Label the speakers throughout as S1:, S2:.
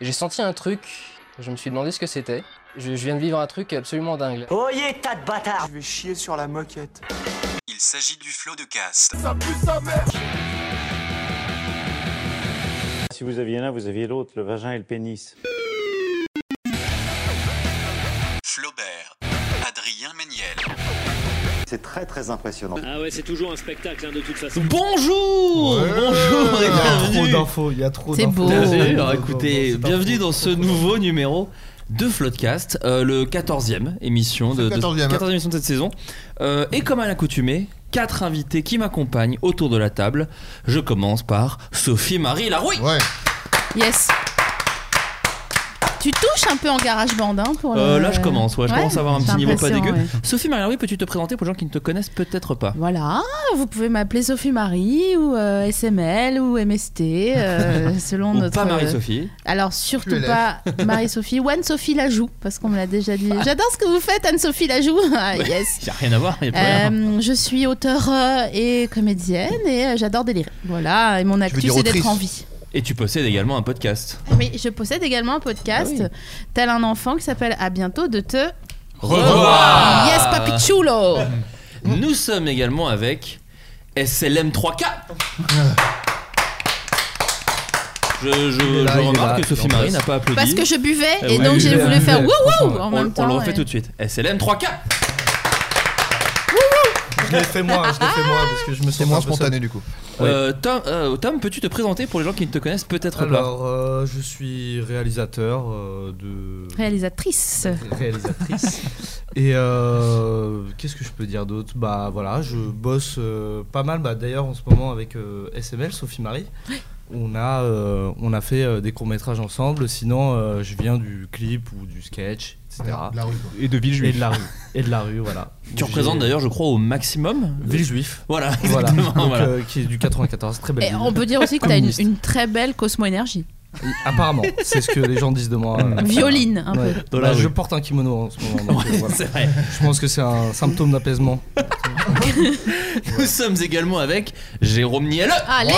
S1: J'ai senti un truc, je me suis demandé ce que c'était. Je, je viens de vivre un truc absolument dingue.
S2: Oyez, tas de bâtards
S3: Je vais chier sur la moquette.
S4: Il s'agit du flot de cast.
S5: Si vous aviez l'un, vous aviez l'autre, le vagin et le pénis.
S4: Flaubert. Adrien Méniel.
S5: C'est très très impressionnant.
S6: Ah ouais, c'est toujours un spectacle hein, de toute façon.
S7: Bonjour Bonjour et
S8: Trop
S7: bienvenue
S8: d'infos, Euh, il y a trop
S9: C'est
S8: d'infos.
S9: beau.
S7: Bien sûr,
S8: Bon, bon,
S7: écoutez,
S8: bon, bon,
S7: bienvenue
S8: c'est pas
S7: dans
S8: faux.
S7: ce nouveau numéro de Floodcast, euh, le 14e émission de,
S8: C'est le
S7: de-
S8: 14e, hein.
S7: 14e émission de cette saison. Euh, et comme à l'accoutumée, quatre invités qui m'accompagnent autour de la table. Je commence par Sophie-Marie Larouille.
S8: Ouais,
S9: Yes. Tu touches un peu en garage band hein, pour
S7: Euh,
S9: le-
S7: là, je commence, ouais, je commence à avoir un
S9: j'ai
S7: petit niveau pas
S9: l'impression,
S7: dégueu.
S9: ouais.
S7: Sophie-Marie Larouille, peux-tu te présenter pour les gens qui ne te connaissent peut-être pas
S9: Voilà, vous pouvez m'appeler Sophie Marie ou euh, SML ou MST euh, selon
S7: Ou
S9: notre.
S7: pas Marie-Sophie
S9: Alors surtout
S8: QLF.
S9: pas Marie-Sophie ou Anne-Sophie Lajoux parce qu'on me l'a déjà dit. J'adore ce que vous faites Anne-Sophie Lajoux. Ah, yes.
S7: Il n'y a rien à voir, il n'y a plus rien.
S9: Euh, je suis auteure euh, et comédienne et euh, j'adore délirer. Voilà, et mon actu
S8: dire
S9: c'est d'être
S8: autrice.
S9: en vie.
S7: Et tu possèdes également un podcast.
S9: Oui, je possède également un podcast
S7: Ah
S9: tel un enfant qui s'appelle À bientôt de te.
S10: Ah.
S7: Revoir
S9: Yes, papichulo
S7: Mmh. Nous sommes également avec SLM3K. Je, je-
S8: est là,
S7: je
S8: il est
S7: remarque
S8: là,
S7: que Sophie
S8: il en
S7: Marie
S8: passe.
S7: n'a pas applaudi.
S9: Parce que je buvais
S7: Eh
S9: et
S7: ouais.
S9: donc j'ai
S8: Ouais,
S9: voulu
S8: ouais,
S9: faire
S8: ouais,
S9: wouhou
S8: franchement,
S9: en
S7: on,
S9: même
S7: on
S9: temps.
S7: le refait
S9: ouais.
S7: tout de suite. SLM3K.
S8: je l'ai fait moi, je l'ai fait moi parce que je me
S3: C'est
S8: sens
S3: moins spontané du coup.
S8: Ouais.
S7: Euh, Tom, euh, Tom, peux-tu te présenter pour les gens qui ne te connaissent peut-être pas
S8: Alors, euh, je suis réalisateur euh, de.
S9: Réalisatrice.
S8: réalisatrice. Et euh, qu'est-ce que je peux dire d'autre Bah voilà, je bosse euh, pas mal. Bah, D'ailleurs, en ce moment avec euh, SML, Sophie Marie. On a, euh, on a fait euh, des courts-métrages ensemble, sinon euh, je viens du clip ou du sketch, etc.
S3: la rue.
S10: Et de Villejuif.
S8: Et de la rue. Et de la rue, voilà.
S7: Tu représentes d'ailleurs, je crois, au maximum.
S8: Villejuif.
S7: Voilà,
S8: Voilà.
S7: exactement.
S8: Donc,
S7: voilà.
S8: euh, qui est du 94, très belle.
S9: Et
S8: ville.
S9: Eh, on peut dire aussi que t'as une,
S8: Communiste.
S9: une très belle Cosmo Énergie.
S8: Apparemment, c'est ce que les gens disent de moi. euh,
S9: Violine, un
S8: Ouais.
S9: peu.
S7: Dans la
S8: Bah, je
S7: rue.
S8: porte un kimono en ce moment. donc, euh, voilà.
S7: C'est vrai.
S8: Je pense que c'est un symptôme d'apaisement.
S7: Nous sommes également avec Jérôme Nielleux.
S9: Allez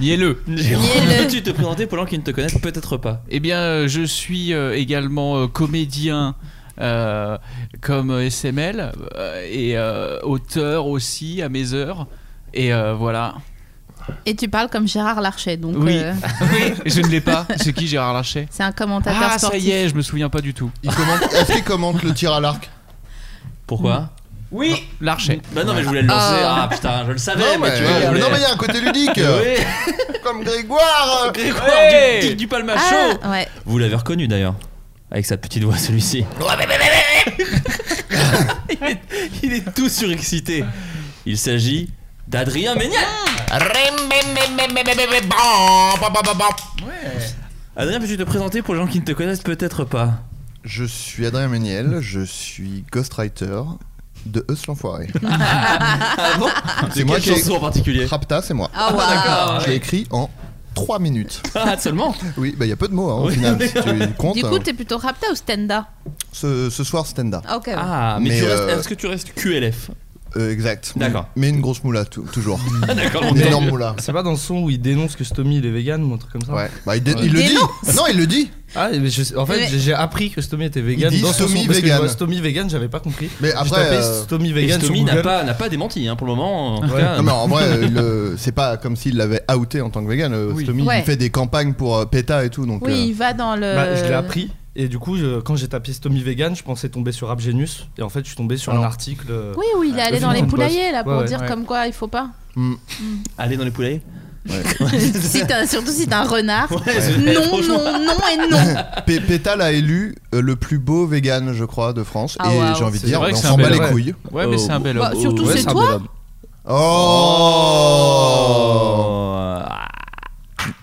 S10: Niez-le.
S7: Jérôme,
S9: Nielleux.
S7: peux-tu te présenter pour les gens qui ne te connaissent peut-être pas
S10: Eh bien, euh, je suis euh, également euh, comédien euh, comme euh, SML euh, et euh, auteur aussi à mes heures. Et euh, voilà.
S9: Et tu parles comme Gérard Larcher, donc
S10: Oui.
S9: euh,
S10: Oui, je ne l'ai pas. C'est qui Gérard Larcher
S9: c'est un commentateur
S10: Ah, ça
S9: sportif.
S10: y est, je me souviens pas du tout.
S3: Il commente- Est-ce qu'il commente le tir à l'arc
S10: Hmm.
S7: Pourquoi
S10: Oui Larcher.
S7: Bah non, mais je voulais le lancer.
S9: Ah.
S7: Ah putain, je le savais, mais, tu
S3: ouais,
S7: vois. je
S3: non, mais il
S7: voulais-
S3: y a un côté ludique
S7: Oui.
S3: Comme Grégoire euh,
S7: Grégoire
S10: Ouais.
S7: du, Tic du Palmachot
S9: Ah, ouais.
S7: Vous l'avez reconnu d'ailleurs, avec sa petite voix celui-ci. il, est, il est tout surexcité. Il s'agit d'Adrien Méniel. Adrien, peux-tu te présenter pour les gens qui ne te connaissent peut-être pas
S3: Je suis Adrien Méniel, je suis ghostwriter de Eus l'Enfoiré.
S7: Ah bon
S3: C'est moi
S7: Quelle
S3: qui ai-
S7: chanson en particulier
S3: Rapta, c'est moi.
S9: Ah, waouh.
S3: Je l'ai écrit en 3 minutes.
S7: Ah seulement
S3: Oui, bah il y a peu de mots hein, au
S7: Oui.
S3: final, si tu comptes.
S9: Du coup, t'es plutôt rapta ou stenda
S3: euh, ce, ce soir, stand-up.
S9: Ok. ouais.
S7: Ah mais,
S3: Mais,
S7: tu restes-
S3: euh,
S7: est-ce que tu restes QLF
S3: Euh, exact.
S7: D'accord.
S3: Mais une grosse moula, tou- toujours.
S7: Ah d'accord, on
S3: une
S7: est-
S3: énorme moula.
S8: C'est pas dans le son où il dénonce que Stomy il est vegan ou un truc comme ça
S3: Ouais. Bah, il, dé-
S8: Ouais.
S3: il le
S9: Mais
S3: dit. Non, il le dit.
S8: Ah, mais je sais- en fait,
S9: Mais-
S8: j'ai- j'ai appppris que Stomy était vegan.
S3: Il dit
S8: dans son
S3: Stomy
S8: son, parce que je
S3: vegan.
S8: vois Stomy vegan, j'avais pas compris.
S3: Mais
S8: j'ai
S3: après.
S8: tapé
S3: euh,
S8: Stomy
S7: Et
S8: vegan sur
S7: Stomy n'a
S8: Google.
S7: pas, n'a pas démenti hein, pour le moment. en tout
S8: Ouais.
S7: cas.
S3: Non mais en vrai, euh, il, euh, c'est pas comme s'il l'avait outé en tant que vegan. euh,
S8: Oui.
S3: Stomy,
S9: Ouais.
S3: il fait des campagnes pour euh, PETA et tout, donc.
S9: Oui,
S3: euh,
S9: il va dans le.
S8: Bah, je l'ai appris. Et du coup, je- quand j'ai tapé Stomy vegan, je pensais tomber sur Abgenus. Et en fait, je suis tombé sur
S3: Ah
S8: un
S3: non.
S8: article. euh,
S9: Oui, oui, il est allé
S8: Le
S9: dans les
S8: film qu'on
S9: poulaillers
S8: poste.
S9: là pour
S8: Ouais, ouais.
S9: dire
S10: Ouais.
S9: comme quoi il faut pas.
S3: hmm.
S7: Allez dans les poulets.
S9: si t'as- surtout si t'es un renard.
S7: Ouais,
S9: Non,
S7: franchement.
S9: non, non et non.
S3: P- PETA l'a élu euh, le plus beau vegan, je crois, de France.
S9: Ah,
S3: et
S9: waouh.
S3: j'ai envie de
S10: C'est
S3: dire,
S10: vrai
S3: on
S10: que c'est
S3: s'en
S10: un
S3: bat
S10: bel
S3: les
S10: homme.
S3: couilles.
S10: Ouais, mais
S7: Oh.
S10: c'est un bel
S9: Bah,
S10: homme.
S9: surtout
S8: ouais,
S9: c'est
S8: un
S9: toi.
S8: bel homme.
S3: Oh
S7: Ah.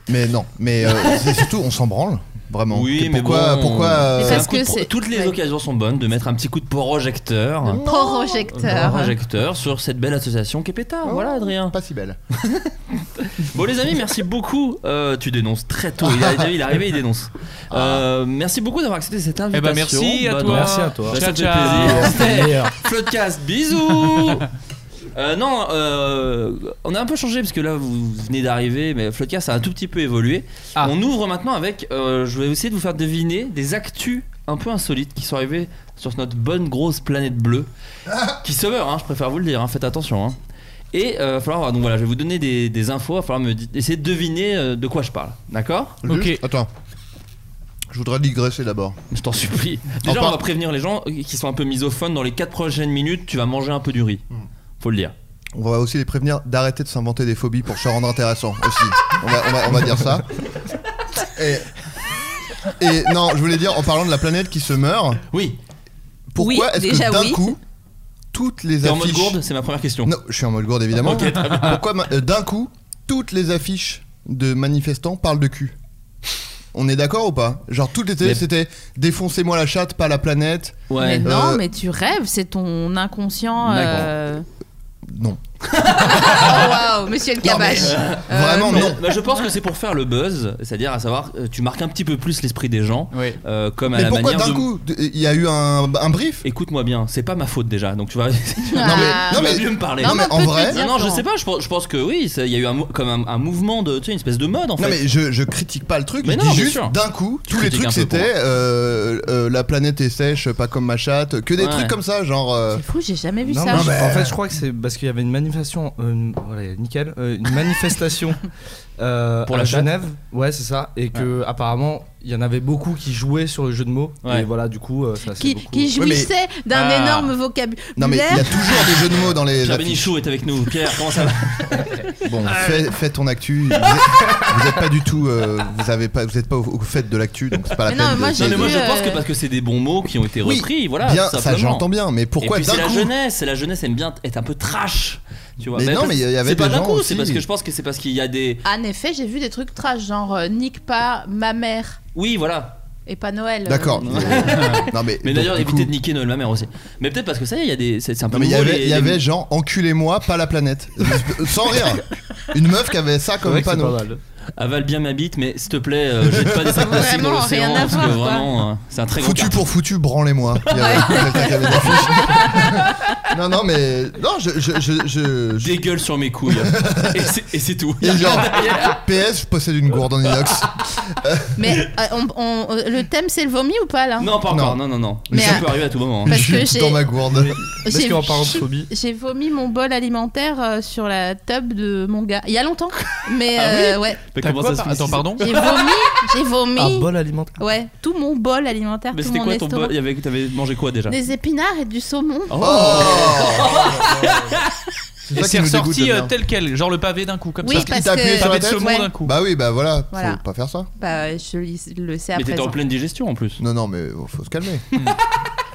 S3: Mais non, mais euh, c'est surtout, on s'en branle, vraiment.
S7: Oui,
S3: Et
S7: mais
S3: pourquoi,
S7: bon.
S3: pourquoi euh,
S9: Mais
S7: C'est un
S9: parce
S7: coup de
S9: que
S7: pro-
S9: c'est-
S7: Toutes les
S9: ouais.
S7: occasions sont bonnes de mettre un petit coup de
S3: Ah.
S7: projecteur.
S9: Projecteur.
S7: Projecteur sur cette belle association qui est pétard.
S3: Oh,
S7: Voilà, Adrien.
S3: Pas si belle.
S7: Bon, les amis, merci beaucoup. Euh, tu dénonces très tôt. Il, a- il est arrivé, il dénonce. Euh, merci beaucoup d'avoir accepté cette
S10: Ah. Eh
S7: invitation.
S10: ben merci à
S7: Bah,
S10: toi.
S7: non.
S8: Merci à toi.
S7: Bah,
S10: Ciao,
S7: ça me fait
S10: ciao.
S7: plaisir. Floodcast, bisous. Euh, non, euh, on a un peu changé parce que là vous venez d'arriver, mais Floodcast a un tout petit peu évolué.
S10: Ah.
S7: On ouvre maintenant avec, euh, je vais essayer de vous faire deviner des actus un peu insolites qui sont arrivées sur notre bonne grosse planète bleue, qui se meurt, hein, je préfère vous le dire, hein, faites attention. hein. Et euh, va falloir, donc voilà, je vais vous donner des, des infos, il va falloir me di- essayer de deviner euh, de quoi je parle, d'accord
S10: Ok.
S3: Juste- Attends. Je voudrais digresser d'abord.
S7: Je t'en supplie. Déjà,
S3: Enfin-
S7: on va prévenir les gens qui sont un peu misophones, dans les 4 prochaines minutes, tu vas manger un peu du riz. Faut le dire.
S3: Hmm. On va aussi les prévenir d'arrêter de s'inventer des phobies pour se rendre intéressant aussi. On va, on va- on va dire ça. Et, et non, je voulais dire, en parlant de la planète qui se meurt,
S7: Oui,
S3: pourquoi
S2: Oui,
S3: est-ce que
S2: déjà
S3: d'un
S2: oui.
S3: coup, toutes les
S7: t'es en
S3: affiches.
S7: mode gourde, c'est ma première question.
S3: Non, je suis en mode gourde évidemment.
S7: Ok, très bien.
S3: Pourquoi ma- euh, d'un coup, toutes les affiches de manifestants parlent de cul On est d'accord ou pas Genre, toutes les télés,
S7: Mais-
S3: c'était défoncez-moi la chatte, pas la planète.
S7: Ouais.
S9: Mais non,
S3: Euh,
S9: mais tu rêves, c'est ton inconscient.
S7: D'accord.
S9: euh,
S3: Non.
S9: Oh waouh, monsieur le
S3: Non, mais-
S9: cabache. Euh,
S3: Vraiment,
S7: Mais-
S3: non.
S7: mais je pense que c'est pour faire le buzz, c'est-à-dire à savoir, euh, tu marques un petit peu plus l'esprit des gens,
S10: Oui.
S7: euh, comme à
S3: Mais
S7: la
S3: pourquoi
S7: manière
S3: d'un
S7: de.
S3: coup de- Il y a eu un, un brief
S7: Écoute-moi bien, c'est pas ma faute déjà, donc tu vas, tu
S9: Ah.
S3: Non, mais- non,
S7: vas
S3: mais-
S7: mieux me parler.
S9: Non,
S3: mais
S9: mais
S3: en
S9: on peut te
S3: vrai-
S9: dire
S7: Non, non, je
S9: comment.
S7: sais pas, je, pense- je pense que oui, ça- il y a eu un, mou- comme un, un mouvement de, tu sais, une espèce de mode en
S3: Non
S7: fait.
S3: mais je, je critique pas le truc,
S7: Mais
S3: je
S7: non,
S3: dis
S7: bien
S3: juste
S7: sûr.
S3: d'un coup,
S7: Tu
S3: tous les
S7: critiques
S3: trucs
S7: un peu pour
S3: c'était euh, euh, la planète est sèche, pas comme ma chatte, que des
S7: Ouais.
S3: trucs comme ça, genre... euh,
S9: C'est fou, j'ai jamais vu
S8: Non,
S9: ça.
S8: mais je- En fait, je crois que c'est parce qu'il y avait une manifestation. euh, voilà, nickel. euh, une manifestation euh,
S7: Pour
S8: à
S7: la chatte.
S8: Genève. Ouais, c'est ça. Et que apparemment, il y en avait beaucoup qui jouaient sur le jeu de mots.
S7: Ouais.
S8: Et voilà, du coup, euh, ça c'est
S9: qui,
S8: beaucoup.
S9: qui
S3: Oui, mais-
S9: jouissait d'un
S7: Ah.
S9: énorme vocabulaire.
S3: Non mais il y a toujours des jeux de mots dans les...
S7: Pierre
S3: affiches.
S7: Bénichou est avec nous. Pierre, comment ça va
S3: Bon,
S7: Ah
S3: fais, fais ton actu, vous êtes, vous êtes pas du tout... euh, vous, avez pas, vous êtes pas au, au fait de l'actu, donc c'est pas la
S9: Mais non,
S3: peine
S9: mais moi,
S3: d'essayer
S7: Non, mais moi
S9: vu,
S7: je
S9: euh,
S7: pense que parce que c'est des bons mots qui ont été
S3: Oui,
S7: repris, voilà.
S3: Bien,
S7: tout
S3: ça
S7: simplement.
S3: j'entends bien, mais pourquoi
S7: Et puis c'est
S3: d'un
S7: la
S3: coup
S7: jeunesse, la jeunesse aime bien être un peu trash, tu vois.
S3: Mais non,
S7: parce-
S3: mais il y avait
S7: c'est pas
S3: des
S7: d'un
S3: gens
S7: coup, c'est
S3: aussi.
S7: parce que je pense que c'est parce qu'il y a des,
S9: En effet, j'ai vu des trucs trash, genre euh, nique pas ma mère
S7: oui, voilà.
S9: et pas Noël. euh.
S3: D'accord. non mais... donc,
S7: Mais d'ailleurs,
S3: du
S7: évitez
S3: coup-
S7: de niquer Noël ma mère aussi. Mais peut-être parce que ça y est, il y a des, c'est c'est un peu
S3: Non mais il y
S7: nouveau,
S3: avait,
S7: les-
S3: il y
S7: les-
S3: avait genre enculez-moi pas la planète sans rire une meuf qui avait ça
S8: C'est
S3: comme
S8: vrai que c'est
S3: panneau
S8: pas mal.
S7: avale bien ma bite, mais s'il te plaît, euh, jette pas des sacs plastiques dans
S9: Vraiment, rien
S7: l'océan
S9: à
S7: parce que
S9: voir, quoi.
S7: vraiment, euh, c'est un très gros.
S3: Foutu
S7: carton.
S3: pour foutu, branlez-moi. Il y avait quelqu'un qui avait une affiche. non, non, mais. Non, je. je, je, je- je-
S7: Euh, Dégueule sur mes couilles. et c'est- et c'est tout.
S3: Et genre, PS, je possède une gourde en inox.
S9: Mais euh, on- on- euh, le thème c'est le vomi ou pas là
S7: Non, pas encore. Non, non, non. Mais
S9: Mais
S7: ça
S9: à-
S7: peut arriver à tout moment. hein.
S9: Parce que
S3: Jute
S9: j'ai-
S3: dans ma gourde.
S8: Parce
S9: J'ai-
S8: qu'en parlant de phobie.
S9: J'ai vomi mon bol alimentaire euh, sur la table de mon gars. Il y a longtemps. Mais
S7: Ah
S9: euh, ouais,
S7: Mais
S10: T'as
S7: comment
S10: quoi
S7: ça se
S10: par-
S7: fait
S10: Attends, pardon
S9: j'ai vomi, j'ai vomi.
S8: Un bol alimentaire.
S9: Ouais, tout mon bol alimentaire,
S7: Mais
S9: tout
S7: c'était
S9: mon
S7: quoi ton
S9: estomac.
S7: bol Il y avait- T'avais mangé quoi déjà
S9: Des Ah, épinards et du saumon.
S3: Oh
S10: Et
S3: ça qui
S10: c'est
S3: nous dégoûte,
S10: ressorti euh,
S3: Damien.
S10: tel quel, genre le pavé d'un coup, comme
S9: oui,
S10: ça.
S9: parce
S3: t'a appuyé
S9: que
S3: sur la
S10: Pavé de
S3: tête
S10: saumon
S9: Ouais.
S10: d'un coup.
S3: Bah oui, bah voilà, faut
S9: Voilà.
S3: pas faire ça.
S9: Bah, je le- le sais à
S7: Mais t'étais
S9: présent.
S7: en pleine digestion en plus.
S3: Non, non, mais faut se calmer.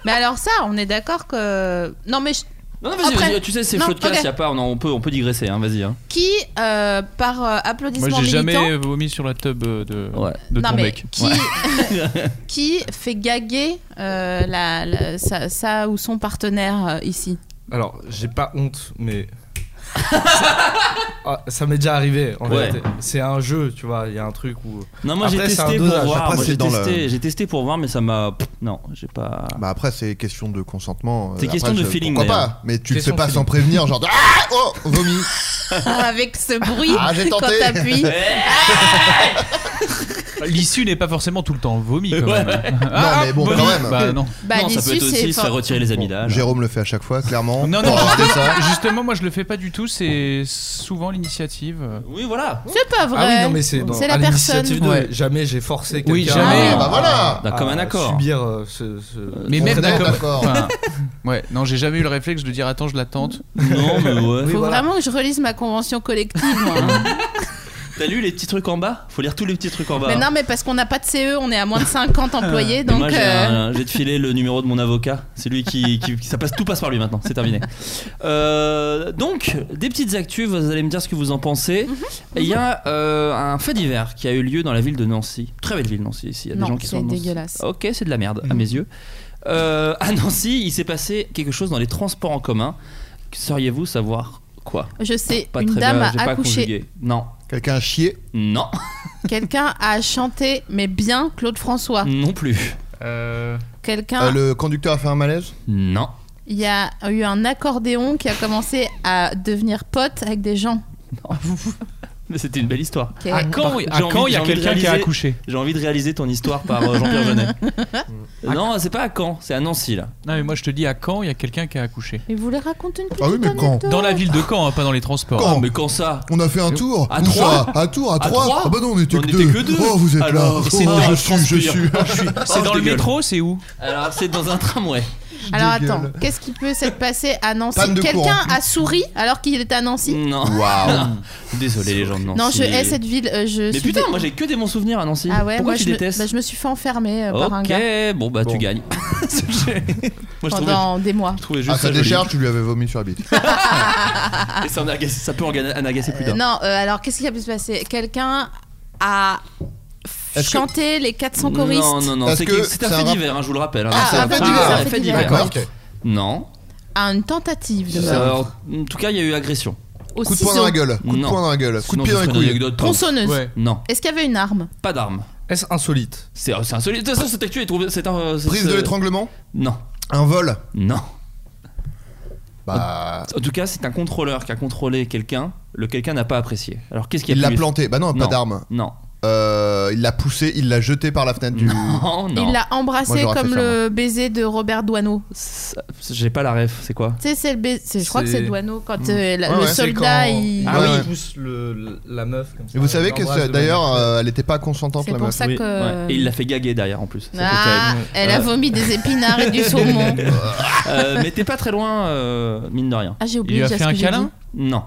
S9: Mais alors ça, on est d'accord que non mais je-
S7: Non, non, vas-y,
S9: Après.
S7: vas-y, tu sais, c'est
S9: Non,
S7: chaud de classe,
S9: ok.
S7: y a pas, on, en- on peut, on peut digresser, hein, vas-y. Hein.
S9: qui euh, par euh,
S10: Moi,
S9: applaudissement
S10: j'ai
S9: militant,
S10: jamais vomi sur la tub euh, de,
S7: Ouais.
S10: de
S9: non
S10: ton
S9: mais
S10: mec.
S9: qui qui fait gaguer euh, la, la- ça, ça ou son partenaire euh, ici.
S8: Alors, j'ai pas honte, mais. Ah, ça m'est déjà arrivé en
S7: Ouais.
S8: vérité. C'est un jeu, tu vois. Il y a un truc où.
S7: Non, moi j'ai
S8: Après, c'est un
S7: testé pour
S8: dosage.
S7: voir,
S3: Après,
S7: moi,
S3: c'est
S7: j'ai
S3: dans
S7: testé,
S3: le-
S7: j'ai testé pour voir, mais ça m'a. pff, Non, j'ai pas.
S3: Bah après, c'est question de consentement. euh,
S7: C'est
S3: après,
S7: question de
S3: je-
S7: feeling,
S3: Pourquoi
S7: d'ailleurs.
S3: pas Mais tu le
S8: Question
S3: fais pas
S8: de
S3: sans prévenir, genre. de- Ah Oh Vomi
S9: Ah, Avec ce bruit
S3: Ah, j'ai
S9: quand
S3: tenté.
S9: t'appuies.
S10: L'issue n'est pas forcément tout le temps le vomi, quand
S7: Ouais.
S10: même. Ah,
S3: Non, mais bon,
S10: vomi.
S3: quand même.
S10: Bah, non.
S9: Bah
S7: non, ça peut
S9: l'issue
S7: être aussi se
S9: c'est
S7: faire
S9: for-
S7: retirer les
S3: Bon,
S7: amygdales.
S3: Jérôme le fait à chaque fois, clairement.
S10: Non,
S3: Pour
S10: non,
S3: rajouter ça.
S10: Justement, moi je le fais pas du tout, c'est souvent l'initiative.
S7: Oui, voilà.
S9: C'est pas vrai.
S8: Ah oui, non, mais c'est dans-
S9: C'est la
S8: à
S9: personne.
S8: l'initiative de-
S10: Ouais.
S8: Jamais j'ai forcé quelqu'un.
S10: Oui,
S3: Ah,
S10: jamais.
S8: à-
S3: bah voilà
S7: Bah, comme
S8: à
S7: un accord.
S8: Subir euh, ce. ce-
S10: Mais
S3: On
S10: même
S3: serait
S10: d'accord.
S3: d'accord.
S10: Enfin, ouais, non, j'ai jamais eu le réflexe de dire attends, je l'attente.
S7: Non, mais ouais.
S9: Faut
S8: voilà.
S9: vraiment que je relise ma convention collective. moi, hein.
S7: T'as lu les petits trucs en bas Faut lire tous les petits trucs en bas.
S9: mais
S7: hein.
S9: non, mais parce qu'on n'a pas de CE, on est à moins de 50 employés, donc.
S7: moi j'ai
S9: euh,
S7: un- j'ai te filé le numéro de mon avocat, c'est lui qui, qui- qui- ça passe tout passe par lui maintenant, c'est terminé. Euh, donc des petites actus, vous allez me dire ce que vous en pensez.
S9: Mhm.
S7: Il y a euh, un fait divers qui a eu lieu dans la ville de Nancy, très belle ville Nancy ici. Il y a
S9: Non,
S7: des gens qui
S9: c'est
S7: sont à Nancy.
S9: dégueulasse.
S7: Ok, c'est de la merde à mes yeux. Euh, à Nancy, il s'est passé quelque chose dans les transports en commun. Sauriez-vous savoir quoi
S9: Je sais,
S7: Pas
S9: une
S7: très
S9: dame
S7: bien, j'ai
S9: a
S7: pas
S9: accouché.
S7: conjugué. Non,
S3: Quelqu'un a chié
S7: non,
S9: Quelqu'un a chanté, mais bien
S7: Mm.
S9: Claude François.
S7: non plus,
S10: Euh,
S9: Quelqu'un,
S3: Ah. Euh, Le conducteur a fait un malaise
S7: non.
S9: il il y a eu un accordéon qui a commencé à devenir pote avec des gens.
S7: Mais c'était une belle histoire.
S9: Ok.
S10: À quand, oui, à
S7: J'ai envie-
S10: quand il y a
S7: j'ai envie de
S10: quelqu'un qui a
S7: réaliser-
S10: accouché
S7: J'ai envie de réaliser ton histoire par euh, Jean-Pierre Jeunet. non, c'est pas à Caen, c'est à Nancy là.
S10: Non, mais moi je te dis à quand il y a quelqu'un qui a accouché
S9: Mais vous voulez raconter une petite
S3: Ah oui, mais quand
S9: anecdote
S10: Dans la ville de Caen, hein, pas dans les transports.
S3: Caen.
S7: Ah, mais quand ça
S3: On a fait un tour
S7: À
S3: Où
S7: trois
S3: ça À tour, à,
S7: À
S3: trois,
S7: trois
S3: Ah bah non, on était
S7: On
S3: que
S7: était
S3: deux.
S7: que deux.
S3: Oh, vous êtes
S7: Alors,
S3: là
S7: c'est
S3: Oh,
S7: dingue,
S3: je
S7: je
S3: suis, je
S7: transpire.
S3: suis
S10: C'est
S7: Oh,
S10: dans
S7: je
S10: le
S7: dégueule.
S10: métro, c'est où
S7: Alors c'est dans un tramway.
S9: Alors
S3: dégueule.
S9: attends, qu'est-ce qui peut s'être passé à Nancy
S3: Panne de
S9: Quelqu'un
S3: courant.
S9: a souri alors qu'il était à Nancy
S7: Non.
S3: Waouh Ah,
S7: Désolé les gens de Mm. Nancy.
S9: Non, je hais cette ville. euh, je
S7: Mais
S9: suis
S7: putain,
S9: dé-
S7: moi j'ai que des bons souvenirs à Nancy.
S9: Ah ouais,
S7: Pourquoi
S9: moi
S7: tu
S9: je, me-
S7: détestes
S9: bah, je me suis fait enfermer euh, par un gars
S7: Ok, bon bah
S3: Bon.
S7: tu gagnes. C'est- j'ai- moi je trouvais,
S9: pendant des mois.
S7: je trouvais juste
S3: À sa
S7: ça joli.
S3: Ah, décharge, tu lui avais vomi sur la bite.
S7: Et ça, en agace- ça peut en gana- en agacer plus
S9: Euh,
S7: d'un.
S9: non, euh, alors qu'est-ce qui a pu se passer Quelqu'un a f-
S3: Est-ce que-
S9: chanté les 400 choristes.
S7: Non, non, non,
S3: Parce
S7: c'est
S3: que
S7: que- c'est un
S3: c'est un
S7: fait
S3: rap-
S7: divers, hein, je vous le rappelle. hein.
S9: Ah,
S7: C'est
S9: un fait divers,
S7: c'est
S9: un fait divers.
S3: D'accord, ok.
S7: Non.
S9: À une tentative de
S7: Ça-
S9: meurtre.
S7: alors, en tout cas, il y a eu agression.
S9: Au
S3: Coup de poing dans
S9: ciseau.
S3: la gueule, coup de
S7: Non.
S3: poing dans la gueule, coup de
S7: Sinon,
S3: pied
S7: ce
S3: dans la
S7: serait une
S3: couille.
S7: anecdote. pardon.
S9: Tronçonneuse.
S8: Ouais.
S7: Non,
S9: Est-ce qu'il y avait une arme
S7: pas d'arme.
S8: Est-ce insolite
S7: C'est c'est insolite. De toute façon, cette actu est trouvée. C'est un. euh, c'est-
S3: Prise de
S7: c'est-
S3: l'étranglement
S7: Non,
S3: Un vol
S7: non.
S3: Bah.
S7: En tout cas, c'est un contrôleur qui a contrôlé quelqu'un. Le quelqu'un n'a pas apprécié. Alors, qu'est-ce qu'il
S3: Il
S7: a
S3: l'a
S7: pu-
S3: planté, bah non, pas
S7: Non.
S3: d'arme.
S7: Non.
S3: Euh, il l'a poussé, il l'a jeté par la fenêtre du.
S7: Non, non.
S9: Il l'a
S3: Moi, j'aurais
S9: embrassé
S3: fait
S9: comme
S3: ça,
S9: le baiser de Robert Doisneau.
S7: Ça- J'ai pas la ref, c'est quoi
S9: Tu sais, c'est le baiser. c'est- Je crois que c'est
S8: C'est-
S9: Doisneau quand
S8: Mm.
S9: euh, la-
S3: Ouais,
S9: le
S3: ouais, c'est
S9: soldat
S8: quand-
S9: il.
S3: Ah
S8: Ah
S3: oui.
S8: oui,
S3: Ouais.
S8: pousse le- la meuf comme ça.
S3: Et vous savez que
S8: l'embrasse
S3: c'est-
S8: de
S3: d'ailleurs,
S8: manière-
S3: euh, elle était pas consentante
S9: C'est
S3: la
S9: pour
S3: meuf.
S9: ça
S7: Oui,
S3: Euh.
S9: que.
S7: ouais. Et il l'a fait gaguer derrière en plus. C'était
S9: Ah,
S8: terrible.
S9: elle a
S7: Euh.
S9: vomi des épinards et du saumon.
S7: terrible. Euh, mais t'es pas très loin, euh, mine de rien.
S9: Ah,
S10: Il
S9: j'ai
S10: lui
S9: oublié
S10: a
S9: déjà
S10: fait
S9: ce
S10: un
S9: que j'ai
S10: câlin
S9: dit.
S7: Non.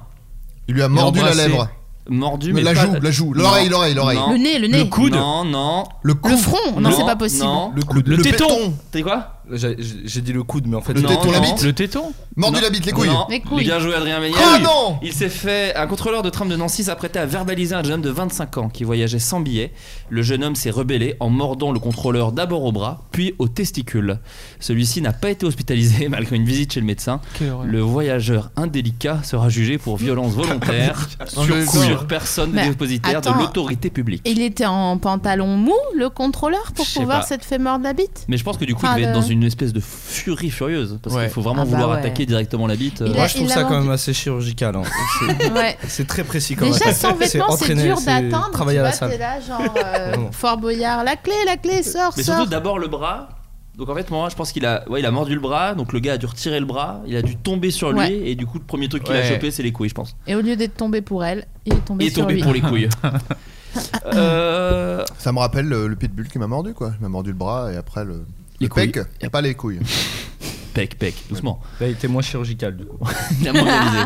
S3: Il lui a mordu la
S10: embrassé.
S3: lèvre.
S7: Mordu, mais
S3: La
S7: pas-
S3: joue, la joue, l'oreille, l'oreille, l'oreille.
S7: Non.
S9: Le nez, le nez.
S10: Le coude
S7: Non, non.
S3: Le cou.
S9: Le front, non,
S7: Non,
S9: c'est pas possible.
S7: non.
S3: Le coude.
S10: Le
S3: Le
S10: téton.
S3: péton.
S7: T'es quoi
S8: J'ai- J'ai j'ai dit le coude, mais en fait.
S3: euh, Le
S7: Non,
S3: téton, la
S7: non.
S3: bite.
S10: Le téton
S3: Mordu
S7: Non.
S3: la bite, les couilles.
S7: Non.
S9: Les couilles.
S7: Bien joué, Adrien Méniel.
S3: Ah non
S7: Il s'est fait. Un contrôleur de tram de Nancy s'apprêtait à verbaliser un jeune homme de 25 ans qui voyageait sans billet. Le jeune homme s'est rebellé en mordant le contrôleur d'abord au bras, puis aux testicules. Celui-ci n'a pas été hospitalisé malgré une visite chez le médecin. Le voyageur indélicat sera jugé pour violence volontaire sur,
S3: Indélicat.
S7: sur personne
S9: Mais
S7: dépositaire de
S9: attends.
S7: l'autorité publique.
S9: Et Il était en pantalon mou, le contrôleur, pour
S7: Je sais
S9: pouvoir
S7: pas.
S9: s'être fait mordre la bite.
S7: Mais je pense que du coup,
S9: Ah,
S7: il devait
S9: le-
S7: être dans une espèce de furie furieuse. Parce
S10: Ouais.
S7: qu'il faut vraiment
S9: Ah, bah
S7: vouloir
S9: ouais.
S7: attaquer directement la bite.
S9: Ah, Il
S7: euh,
S9: a-
S8: Moi, je trouve ça quand même assez chirurgical. hein. C'est-
S9: Ouais.
S8: C'est très précis quand même.
S9: Déjà sans vêtements, c'est
S8: entraîné,
S9: dur
S8: c'est
S9: d'atteindre. Tu
S8: Travailler à la
S9: vois, t'es
S8: salle.
S9: là, genre euh,
S8: Vraiment.
S9: Fort Boyard, la clé, la clé, sort,
S7: Mais
S9: sort.
S7: surtout d'abord le bras. Donc en fait moi je pense qu'il a ouais, il a mordu le bras, donc le gars a dû retirer le bras, il a dû tomber sur lui
S9: Ouais.
S7: et du coup le premier truc qu'il a
S10: Ouais.
S7: chopé c'est les couilles je pense.
S9: Et au lieu d'être tombé pour elle, il est tombé
S7: Et
S9: sur
S7: tomber
S9: lui.
S7: pour les couilles. Euh,
S3: Ça me rappelle le, le pitbull qui m'a mordu, quoi. Il m'a mordu le bras et après le.
S7: Les
S3: le pec,
S7: couilles.
S3: et pas les couilles.
S7: Pec pec doucement.
S8: Là, Bah, il était moins chirurgical du coup.
S7: Il a moins organisé.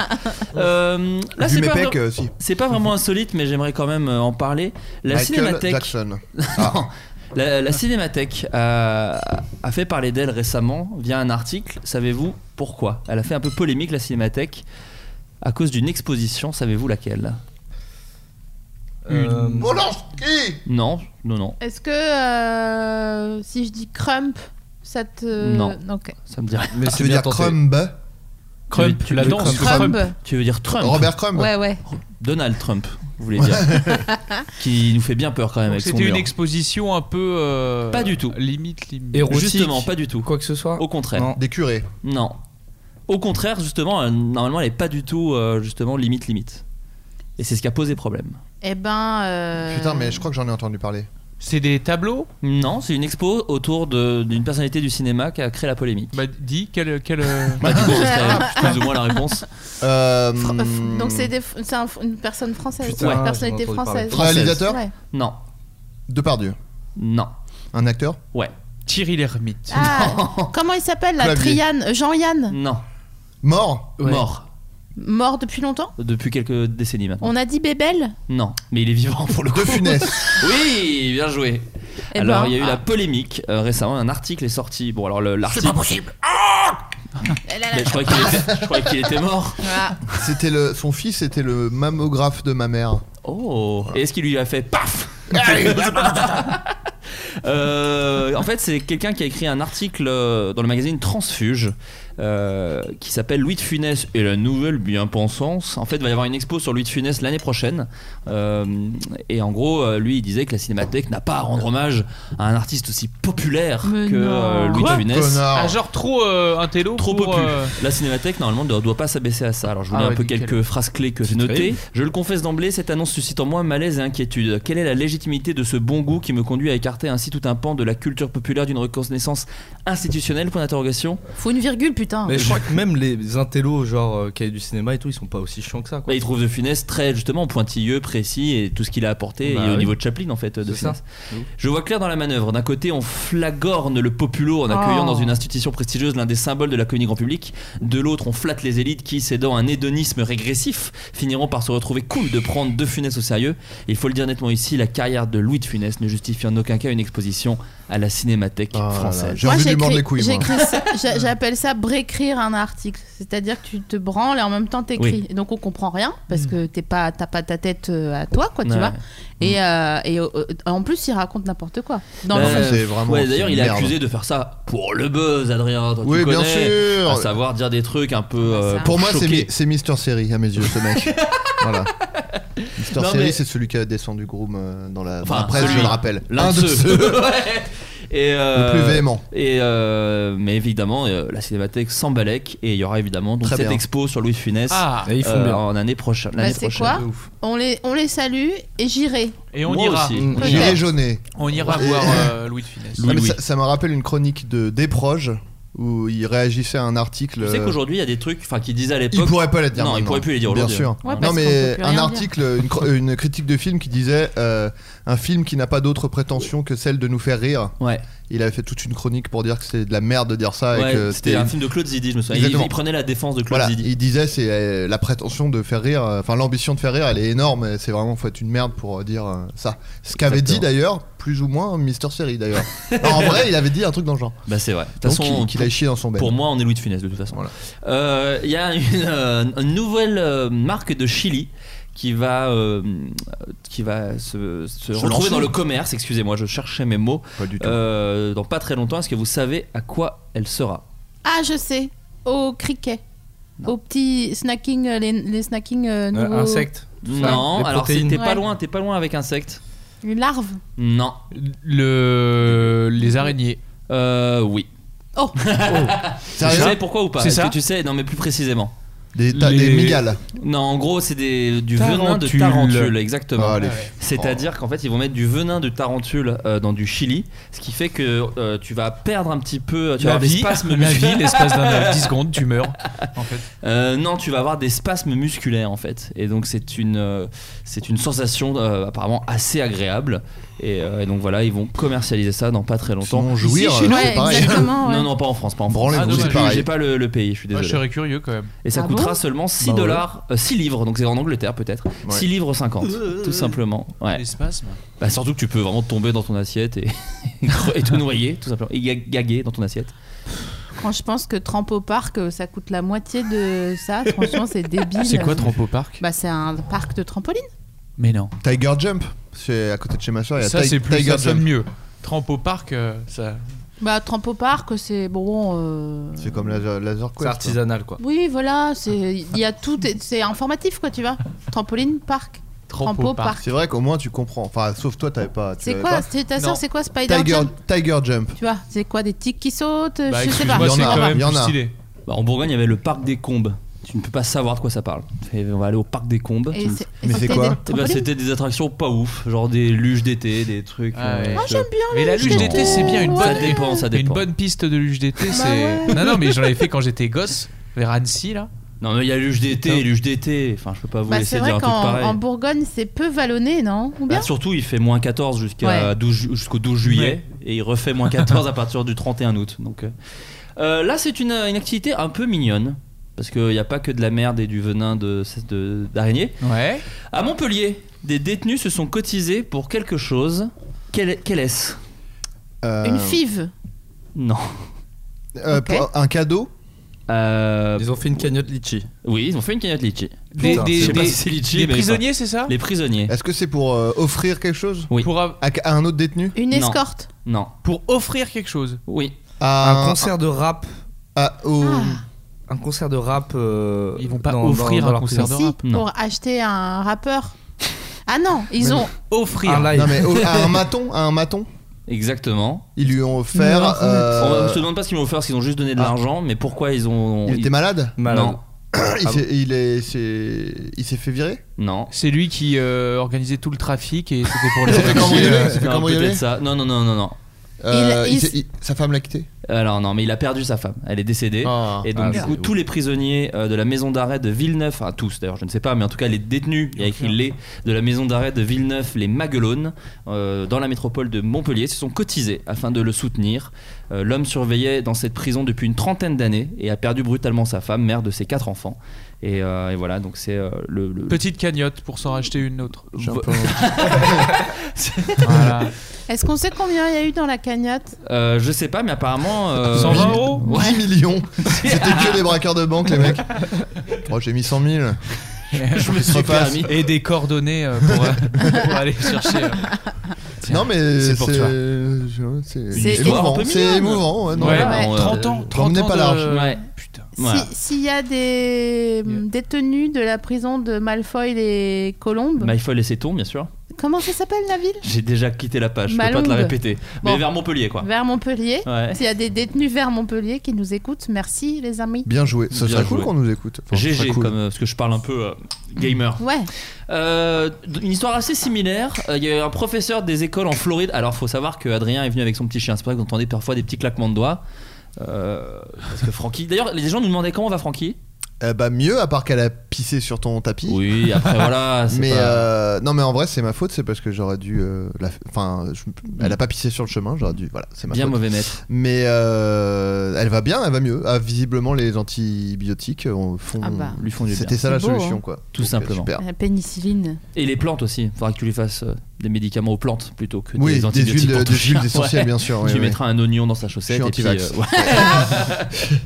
S7: Euh, là
S3: Vu
S7: c'est
S3: mes
S7: pas,
S3: pecs,
S7: vra-
S3: euh, si.
S7: c'est pas vraiment insolite mais j'aimerais quand même euh, en parler. La
S3: Michael
S7: cinémathèque.
S3: Jackson.
S7: Non. La, la Cinémathèque a, a fait parler d'elle récemment via un article. Savez-vous pourquoi Elle a fait un peu polémique, la Cinémathèque, à cause d'une exposition. Savez-vous laquelle
S8: Euh,
S3: Polanski
S7: Non, non, non.
S9: Est-ce que euh, si je dis crump, ça te.
S7: Non.
S9: Ok.
S7: Ça me dirait.
S8: mais
S3: Tu
S8: c'est
S3: veux
S8: bien
S3: dire
S8: tenté.
S3: Crumb
S10: Crump,
S7: Le-
S10: tu la
S7: le
S10: danses.
S8: Crump.
S9: Crump.
S7: Tu veux dire Trump
S3: Robert Crumb
S9: Ouais, ouais.
S7: Donald Trump, vous voulez dire. qui nous fait bien peur quand même avec son
S10: C'était une
S7: mur.
S10: exposition un peu. euh,
S7: Pas du tout.
S10: Limite, limite.
S8: Érotique.
S7: Justement, pas du tout.
S8: Quoi que ce soit.
S7: Au contraire.
S8: Non.
S3: Des curés.
S7: Non. Au contraire, justement, euh, normalement, elle est pas du tout, euh, justement, limite, limite. Et c'est ce qui a posé problème.
S9: Eh ben. euh,
S3: Putain, mais je crois que j'en ai entendu parler.
S10: C'est des tableaux
S7: Non, c'est une expo autour de- d'une personnalité du cinéma qui a créé la polémique.
S10: Bah, dis, quel. quel euh,
S7: Bah, du coup, on serait plus ou moins la réponse.
S3: Euh,
S9: Fr- f- Donc c'est des f- c'est un f- une personne française,
S8: Putain,
S9: une
S8: ouais.
S9: personnalité
S8: j'en ai entendu
S9: française.
S8: parler.
S3: Réalisateur
S9: Ouais.
S7: Non,
S3: Depardieu.
S7: non.
S3: Un acteur
S10: Thierry l'ermite.
S9: Ah, comment il s'appelle la
S3: Clavier.
S9: Trianne Jean-Yann
S7: Non,
S3: Mort
S10: Ouais.
S7: mort
S9: Mort depuis longtemps
S7: depuis quelques décennies maintenant.
S9: On a dit Bébel
S7: Non, mais il est vivant pour le coup.
S3: De Funès.
S7: Oui, bien joué.
S9: Eh
S7: alors,
S9: ben,
S7: il y a eu la polémique euh, récemment. Un article est sorti. Bon, alors le- l'article. C'est pas possible.
S9: ah, là, là,
S7: Je croyais qu'il était, je croyais qu'il était mort.
S9: voilà.
S3: C'était le, son fils était le mammographe de ma mère.
S7: Oh. Et est-ce qu'il lui a fait paf Euh, en fait, c'est quelqu'un qui a écrit un article euh, dans le magazine Transfuge euh, qui s'appelle Louis de Funès et la nouvelle bien-pensance. En fait, il va y avoir une expo sur Louis de Funès l'année prochaine. Euh, et en gros, euh, lui, il disait que la Cinémathèque n'a pas à rendre hommage à un artiste aussi populaire
S9: Mais
S7: que
S9: non.
S7: euh, Louis
S10: Quoi
S7: de Funès.
S3: Connard.
S10: Ah, genre trop euh, un télo
S7: Trop
S10: pour,
S7: popu.
S10: euh,
S7: La Cinémathèque, normalement, ne doit pas s'abaisser à ça. Alors, je vous
S10: Ah
S7: donne un
S10: ouais,
S7: peu
S10: nickel.
S7: quelques phrases clés que j'ai
S10: C'est
S7: notées.
S10: terrible.
S7: Je le confesse d'emblée, cette annonce suscite en moi malaise et inquiétude. Quelle est la légitimité de ce bon goût qui me conduit à écarter ainsi tout un pan de la culture populaire d'une reconnaissance institutionnelle Point d'interrogation.
S9: Faut une virgule, putain.
S8: Mais je crois que même les intellos, genre euh, qui avaient du cinéma et tout, ils sont pas aussi chiants que ça.
S7: Là,
S8: Quoi.
S7: Bah, il trouve de Funès très justement pointilleux, précis et tout ce qu'il a apporté
S8: Bah
S7: et au
S8: oui.
S7: niveau de Chaplin en fait de
S8: C'est ça.
S7: Funès. Je vois clair dans la manœuvre. D'un côté, on flagorne le populo en accueillant
S9: Oh.
S7: dans une institution prestigieuse l'un des symboles de la communauté grand public. De l'autre, on flatte les élites qui, cédant à un hédonisme régressif, finiront par se retrouver cool de prendre De Funès au sérieux. Il faut le dire nettement ici, la carrière de Louis de Funès ne justifie en aucun cas une exposition à la Cinémathèque
S3: Ah là là,
S7: française.
S3: J'ai envie de lui
S9: j'écris-
S3: mordre les couilles. moi.
S9: j'écris ça- j'a- J'appelle ça brécrire un article. C'est-à-dire que tu te branles et en même temps t'écris.
S7: Oui.
S9: Et donc on comprend rien parce que t'es pas, t'as pas ta tête euh, à toi, quoi, tu
S7: Ouais.
S9: vois. Et, euh, et euh, euh, en plus, il raconte n'importe quoi. Dans
S7: Bah,
S9: le
S3: Ça, c'est vraiment.
S7: Ouais, d'ailleurs,
S3: c'est
S7: il est
S3: merde.
S7: accusé de faire ça pour le buzz, Adrien. Toi, tu
S3: Oui, bien
S7: connais.
S3: sûr.
S7: à Ah, savoir dire des trucs un peu euh,
S9: Ça.
S3: Euh, Pour moi, c'est
S7: choquer.
S3: mi- c'est Mister Série à mes yeux, ce mec. voilà. Mister
S7: Non,
S3: Série,
S7: mais-
S3: c'est celui qui a descendu Groom euh, dans la, dans la
S7: Enfin,
S3: presse,
S7: celui-
S3: je le rappelle.
S7: l'un de ceux. Ouais. Et
S3: Le plus
S7: euh,
S3: véhément.
S7: et euh, mais évidemment, euh, la cinémathèque sans balèque et il y aura évidemment donc
S3: Très
S7: cette
S3: bien.
S7: expo sur Louis de Funès
S10: Ah
S8: Et ils font
S7: euh,
S8: bien.
S7: en année prochaine.
S9: Bah,
S7: l'année
S9: c'est
S7: prochaine.
S9: quoi On les, on les salue et j'irai.
S10: Et on
S7: Ah. Moi
S10: ira.
S7: aussi.
S8: Mm.
S9: Peut-être.
S3: J'irai jauner.
S10: On ira
S3: Ouais.
S10: voir euh, Louis de Funès.
S3: Ah, mais
S7: Louis.
S3: Ça, ça me rappelle une chronique de Desproges où il réagissait à un article. euh,
S7: Tu sais qu'aujourd'hui il y a des trucs, enfin qui disaient à
S3: il
S7: l'époque.
S3: pourrait pas la dire.
S7: Non, il
S3: maintenant.
S7: pourrait plus les dire
S3: Bien
S7: aujourd'hui. hein.
S3: sûr.
S9: Ouais,
S3: non
S9: parce qu'on peut
S3: mais
S9: plus
S3: un
S9: rien
S3: article, une, cro- une critique de film qui disait euh, un film qui n'a pas d'autre prétention que celle de nous faire rire.
S7: Ouais.
S3: Il avait fait toute une chronique pour dire que c'est de la merde de dire ça et
S7: Ouais,
S3: que
S7: c'était un film de Claude Zidi, je me souviens. Il,
S3: euh, Exactement.
S7: il prenait la défense de Claude
S3: Voilà,
S7: Zidi.
S3: il disait c'est euh, la prétention de faire rire, euh, enfin l'ambition de faire rire, elle est énorme. et C'est vraiment faut être une merde pour euh, dire euh, ça. Ce qu'avait dit
S7: Exactement.
S3: d'ailleurs plus ou moins Mister Series d'ailleurs. Non, en vrai, il avait dit un truc dans le genre.
S7: Bah c'est vrai. De toute
S3: Donc
S7: façon,
S3: il- qu'il a chié dans son bain.
S7: Pour moi, on est Louis de Funès de toute façon.
S3: Bah Voilà.
S7: Euh, Il y a une, euh, une nouvelle euh, marque de Chili qui va, euh, qui va se,
S3: Se
S7: se retrouver
S3: lancer.
S7: dans le commerce. Excusez-moi, je cherchais mes mots.
S3: pas du tout.
S7: Euh, dans pas très longtemps, est-ce que vous savez à quoi elle sera
S9: Ah, je sais. Au criquet. Au petit snacking, euh, les, les snacking euh, nouveaux-
S8: insectes.
S7: Non,
S8: les
S7: alors c'est-
S8: protéines.
S7: t'es pas
S9: Ouais.
S7: loin, t'es pas loin avec insectes.
S9: Une larve.
S7: Non.
S10: Le... Les araignées.
S7: Euh, oui.
S9: Oh,
S7: Tu
S3: Sérieux
S7: sais pourquoi ou pas
S10: C'est
S7: Est-ce
S10: ça
S7: que tu sais Non, mais plus précisément.
S3: Des, t'as des
S10: Les-
S3: migales.
S7: Non, en gros, c'est des- du venin de
S10: Tarentule.
S7: tarentule, exactement.
S3: Ah, les-
S7: C'est-à-dire qu'en fait, ils vont mettre du venin de tarentule euh, dans du chili, ce qui fait que euh, tu vas perdre un petit peu. Tu vas
S10: la
S7: avoir des
S10: vie,
S7: spasmes
S10: la vie,
S7: musculaires.
S10: l'espace d'un 10 secondes, tu meurs. En fait.
S7: Euh, non, tu vas avoir des spasmes musculaires en fait. Et donc, c'est une, euh, c'est une sensation euh, apparemment assez agréable. Et, euh, et donc, voilà, ils vont commercialialiser ça dans pas très longtemps.
S3: Sinon, jouir,
S7: Ici,
S3: euh,
S7: chez nous,
S3: c'est
S9: ouais,
S3: pareil.
S9: exactement. ouais.
S7: Non, non, pas en France, pas en France.
S3: Branlez-vous,
S10: Ah, dommage.
S3: c'est
S7: J'ai plus-
S3: pareil. Ah,
S7: J'ai pas le, le pays, je suis
S10: Moi, Ah, je
S7: désolé.
S10: serais curieux quand même.
S7: Et ça
S9: Ah
S7: coûtera
S9: bon
S7: seulement 6
S3: Bah ouais.
S7: dollars, euh, 6 livres, donc c'est en Angleterre peut-être. 6 livres 50, tout simplement. Ouais.
S10: Les spasmes.
S7: Bah, surtout que tu peux vraiment tomber dans ton assiette et, et te noyer, tout simplement, et ga- gaguer dans ton assiette.
S9: Quand je pense que Tramp au parc, euh, ça coûte la moitié de ça, franchement, c'est débile.
S10: C'est quoi Trampo Park
S9: Bah, c'est un parc de trampoline.
S10: Mais non.
S3: Tiger Jump. C'est à côté de chez ma soeur. Il y a
S10: Ça,
S3: Ti-
S10: c'est plus
S3: Tiger
S10: ça sonne
S3: Jump.
S10: mieux. Trampo Park, euh, ça.
S9: Bah, Tramp au parc, c'est bon. euh,
S3: C'est comme Laser, laser
S8: C'est
S10: hein.
S3: Quest.
S8: artisanal quoi.
S9: Oui, voilà, c'est il y a tout, est- c'est informatif quoi, tu vois. Trampoline, parc, trampo,
S3: quoi.
S9: parc.
S3: C'est vrai qu'au moins tu comprends. Enfin, sauf toi, t'avais pas. tu
S9: C'est
S3: avais
S9: quoi
S3: pas.
S9: c'est- Ta
S10: Non.
S9: soeur, c'est quoi Spider
S3: Tiger,
S9: Jump
S3: Tiger Jump.
S9: Tu vois, c'est quoi des tics qui sautent
S10: Bah,
S9: Je sais pas.
S10: excuse-moi,
S3: Il y en
S10: c'est
S3: a,
S10: quand même
S3: il y en
S10: plus
S3: a.
S10: stylé.
S7: Bah, en Bourgogne, il y avait le parc des combes. Tu ne peux pas savoir de quoi ça parle. Et on va aller au parc des combes.
S9: Et
S7: Tu-
S9: c'est-
S3: Mais c'est
S9: c'était
S3: quoi
S7: Eh
S9: des
S7: bah,
S9: trampolines
S7: C'était des attractions pas ouf, genre des luges d'été, des trucs. euh,
S10: Ah ouais.
S9: Moi, j'aime bien.
S10: Mais la luge
S7: Non.
S10: d'été, c'est bien une
S7: Ça
S10: bonne.
S7: dépend, ça dépend.
S10: Une bonne piste de luge d'été, c'est. Non, non, mais j'en avais fait quand j'étais gosse, vers Annecy, là.
S7: Non, mais il y a luge d'été,
S10: Putain.
S7: luge d'été. Enfin, je peux pas vous
S9: Bah,
S7: laisser
S9: c'est
S7: dire
S9: vrai
S7: un truc
S9: qu'en
S7: pareil.
S9: en Bourgogne, c'est peu vallonné, non Ou bien
S7: Bah, surtout, il fait moins 14 jusqu'à
S9: Ouais.
S7: 12 ju- jusqu'au 12 juillet et il refait moins 14 à partir du 31 août. Donc, euh, euh, là, c'est une, une activité un peu mignonne parce qu'il n'y a pas que de la merde et du venin de- de- d'araignée.
S10: Ouais.
S7: À Montpellier, des détenus se sont cotisés pour quelque chose. Quel, quel est-ce
S3: Euh,
S9: Une five.
S7: Non.
S3: euh,
S9: Ok.
S3: pour- Un cadeau
S7: Euh,
S8: Ils ont fait une cagnotte litchi.
S7: oui, ils ont fait une cagnotte litchi.
S10: Des,
S8: Putain,
S10: des-
S7: Je sais pas
S10: des-
S7: si c'est litchi,
S10: des
S7: mais
S10: prisonniers, c'est ça
S7: enfin, les prisonniers.
S3: Est-ce que c'est pour euh, offrir quelque chose
S7: Oui.
S10: pour, av-
S3: à, à un autre détenu
S9: Une
S7: Non.
S9: escorte.
S7: Non.
S10: pour offrir quelque chose.
S7: Oui.
S3: à,
S8: Un concert de rap.
S3: à- au-
S9: Ah.
S8: un concert de rap. euh,
S10: Ils vont pas
S8: dans- dans-
S10: offrir
S8: dans
S10: un
S8: leur
S10: concert
S8: pays.
S10: de
S9: Si,
S10: rap.
S7: non.
S9: pour acheter un rappeur. Ah non, ils
S3: Mais
S9: ont.
S10: Offrir.
S9: Ah.
S8: Un live.
S3: Non mais au- à un maton, à un maton,
S7: Exactement.
S3: ils lui ont offert.
S9: Non,
S3: euh,
S7: On se demande pas ce qu'ils ont offert, parce qu'ils ont juste donné de
S3: Ah.
S7: l'argent, mais pourquoi ils ont.
S3: il
S7: ils-
S3: était malade.
S8: Malade.
S7: Non,
S3: Il
S7: Ah
S3: s'est- il est, c'est- il s'est fait virer.
S7: non.
S10: C'est lui qui euh, organisait tout le trafic et c'était pour
S3: Il
S10: les
S3: s'est fait
S10: remercier.
S3: cambrioler. Il s'est fait
S7: Non,
S3: cambrioler.
S7: peut-être ça. Non, non, non, non, non.
S3: Euh, il
S9: Il- il-
S3: s'est- il- Sa femme l'a quitté.
S7: Alors non, mais il a perdu sa femme. Elle est décédée.
S3: Ah.
S10: Ah.
S7: Et donc, du coup, tous les prisonniers euh, de la maison d'arrêt de Villeneuve, enfin tous d'ailleurs, je ne sais pas, mais en tout cas, les détenus, il y a écrit les, de la maison d'arrêt de Villeneuve, les Maguelones, euh, dans la métropole de Montpellier, se sont cotisés afin de le soutenir. Euh, L'homme surveillait dans cette prison depuis une trentaine d'années et a perdu brutalement sa femme, mère de ses quatre enfants. Et, euh, et voilà, donc c'est euh, le. le-
S10: Petite cagnotte pour s'en racheter une autre.
S3: J'ai un
S7: Vo-
S3: peu-
S10: Voilà.
S9: Est-ce qu'on sait combien il y a eu dans la cagnotte
S7: Euh, je sais pas, mais apparemment. euh,
S10: 120 euros
S7: Ouais.
S3: 10 millions. C'était que des braqueurs de banque, les mecs. Oh, j'ai mis 100 000.
S7: Je me suis
S3: Repasse.
S7: permis.
S10: Et des coordonnées euh, pour, euh, pour aller chercher. euh. Tiens,
S3: Non, mais
S7: c'est pour toi.
S3: je-
S9: C'est
S3: C'est
S9: histoire
S3: émouvant.
S7: un peu
S3: C'est
S7: mignonne.
S3: émouvant. ouais, non,
S10: Ouais,
S3: mais-
S9: Ouais.
S7: on, euh,
S10: 30 ans, 30
S3: T'emmenais
S10: ans
S3: pas
S10: de-
S3: large.
S7: Ouais.
S10: Putain.
S9: Si-
S7: Voilà.
S9: S'il y a des mm,
S10: Yeah.
S9: détenus de la prison de Malfoy et Colombe,
S7: Bah, il faut laisser tomber, bien sûr.
S9: comment ça s'appelle la ville
S7: J'ai déjà quitté la page, je peux pas te la
S9: Malonde.
S7: répéter. Mais
S9: Bon.
S7: vers Montpellier, quoi.
S9: Vers Montpellier.
S7: Ah. Ouais.
S9: S'il y a des détenus vers Montpellier qui nous écoutent, merci les amis.
S3: Bien joué. Ce
S7: Bien
S3: serait cool
S7: joué.
S3: qu'on nous écoute. Enfin, ce serait
S7: GG,
S3: cool.
S7: comme, euh, parce que je parle un peu euh, gamer.
S9: Ouais,
S7: Euh, une histoire assez similaire. Euh, Il y a eu un professeur des écoles en Floride. Alors, faut savoir que Adrien est venu avec son petit chien. C'est pour ça que vous entendez parfois des petits claquements de doigts. Euh, parce que Francky. D'ailleurs, les gens nous demandaient comment va Francky.
S3: Euh, bah, mieux, à part qu'elle a pissé sur ton tapis.
S7: Oui, après voilà. c'est
S3: Mais
S7: pas-
S3: euh, non, mais en vrai, c'est ma faute. C'est parce que j'aurais dû. euh, la- Enfin, je- elle a pas pissé sur le chemin. J'aurais dû. Voilà, c'est ma
S7: Bien
S3: faute.
S7: mauvais maître.
S3: Mais euh, elle va bien, elle va mieux. Ah, visiblement, les antibiotiques euh, font.
S9: Ah bah.
S7: Lui font du bien.
S3: C'était ça la
S9: C'est beau,
S3: solution,
S9: hein.
S3: quoi.
S7: Tout
S3: Donc, euh,
S7: simplement.
S3: super.
S9: la pénicilline.
S7: Et les plantes aussi. Faudra que tu lui fasses euh, des médicaments aux plantes plutôt que
S3: Oui,
S7: des
S3: des
S7: antibiotiques.
S3: huiles,
S7: pour ton
S3: des huiles
S7: chien.
S3: essentielles,
S7: Ouais.
S3: bien sûr.
S7: Tu
S3: oui, oui.
S7: mettras un oignon dans sa chaussette.
S3: Je suis
S7: et puis,
S3: anti-vax.
S7: euh, ouais.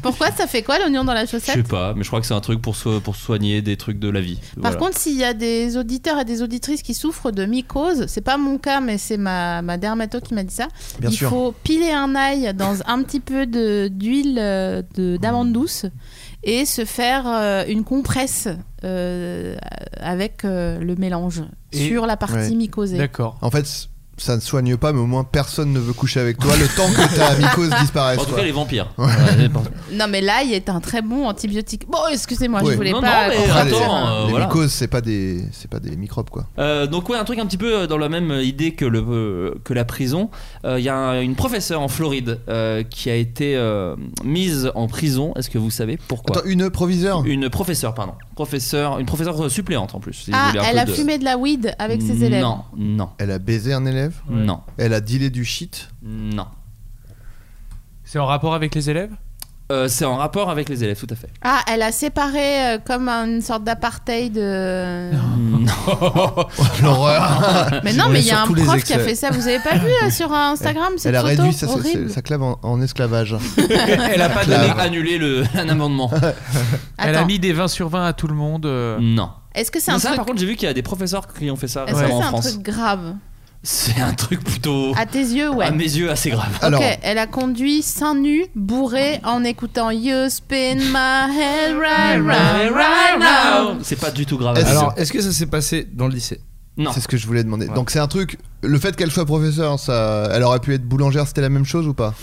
S9: Pourquoi ça fait quoi l'oignon dans la
S7: Je
S9: chaussette
S7: sais pas, mais je crois que c'est un truc pour, so- pour soigner des trucs de la vie.
S9: Par
S7: Voilà.
S9: contre, s'il y a des auditeurs et des auditrices qui souffrent de mycose, c'est pas mon cas, mais c'est ma, ma dermato qui m'a dit ça.
S3: Bien
S9: il
S3: sûr.
S9: faut piler un ail dans un petit peu de- d'huile euh, de- d'amande
S3: Mmh.
S9: douce et se faire euh, une compresse euh, avec euh, le mélange
S10: Et-
S9: sur la partie
S3: Ouais.
S9: mycosée.
S10: D'accord.
S3: En fait, c- ça ne soigne pas, mais au moins personne ne veut coucher avec toi le temps que ta mycose disparaisse.
S7: En tout
S3: quoi.
S7: cas, les vampires. Ouais, les vampires.
S9: Non, mais l'ail est un très bon antibiotique. Bon, excusez-moi,
S3: Oui.
S9: je voulais
S7: Non,
S9: pas.
S7: non, mais
S9: contraire.
S7: attends, euh,
S3: les
S7: voilà.
S3: mycoses, c'est pas des, c'est pas des microbes, quoi.
S7: Euh, donc ouais, un truc un petit peu euh, dans la même idée que, le, euh, que la prison. Euh, Il y a un- une professeure en Floride euh, qui a été euh, mise en prison. Est-ce que vous savez pourquoi
S3: Attends, une proviseure.
S7: Une professeure, pardon. Professeur, une professeure suppléante en plus. si vous
S9: Ah,
S7: voulez un
S9: elle
S7: peu
S9: a
S7: de-
S9: fumé de la weed avec ses élèves.
S7: Non, non,
S3: Elle a baisé un élève.
S7: non,
S3: Elle a dealé du shit.
S7: non.
S10: C'est en rapport avec les élèves
S7: Euh, c'est en rapport avec les élèves, tout à fait.
S9: Ah, elle a séparé euh, comme une sorte d'apartheid. euh,
S7: Non. Oh,
S3: L'horreur.
S9: Mais non,
S3: On
S9: mais
S3: est
S9: il y
S3: sur
S9: a un
S3: tous les
S9: prof qui a
S3: excès.
S9: fait ça. Vous avez pas vu euh, sur Instagram cette
S3: Elle a
S9: photo
S3: réduit sa,
S9: horrible
S3: sa clave en, en esclavage.
S7: Elle a pas
S3: Clave.
S7: donné annulé le, un amendement.
S10: Elle a
S9: Attends,
S10: mis des 20 sur 20 à tout le monde. euh,
S7: non.
S9: est-ce que c'est
S7: Non,
S9: un
S7: ça,
S9: truc
S7: par contre, j'ai vu qu'il y a des professeurs qui ont fait ça
S9: Est-ce que
S7: récemment
S9: c'est
S7: en
S9: un
S7: France.
S9: truc grave
S7: C'est un truc plutôt.
S9: À tes yeux, ouais.
S7: À mes yeux, assez grave.
S3: Alors,
S9: ok, elle a conduit seins nus, bourré, en écoutant You spin my head right round, right round.
S7: C'est pas du tout grave.
S3: Est-ce-
S8: Alors, est-ce que ça s'est passé dans le lycée
S7: non.
S3: c'est ce que je voulais demander.
S8: Ouais.
S3: Donc c'est un truc. Le fait qu'elle soit professeure, ça, elle aurait pu être boulangère, c'était la même chose ou pas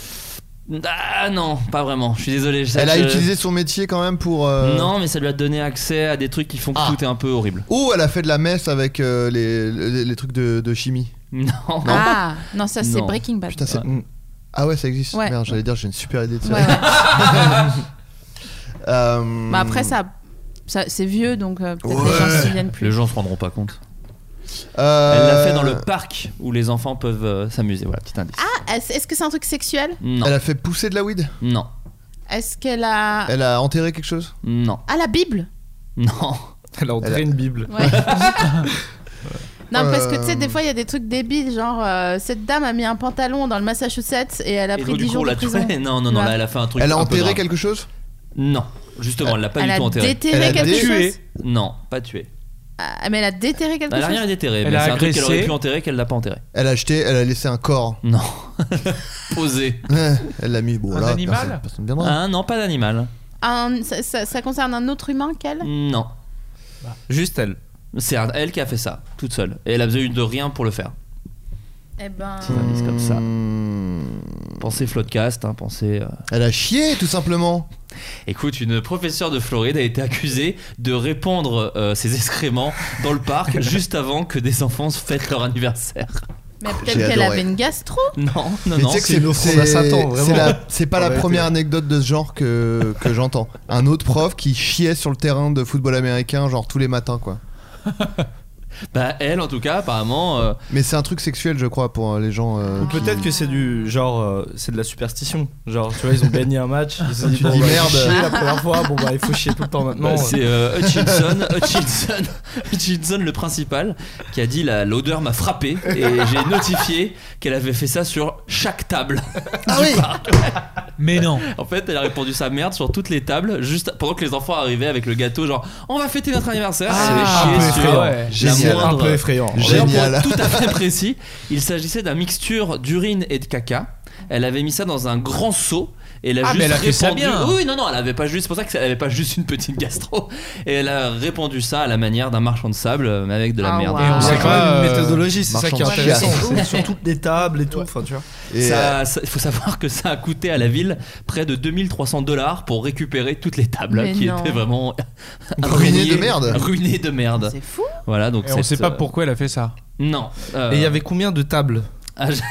S7: Ah non, pas vraiment. Je suis désolé. je-
S3: Elle a
S7: je-
S3: utilisé son métier quand même pour. euh,
S7: Non, mais ça lui a donné accès à des trucs qui font que
S3: Ah.
S7: tout est un peu horrible.
S3: Ou elle a fait de la messe avec euh, les, les, les trucs de, de chimie.
S7: Non.
S9: Ah, non, ça c'est
S7: Non.
S9: Breaking Bad.
S3: Putain, c'est.
S7: Ouais.
S3: Mm. Ah ouais, ça existe.
S9: Ouais.
S3: Merde, j'allais dire, j'ai une super idée de ça.
S9: Ouais, ouais.
S3: Euh,
S9: Bah
S7: Hmm.
S9: après, ça, ça- c'est vieux, donc euh, peut-être
S3: Ouais.
S9: les gens s'y viennent plus.
S7: Les gens se rendront pas compte.
S3: euh,
S7: Elle l'a fait dans le parc où les enfants peuvent euh, s'amuser. Voilà, petit indice.
S9: Ah, est-ce est-ce que c'est un truc sexuel
S7: Non,
S3: Elle a fait pousser de la weed.
S7: non,
S9: Est-ce qu'elle a...
S3: Elle a enterré quelque chose.
S7: non,
S9: Ah, la Bible
S7: non.
S8: Elle a entré
S3: Elle a-
S8: une Bible.
S9: Ouais. Non, parce que tu sais,
S3: Euh,
S9: des fois, il y a des trucs débiles, genre euh, cette dame a mis un pantalon dans le Massachusetts et elle a
S7: Et
S9: pris
S7: donc,
S9: 10
S7: du coup, on
S9: jours de
S7: l'a
S9: prison.
S7: tuée. Non, non, non,
S9: Ouais.
S7: là, elle a fait un truc.
S3: Elle a
S7: un peu
S3: enterré
S7: grave.
S3: quelque chose.
S7: Non, justement, elle l'a pas
S9: elle
S7: du
S9: a
S7: tout enterré.
S9: déterré
S3: Elle a
S9: quelque
S3: tué.
S9: chose.
S7: Non, pas tué.
S9: Ah, mais elle a déterré quelque
S7: Bah, Elle a
S9: chose.
S7: rien déterré,
S10: Elle
S7: mais
S10: a
S7: c'est un truc qu'elle
S10: agressé.
S7: aurait pu enterrer qu'elle l'a pas enterré.
S3: Elle a acheté. Elle a laissé un corps.
S7: Non. Posé.
S3: Ouais, elle l'a mis. Bon
S10: Un
S3: là.
S10: animal
S3: Personne, personne viendra.
S7: Ah, Hein, non, pas d'animal.
S9: un- ça, ça- ça concerne un autre humain qu'elle
S7: Non.
S8: Juste elle.
S7: C'est un- elle qui a fait ça, toute seule. Et elle a besoin de rien pour le faire.
S9: Eh ben.
S7: C'est un indice comme ça.
S3: Hmm.
S7: Pensez Floodcast, hein, pensez. euh,
S3: Elle a chié, tout simplement.
S7: Écoute, une professeure de Floride a été accusée de répandre euh, ses excréments dans le parc juste avant que des enfants fêtent leur anniversaire.
S9: Mais
S3: J'ai
S9: peut-être qu'elle
S3: adoré.
S9: avait une gastro.
S7: Non, non,
S3: Mais
S7: non.
S3: tu sais
S8: c'est une offrande à Satan, vraiment.
S3: c'est la- c'est pas
S8: En
S3: la
S8: vérité.
S3: première anecdote de ce genre que, que j'entends. Un autre prof qui chiait sur le terrain de football américain, genre tous les matins, quoi.
S7: Bah, elle, en tout cas, apparemment. euh,
S3: Mais c'est un truc sexuel, je crois, pour euh, les gens. euh,
S8: Ou
S3: qui-
S8: peut-être que c'est du genre, euh, c'est de la superstition. Genre, tu vois, ils ont gagné un match, ils se sont dit,
S3: dis
S8: bon, bah,
S3: merde.
S8: chier la première fois, bon bah il faut chier tout le temps maintenant.
S7: bah, c'est euh, Hutchinson, Hutchinson, Hutchinson, le principal, qui a dit la- l'odeur m'a frappé et j'ai notifié qu'elle avait fait ça sur chaque table.
S3: Ah oui
S10: Mais non.
S7: En fait, elle a répondu sa merde sur toutes les tables, juste pendant que les enfants arrivaient avec le gâteau, genre on va fêter notre anniversaire.
S10: Ah,
S7: elle avait
S10: un peu
S7: chié
S10: effrayant.
S7: sur la
S3: Génial.
S8: un
S7: moindre-
S8: peu effrayant.
S3: J'ai-
S7: D'ailleurs,
S3: Génial.
S7: Pour être tout à fait précis, il s'agissait d'un mixture d'urine et de caca. Elle avait mis ça dans un grand seau. Et elle a
S10: Ah,
S7: juste
S10: mais elle a fait ça
S7: répandu-
S10: bien.
S7: Oui, oui, non, non, elle avait pas juste. C'est pour ça qu'elle avait pas juste une petite gastro. Et elle a répandu ça à la manière d'un marchand de sable, euh, mais avec de la
S9: Ah,
S7: merde.
S9: wow. Et on
S8: C'est
S10: sait
S8: quand
S10: pas,
S8: même une
S10: euh,
S8: méthodologie, c'est ça
S3: marchand
S8: qui est
S3: de
S8: intéressant.
S9: chiasse.
S8: C'est sur toutes les tables et tout. Enfin, tu vois.
S3: Et, euh,
S7: Ça- ça- Il faut savoir que ça a coûté à la ville près de 2300 dollars pour récupérer toutes les tables
S9: Mais
S7: qui
S9: non.
S7: étaient vraiment
S3: Ruinées de merde.
S7: Ruinées de merde.
S9: C'est fou.
S7: Voilà donc.
S10: Et on
S7: cette,
S10: sait pas
S7: euh,
S10: pourquoi elle a fait ça.
S7: Non. euh,
S8: Et il y avait combien de tables
S7: ah, je-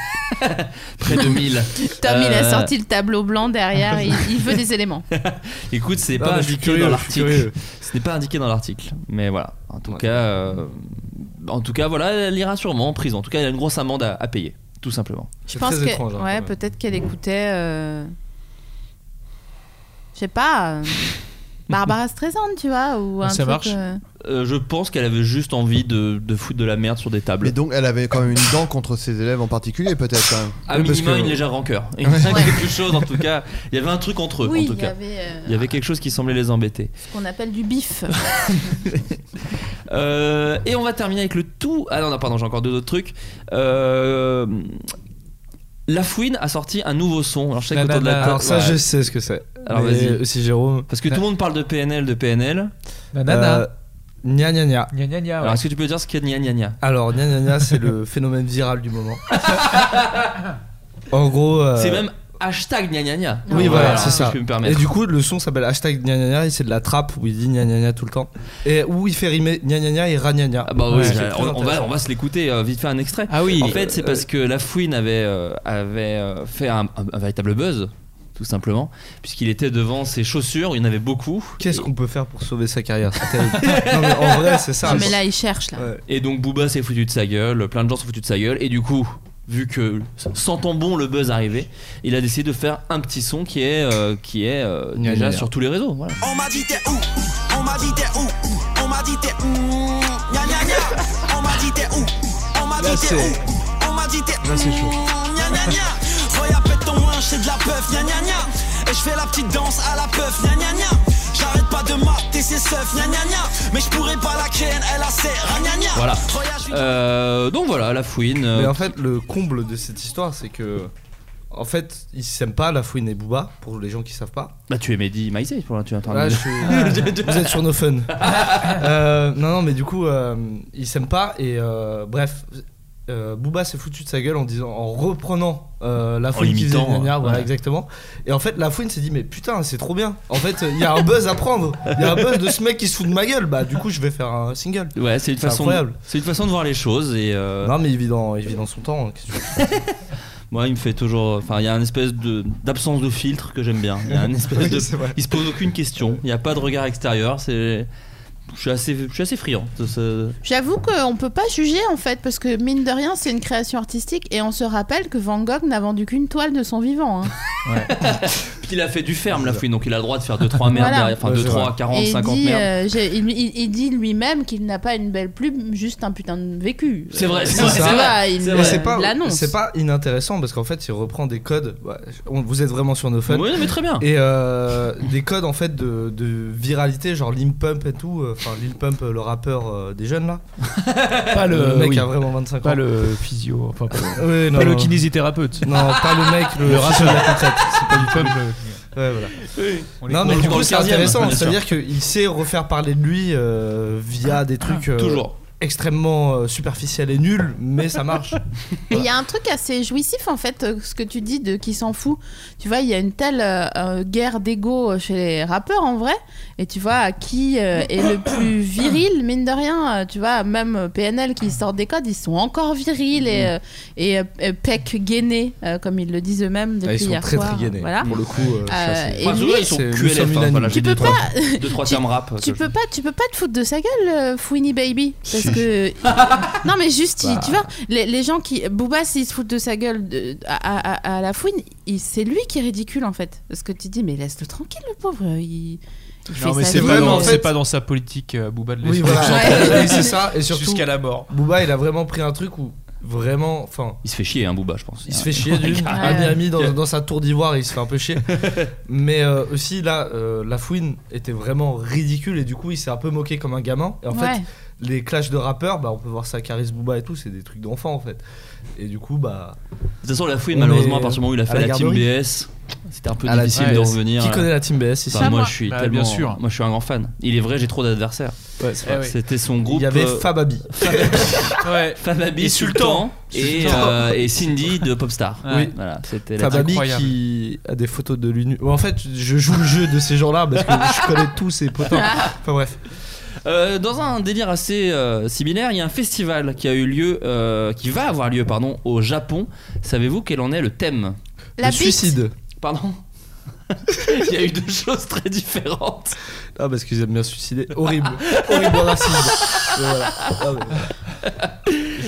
S7: près de 1000.
S9: Tom, il
S7: Euh,
S9: a sorti le tableau blanc derrière. il, il veut des éléments.
S7: Écoute, c'est
S8: Non,
S7: pas
S8: mais je suis
S7: indiqué
S8: curieux,
S7: dans
S8: je suis curieux.
S7: l'article. Ce n'est pas indiqué dans l'article. Mais voilà. En tout
S8: Ouais.
S7: cas, euh, en tout cas, voilà, elle ira sûrement en prison. En tout cas, elle a une grosse amende à, à payer, tout simplement.
S9: Je
S8: C'est
S9: pense
S8: très
S9: que.
S8: étrange, hein, quand
S9: ouais,
S8: même.
S9: peut-être qu'elle écoutait. euh, Je sais pas. euh, Barbara Streisand, tu vois.
S7: Ah,
S9: Ou un
S10: Ça
S9: truc,
S10: marche.
S9: euh,
S7: Euh, je pense qu'elle avait juste envie de, de foutre de la merde sur des tables.
S3: mais donc, elle avait quand même une dent contre ses élèves en particulier, peut-être. hein. quand même.
S7: À
S8: Oui, parce
S7: minima,
S8: que-
S7: une légère rancœur. Il y avait quelque chose, en tout cas. Il y avait un truc entre eux, en
S9: Oui,
S7: tout
S9: il y
S7: cas.
S9: avait euh,
S7: Il y avait quelque chose qui semblait les embêter.
S9: ce qu'on appelle du bif.
S7: Euh, et on va terminer avec le tout. Ah non, non pardon, j'ai encore deux autres trucs. Euh, La Fouine a sorti un nouveau son. Alors, je sais qu'autour de la
S10: Nanana.
S7: table-
S8: Alors ça,
S7: Ouais.
S8: je sais ce que c'est.
S7: Alors,
S8: Mais euh,
S7: vas-y.
S8: Aussi Jérôme.
S7: Parce que tout le monde parle de PNL, de PNL.
S8: Euh, Gna gna gna.
S10: Gna, gna, gna, ouais.
S7: Alors est-ce que tu peux dire ce qu'il y a de gna gna gna
S8: Alors gna gna gna, c'est le phénomène viral du moment. En gros. euh,
S7: C'est même hashtag gna gna gna.
S8: Oui, voilà, c'est
S7: si
S8: ça.
S7: Je peux me
S8: Et
S7: permettre.
S8: du coup, le son s'appelle hashtag gna gna gna et c'est de la trappe où il dit gna gna gna tout le temps. Et où il fait rimer gna gna gna et ra gna gna.
S7: Ah bah oui,
S8: Ouais,
S7: bah,
S8: c'est très euh,
S7: on, on va,
S8: intéressant.
S7: on va se l'écouter euh, vite fait un extrait.
S10: Ah oui.
S7: En fait, c'est parce que La Fouine avait, euh, avait euh, fait un, un- un véritable buzz, tout simplement, puisqu'il était devant ses chaussures, il y en avait beaucoup.
S8: Qu'est-ce qu'on peut faire pour sauver sa carrière C'est terrible. non, mais en vrai, c'est ça.
S7: Ah,
S9: Non, mais là, il cherche, là.
S8: Ouais.
S7: Euh, Et donc Booba s'est foutu de sa gueule, plein de gens sont foutus de sa gueule, et du coup, vu que sentant bon le buzz arriver, il a décidé de faire un petit son qui est, euh, qui est euh,
S8: Gna,
S7: déjà
S8: gna, gna.
S7: sur tous les réseaux. Voilà.
S2: On m'a dit t'es où On m'a dit t'es où On m'a dit t'es où Gna gna gna On m'a dit t'es où On m'a dit t'es où On m'a dit t'es où Là c'est chaud Gna gna gna Voy à pète ton linge c'est de la peuf Gna gna gna Et je fais la petite danse à la peuf Gna gna gna J'arrête pas de mater ses seufs Gna gna gna Mais je pourrais pas la ken Elle a ses rats, gna gna
S7: Voilà.
S2: Voyage
S9: Ah,
S2: du
S7: Euh, donc voilà, La Fouine. euh,
S8: Mais en fait, le comble de cette histoire, c'est que. En fait, ils s'aiment pas, La Fouine et Booba, pour les gens qui savent pas.
S7: Bah tu es Mehdi Maïsé pour tu es en train
S8: Là,
S7: de-
S8: je suis- Ah. Vous êtes sur nos fun. Euh, non, non, mais du coup, euh, ils s'aiment pas et euh, bref. euh, Booba s'est foutu de sa gueule en disant, en reprenant euh, la fouine qui faisait
S7: imitant,
S8: gna gna,
S7: ouais.
S8: voilà
S7: Ouais.
S8: exactement. Et en fait, la fouine s'est dit mais putain c'est trop bien. En fait, il y a un buzz à prendre. Il y a un buzz de ce mec qui se fout de ma gueule. Bah du coup, je vais faire un single.
S7: Ouais, c'est une
S8: C'est
S7: façon.
S8: incroyable.
S7: de- C'est une façon de voir les choses et euh,
S8: Non mais il vit dans, il vit dans son temps. hein, qu'est-ce que tu veux.
S7: moi il me fait toujours. Enfin, il y a une espèce de d'absence de filtre que j'aime bien. Il y a une espèce de. Il se pose aucune question. Il n'y a pas de regard extérieur. C'est. Je suis assez, je suis assez friand. de ce-
S9: J'avoue qu'on peut pas juger en fait, parce que mine de rien, c'est une création artistique et on se rappelle que Van Gogh n'a vendu qu'une toile de son vivant. hein.
S7: Puis il a fait du ferme la fouine, donc il a le droit de faire 2-3 merdes
S9: Voilà.
S7: derrière. Enfin,
S8: Ouais,
S7: 2,
S8: c'est
S7: 3,
S8: vrai.
S7: 40,
S9: et il
S7: 50
S9: dit,
S7: merdes.
S9: euh, j'ai- il, il- il dit lui-même qu'il n'a pas une belle plume, juste un putain de vécu.
S7: C'est vrai, c'est
S9: Tu
S7: vrai,
S9: vois,
S7: c'est vrai,
S9: il
S7: c'est
S9: me-
S7: vrai.
S8: Mais c'est pas,
S9: l'annonce.
S8: c'est pas inintéressant parce qu'en fait, il reprend des codes. Ouais, on- vous êtes vraiment sur nos fun.
S7: Oui, mais très bien.
S8: Et euh, des codes en fait de, de viralité, genre Lil Pump et tout. euh, Enfin, Lil Pump, euh, le rappeur euh, des jeunes là. Euh,
S10: Pas le, oui,
S8: mec qui a vraiment 25
S10: pas
S8: ans.
S10: le physio, enfin pas, le-
S8: Ouais, non,
S10: pas le
S8: non.
S10: kinésithérapeute.
S8: Non, pas le mec, le,
S10: Le
S8: rappeur de la concrète.
S10: C'est pas du tout.
S8: Ouais, voilà.
S10: Oui. On les
S8: Non, mais
S10: compte
S8: du
S10: dans
S8: coup,
S10: le
S8: c'est
S10: 15e,
S8: intéressant.
S10: bien sûr.
S8: C'est-à-dire qu'il sait refaire parler de lui euh, via des trucs euh,
S10: Ah, Toujours.
S8: extrêmement euh, superficiels et nuls, mais ça marche.
S9: Mais il y a un truc assez jouissif en fait, euh, ce que tu dis de qui s'en fout. Tu vois, il y a une telle euh, euh, guerre d'ego chez les rappeurs en vrai, et tu vois qui euh, est le plus viril, mine de rien. euh, Tu vois, même euh, PNL qui sort des codes, ils sont encore virils
S8: Mm.
S9: et, euh, et euh, euh, Peck gainé, euh, comme ils le disent eux-mêmes depuis
S8: Ah, ils sont
S9: hier
S8: très
S9: soir.
S8: très gainés.
S9: Voilà.
S8: Pour le coup, euh, ça,
S9: Euh,
S8: c'est-
S9: et lui,
S7: ils sont
S8: c'est- nous
S7: QLF.
S8: sommes
S7: hein,
S8: unanimes.
S7: voilà, j'ai
S9: Tu
S7: dit
S9: peux
S7: trois-
S9: pas-
S7: Deux, trois termes rap.
S9: Tu
S7: que
S9: peux pas, tu peux pas te foutre de sa gueule, euh, Fouini Baby, parce que non mais juste, il-
S7: Bah.
S9: tu vois, les, les gens qui Booba s'il se fout de sa gueule de- à, à- à- à la Fouine, il- c'est lui qui est ridicule en fait. Parce que tu dis mais laisse-le tranquille le pauvre, il, il fait
S10: Non, mais
S9: sa
S10: c'est
S9: vie.
S10: pas,
S8: mais
S10: dans-
S8: en fait-
S10: c'est pas dans sa politique, euh, Booba de
S8: Oui,
S10: laisser
S8: voilà.
S10: les gens
S8: Ouais.
S10: aller
S8: Et c'est ça, et surtout-
S10: Jusqu'à la mort.
S8: Booba, il a vraiment pris un truc où vraiment. Enfin,
S7: Il se fait chier, hein, Booba, je pense.
S8: Il se fait chier du un des amis dans, dans sa tour d'ivoire, il se fait un peu chier. Mais euh, aussi là, euh, la fouine était vraiment ridicule et du coup il s'est un peu moqué comme un gamin. Et en
S9: Ouais.
S8: fait, les clashs de rappeurs, bah on peut voir ça à Karis Booba et tout, c'est des trucs d'enfant en fait. Et du coup bah.
S7: De toute façon, la fouine,
S8: on
S7: malheureusement,
S8: est
S7: à partir du moment où il a
S8: à
S7: fait la, team
S8: garderie.
S7: BS, c'était un peu
S8: À Ah, la-
S7: difficile
S8: ouais,
S7: de
S8: c'est-
S7: revenir.
S8: Qui
S7: là.
S8: connaît la team BS ici
S7: Enfin, moi, je suis
S10: Bah,
S7: tellement.
S10: bien sûr.
S7: Moi, je suis un grand fan. Il est vrai, j'ai trop d'adversaires.
S8: Ouais, c'est
S10: Eh
S8: vrai.
S10: oui.
S7: C'était son groupe.
S8: Il y avait
S7: euh,
S8: Fababi.
S10: Ouais.
S7: Fababi,
S10: Et
S7: Sultan
S10: Sultan.
S7: et,
S10: Sultan.
S7: euh, et Cindy de Popstar.
S10: Ouais.
S8: Oui.
S7: Voilà, c'était la
S8: Fababi
S10: incroyable.
S8: qui a des photos de l'UNU. Bon, en fait, je joue le jeu de ces gens-là parce que je connais tous ces potins. Enfin bref.
S7: Euh, dans un délire assez euh, similaire, il y a un festival qui a eu lieu, euh, qui va avoir lieu, pardon, au Japon. Savez-vous quel en est le thème
S9: La
S8: le
S9: bite.
S8: suicide.
S7: Pardon. il y a eu deux choses très différentes.
S8: Ah, parce qu'ils aiment bien se suicider. Horrible. Horrible racisme. Mais voilà. Ah, mais-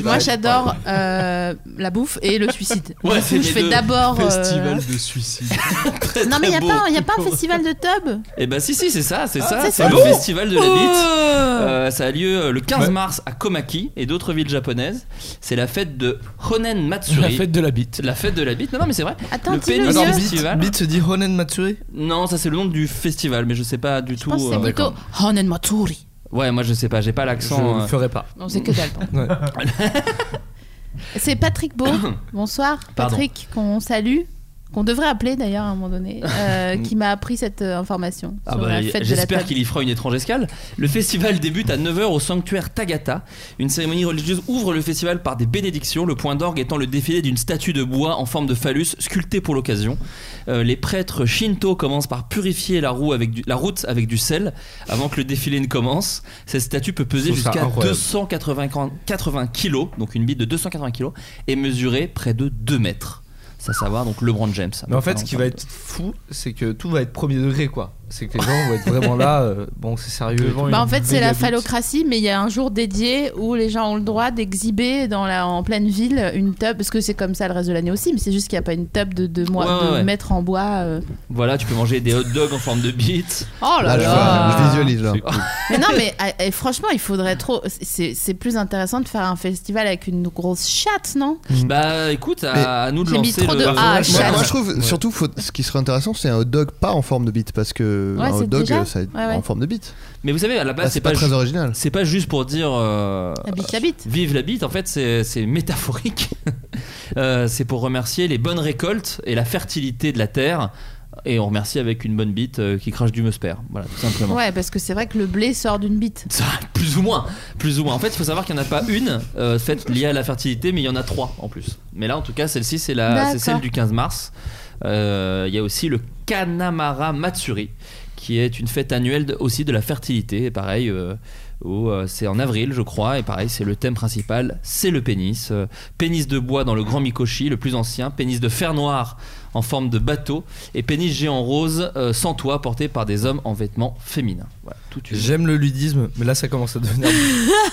S9: Moi j'adore euh, la bouffe et le suicide.
S7: Ouais,
S9: Du
S7: c'est
S9: coup,
S7: les
S9: je fais
S7: deux.
S8: Oh
S9: d'abord. euh,
S10: Festival de suicide.
S7: Très,
S9: Non mais
S7: très
S9: il y a
S7: beau.
S9: pas, y a pas un festival de tub.
S7: Eh ben si si, c'est ça, c'est ça,
S9: c'est
S7: c'est
S9: ça.
S7: le
S9: Oh
S7: festival de la bite.
S9: Oh.
S7: Euh, ça a lieu euh, le 15
S8: Ouais.
S7: mars à Komaki et d'autres villes japonaises. C'est la fête de Honen Matsuri.
S10: La fête de la bite.
S7: La fête de la bite. Non, non mais c'est vrai.
S9: Attends,
S7: le
S9: un petit peu
S7: pénis-
S9: mieux.
S8: Attends,
S7: Festival.
S8: Beat, Beat se dit Honen Matsuri
S7: Non, ça c'est le nom du festival, mais je sais pas du
S9: Je
S7: tout.
S9: pense que c'est
S7: euh,
S9: plutôt Honen Matsuri.
S7: Ouais, moi je sais pas, j'ai pas l'accent.
S8: Je
S7: euh,
S8: le ferai pas.
S9: Non, c'est que dalle. pardon.
S8: Ouais.
S9: C'est Patrick Beau. Bonsoir.
S7: Pardon.
S9: Patrick, qu'on salue, qu'on devrait appeler d'ailleurs à un moment donné, euh, qui m'a appris cette euh, information.
S7: Ah
S9: sur
S7: bah,
S9: la
S7: y-
S9: fête de la
S7: J'espère
S9: table.
S7: qu'il y fera une étrange escale. Le festival débute à 9h au sanctuaire Tagata. Une cérémonie religieuse ouvre le festival par des bénédictions, le point d'orgue étant le défilé d'une statue de bois en forme de phallus sculptée pour l'occasion. Euh, les prêtres shinto commencent par purifier la, roue avec du- la route avec du sel avant que le défilé ne commence. Cette statue peut peser
S8: Je trouve ça
S7: jusqu'à
S8: incroyable.
S7: 280 80 kilos, donc une bite de 280 kilos, et mesurer près de 2 mètres. Ça, ça va, donc LeBron James.
S8: Mais en fait, ce qui va être fou, c'est que tout va être premier degré, quoi. C'est que les gens vont être vraiment là. euh, bon, c'est sérieux.
S9: Bah, en fait, c'est la phallocratie, mais il y a un jour dédié où les gens ont le droit d'exhiber dans la, en pleine ville une tub, parce que c'est comme ça le reste de l'année aussi, mais c'est juste qu'il n'y a pas une tub de, de, mois,
S7: Ouais, ouais,
S9: de
S7: ouais.
S9: mètres en bois. euh.
S7: Voilà, tu peux manger des hot dogs en forme de bite.
S9: Oh là
S3: Là, je,
S7: Ah.
S9: là
S3: vois, je visualise là.
S9: Mais non, mais ah, eh, franchement, il faudrait trop. C'est c'est plus intéressant de faire un festival avec une grosse chatte, non
S7: Bah écoute,
S3: Mais-
S7: à, à nous de
S9: J'ai mis
S7: lancer
S9: trop
S7: le.
S9: de Ah,
S3: Bah, Moi,
S9: chatte.
S3: moi, je trouve surtout faut- ce qui serait intéressant c'est un hot dog pas en forme de bite parce que
S9: Ouais,
S3: un hot
S9: c'est
S3: dog
S9: déjà-
S3: ça va être
S9: ouais, ouais.
S3: en forme de bite.
S7: Mais vous savez, à la
S3: Là,
S7: base,
S3: Ah, c'est pas,
S7: ju-
S3: très original.
S7: Bah, c'est pas juste pour dire. euh,
S9: La bite, la bite.
S7: Vive la bite, en fait, c'est c'est métaphorique. Euh, c'est pour remercier les bonnes récoltes et la fertilité de la terre. Et on remercie avec une bonne bite euh, qui crache du musper. Voilà, tout simplement.
S9: Ouais, parce que c'est vrai que le blé sort d'une bite.
S7: Ça, plus ou moins, plus ou moins. En fait, il faut savoir qu'il n'y en a pas une euh, faite liée à la fertilité, mais il y en a trois en plus. Mais là, en tout cas, celle-ci, c'est la, c'est
S9: D'accord.
S7: celle du 15 mars. Euh, Il y a aussi le Kanamara Matsuri, qui est une fête annuelle de- aussi de la fertilité. Et pareil, euh, où, euh, c'est en avril, je crois. Et pareil, c'est le thème principal, c'est le pénis. Euh, pénis de bois dans le Grand Mikoshi, le plus ancien. Pénis de fer noir en forme de bateau. Et pénis géant rose euh, sans toit porté par des hommes en vêtements féminins. Voilà, tout une-
S8: J'aime le ludisme, mais là, ça commence à devenir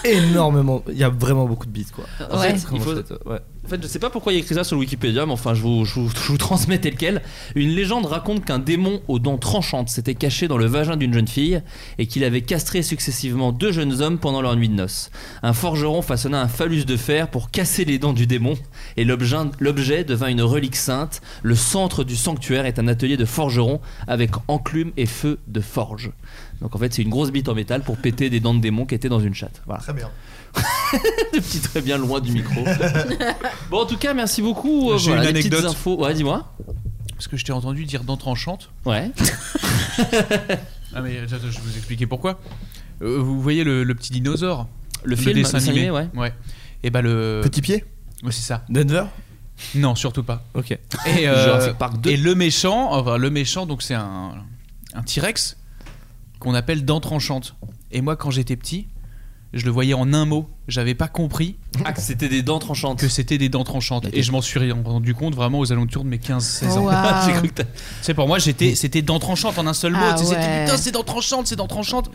S8: énormément. Il y a vraiment beaucoup de beats, quoi.
S7: En
S9: Ouais.
S7: fait,
S8: Ça
S7: il
S8: commence
S7: faut-
S8: à être- ouais.
S7: En fait, je sais pas pourquoi il y a écrit ça sur le Wikipédia, mais enfin, je vous, je vous- je vous transmets tel quel. Une légende raconte qu'un démon aux dents tranchantes s'était caché dans le vagin d'une jeune fille et qu'il avait castré successivement deux jeunes hommes pendant leur nuit de noces. Un forgeron façonna un phallus de fer pour casser les dents du démon et l'objet l'objet devint une relique sainte. Le centre du sanctuaire est un atelier de forgeron avec enclume et feu de forge. Donc en fait, c'est une grosse bite en métal pour péter des dents de démon qui étaient dans une chatte. Voilà.
S3: Très bien.
S7: Le petit très bien loin du micro. bon, en tout cas, merci beaucoup. euh,
S10: J'ai une
S7: des petites
S10: anecdote.
S7: infos. Ouais, dis-moi.
S10: parce que je t'ai entendu dire dents tranchantes.
S7: Ouais.
S10: ah mais attends, attends, je vais vous expliquer pourquoi. Euh, vous voyez le, le petit dinosaure
S7: Le film,
S10: dessin
S7: le dessin
S10: animé,
S7: animé,
S10: ouais. Et bah le
S3: Petit pied
S10: Ouais, c'est ça.
S8: Denver
S10: Non, surtout pas.
S8: Ok.
S10: Et, euh,
S7: Jurassic Park 2.
S10: et le méchant, enfin le méchant, donc c'est un, un T-Rex qu'on appelle dent tranchante. Et moi, quand j'étais petit, je le voyais en un mot. J'avais pas compris
S7: Ah, que c'était des dents tranchantes.
S10: que c'était des dents tranchantes.
S7: Mais t'es-
S10: Et je m'en suis rendu compte vraiment aux alentours de mes 15-16 ans.
S9: Oh, waouh.
S10: J'ai cru que t'as- Tu sais, pour moi, j'étais, c'était dents tranchantes en un seul mot.
S9: Ah,
S10: Tu sais,
S9: ouais.
S10: C'était putain, c'est dents tranchantes, c'est dents tranchantes.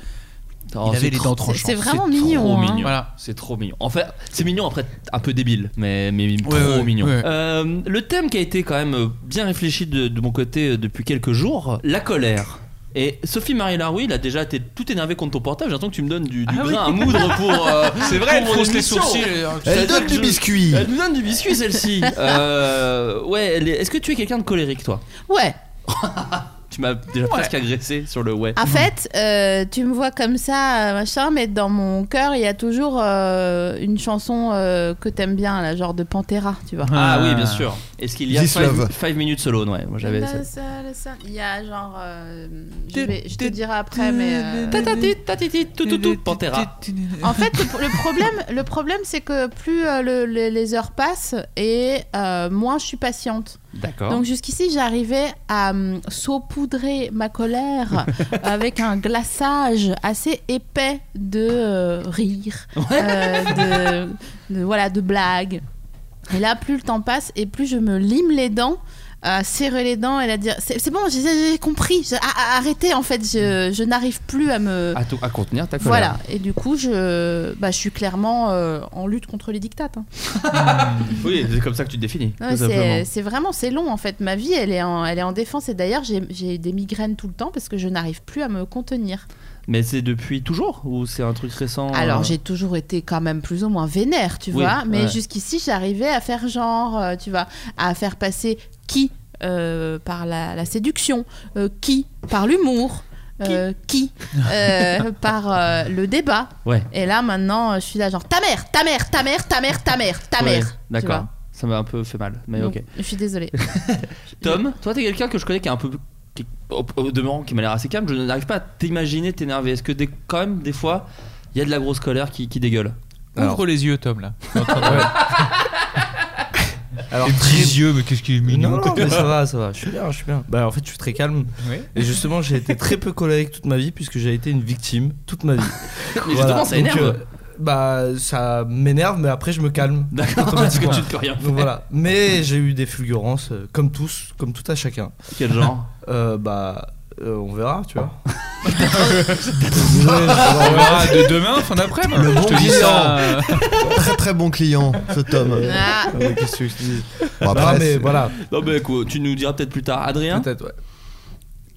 S7: Oh,
S10: Il
S7: c'est
S10: avait les
S7: trop-
S10: dents tranchantes.
S9: C'est vraiment
S7: C'est trop
S9: mignon. hein.
S7: mignon.
S10: Voilà.
S7: C'est trop mignon. En fait, c'est mignon après un peu débile, mais, mais trop
S10: ouais,
S7: mignon.
S10: ouais.
S7: Euh, le thème qui a été quand même euh, bien réfléchi de, de mon côté euh, depuis quelques jours, la colère. Et Sophie Marie Laroui, là déjà, t'es tout énervé contre ton portable. J'attends que tu me donnes du, du
S10: Ah oui.
S7: grain à moudre pour. euh,
S10: C'est vrai, elle
S7: pour
S10: fronce les
S7: l'émission.
S10: sourcils. euh,
S3: Elle
S7: Ça
S3: donne
S7: donne
S3: du
S7: du-
S3: biscuit
S7: Elle nous donne du biscuit celle-ci. Euh, ouais, elle est- est-ce que tu es quelqu'un de colérique toi
S9: Ouais.
S7: Tu m'as déjà presque agressé sur le ouais.
S9: En fait, euh, tu me vois comme ça, euh, machin, mais dans mon cœur, il y a toujours euh, une chanson euh, que t'aimes bien, là, genre de Pantera, tu vois.
S7: Ah oui, bien sûr. Est-ce qu'il y a
S3: This Love.
S7: 5 minutes alone Ouais, moi j'avais. ça.
S9: Il y a genre. euh, je, vais- je te dirai après, mais. euh,
S7: Tatati, tatiti, tout, tout, tout, Pantera. Ah,
S9: En fait, le, le problème, le problème c'est que plus euh, le- le- les heures passent et euh, moins je suis patiente.
S7: D'accord.
S9: Donc jusqu'ici, j'arrivais à hum, saupoudrer ma colère avec un glaçage assez épais de euh, rire, euh, de, de- voilà, de blagues. Et là, plus le temps passe et plus je me lime les dents. à serrer les dents et à dire c'est c'est bon j'ai- j'ai j'ai compris j'ai- a- a- arrêtez en fait je, je n'arrive plus à me
S7: à, tout- à contenir ta Ah, colère.
S9: voilà, et du coup, je, bah, je suis clairement euh, en lutte contre les dictates. hein.
S7: Oui, c'est comme ça que tu te définis.
S9: Non,
S7: tout
S9: mais
S7: simplement.
S9: c'est c'est vraiment, c'est long en fait. Ma vie, elle est en, elle est en défense. Et d'ailleurs, j'ai- j'ai des migraines tout le temps parce que je n'arrive plus à me contenir.
S7: Mais c'est depuis toujours ou c'est un truc récent
S9: Alors,
S7: euh,
S9: j'ai toujours été quand même plus ou moins vénère, tu
S7: Oui,
S9: vois. Mais
S7: ouais.
S9: jusqu'ici, j'arrivais à faire genre, euh, tu vois, à faire passer qui euh, par la, la séduction, euh, qui par l'humour. euh, qui euh, par euh, le débat
S7: Ouais.
S9: et là maintenant euh, je suis là genre ta mère ta mère ta mère ta mère ta mère
S7: ouais,
S9: ta mère Tu vois.
S7: D'accord. Ça m'a un peu fait mal, mais
S9: Donc,
S7: ok.
S9: Je suis désolée.
S7: Tom, toi t'es quelqu'un que je connais qui est un peu. Qui, au, au demeurant, qui m'a l'air assez calme. Je n'arrive pas à t'imaginer t'énerver. Est-ce que des- quand même, des fois, il y a de la grosse colère qui, qui dégueule
S10: Ouvre
S8: Alors.
S10: les yeux, Tom, là.
S8: Alors,
S10: Les petits yeux, mais qu'est-ce qu'il est mignon.
S8: Non, non, mais ça va, ça va. Je suis bien, je suis bien. Bah, en fait, je suis très calme.
S10: Ouais.
S8: Et justement, j'ai été très peu colérique toute ma vie puisque j'ai été une victime toute ma vie.
S7: Mais
S8: Voilà.
S7: justement, ça
S8: Donc,
S7: énerve.
S8: euh, bah, ça m'énerve, mais après, je me calme.
S7: D'accord, parce que tu ne peux rien faire.
S8: Donc voilà. Mais j'ai eu des fulgurances, euh, comme tous, comme tout à chacun.
S7: Quel genre
S8: Euh, bah, euh, on verra, tu vois.
S10: On verra de demain, fin d'après. moi.
S3: Le
S10: Je
S3: bon
S10: te dis
S3: client.
S10: ça. euh,
S3: Très très bon client, cet homme.
S9: Ah,
S8: Ah, mais qu'est-ce que je te dis
S3: Bon,
S8: Non,
S3: après,
S8: mais
S3: c'est-
S8: voilà,
S7: Non, mais quoi, tu nous diras peut-être plus tard. Adrien
S8: peut-être, ouais.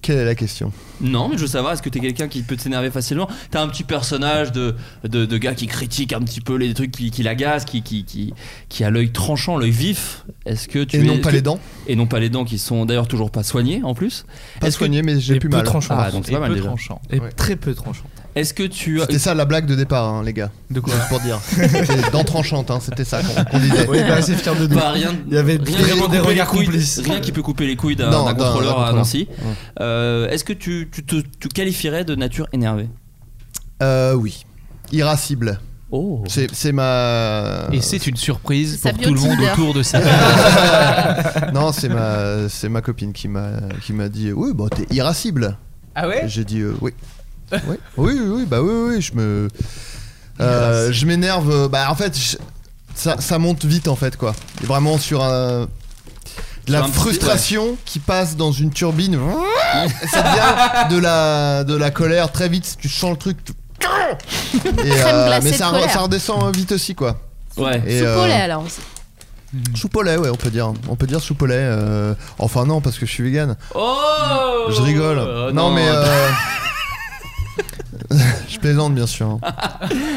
S3: quelle est la question
S7: Non, mais je veux savoir, est-ce que t'es quelqu'un qui peut t'énerver facilement T'as un petit personnage de, de, de gars qui critique un petit peu les trucs qui, qui l'agacent, qui, qui, qui, qui a l'œil tranchant, l'œil vif. Est-ce que tu
S3: Et
S7: es-
S3: non pas
S7: que-
S3: les dents.
S7: Et non pas les dents qui sont d'ailleurs toujours pas soignées en plus.
S3: Pas
S7: Est-ce que-
S3: soigné, mais j'ai
S8: Et
S3: plus
S8: peu
S3: mal.
S8: tranchant.
S7: Ah, donc c'est
S10: et
S7: pas mal
S10: peu
S7: déjà.
S10: tranchant.
S8: Et
S3: Ouais.
S8: très peu tranchant.
S7: Est-ce que tu as.
S3: C'était ça la blague de départ, hein, les gars.
S10: De quoi
S3: Juste pour dire. C'était dents tranchantes, hein, c'était ça qu'on qu'on disait.
S8: Oui, bah, assez fier de nous.
S7: Bah, rien,
S8: Il y avait
S7: rien
S8: des-
S7: qui peut
S8: des
S7: couper
S8: regards
S7: les couilles-
S8: complices.
S7: Rien qui peut couper les couilles d'un
S3: Non,
S7: d'un
S3: d'un- d'un
S7: contrôleur à
S3: contrôleur.
S7: Nancy.
S3: Ouais.
S7: Euh, Est-ce que tu, tu te tu qualifierais de nature énervée
S3: Euh, oui. Irascible.
S7: Oh
S3: C'est c'est ma.
S10: Et c'est une surprise
S9: Sa
S10: pour tout le monde
S9: bio-Tinder.
S10: autour de ça.
S3: Non, c'est ma, c'est ma copine qui m'a, qui m'a dit, oui, bah t'es irascible.
S10: ah
S9: Eh
S10: ouais
S3: J'ai dit, euh, oui. oui. Oui, oui, oui, bah oui, oui, je me, euh, je m'énerve. euh, Bah en fait, je- ça, ça monte vite en fait quoi. Et vraiment sur un, de la
S7: Sur un petit-
S3: frustration qui passe dans une turbine. Et ça devient de la, de la colère très vite. Tu sens le truc. tu- Et, euh,
S9: glacée
S3: mais
S9: de
S3: ça,
S9: colère.
S3: ça redescend hein, vite aussi quoi.
S7: Ouais.
S3: Et,
S9: sous
S3: euh,
S9: Paulet, alors. aussi.
S3: Soupolet, ouais, on peut dire. On peut dire soupolet. euh, Enfin non, parce que je suis vegan.
S7: Oh
S3: Je rigole.
S7: Euh,
S3: non, mais. euh, je plaisante, bien sûr.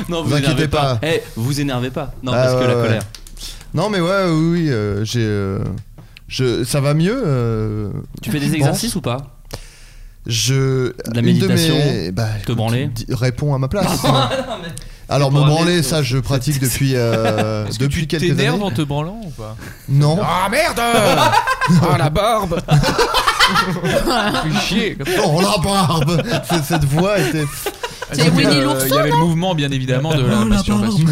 S7: Non,
S3: vous
S7: vous énervez
S3: inquiétez
S7: pas.
S3: pas.
S7: Eh, vous énervez pas. Non,
S3: Ah,
S7: parce que
S3: ouais,
S7: la
S3: ouais.
S7: colère.
S3: Non, mais ouais, oui, oui, euh, j'ai. euh, je, ça va mieux. euh,
S7: Tu fais
S3: je
S7: des exercices ou pas
S3: pense. Je.
S7: De la
S3: une de
S7: méditation,
S3: mes- bah, écoute,
S7: branler
S3: dis- Réponds à ma place. sinon. Alors, me
S7: Pour ramener-
S3: branler, ça, je pratique depuis, euh,
S10: Est-ce que
S3: depuis
S10: tu
S3: quelques
S10: t'énerves
S3: années.
S10: en te branlant ou pas
S3: Non.
S10: Ah merde Oh la barbe Fais chier comme ça.
S3: Oh la barbe C'est- Cette voix était.
S10: Elles ont fait, euh, Il y avait le mouvement, bien évidemment, de la
S7: Oh, la
S10: masturbation.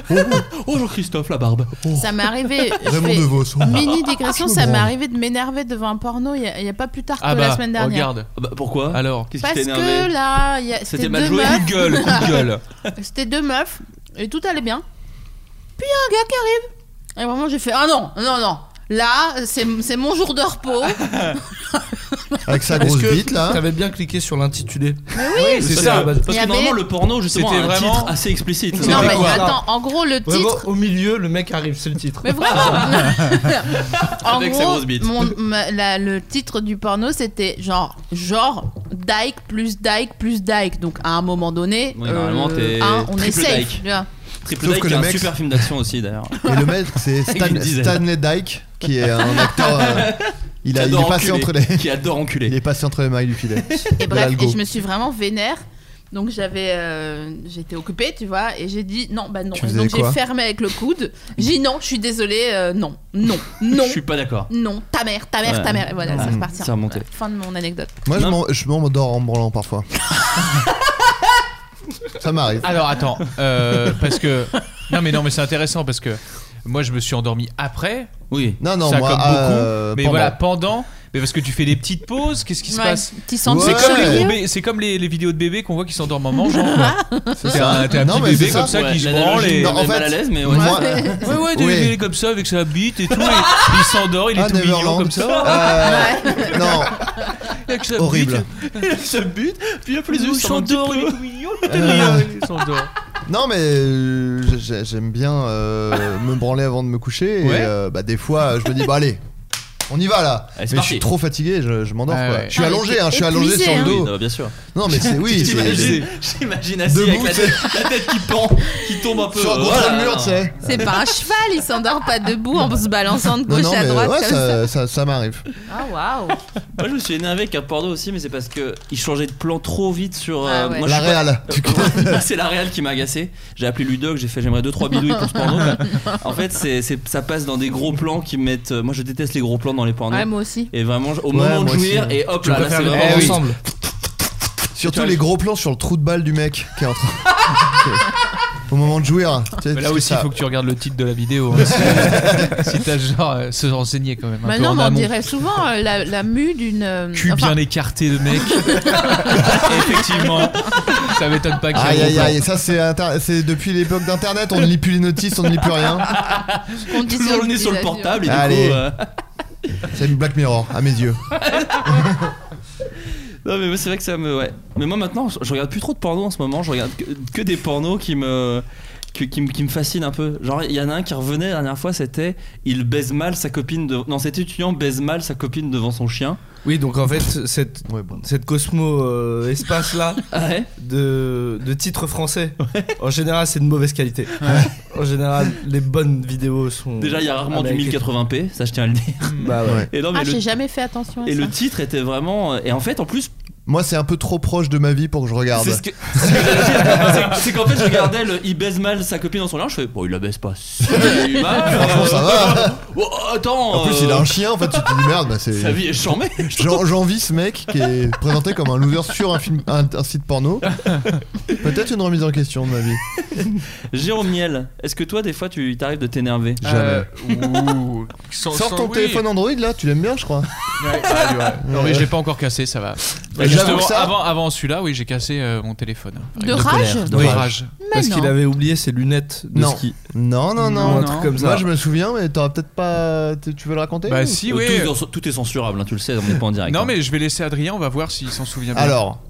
S10: oh Jean-Christophe, la barbe.
S3: oh.
S9: Ça m'est arrivé. je
S10: Raymond
S9: fais
S10: Devos.
S9: Mini digression,
S10: Je me
S9: ça m'est
S10: branle.
S9: arrivé de m'énerver devant un porno il n'y a, pas plus tard que
S10: Ah
S9: la
S10: bah,
S9: semaine dernière.
S10: regarde.
S7: pourquoi
S10: Alors
S7: Qu'est-ce
S9: Parce que là, il y a-
S7: C'était
S9: c'était
S7: mal
S9: deux
S7: joué.
S9: meufs.
S7: Coup de gueule, coup de gueule.
S9: C'était deux meufs et tout allait bien. Puis il y a un gars qui arrive. Et vraiment, j'ai fait Ah non, non, non. Là, c'est c'est mon jour de repos.
S3: Avec sa
S8: grosse
S7: bite,
S8: là. T'avais bien cliqué sur l'intitulé.
S9: oui,
S7: Oui, c'est ça. Parce que normalement, le porno, justement, a un titre assez explicite.
S8: C'était
S9: non, mais
S8: quoi
S9: attends, en gros, le
S8: Ouais,
S9: titre.
S8: bon, au milieu, le mec arrive, c'est le titre.
S9: Mais vraiment En
S8: Avec
S9: gros,
S8: sa grosse bite.
S9: mon- ma- la- le titre du porno, c'était genre, genre, Dyke plus Dyke plus Dyke. Donc à un moment donné,
S7: Oui, normalement, t'es
S9: hein, on est
S7: triple
S9: safe.
S7: Dyke.
S9: tu vois.
S7: Triple
S3: Sauf
S7: Dyke,
S3: que
S7: qui est
S3: le
S7: un
S3: mec-
S7: super film d'action aussi, d'ailleurs.
S3: Et le mec, c'est
S7: Avec une
S3: Stan-
S7: dizaine.
S3: Stanley Dyke, qui est un acteur. euh, il, a,
S7: Qui
S3: il
S7: adore
S3: est passé
S7: enculer.
S3: entre les.
S7: Qui adore enculer.
S3: Il est passé entre les mailles du filet.
S9: Et bref, et je me suis vraiment vénère. Donc j'avais, euh, j'étais occupée, tu vois, et j'ai dit non, bah non.
S7: Tu faisais
S9: Donc j'ai
S7: quoi
S9: fermé avec le coude. J'ai dit non, je suis désolée, euh, non, non, non.
S7: Je suis pas d'accord.
S9: Non, ta mère, ta mère,
S3: Ouais.
S9: ta mère. Et voilà,
S3: Ouais.
S9: c'est reparti.
S3: C'est remonté.
S9: Fin de mon anecdote.
S3: Moi, je m'en- je m'endors en me branlant parfois. Ça m'arrive.
S10: Alors attends, euh, parce que non mais non mais c'est intéressant parce que moi je me suis endormi après.
S7: Oui.
S3: Non, non,
S10: ça
S3: moi,
S10: comme beaucoup.
S3: euh,
S10: mais
S3: pendant.
S10: voilà pendant. Mais parce que tu fais des petites pauses, qu'est-ce qui se
S9: Ouais,
S10: passe
S9: petit sang de
S10: C'est
S9: sexuel.
S10: comme, les gros bé- c'est comme les, les vidéos de bébés qu'on voit qui s'endorment en mangeant. quoi.
S3: C'est
S10: T'es
S3: ça.
S10: un, t'es un
S3: Non, mais
S10: petit bébé
S3: c'est
S10: comme
S3: ça.
S10: ça
S3: Ouais,
S10: qui se
S3: l'analogie,
S10: branle et
S3: Non, en mal fait, à l'aise, mais ouais. moi-
S10: ouais ouais, t'es
S3: Oui.
S10: bébé comme ça avec sa bite et tout. et il s'endort, il est
S3: Ah,
S10: tout mignon
S3: Neverland.
S10: comme ça.
S3: Euh, Non.
S10: Avec sa
S3: Horrible.
S10: bite, il a sa bite, puis après les yeux
S7: Il
S10: s'endorment.
S7: s'endort,
S10: Il est
S7: il
S10: tout mignon,
S3: Euh.
S10: il s'endort.
S3: Non mais euh, j'ai- j'ai- j'aime bien euh, me branler avant de me coucher et
S10: Ouais.
S3: euh, bah, des fois je me dis bah allez on y va là
S7: Allez,
S3: mais
S7: c'est
S3: je
S7: parti.
S3: suis trop fatigué je, je m'endors
S7: Ah,
S3: quoi.
S7: ouais.
S3: je suis
S7: Ah,
S3: allongé
S7: mais
S3: hein, je suis
S7: t'es
S3: allongé sur le
S7: épuisé, hein.
S3: dos
S7: Oui, non, bien sûr.
S3: non mais c'est oui
S7: J'imagine-
S3: c'est-
S7: J'imagine assis avec
S3: Debout,
S7: la
S3: t'sais.
S7: tête, la tête qui pend, qui tombe un peu.
S3: Sur un gros
S7: Voilà.
S3: mur, tu sais.
S9: C'est pas un cheval, il s'endort pas debout en se balançant de
S3: non,
S9: gauche
S3: non,
S9: à
S3: mais
S9: droite
S3: ouais,
S9: comme ça.
S3: ça, ça- ça m'arrive
S9: Ah waouh.
S7: Moi je me suis énervé avec un porno aussi, mais c'est parce que il changeait de plan trop vite sur. euh,
S9: Ah ouais.
S7: moi, je
S3: La
S7: suis pas-
S3: Real.
S7: Moi, c'est la réal qui m'a agacé. J'ai appelé Ludoc, j'ai fait j'aimerais 2-3 bidouilles pour ce porno. là. En fait, c'est, c'est- ça passe dans des gros plans qui mettent. euh, Moi je déteste les gros plans dans les pornos.
S9: Ouais, moi aussi.
S7: Et vraiment, au
S3: Ouais,
S7: moment de
S3: moi aussi,
S7: jouir,
S3: ouais.
S7: et hop
S3: Je
S7: là, là
S3: préfère
S7: c'est
S3: les Eh
S7: vraiment.
S3: plans ensemble. surtout les gros plans sur le trou de balle du mec qui est en train au moment de jouer hein. Tu sais,
S10: Mais là
S3: parce que
S10: aussi, il
S3: ça-
S10: faut que tu regardes le titre de la vidéo. hein. Si- si t'as genre euh, se renseigner quand même. Un
S9: Bah
S10: peu
S9: non,
S10: en
S9: mais on
S10: amont.
S9: dirait souvent euh, la, la mue d'une. euh,
S10: Cul
S9: enfin,
S10: bien écarté de mec. Effectivement, ça m'étonne pas que
S3: Aïe
S10: j'ai un
S3: aïe
S10: gros
S3: aïe,
S10: plan.
S3: ça c'est inter- c'est depuis l'époque d'internet, on ne lit plus les notices, on ne lit plus rien.
S9: on dit
S7: Toujours le nez sur le
S9: l'utilisation.
S7: portable et
S3: Allez.
S7: du coup. euh,
S3: C'est une Black Mirror à mes yeux.
S7: Non mais moi, c'est vrai que ça me ouais. Mais moi maintenant je je regarde plus trop de porno en ce moment, je regarde que, que des pornos qui me que- qui, me- qui me fascinent un peu. Genre il y en a un qui revenait la dernière fois, c'était il baise mal sa copine de non, cet étudiant baise mal sa copine devant son chien.
S8: Oui, donc en fait, cette, cette Cosmo euh, espace là
S7: Ah Ouais.
S8: de, de titres français, en général, c'est de mauvaise qualité. En général, les bonnes vidéos sont.
S7: Déjà il y a
S3: Ah,
S7: rarement du
S8: américaines.
S7: 1080p, ça je tiens à le dire.
S8: Bah ouais.
S7: Et non mais
S9: Ah,
S7: le,
S9: j'ai jamais fait attention à
S7: et
S9: ça.
S7: le titre était vraiment euh, et en fait en plus
S3: Moi, c'est un peu trop proche de ma vie pour que je regarde.
S7: c'est ce que, c'est ce que j'allais dire. C'est- c'est qu'en fait je regardais le il baise mal sa copine dans son chien, je fais bon il la baise pas si mal.
S3: Franchement, ça va.
S7: Oh, attends.
S3: En plus,
S7: euh,
S3: il a un chien, en fait, tu te dis merde, bah c'est.
S7: Sa vie est chambée.
S3: J'en- J'envie ce mec qui est présenté comme un loser sur un, film, un, un site porno. Peut-être une remise en question de ma vie.
S7: Jérôme Miel, est-ce que toi des fois tu t'arrives de t'énerver
S3: Jamais.
S10: Ouh. Sans-
S3: Sors
S10: sans-
S3: ton
S10: Euh, oui.
S3: téléphone Android là, tu l'aimes bien, je crois.
S10: Ouais, ouais, ouais. Non mais je l'ai pas encore cassé, ça va.
S3: Mais Bah, j'avoue que
S10: Justement,
S3: ça-
S10: avant, avant celui-là, oui, j'ai cassé euh, mon téléphone.
S9: De rage
S10: colère, De
S8: Oui.
S10: rage.
S8: Parce qu'il
S9: non.
S8: avait oublié ses lunettes de
S3: Non.
S8: ski.
S3: Non, non, non.
S8: Ou un truc comme ça.
S3: Moi, je me souviens, mais t'aurais peut-être pas. Tu tu veux le raconter ou-
S7: Euh, Tout, tout est censurable, hein, tu le sais, on n'est pas en direct.
S10: Bah Non
S7: hein.
S10: mais je vais laisser Adrien, on va voir s'il s'en souvient. bien.
S3: Alors,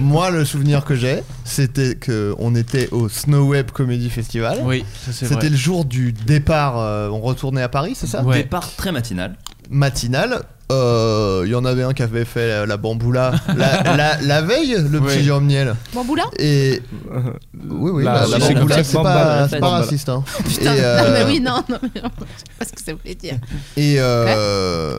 S3: moi, le souvenir que j'ai, c'était que on était au Snow Web Comedy Festival.
S10: Oui, ça c'est vrai.
S3: C'était le jour du départ. euh, on retournait à Paris, c'est ça
S10: Ouais.
S7: Départ très matinal.
S3: Matinal. euh, Il y en avait un qui avait fait la, la bamboula la, la- la veille, le petit
S10: Oui.
S3: Jérôme Niel.
S9: Bamboula
S3: Et. Oui, oui, la, la
S8: La- c'est comme
S3: bamboula,
S8: ça,
S3: c'est
S8: bamboula,
S3: pas, c'est pas
S8: bamboula.
S3: raciste. hein.
S9: Putain,
S3: Et, euh,
S9: non, mais oui, non, non, mais non, je sais pas ce que ça voulait dire.
S3: Et euh,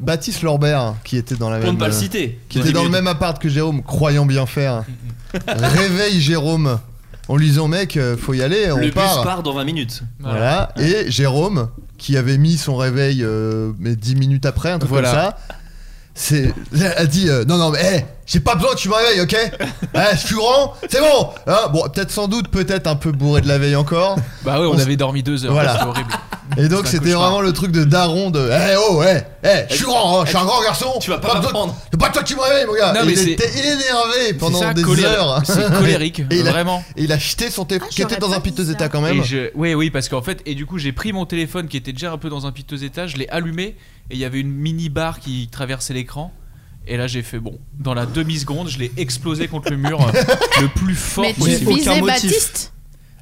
S3: Baptiste Lorbert, qui était dans la
S7: Pour
S3: même.
S7: ne pas le citer.
S3: Qui
S7: Dans
S3: était
S7: dix
S3: dans le
S7: minutes.
S3: même appart que Jérôme, croyant bien faire. Réveille Jérôme. On lui disait au mec, euh, faut y aller, on
S7: le
S3: part.
S7: bus part dans 20 minutes.
S3: Voilà. Et Jérôme, qui avait mis son réveil euh, mais 10 minutes après, un truc
S7: Voilà.
S3: comme ça, c'est, a dit euh, Non, non, mais hé, j'ai pas besoin que tu me réveilles, ok Eh, Je suis grand, c'est bon Hein, Bon, peut-être sans doute, peut-être un peu bourré de la veille encore.
S10: Bah ouais, on,
S3: s-
S10: avait dormi deux heures.
S3: Voilà.
S10: C'était horrible.
S3: Et donc,
S10: C'est un
S3: c'était
S10: cauchemar.
S3: vraiment le truc de daron de Eh, oh, eh, eh, je suis grand, hein, je suis un grand garçon
S7: Tu vas
S3: Pas
S7: pas
S3: besoin-
S7: m'apprendre.
S3: C'est pas toi qui me réveille, mon gars
S10: Non, mais
S3: il,
S10: c'est-
S3: était, il est énervé pendant
S10: ça,
S3: des
S10: colère-
S3: heures
S10: c'est colérique,
S3: Et il a-
S10: vraiment.
S3: et il a jeté son téléphone, qui était
S9: Ah, j'aurais
S3: dans
S9: pas
S3: un
S9: dit
S3: piteux
S9: ça.
S3: état quand même.
S10: Et je- Oui, oui, parce qu'en fait, et du coup, j'ai pris mon téléphone qui était déjà un peu dans un piteux état, je l'ai allumé et il y avait une mini barre qui traversait l'écran. Et là, j'ai fait bon. Dans la demi-seconde, je l'ai explosé contre le mur euh, le plus fort
S9: Mais tu
S10: possible.
S9: visais
S10: Aucun motif.
S9: Baptiste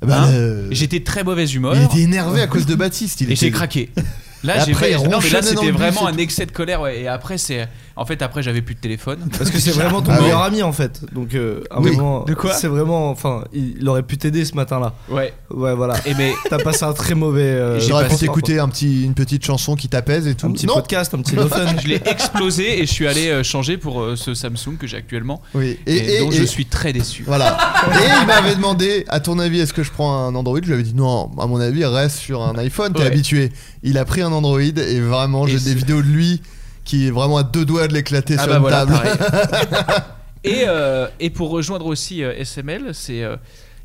S3: Bah,
S10: Hein
S3: euh,
S10: J'étais très mauvaise humeur
S3: il était énervé à cause de Baptiste. Il
S10: et j'ai
S3: était-
S10: craqué.
S3: Et
S10: Là, j'ai
S3: après, il
S10: pas- non, mais
S3: ronchonnait
S10: là,
S3: dans le
S10: c'était
S3: bus
S10: vraiment
S3: et
S10: un excès de colère. ouais. Et après, c'est. En fait, après, j'avais plus de téléphone.
S8: Parce que c'est vraiment ton
S3: Ah ouais.
S8: meilleur ami en fait. Donc euh, à un
S3: Oui.
S8: moment,
S10: De quoi
S8: c'est vraiment enfin, il, il aurait pu t'aider ce matin-là.
S10: Ouais.
S8: Ouais, voilà.
S10: Et mais.
S8: T'as passé un très mauvais euh,
S3: J'aurais pu
S8: passé-
S3: t'écouter un petit, une petite chanson qui t'apaise et tout.
S8: un petit
S3: non
S8: podcast, un petit no fun.
S10: Je l'ai explosé et je suis allé euh, changer pour euh, ce Samsung que j'ai actuellement
S3: Oui.
S10: et,
S3: Et, et-
S10: dont
S3: et-
S10: je suis très déçu.
S3: Voilà. Et il m'avait demandé, à ton avis, est-ce que je prends un Android Je lui avais dit non, à mon avis, reste sur un iPhone, t'es
S10: Ouais.
S3: habitué. Il a pris un Android et vraiment,
S10: Et
S3: j'ai
S10: c'est-
S3: des vidéos de lui qui est vraiment à deux doigts de l'éclater
S10: Ah
S3: sur
S10: bah
S3: une
S10: voilà,
S3: table.
S10: pareil. et, euh, et pour rejoindre aussi euh, SML, c'est euh,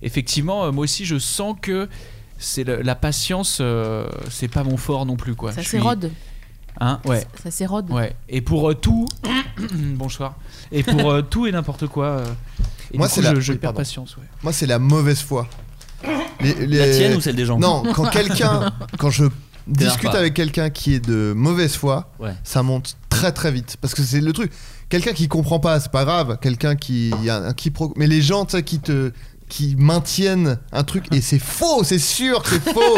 S10: effectivement, euh, moi aussi, je sens que c'est le- la patience, euh, c'est pas mon fort non plus. Quoi.
S9: Ça
S10: Je suis-
S9: s'érode.
S10: Hein, ouais.
S9: Ça s'érode.
S10: Ouais. Et pour euh, tout, bonsoir. Et pour euh, tout et n'importe quoi. euh, et
S3: Moi,
S10: du
S3: c'est
S10: coup,
S3: la-
S10: je, je
S3: oui,
S10: perds
S3: pardon.
S10: patience. Ouais.
S3: Moi, c'est la mauvaise foi. Les- les-
S7: La tienne ou celle des gens
S3: Non, quand quelqu'un, quand je discute
S7: pas.
S3: avec quelqu'un qui est de mauvaise foi,
S7: Ouais.
S3: ça monte très très vite parce que c'est le truc. Quelqu'un qui comprend pas, c'est pas grave. Quelqu'un qui il y a un quiproquo. Mais les gens, tu sais, qui te, qui maintiennent un truc et c'est faux, c'est sûr, que c'est faux.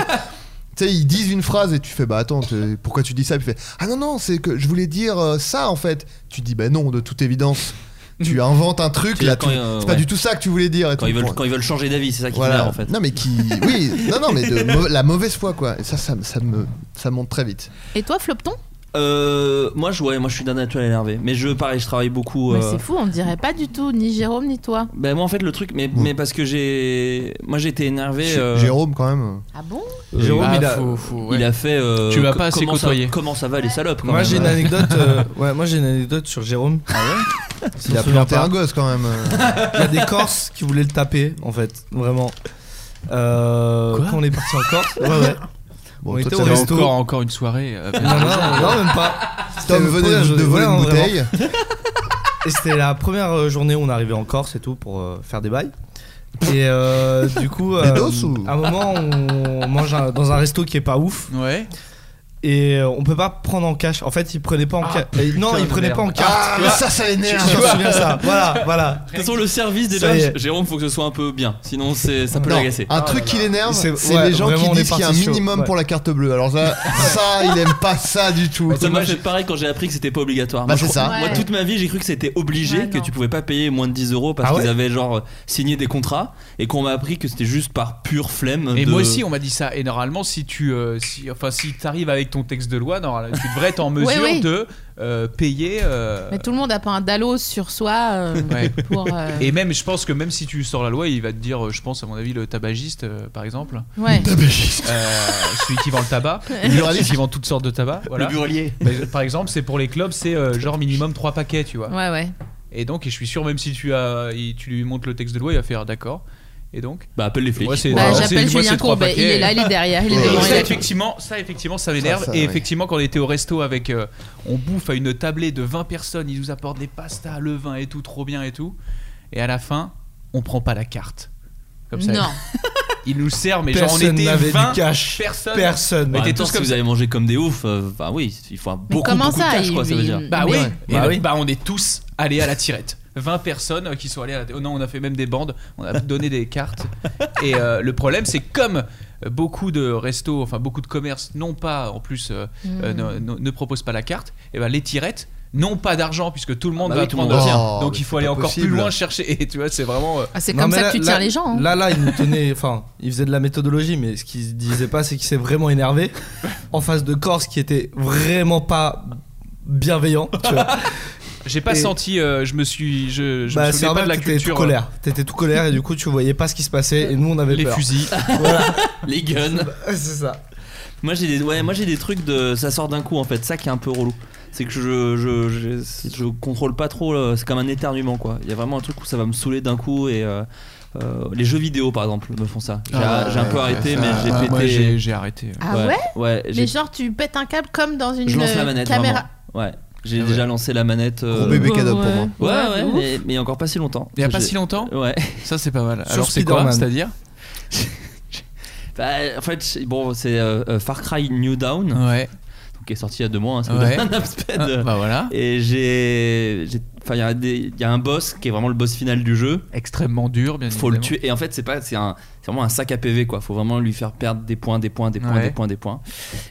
S3: Tu sais, ils disent une phrase et tu fais bah attends t'es- pourquoi tu dis ça puis tu fais ah non non c'est que je voulais dire euh, ça en fait tu dis bah non de toute évidence tu inventes un truc
S7: C'est
S3: là
S7: quand,
S3: tu-
S7: euh,
S3: c'est pas
S7: ouais.
S3: du tout ça que tu voulais dire et
S7: Quand
S3: tout.
S7: ils veulent,
S3: Bon.
S7: quand ils veulent changer d'avis, c'est ça qui m'énerve
S3: Voilà.
S7: en fait.
S3: Non mais qui, oui, non non mais de mau- la mauvaise foi quoi. Et ça, ça, ça me, ça monte très vite.
S9: Et toi, Flopton
S7: Euh, moi, je, ouais, moi, je suis d'un naturel énervé. Mais je, pareil, je travaille beaucoup.
S9: Mais
S7: euh,
S9: C'est fou, on dirait pas du tout, ni Jérôme, ni toi.
S7: Ben moi en fait le truc mais, mais parce que j'ai moi j'ai été énervé
S3: J-
S7: euh,
S3: Mm. Jérôme quand même.
S9: Ah bon
S7: euh,
S8: Jérôme,
S7: bah,
S8: il a-
S10: faut- faut- Ah, ouais.
S7: il a fait euh,
S10: Tu vas
S7: co-
S10: pas assez
S7: comment ça,
S10: côtoyer.
S7: comment ça va les salopes quand
S8: Moi
S7: même,
S8: j'ai une
S7: euh.
S8: anecdote. euh, ouais, moi j'ai une anecdote sur Jérôme.
S3: Ah Il a planté un gosse quand même.
S8: Il y a des Corses qui voulaient le taper en fait, vraiment. Euh,
S10: Quoi
S8: quand on est parti en Corse, ouais, ouais.
S3: Bon,
S8: On
S3: toi,
S8: était
S3: t'avais
S8: au
S10: T'avais
S8: resto.
S10: encore, encore une soirée. euh,
S8: Non, non, non, même pas.
S3: Tom venait
S8: Ouais,
S3: de,
S8: je-
S3: de voler
S8: ouais,
S3: une
S8: non, vraiment.
S3: bouteille.
S8: Et c'était la première euh, journée où on arrivait en Corse et tout pour euh, faire des bails. Et euh, du coup,
S3: Des
S8: euh,
S3: doses ou
S8: à un moment, on mange un- dans un resto qui est pas ouf
S10: ouais.
S8: et euh, on peut pas prendre en cash. En fait, ils prenaient pas en
S10: Ah,
S8: cash. Euh, Non,
S10: putain
S8: ils
S10: de
S8: prenaient
S10: merde.
S8: pas en carte.
S3: Ah mais ça ça
S8: tu
S3: l'énerve.
S8: tu te souviens ça Voilà, voilà.
S7: De toute façon le service
S8: Ça
S7: déjà
S8: y est.
S7: Jérôme faut que ce soit un peu bien sinon c'est ça peut
S3: Non,
S7: l'agacer.
S10: Ah,
S3: un truc qui l'énerve,
S8: C'est-
S3: c'est
S8: ouais,
S3: les gens
S8: vraiment, on
S3: qui
S8: est
S3: disent qu'il y a un
S8: parti chaud,
S3: minimum
S8: ouais.
S3: pour la carte bleue. Alors ça, ça, il aime pas ça du tout.
S7: Ça m'a fait pareil quand j'ai appris que c'était pas obligatoire.
S3: Bah,
S7: moi, je
S3: c'est
S7: crois-
S3: ça.
S7: moi,
S9: Ouais.
S7: toute ma vie j'ai cru que c'était obligé,
S9: Ouais,
S7: que
S9: non.
S7: tu pouvais pas payer moins de 10 euros parce
S8: Ah
S7: qu'ils
S8: ouais
S7: avaient genre euh, signé des contrats et qu'on m'a appris que c'était juste par pure flemme.
S10: Et
S7: de-
S10: moi aussi, on m'a dit ça. Et normalement, si tu, euh, si, enfin, si t'arrives avec ton texte de loi, normalement, tu devrais être en mesure
S9: Ouais, ouais.
S10: de euh, payer. euh,
S9: Mais tout le monde a pas un dalos sur soi euh,
S10: Ouais.
S9: pour. euh,
S10: Et même, je pense que même si tu sors la loi, il va te dire, euh, je pense à mon avis, le tabagiste, euh, par exemple,
S9: Ouais.
S10: Euh, celui qui vend le tabac, celui qui vend toutes sortes de tabac, voilà.
S7: Le burlier.
S10: Par ex- Par exemple, c'est pour les clubs, c'est euh, genre minimum 3 paquets, tu vois.
S9: Ouais, ouais.
S10: Et donc, et je suis sûr, même si tu, as, il- tu lui montres le texte de loi, il va faire d'accord. Et donc,
S7: Bah appelle les flics.
S10: moi, c'est.
S9: Bah,
S10: moi, c'est-
S9: J'appelle
S10: moi,
S9: Julien
S10: c'est trois
S9: Courbet, il
S10: paquets.
S9: est là, il est derrière, il est
S3: Ouais.
S9: devant.
S10: Et
S9: il
S10: ça
S9: est-
S10: effectivement, ça effectivement, ça m'énerve.
S3: Ça, ça,
S10: et
S3: ouais.
S10: effectivement, quand on était au resto avec, euh, on bouffe à une tablée de 20 personnes, ils nous apportent des pastas, le vin et tout, trop bien et tout. Et à la fin, on prend pas la carte. Comme ça,
S9: Non.
S10: ils nous servent, mais genre on
S8: Personne
S10: était
S8: n'avait
S10: 20
S8: du cash.
S10: personnes.
S8: Personne.
S10: Mais
S7: Bah,
S10: t'es
S7: attends,
S10: tous
S7: si
S10: comme
S7: vous
S10: ça.
S7: avez mangé comme des oufs, euh, bah oui, il faut un
S9: Mais
S7: beaucoup,
S9: comment
S7: beaucoup
S9: ça
S7: de cash, quoi, ça veut
S9: il-
S7: dire.
S10: Bah
S9: mais-
S10: oui. Et
S8: Bah
S10: le-
S8: oui.
S10: bah, on est tous allés à la tirette. 20 personnes euh, qui sont allées à la. oh Non, on a fait même des bandes, on a donné des cartes. Et euh, le problème, c'est que comme euh, beaucoup de restos, enfin beaucoup de commerces n'ont pas, en plus, euh,
S9: Mm.
S10: euh, ne, ne- ne proposent pas la carte, et ben les tirettes n'ont pas d'argent puisque tout le monde
S7: Ah bah
S10: va
S7: oui, tout le
S10: prendre
S7: monde
S10: le
S3: va
S10: sien.
S3: dire.
S10: Donc
S3: Oh,
S10: il faut
S3: mais
S10: aller
S3: c'est
S10: encore
S3: pas
S10: plus
S3: possible.
S10: loin chercher. Et tu vois, c'est vraiment. euh,
S9: Ah, c'est
S8: Non,
S9: comme
S8: mais
S9: ça
S8: là-
S9: que tu
S8: là-
S9: tiens les gens. hein.
S8: Là, là, il nous tenait. Enfin, il faisait de la méthodologie, mais ce qu'il se disait pas, c'est qu'il s'est vraiment énervé en face de Corse qui était vraiment pas bienveillant. tu vois.
S10: J'ai pas
S8: Et-
S10: senti, euh, je me suis, je, je me
S8: Bah, c'est
S10: souviens pas
S8: normal,
S10: de la
S8: t'étais
S10: culture. hein.
S8: tout colère. T'étais tout colère et du coup, tu voyais pas ce qui se passait. Et nous, on avait
S10: Les
S8: peur.
S10: fusils.
S8: voilà.
S7: les guns.
S8: C'est ça.
S7: Moi j'ai des, ouais, moi j'ai des trucs de, ça sort d'un coup en fait, ça qui est un peu relou. C'est que je, je, je, je contrôle pas trop, euh, c'est comme un éternuement quoi. Il y a vraiment un truc où ça va me saouler d'un coup et euh, euh, les jeux vidéo par exemple me font ça. J'ai
S10: Ah,
S7: j'ai un peu
S10: ouais,
S7: arrêté
S10: ça,
S7: mais j'ai
S10: ouais,
S7: pété.
S10: Ah, moi, j'ai- euh, j'ai arrêté.
S9: Ah ouais,
S7: Ouais. j'ai-
S9: Mais genre, tu pètes un câble comme dans une
S7: je lance la
S9: euh,
S7: manette
S9: caméra.
S7: vraiment. Ouais.
S10: Ah
S7: J'ai déjà lancé la manette. euh,
S3: Gros bébé cadeau pour
S9: Ouais.
S3: moi.
S7: Ouais,
S9: Ouais,
S7: ouais,
S9: de
S7: mais, mais il y a encore pas si longtemps.
S10: Il y a pas
S7: J'ai-
S10: si longtemps
S7: Ouais.
S10: Ça, c'est pas mal.
S8: Sur
S10: Alors, c'est quoi
S8: Spider-Man.
S10: C'est-à-dire
S7: Bah, en fait, c'est- bon, c'est euh, euh, Far Cry New Dawn,
S10: Ouais.
S7: donc qui est sorti il y a deux mois. hein, c'est
S10: Ah. Ouais.
S7: un upsped.
S10: Ah, bah voilà.
S7: Et j'ai. j'ai- Enfin, il y a des- il y, a un boss qui est vraiment le boss final du jeu.
S10: Extrêmement dur, bien
S7: Faut le
S10: évidemment.
S7: tuer. Et en fait, c'est pas. C'est un. C'est vraiment un sac à PV quoi. Faut vraiment lui faire perdre des points, des points, des points,
S10: Ouais.
S7: des points, des points.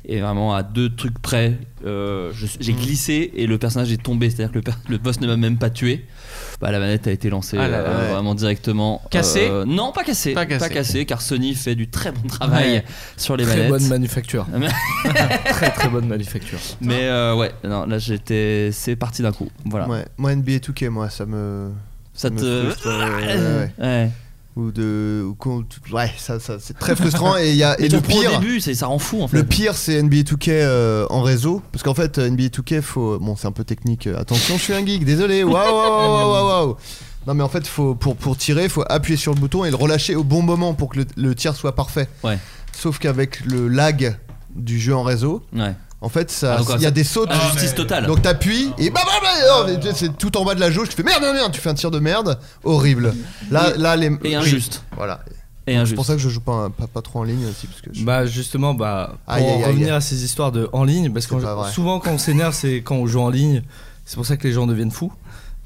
S7: Et vraiment à deux trucs près, euh, je-
S10: Hmm.
S7: j'ai glissé et le personnage est tombé. C'est-à-dire que le, per- le boss ne m'a même pas tué. Bah la manette a été lancée
S10: Ah là là,
S7: euh,
S10: ouais.
S7: vraiment directement.
S10: Cassée
S7: Euh, Non, pas cassée.
S10: Pas cassée.
S7: car Sony fait du très bon travail
S10: Ouais.
S7: sur les
S8: Très
S7: manettes.
S8: bonne manufacture.
S7: Ah, mais-
S8: très très bonne manufacture.
S7: Mais euh, ouais, non, là j'étais. C'est parti d'un coup.
S8: Ah.
S7: Voilà.
S3: Ouais. Moi, NBA 2K, moi, ça me.
S7: Ça
S3: me
S7: te.
S3: frustre, ouais, ouais.
S7: Ouais.
S3: Ou de. ou qu'on- ouais, ça, ça, c'est très frustrant. et il y a,
S7: Et
S3: et
S7: le
S3: le pire.
S7: début, c'est- ça rend fou en fait.
S3: Le pire, c'est NBA 2K euh, en réseau. Parce qu'en fait, euh, NBA 2K, faut. Bon, c'est un peu technique. euh, Attention, je suis un geek, désolé. Waouh, waouh, waouh, waouh, waouh. Non, mais en fait, faut, pour, pour tirer, faut appuyer sur le bouton et le relâcher au bon moment pour que le, le tir soit parfait.
S7: Ouais.
S3: Sauf qu'avec le lag du jeu en réseau,
S7: Ouais.
S3: en fait, ça-
S7: Ah, donc,
S3: il y a
S7: ça-
S3: des sauts.
S7: Injustice totale.
S3: Donc t'appuies et bah bah bah, oh, mais tu sais, c'est tout en bas de la jauge, tu fais merde merde merde, tu fais un tir de merde, horrible. Là là les
S7: et injuste.
S3: Voilà. C'est
S7: Et
S3: pour
S7: injuste.
S3: ça que je joue pas, pas pas trop en ligne aussi parce que je-
S8: Bah justement, bah pour
S3: Aïe, aïe, aïe.
S8: revenir à ces histoires de en ligne, parce
S3: C'est pas
S8: que
S3: vrai.
S8: souvent quand on s'énerve, c'est quand on joue en ligne. C'est pour ça que les gens deviennent fous.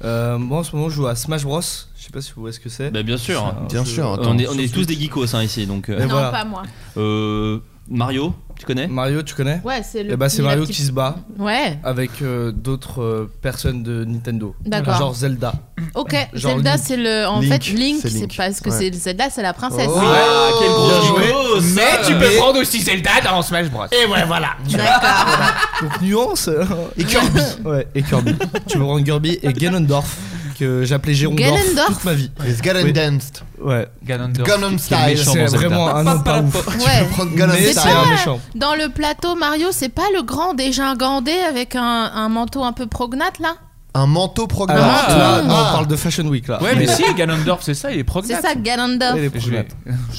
S8: Euh, moi en ce moment, je joue à Smash Bros. Je sais pas si vous voyez ce que c'est.
S7: Bah, bien sûr.
S8: C'est un
S3: Bien
S8: jeu-
S3: sûr, attends.
S7: on est, on est tous des geekos hein, ici, donc. euh,
S8: Mais
S9: Non,
S8: voilà.
S9: pas moi.
S7: euh, Mario, tu connais
S8: Mario, tu connais
S9: Ouais, c'est le.
S8: Et bah c'est
S9: la
S8: Mario
S9: petite-
S8: qui se bat
S9: Ouais,
S8: avec euh, d'autres euh, personnes de Nintendo.
S9: D'accord.
S8: Genre Zelda.
S9: ok.
S8: Genre
S9: Zelda,
S8: Link.
S9: c'est le. En
S3: Link,
S9: fait, Link,
S3: c'est
S9: c'est
S3: Link.
S9: parce que
S3: Ouais.
S9: c'est Zelda, c'est la princesse.
S3: Oh.
S7: Ah, quel
S8: Bien
S7: gros
S8: joué.
S7: geekos
S10: Oh, euh, Mais tu peux prendre aussi Zelda dans Smash Bros. Et ouais, voilà.
S9: D'accord.
S8: Donc nuance. hein.
S3: Et Kirby.
S8: ouais, et Kirby. tu me rends Kirby et Ganondorf que j'appelais Gérondorf
S9: Ganondorf
S8: toute ma vie.
S3: It's Galen
S8: Oui.
S3: Danced.
S8: Ouais.
S10: Ganondorf.
S3: Gundam
S10: qui- qui est
S3: style.
S10: méchant
S8: C'est
S10: dans Zelda.
S8: vraiment un nom pas ouf.
S9: Ouais.
S3: Prendre Galen
S8: Mais
S9: C'est
S8: c'est
S9: pas
S8: un
S9: vrai.
S8: méchant.
S9: Dans le plateau, Mario, c'est pas le grand dégingandé avec un, un manteau un peu prognate là
S3: Un manteau
S8: Alors
S3: programmé.
S10: Ah,
S8: là,
S3: ah.
S8: non, on parle de Fashion Week là.
S10: Ouais, mais si, Ganondorf, c'est ça, il est
S9: C'est
S10: prognate.
S9: ça,
S8: Elle
S9: Ganondorf.
S8: est
S10: Je l'ai.
S8: promenade.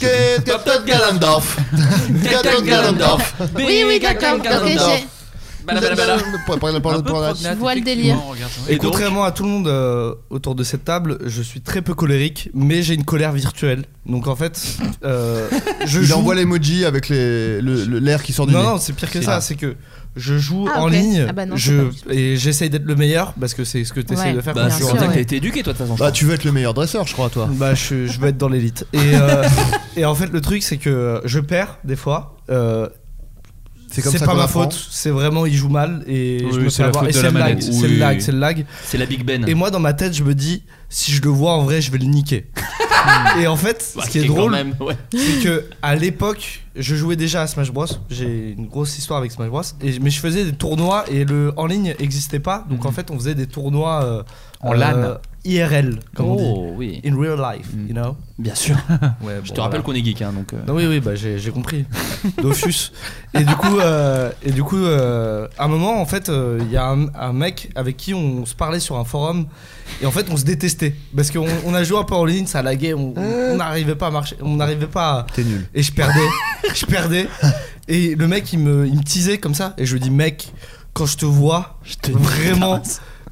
S3: Que- Captain Ganondorf. Captain Ganondorf.
S9: Oui, oui, d'accord. Ok, j'ai-
S3: Pour- pour- pour- pour- pour-
S9: Je vois le délire.
S8: Et contrairement à tout le monde euh, autour de cette table, je suis très peu colérique, mais j'ai une colère virtuelle. Donc en fait, euh, je
S3: Il
S8: joue.
S3: envoie l'emoji avec les- le- le- l'air qui sort du
S8: Non,
S3: nez.
S8: non, c'est pire que
S3: C'est-
S8: ça. C'est que je joue
S9: Ah,
S8: en
S9: ok.
S8: ligne,
S9: Ah bah non,
S8: je
S9: c'est
S8: et j'essaye d'être le meilleur parce que c'est ce que tu essayes
S9: Ouais.
S8: de faire.
S7: Bah,
S8: quand
S9: Bien
S7: c'est
S8: tu joues en
S7: comme
S9: sûr,
S7: ça que
S8: ligne.
S9: ouais.
S7: t'as été éduqué, toi, de toute façon. je
S3: Bah tu veux être le meilleur dresseur, je crois toi.
S8: Bah, je, je vais être dans l'élite. Et, euh, et en fait, le truc, c'est que euh, je perds des fois. euh,
S3: C'est comme ça
S8: pas
S3: qu'on
S8: ma
S3: apprend.
S8: faute, c'est vraiment il joue mal et
S10: Oui,
S8: je me
S10: c'est
S8: fais
S10: la
S8: avoir.
S10: faute de
S8: Et c'est
S10: la
S8: le lag,
S10: manette.
S8: c'est
S10: Oui,
S8: le lag,
S10: oui.
S8: c'est le lag.
S7: crois. C'est la Big Ben.
S10: Hum.
S8: Et moi dans ma tête, je me dis si je le vois en vrai, je vais le niquer.
S10: Hum.
S8: et en fait,
S7: Bah,
S8: ce qui est
S7: quand
S8: drôle,
S7: même, ouais.
S8: c'est que à l'époque, je jouais déjà à Smash Bros. J'ai une grosse histoire avec Smash Bros. Et, mais je faisais des tournois et le en ligne n'existait pas. Donc en fait, on faisait des tournois euh,
S10: Hum. En
S8: euh,
S10: LAN.
S8: IRL, comme on dit.
S7: Oh, oui.
S8: In real life,
S10: Mm.
S8: you know.
S7: Bien sûr.
S10: Ah.
S8: Ouais,
S7: Je
S8: bon,
S7: te rappelle
S8: voilà.
S7: qu'on est geek, hein, donc. euh,
S8: Non, oui, oui, bah, j'ai j'ai compris. Dofus. Et du coup, euh, et du coup euh, à un moment, en fait, euh, il y a un, un mec avec qui on se parlait sur un forum. Et en fait, on se détestait. Parce qu'on on a joué un peu en ligne, ça laguait, on on n'arrivait pas à marcher. On n'arrivait pas à-
S3: T'es nul.
S8: Et je perdais. je perdais. Et le mec, il me, il me teasait comme ça. Et je lui dis, mec, quand je te vois,
S7: Je te
S8: vraiment.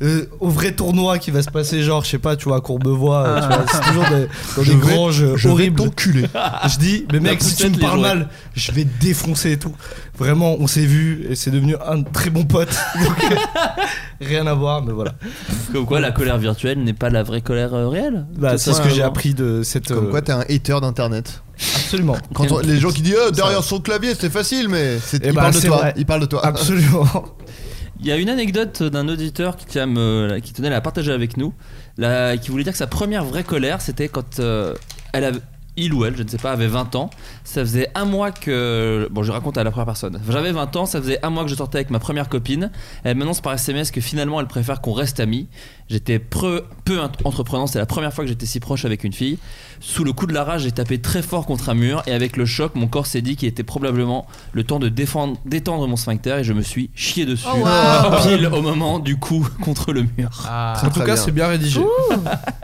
S8: euh, au vrai tournoi qui va se passer, genre, je sais pas, tu vois, à Courbevoie, euh, tu vois, c'est toujours des, dans
S3: Ah. Je
S8: des
S3: vais-
S8: granges euh,
S3: Je vais
S8: horribles.
S3: t'enculer.
S8: Je dis, mais mec,
S7: Ah, La
S8: si tu me
S7: poussette,
S8: parles
S7: les jouets.
S8: mal, je vais te défoncer et tout. Vraiment, on s'est vu et c'est devenu un très bon pote. Donc, rien à voir, mais voilà.
S7: Comme quoi, la colère virtuelle n'est pas la vraie colère euh, réelle.
S8: Bah, c'est ce que
S7: Ouais,
S8: j'ai
S7: ouais.
S8: appris de cette.
S3: Comme
S8: euh,
S3: quoi t'es un hater d'internet.
S8: absolument.
S3: Quand on- les gens qui disent Euh, derrière
S8: Ça-
S3: son clavier c'est facile mais c'est
S8: Eh
S3: il
S8: bah,
S3: parle de
S8: c'est
S3: toi
S8: vrai.
S3: il parle de toi
S8: Absolument.
S7: Il y a une anecdote d'un auditeur qui, tient à me- qui tenait à la partager avec nous, la- qui voulait dire que sa première vraie colère, c'était quand euh, elle avait- il ou elle, je ne sais pas, avait 20 ans. Ça faisait un mois que. Bon, je raconte à la première personne. J'avais 20 ans, ça faisait un mois que je sortais avec ma première copine. Elle m'annonce par SMS que finalement elle préfère qu'on reste amis. J'étais pre- peu int- entreprenant, c'est la première fois que j'étais si proche avec une fille. Sous le coup de la rage, j'ai tapé très fort contre un mur et avec le choc, mon corps s'est dit qu'il était probablement le temps de défendre, d'étendre mon sphincter et je me suis chié dessus.
S8: Oh, wow.
S7: Pile au moment du coup contre le mur.
S8: En tout cas, c'est Ah, bien rédigé.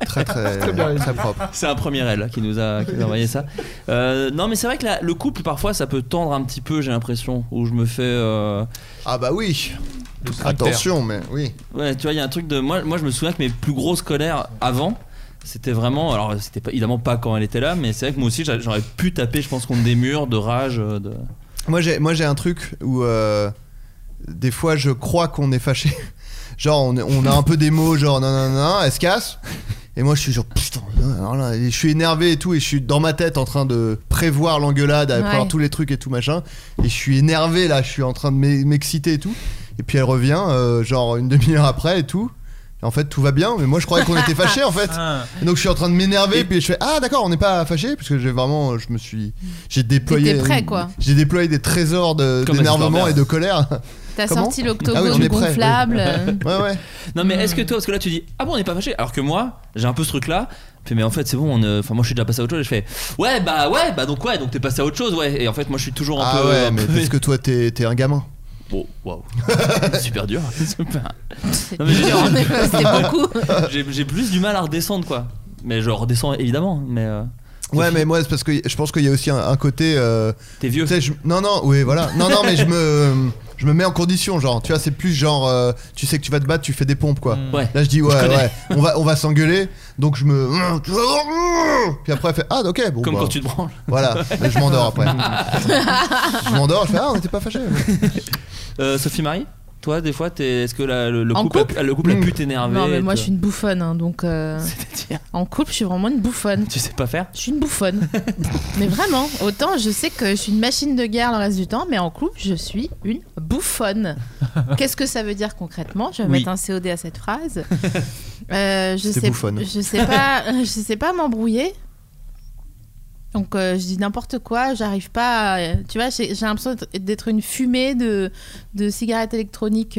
S3: très très,
S8: Très bien rédigé.
S3: très propre.
S7: C'est un premier L qui nous a, qui nous a envoyé ça. Euh, non, mais c'est vrai que la- le couple, parfois, ça peut tendre un petit peu, j'ai l'impression, où je me fais. euh,
S3: Ah bah oui. Attention, mais oui.
S7: Ouais, tu vois, il y a un truc de. Moi, moi, je me souviens que mes plus grosses colères avant. C'était vraiment, alors c'était pas, évidemment pas quand elle était là, mais c'est vrai que moi aussi j'a- j'aurais pu taper, je pense, contre des murs de rage. euh, De...
S3: Moi j'ai moi j'ai un truc où euh, des fois je crois qu'on est fâché. Genre on, on a un peu des mots genre non non non elle se casse. Et moi je suis genre putain non, alors là, et je suis énervé et tout et je suis dans ma tête en train de prévoir l'engueulade, à
S9: Ouais.
S3: prévoir tous les trucs et tout machin. Et je suis énervé là, je suis en train de m'e- m'exciter et tout. Et puis elle revient euh, genre une demi-heure après et tout. Et en fait tout va bien mais moi je croyais qu'on était fâché en fait. Et donc je suis en train de m'énerver puis je fais ah d'accord on n'est pas fâché parce que j'ai vraiment je me suis j'ai déployé
S9: T'étais prêt, quoi.
S3: j'ai déployé des trésors de-
S7: Comme
S3: d'énervement
S7: Astor
S3: et de colère
S9: T'as
S3: Comment Ah
S9: sorti
S3: oui, on
S9: l'octogone
S3: est prêt, oui.
S9: gonflable. euh.
S3: ouais ouais
S7: Non, mais est-ce que toi, parce que là tu dis, ah bon, on n'est pas fâché, alors que moi, j'ai un peu ce truc-là, je fais, mais en fait, c'est bon, on, euh, enfin, moi je suis déjà passé à autre chose, et je fais, ouais, bah ouais, bah donc ouais, donc t'es passé à autre chose, ouais, et en fait, moi je suis toujours un
S3: ah
S7: peu.
S3: ouais
S7: un
S3: mais
S7: peu-
S3: parce que toi t'es t'es un gamin
S7: Bon, waouh, super dur, super.
S9: C'est
S7: Non, mais je veux dire,
S9: on est passé beaucoup.
S7: J'ai j'ai plus du mal à redescendre quoi. Mais je redescends évidemment, mais euh,
S3: ouais mais moi c'est parce que je pense qu'il y a aussi un, un côté euh,
S7: t'es vieux.
S3: tu sais, je- non non oui voilà non non mais je me je me mets en condition genre tu vois c'est plus genre euh, tu sais que tu vas te battre tu fais des pompes quoi
S7: Ouais.
S3: Là je dis ouais
S7: connais.
S3: ouais on va on va s'engueuler donc je me puis après elle fait ah ok
S10: Oh,
S3: bon
S7: Comme
S3: bah,
S7: quand tu te branles.
S3: voilà mais je m'endors après je m'endors je fais ah on était pas fâché
S7: Euh, Sophie Marie, toi des fois t'es- est-ce que la- le, le
S9: En
S7: couple, a, le couple a
S10: Mmh.
S3: Mm.
S7: pu t'énerver
S9: Non, mais
S7: et
S9: moi,
S7: te-
S9: je suis une bouffonne, hein, donc euh,
S7: C'est-à-dire,
S9: en couple, je suis vraiment une bouffonne.
S7: tu sais pas faire.
S9: Je suis une bouffonne. mais vraiment, autant je sais que je suis une machine de guerre le reste du temps, mais en couple, je suis une bouffonne. Qu'est-ce que ça veut dire concrètement Je vais
S7: Oui.
S9: mettre un COD à cette phrase. Euh, je
S3: C'est
S9: sais,
S3: bouffonne.
S9: Je sais pas, euh, je sais pas m'embrouiller. Donc euh, je dis n'importe quoi, j'arrive pas. à- tu vois, j'ai j'ai l'impression d'être- d'être une fumée de, de cigarettes électroniques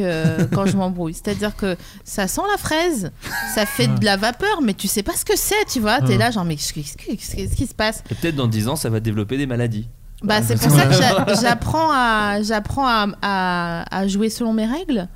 S9: euh, quand je m'embrouille. C'est-à-dire que ça sent la fraise, ça fait
S3: Ah.
S9: de la vapeur, mais tu sais pas ce que c'est, tu vois. T'es là genre mais qu'est-ce qu'est-ce- qu'est-ce- qu'est-ce qui se passe
S7: Et peut-être dans 10 ans ça va développer des maladies.
S9: Bah c'est pour ça que j'a- j'apprends à j'apprends à, à- à jouer selon mes règles.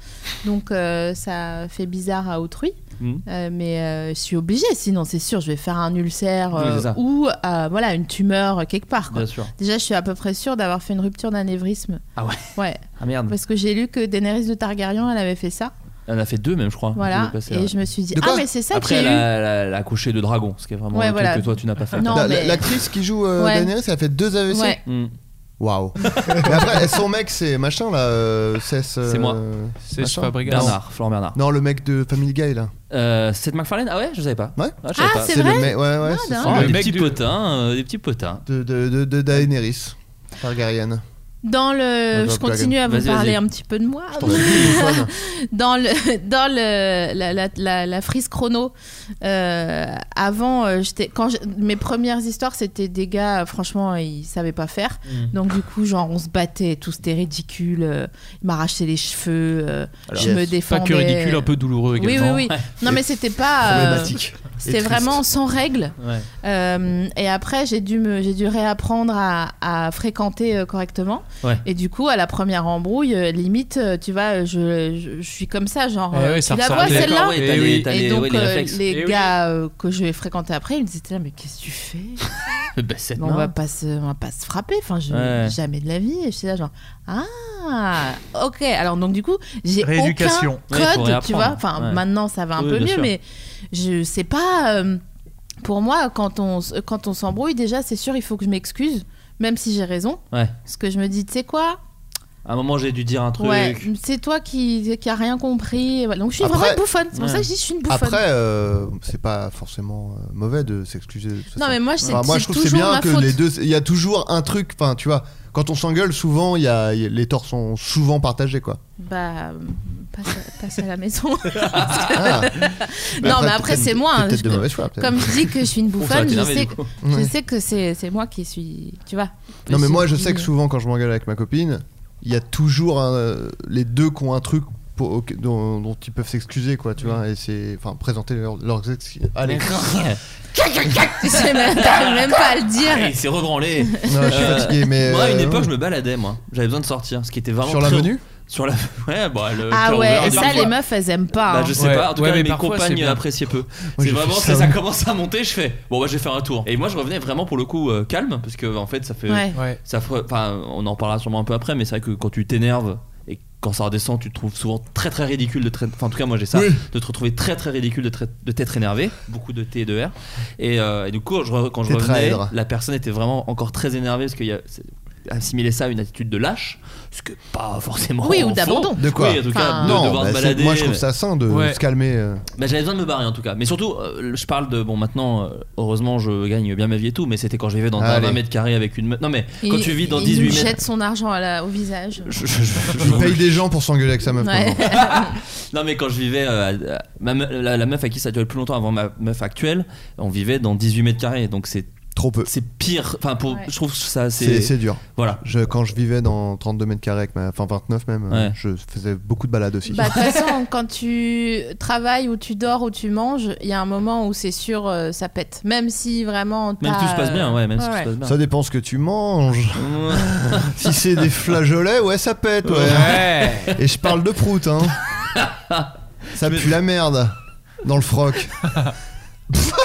S9: Donc euh, ça fait bizarre à autrui.
S7: Mhm.
S9: Euh, mais euh, je suis obligée, sinon c'est sûr, je vais faire un ulcère
S7: Oui, c'est
S9: euh,
S7: ça.
S9: ou euh, voilà une tumeur euh, quelque part. quoi.
S7: Bien sûr.
S9: Déjà, je suis à peu près sûre d'avoir fait une rupture d'anévrisme.
S7: Ah ouais.
S9: Ouais,
S7: Ah merde.
S9: parce que j'ai lu que Daenerys de Targaryen, elle avait fait ça.
S7: Elle en a fait deux même je crois.
S9: Voilà.
S7: Ah, Je vais passer,
S9: et
S7: ouais.
S9: je me suis dit,
S3: De
S9: ah,
S3: quoi
S9: mais c'est ça que
S7: Après
S9: j'ai
S7: elle
S9: lu.
S7: a, elle a- elle a accouché de dragon, ce qui est vraiment
S9: Ouais,
S7: un truc
S9: voilà.
S7: que toi tu n'as pas fait.
S9: Non,
S3: La- la-
S9: mais-
S3: L'actrice qui joue euh,
S9: Ouais.
S3: Daenerys, elle a fait deux AVC.
S9: Ouais.
S7: Mm.
S3: Waouh. Mais après, son mec, c'est machin là. euh, Cesse, euh,
S7: C'est moi.
S10: C'est
S3: machin.
S10: Fabregas.
S7: Bernard, Florent Bernard.
S3: Non, le mec de Family Guy là.
S7: Euh, Seth MacFarlane Ah ouais, je savais pas.
S3: Ouais.
S7: je savais
S9: Ah,
S7: pas.
S9: c'est
S3: le
S9: vrai
S3: mec- Ouais, ouais.
S9: Non,
S3: c'est
S9: dingue.
S7: Ah,
S10: Le
S7: des
S10: mec
S7: petits
S10: du-
S7: potins, euh, des petits potins.
S3: de, de, de, de Daenerys. Targaryen.
S9: Dans le,
S3: Vas-y,
S9: je continue à vous
S7: vas-y, vas-y.
S9: parler un petit peu de moi.
S3: T'en as dit une fois,
S9: dans le dans le la, la, la, la frise chrono euh, avant euh, j'étais quand je- mes premières histoires c'était des gars euh, franchement ils savaient pas faire
S7: Mm.
S9: donc du coup genre on se battait et tout c'était ridicule euh, ils m'arrachaient les cheveux euh,
S7: Alors,
S9: je
S3: yes. Pas que
S9: me
S10: Pas
S9: défendais
S10: que ridicule, un peu douloureux
S9: oui oui
S10: également.
S9: oui non mais c'était pas euh,
S3: Problématique.
S9: c'était
S3: Et triste.
S9: vraiment sans règles
S7: Ouais.
S9: euh, et après, j'ai dû, me, j'ai dû réapprendre à, à fréquenter euh, correctement.
S7: Ouais.
S9: Et du coup, à la première embrouille, euh, limite, euh, tu vois, je, je, je suis comme ça, genre,
S10: Eh
S9: euh,
S10: oui, ça
S9: tu la
S10: ressemble
S9: vois
S10: à-
S9: celle-là
S10: D'accord,
S7: ouais,
S10: Et
S7: t'as les-
S10: oui.
S7: t'as
S9: Et
S7: les-
S9: donc,
S7: ouais, les
S9: euh,
S7: réflexes.
S9: les
S10: Eh oui.
S9: gars euh, que je vais fréquenter après, ils me disaient là, mais qu'est-ce que tu fais
S7: Bah, Seth,
S9: Mais On
S7: non.
S9: va pas se, on va pas se frapper. Enfin, je,
S7: Ouais.
S9: jamais de la vie. Et je suis là, genre, ah, ok. Alors donc du coup, j'ai
S10: Rééducation.
S9: aucun
S7: Ouais, faut
S9: code, tu
S7: réapprendre.
S9: vois. Enfin,
S7: Ouais.
S9: maintenant ça va un
S7: Oui,
S9: peu
S7: bien
S9: mieux,
S7: sûr.
S9: mais je sais pas. euh, pour moi, quand on, s- quand on s'embrouille, déjà, c'est sûr, il faut que je m'excuse, même si j'ai raison.
S7: Ouais.
S9: Parce que je me dis, tu sais quoi
S7: À un moment, j'ai dû dire un truc.
S9: Ouais, c'est toi qui, qui a rien compris. Donc je suis
S3: Après-
S9: vraiment une bouffonne. C'est pour ça que je dis je suis une bouffonne.
S3: Après, euh, c'est pas forcément euh, mauvais de s'excuser. de toute façon.
S9: Non, mais moi, c'est-
S3: Enfin, Bah, moi
S9: c'est
S3: je trouve que c'est
S9: toujours
S3: bien
S9: ma
S3: que
S9: faute.
S3: les deux. Il y a toujours un truc. Enfin, tu vois, quand on s'engueule, souvent, il y a, il y a- les torts sont souvent partagés, quoi.
S9: Bah, euh, passe, à- passe à la maison.
S3: Ah. Mais
S9: non,
S3: après,
S9: mais après,
S3: peut-être-
S9: c'est moi. hein.
S3: peut-être de
S9: Je-
S3: mauvaise foi, peut-être.
S9: Comme je dis que je suis
S7: Oh,
S9: une
S3: ça aurait
S9: bouffonne,
S3: été
S9: je
S3: l'inverse,
S9: sais,
S3: du
S9: que-
S3: coup.
S9: je
S3: Ouais.
S9: sais que c'est c'est moi qui suis. Tu vois
S3: Non, mais moi, je
S9: suis-
S3: sais que souvent, quand je m'engueule avec ma copine, il y a toujours un, euh, les deux qui ont un truc. pour- au- dont, dont ils peuvent s'excuser quoi tu vois et c'est enfin présenter leur- leurs ex allez
S9: Tu sais même, t'arrives même pas à le dire.
S7: Ah, il s'est rebranlé.
S3: je suis fatigué, mais,
S7: Moi, à une
S3: euh,
S7: époque,
S3: ouais.
S7: je me baladais, moi. J'avais besoin de sortir, ce qui était vraiment.
S3: Sur la
S7: très-
S3: venue
S7: Sur la. Ouais, bah, le
S9: Ah
S7: cœur ouvert
S9: ouais, et
S7: de
S9: ça,
S7: parfois.
S9: les meufs, elles aiment pas.
S7: Bah,
S9: hein.
S7: je sais pas, en tout
S10: Ouais,
S7: cas
S10: mais
S7: mes
S10: parfois, c'est
S7: compagnes
S10: bien.
S7: appréciaient peu.
S10: j'ai
S7: c'est
S10: fait
S7: vraiment,
S10: ça,
S7: ça, ça
S10: ouais.
S7: commence à monter, je fais bon bah je vais faire un tour. Et moi je revenais vraiment pour le coup euh, calme parce que en fait ça fait.
S9: Ouais.
S7: Ça fre- enfin, on en parlera sûrement un peu après, mais c'est vrai que quand tu t'énerves et quand ça redescend, tu te trouves souvent très très ridicule de tra- Enfin, en tout cas, moi j'ai ça,
S10: Oui.
S7: de te retrouver très très ridicule de, tra- de t'être énervé, beaucoup de T et de R. Et, euh, et du coup, je re- quand je revenais,
S3: Tétraèdre.
S7: la personne était vraiment encore très énervée parce qu'il y a. c'est- assimiler ça à une attitude de lâche, ce que pas forcément.
S9: Oui,
S7: en
S9: ou
S7: fond.
S9: d'abandon.
S3: de quoi
S7: Oui, en tout cas, de
S3: non
S7: devoir
S3: bah,
S7: se
S3: c'est-
S7: balader. euh,
S3: moi je trouve ça sain de
S7: Ouais.
S3: se calmer euh.
S7: Bah, j'avais besoin de me barrer en tout cas. Mais surtout, euh, je parle de. Bon, maintenant, euh, heureusement, je gagne bien ma vie et tout, mais c'était quand je vivais dans un
S3: Allez.
S7: 20 mètres carrés avec une. me- Non, mais quand
S9: Il-
S7: tu vis dans
S9: il
S7: 18
S9: nous
S7: mètres.
S9: jette son argent à la- au visage.
S3: Il paye des gens pour s'engueuler avec sa meuf.
S9: Ouais.
S7: Non, mais quand je vivais. euh, à- à- ma me- la, la meuf à qui ça durait le plus longtemps avant ma meuf actuelle, on vivait dans 18 mètres carrés, donc c'est.
S3: Trop peu.
S7: C'est pire. Enfin, pour, je trouve ça
S3: C'est c'est dur.
S7: Voilà.
S3: Je, quand je vivais dans 32 mètres carrés, avec ma, enfin 29 même, euh,
S7: Ouais.
S3: je faisais beaucoup de balades aussi.
S9: Bah, de toute façon, quand tu travailles ou tu dors ou tu manges, il y a un moment où c'est sûr, euh, ça pète. Même si vraiment.
S7: Même
S9: t'as,
S7: tout se passe bien, ouais, même si
S9: euh,
S7: tout se passe bien.
S3: ça dépend ce que tu manges. si c'est des flageolets, ouais, ça pète. Ouais.
S7: Ouais.
S3: Et je parle de prout, hein. ça pue la merde dans le froc.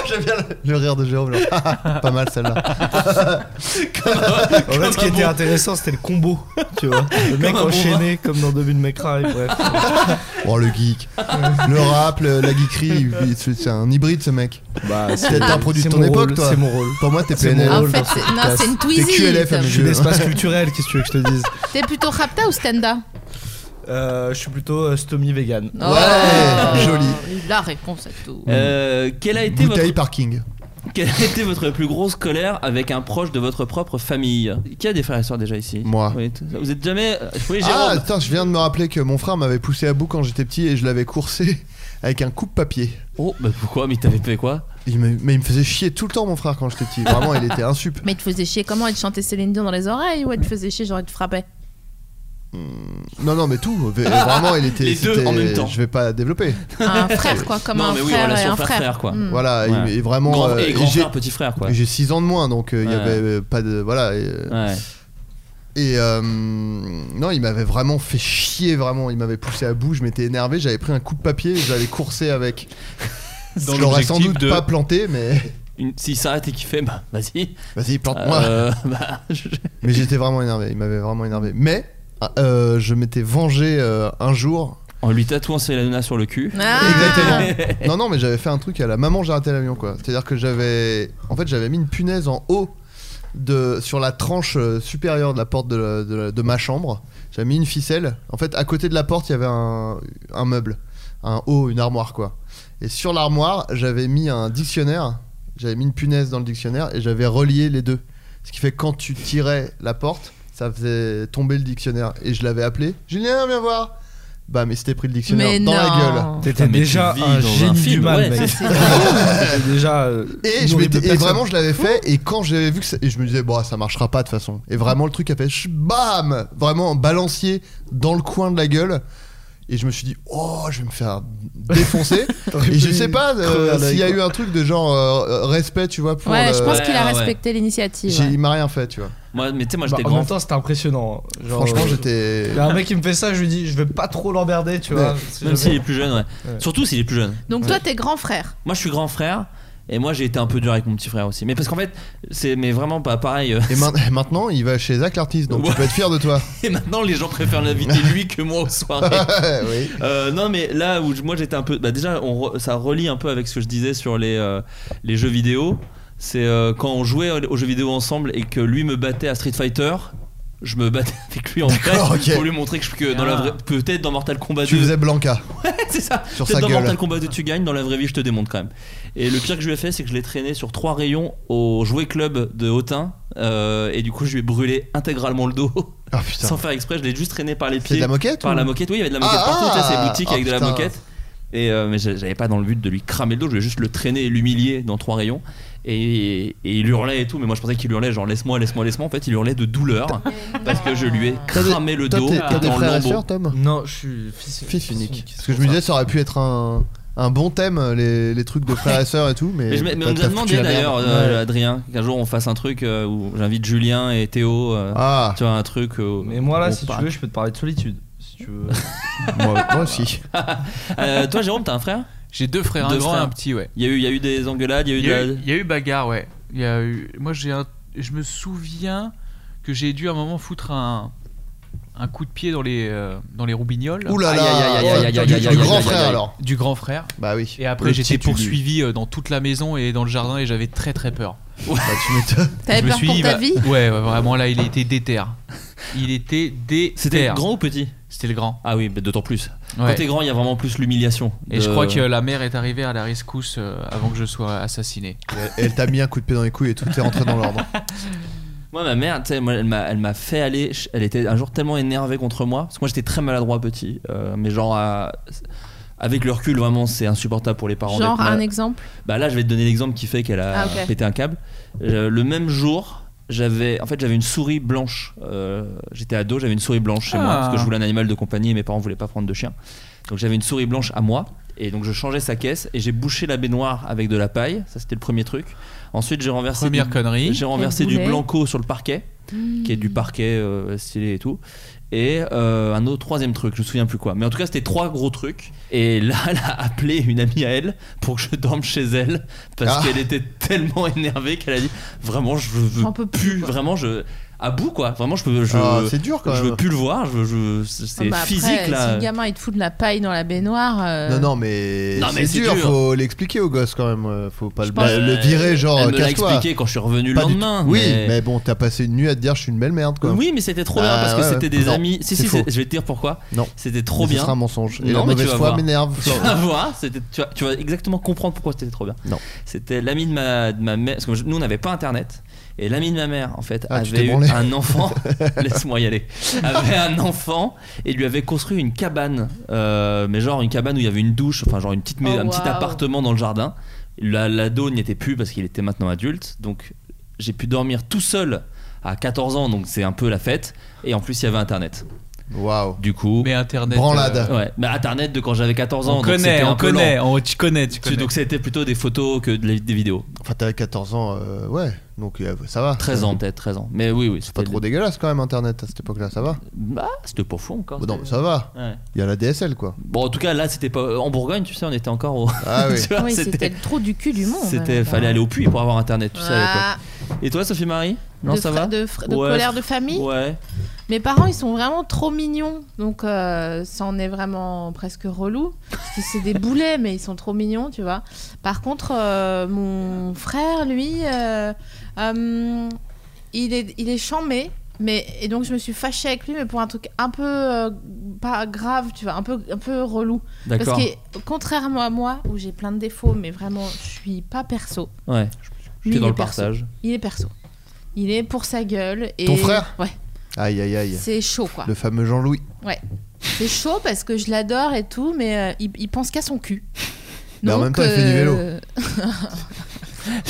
S3: J'aime bien le, le rire de Jérôme. genre, ah, pas mal celle-là.
S8: En fait, ce qui était intéressant, c'était le combo. Tu vois, le mec
S3: Comme un
S8: enchaîné comme dans Devine May Cry. Bref.
S3: Oh le geek, le rap, le- la geekerie, il- c'est c'est un hybride ce mec. Bah,
S8: c'est-
S3: c'est un produit de
S8: c'est
S3: ton
S8: mon
S3: époque
S8: rôle,
S3: toi.
S8: c'est mon rôle.
S3: Pour moi t'es
S8: C'est mon
S3: PNL.
S8: rôle dans ce podcast.
S9: c'est une
S3: T'es
S9: Twizy,
S3: QLF,
S9: comme-
S3: à mes
S8: Je suis
S3: yeux.
S8: l'espace culturel, qu'est-ce que tu veux que je te dise
S9: T'es plutôt rapta ou standa
S8: Euh, Je suis plutôt euh, stomy vegan.
S9: Oh, La réponse à tout.
S7: Euh, quelle a été
S3: Bouteille
S7: votre...
S3: parking.
S7: Quelle a été votre plus grosse colère avec un proche de votre propre famille Qui a des frères et sœurs déjà ici
S3: Moi.
S7: Oui, t- vous êtes jamais. Oui,
S3: Ah
S7: Jérôme.
S3: putain, je viens de me rappeler que mon frère m'avait poussé à bout quand j'étais petit et je l'avais coursé avec un coupe papier.
S7: Oh, bah pourquoi Mais t'avais fait quoi
S3: mais il me faisait chier tout le temps mon frère quand j'étais petit. Vraiment, il était insup.
S9: Mais il te faisait chier comment Elle te chantait Céline Dion dans les oreilles ou elle te faisait chier genre elle te frappait
S3: Non, non, mais tout. V- Vraiment, il était.
S7: Les deux
S3: c'était-
S7: en même temps.
S3: Je vais pas développer.
S9: Un frère quoi, comme
S7: Non,
S9: un
S7: mais oui,
S9: frère et
S7: relation
S9: un frère.
S7: frère-frère, quoi.
S9: Mm.
S3: Voilà,
S7: Ouais.
S3: et, et vraiment.
S7: Grand- et grand
S3: euh, j'ai-
S7: frère, petit frère, quoi.
S3: J'ai 6 ans de moins, donc euh, il y
S7: Ouais.
S3: avait euh, pas de. Voilà. Et, euh,
S7: Ouais.
S3: et, euh, non, il m'avait vraiment fait chier, vraiment. Il m'avait poussé à bout, je m'étais énervé, j'avais pris un coup de papier et je l'avais coursé avec.
S10: Dans
S3: je l'aurais sans
S10: l'objectif
S3: doute
S10: de-
S3: pas planté, mais.
S7: Une- S'il s'arrête et qu'il fait, bah vas-y.
S3: Vas-y, plante-moi.
S7: Euh, bah, je-
S3: Mais j'étais vraiment énervé, il m'avait vraiment énervé. Mais euh, je m'étais vengé euh, un jour.
S7: En lui tatouant Selena sur le cul.
S9: Ah
S3: Exactement. non, non, mais j'avais fait un truc à la maman, j'ai raté l'avion quoi. C'est-à-dire que j'avais. En fait, j'avais mis une punaise en haut de, sur la tranche euh, supérieure de la porte de, la- de la- de ma chambre. J'avais mis une ficelle. En fait, à côté de la porte, il y avait un, un meuble, un haut, une armoire quoi. Et sur l'armoire, j'avais mis un dictionnaire. J'avais mis une punaise dans le dictionnaire et j'avais relié les deux. Ce qui fait que quand tu tirais la porte, ça faisait tomber le dictionnaire. Et je l'avais appelé Julien, viens voir Bah, mais c'était pris le dictionnaire
S9: Mais
S3: dans la
S9: non.
S3: gueule.
S8: T'étais
S7: Putain, mais tu
S8: déjà
S7: vis
S8: un
S7: dans un
S8: génie
S7: film,
S8: du mal,
S7: ouais,
S8: mec.
S7: c'est-
S8: T'étais déjà. euh,
S3: Et, je
S8: une
S3: m'étais-
S8: horrible
S3: et
S8: personne.
S3: vraiment, je l'avais fait. Et quand j'avais vu que ça, et je me disais, bon, ça marchera pas de toute façon. Et vraiment, le truc a fait ch- bam, vraiment un balancier dans le coin de la gueule. Et je me suis dit, oh, je vais me faire défoncer. et je sais pas euh,
S8: Crever avec
S3: s'il y a
S8: quoi.
S3: eu un truc de genre euh, respect, tu vois. Pour
S9: Ouais,
S3: le-
S9: je pense qu'il a
S7: Ouais, ouais.
S9: respecté l'initiative.
S3: J'ai-
S9: ouais.
S3: Il m'a rien fait, tu vois.
S7: Moi, mais tu sais, moi
S8: Bah,
S7: j'étais
S8: en
S7: grand.
S8: même temps, c'était impressionnant. hein. Genre,
S3: Franchement,
S8: euh,
S3: j'étais.
S8: y a un mec qui me fait ça, je lui dis, je vais pas trop l'emmerder, tu vois.
S3: Ouais.
S8: C'est
S7: Même s'il
S8: jamais-
S7: est plus jeune, ouais.
S8: Ouais.
S7: Surtout s'il est plus jeune.
S9: Donc toi t'es grand frère.
S7: Moi, je suis grand frère. Et moi, j'ai été un peu dur avec mon petit frère aussi. Mais parce qu'en fait, c'est mais vraiment pas pareil. euh.
S3: Et main- maintenant, il va chez Zach l'artiste, donc
S7: Ouais.
S3: tu peux être fier de toi.
S7: Et maintenant, les gens préfèrent l'inviter lui que moi aux soirées.
S3: oui.
S7: Euh, non mais là où je- moi j'étais un peu bah déjà on re- ça relie un peu avec ce que je disais sur les euh, les jeux vidéo c'est euh, quand on jouait aux jeux vidéo ensemble et que lui me battait à Street Fighter je me battais avec lui en vrai
S3: D'accord, ok.
S7: pour lui montrer que, je- que dans la vraie- peut-être dans Mortal Kombat
S3: Tu
S7: 2
S3: faisais Blanca.
S7: Ouais, c'est ça.
S3: Sur
S7: Peut-être
S3: sa
S7: dans
S3: gueule.
S7: Mortal Kombat 2 tu gagnes, dans la vraie vie je te démonte quand même. Et le pire que je lui ai fait, c'est que je l'ai traîné sur trois rayons au jouet club de Hautain. euh, et du coup, je lui ai brûlé intégralement le dos. Sans faire exprès, je l'ai juste traîné par les pieds.
S3: Ah, de la moquette
S7: Par
S3: ou-
S7: la moquette, oui, il y avait de la moquette
S3: Ah,
S7: partout. tu sais,
S3: ah,
S7: ces boutiques
S3: ah,
S7: avec de la
S3: putain.
S7: moquette. Et euh, mais j'a- j'avais pas dans le but de lui cramer le dos, je voulais juste le traîner et l'humilier dans trois rayons. Et, et il hurlait et tout, mais moi je pensais qu'il hurlait genre laisse-moi, laisse-moi, laisse-moi. En fait, il hurlait de douleur parce que je lui ai cramé le
S3: Toi,
S7: dos
S3: t'es- t'as des
S7: dans
S3: frères et
S7: le
S3: sœurs, Tom
S8: Non, je suis fils, unique.
S3: Parce que je me disais, ça aurait pu être un, un bon thème, les, les trucs de frères et sœurs et tout. Mais,
S7: Mais, je me- mais on
S3: t'as-
S7: nous a
S3: t'as
S7: demandé
S3: foutu la
S7: d'ailleurs,
S3: merde.
S7: euh,
S3: Ouais.
S7: Adrien, qu'un jour on fasse un truc euh, où j'invite Julien et Théo. euh,
S3: Ah.
S7: Tu vois, un truc. euh,
S8: Mais moi là,
S7: on
S8: si
S7: parle.
S8: tu veux, je peux te parler de solitude. Si tu veux.
S3: moi, moi aussi.
S7: Euh, toi, Jérôme, t'as un frère
S10: J'ai deux frères, un
S7: Deux
S10: grand et un
S7: frères.
S10: petit, ouais.
S7: Il y, a eu- il y a eu des engueulades, il y a eu
S10: Il y a
S7: de
S10: eu,
S7: la-
S10: il y a eu bagarre, ouais. Il y a eu... Moi, j'ai un... je me souviens que j'ai dû à un moment foutre un, un coup de pied dans les, euh, dans les roubignoles
S3: Ouh Ah, là
S7: Aïe, aïe, aïe, aïe, aïe,
S3: là.
S7: aïe,
S3: Du
S7: aïe,
S3: du
S7: aïe, aïe,
S3: grand
S7: aïe, aïe,
S3: frère
S7: aïe.
S3: alors.
S10: du grand frère.
S3: Bah oui.
S10: Et après,
S3: Le
S10: j'étais
S3: petit, tu lui-
S10: poursuivi euh, dans toute la maison et dans le jardin et j'avais très très peur.
S3: Bah, tu m'étonnes.
S9: T'avais
S10: Je me
S9: peur
S10: suis
S9: pour
S10: dit,
S9: ta
S10: bah,
S9: vie
S10: Ouais, ouais, vraiment, là, il était déter. Il était déter.
S7: C'était grand ou petit
S10: C'était le grand.
S7: Ah oui, mais d'autant plus.
S10: Ouais.
S7: Quand t'es grand, il y a vraiment plus l'humiliation.
S10: Et
S7: de-
S10: je crois que la mère est arrivée à la rescousse euh, avant que je sois assassiné.
S7: Ah,
S3: Elle- Elle t'a mis un coup de pied dans les couilles et tout est rentré dans l'ordre.
S7: Moi, ma mère, tu sais, moi, elle m'a elle m'a fait aller. ch- Elle était un jour tellement énervée contre moi. Parce que moi, j'étais très maladroit petit. euh, mais genre, à- avec le recul, vraiment, c'est insupportable pour les parents.
S9: Genre
S7: d'être mal-
S9: un exemple
S7: Bah là, je vais te donner l'exemple qui fait qu'elle a
S9: Ah, ok.
S7: pété un câble. Euh, le même jour, j'avais en fait j'avais une souris blanche. Euh, J'étais ado, j'avais une souris blanche chez moi
S10: Ah.
S7: parce que je voulais un animal de compagnie et mes parents voulaient pas prendre de chien. Donc j'avais une souris blanche à moi et donc je changeais sa caisse et j'ai bouché la baignoire avec de la paille. Ça c'était le premier truc. Ensuite j'ai renversé
S10: Première
S7: du-
S10: connerie.
S7: j'ai renversé du
S9: boulet.
S7: blanco sur le parquet qui est
S9: Mm. Hmm.
S7: du parquet euh, stylé et tout. Et euh, un autre troisième truc, je me souviens plus quoi. Mais en tout cas, c'était trois gros trucs. Et là, elle a appelé une amie à elle pour que je dorme chez elle parce
S3: Ah.
S7: qu'elle était tellement énervée qu'elle a dit vraiment, je veux
S9: J'en peux plus,
S7: plus,
S9: quoi.
S7: vraiment, je à bout quoi. Vraiment, je peux, je,
S3: Ah, C'est dur quand
S7: je veux
S3: même.
S7: plus le voir. Je, je- c'est
S9: Ah bah après,
S7: physique
S9: Si
S7: là.
S9: le gamin il te fout de la paille dans la baignoire. euh,
S3: Non, non, mais
S7: Non, mais
S3: c'est
S7: c'est
S3: dur,
S7: dur.
S3: faut l'expliquer au gosse quand même. euh, Faut pas le,
S9: pense-
S3: le virer, genre,
S7: Elle
S3: euh,
S7: me l'a
S3: casse-toi.
S7: expliqué quand je suis revenu le
S3: Pas du
S7: lendemain.
S3: tout. Oui, mais, bon, t'as passé une nuit à te dire je suis une belle merde quoi.
S7: Oui, mais c'était trop bien
S3: Ah,
S7: parce que
S3: ouais, ouais.
S7: c'était des
S3: Non,
S7: amis. Si,
S3: c'est
S7: si,
S3: faux.
S7: c'est- je vais te dire pourquoi.
S3: Non.
S7: C'était trop
S3: Mais
S7: bien.
S3: Ce sera un mensonge. Et la
S7: Non, mais tu
S3: mauvaise
S7: vas
S3: foi
S7: voir.
S3: m'énerve.
S7: Tu vas voir, c'était- tu, vas, tu vas exactement comprendre pourquoi c'était trop bien.
S3: Non.
S7: C'était l'ami de ma, de ma mère, parce que je- nous on n'avait pas internet, et l'ami de ma mère en fait
S3: Ah, tu
S7: avait
S3: t'es
S7: eu
S3: branlé.
S7: un enfant, laisse-moi y aller, avait un enfant et lui avait construit une cabane, euh, mais genre une cabane où il y avait une douche, enfin genre une petite, mais-
S9: Oh,
S7: un petit
S9: waouh.
S7: appartement dans le jardin. La- L'ado n'y était plus parce qu'il était maintenant adulte, donc j'ai pu dormir tout seul à 14 ans, donc c'est un peu la fête, et en plus il y avait internet.
S3: Waouh.
S7: Du coup.
S10: Mais internet.
S3: Branlade.
S10: euh,
S7: Ouais, mais internet de quand j'avais 14 ans.
S10: on
S7: donc
S10: connaît,
S7: c'était un
S10: on
S7: peu lent.
S10: connaît, on- tu connais, tu
S7: Tu-
S10: connais.
S7: Donc c'était plutôt des photos que de la- des vidéos.
S3: Enfin, t'as 14 ans, euh, ouais, donc euh, ça va.
S7: 13 ans peut-être, 13 ans. Mais oui, oui, c'était
S3: C'est pas trop dégueulasse quand même Internet à cette époque-là, ça va.
S7: Bah, c'était pas fou encore.
S3: Bon, non, mais
S7: c'était-
S3: ça va.
S7: Ouais.
S3: Il y a la DSL quoi.
S7: Bon, en tout cas, là, c'était pas. En Bourgogne, tu sais, on était encore au.
S3: Ah oui.
S7: Tu vois,
S9: oui, c'était le trou du cul du monde. hein,
S7: C'était. Fallait aller au puits pour avoir internet, tu sais, à
S9: Ah,
S7: l'époque. Et toi, Sophie Marie Non,
S9: de
S7: ça
S9: fra-
S7: va
S9: De, fra- de
S7: Ouais.
S9: colère de famille
S7: Ouais.
S9: Mes parents, ils sont vraiment trop mignons. Donc, euh, ça en est vraiment presque relou. Parce que c'est des boulets, mais ils sont trop mignons, tu vois. Par contre, euh, mon frère, lui, euh, euh, il est, il est chambé. Mais, et donc, je me suis fâchée avec lui, mais pour un truc un peu euh, pas grave, tu vois, un peu, un peu relou. Parce
S7: D'accord.
S9: que, contrairement à moi, où j'ai plein de défauts, mais vraiment, je suis pas perso.
S7: Ouais.
S9: Lui,
S7: J'étais
S9: il
S7: dans
S9: est
S7: le
S9: perso.
S7: partage.
S9: Il est perso. Il est pour sa gueule. Et
S3: Ton frère
S9: Ouais.
S3: Aïe aïe aïe.
S9: C'est chaud, quoi.
S3: Le fameux Jean-Louis.
S9: C'est chaud parce que je l'adore et tout, mais euh, il, il pense qu'à son cul. euh,
S3: Mais en même temps, il fait du vélo.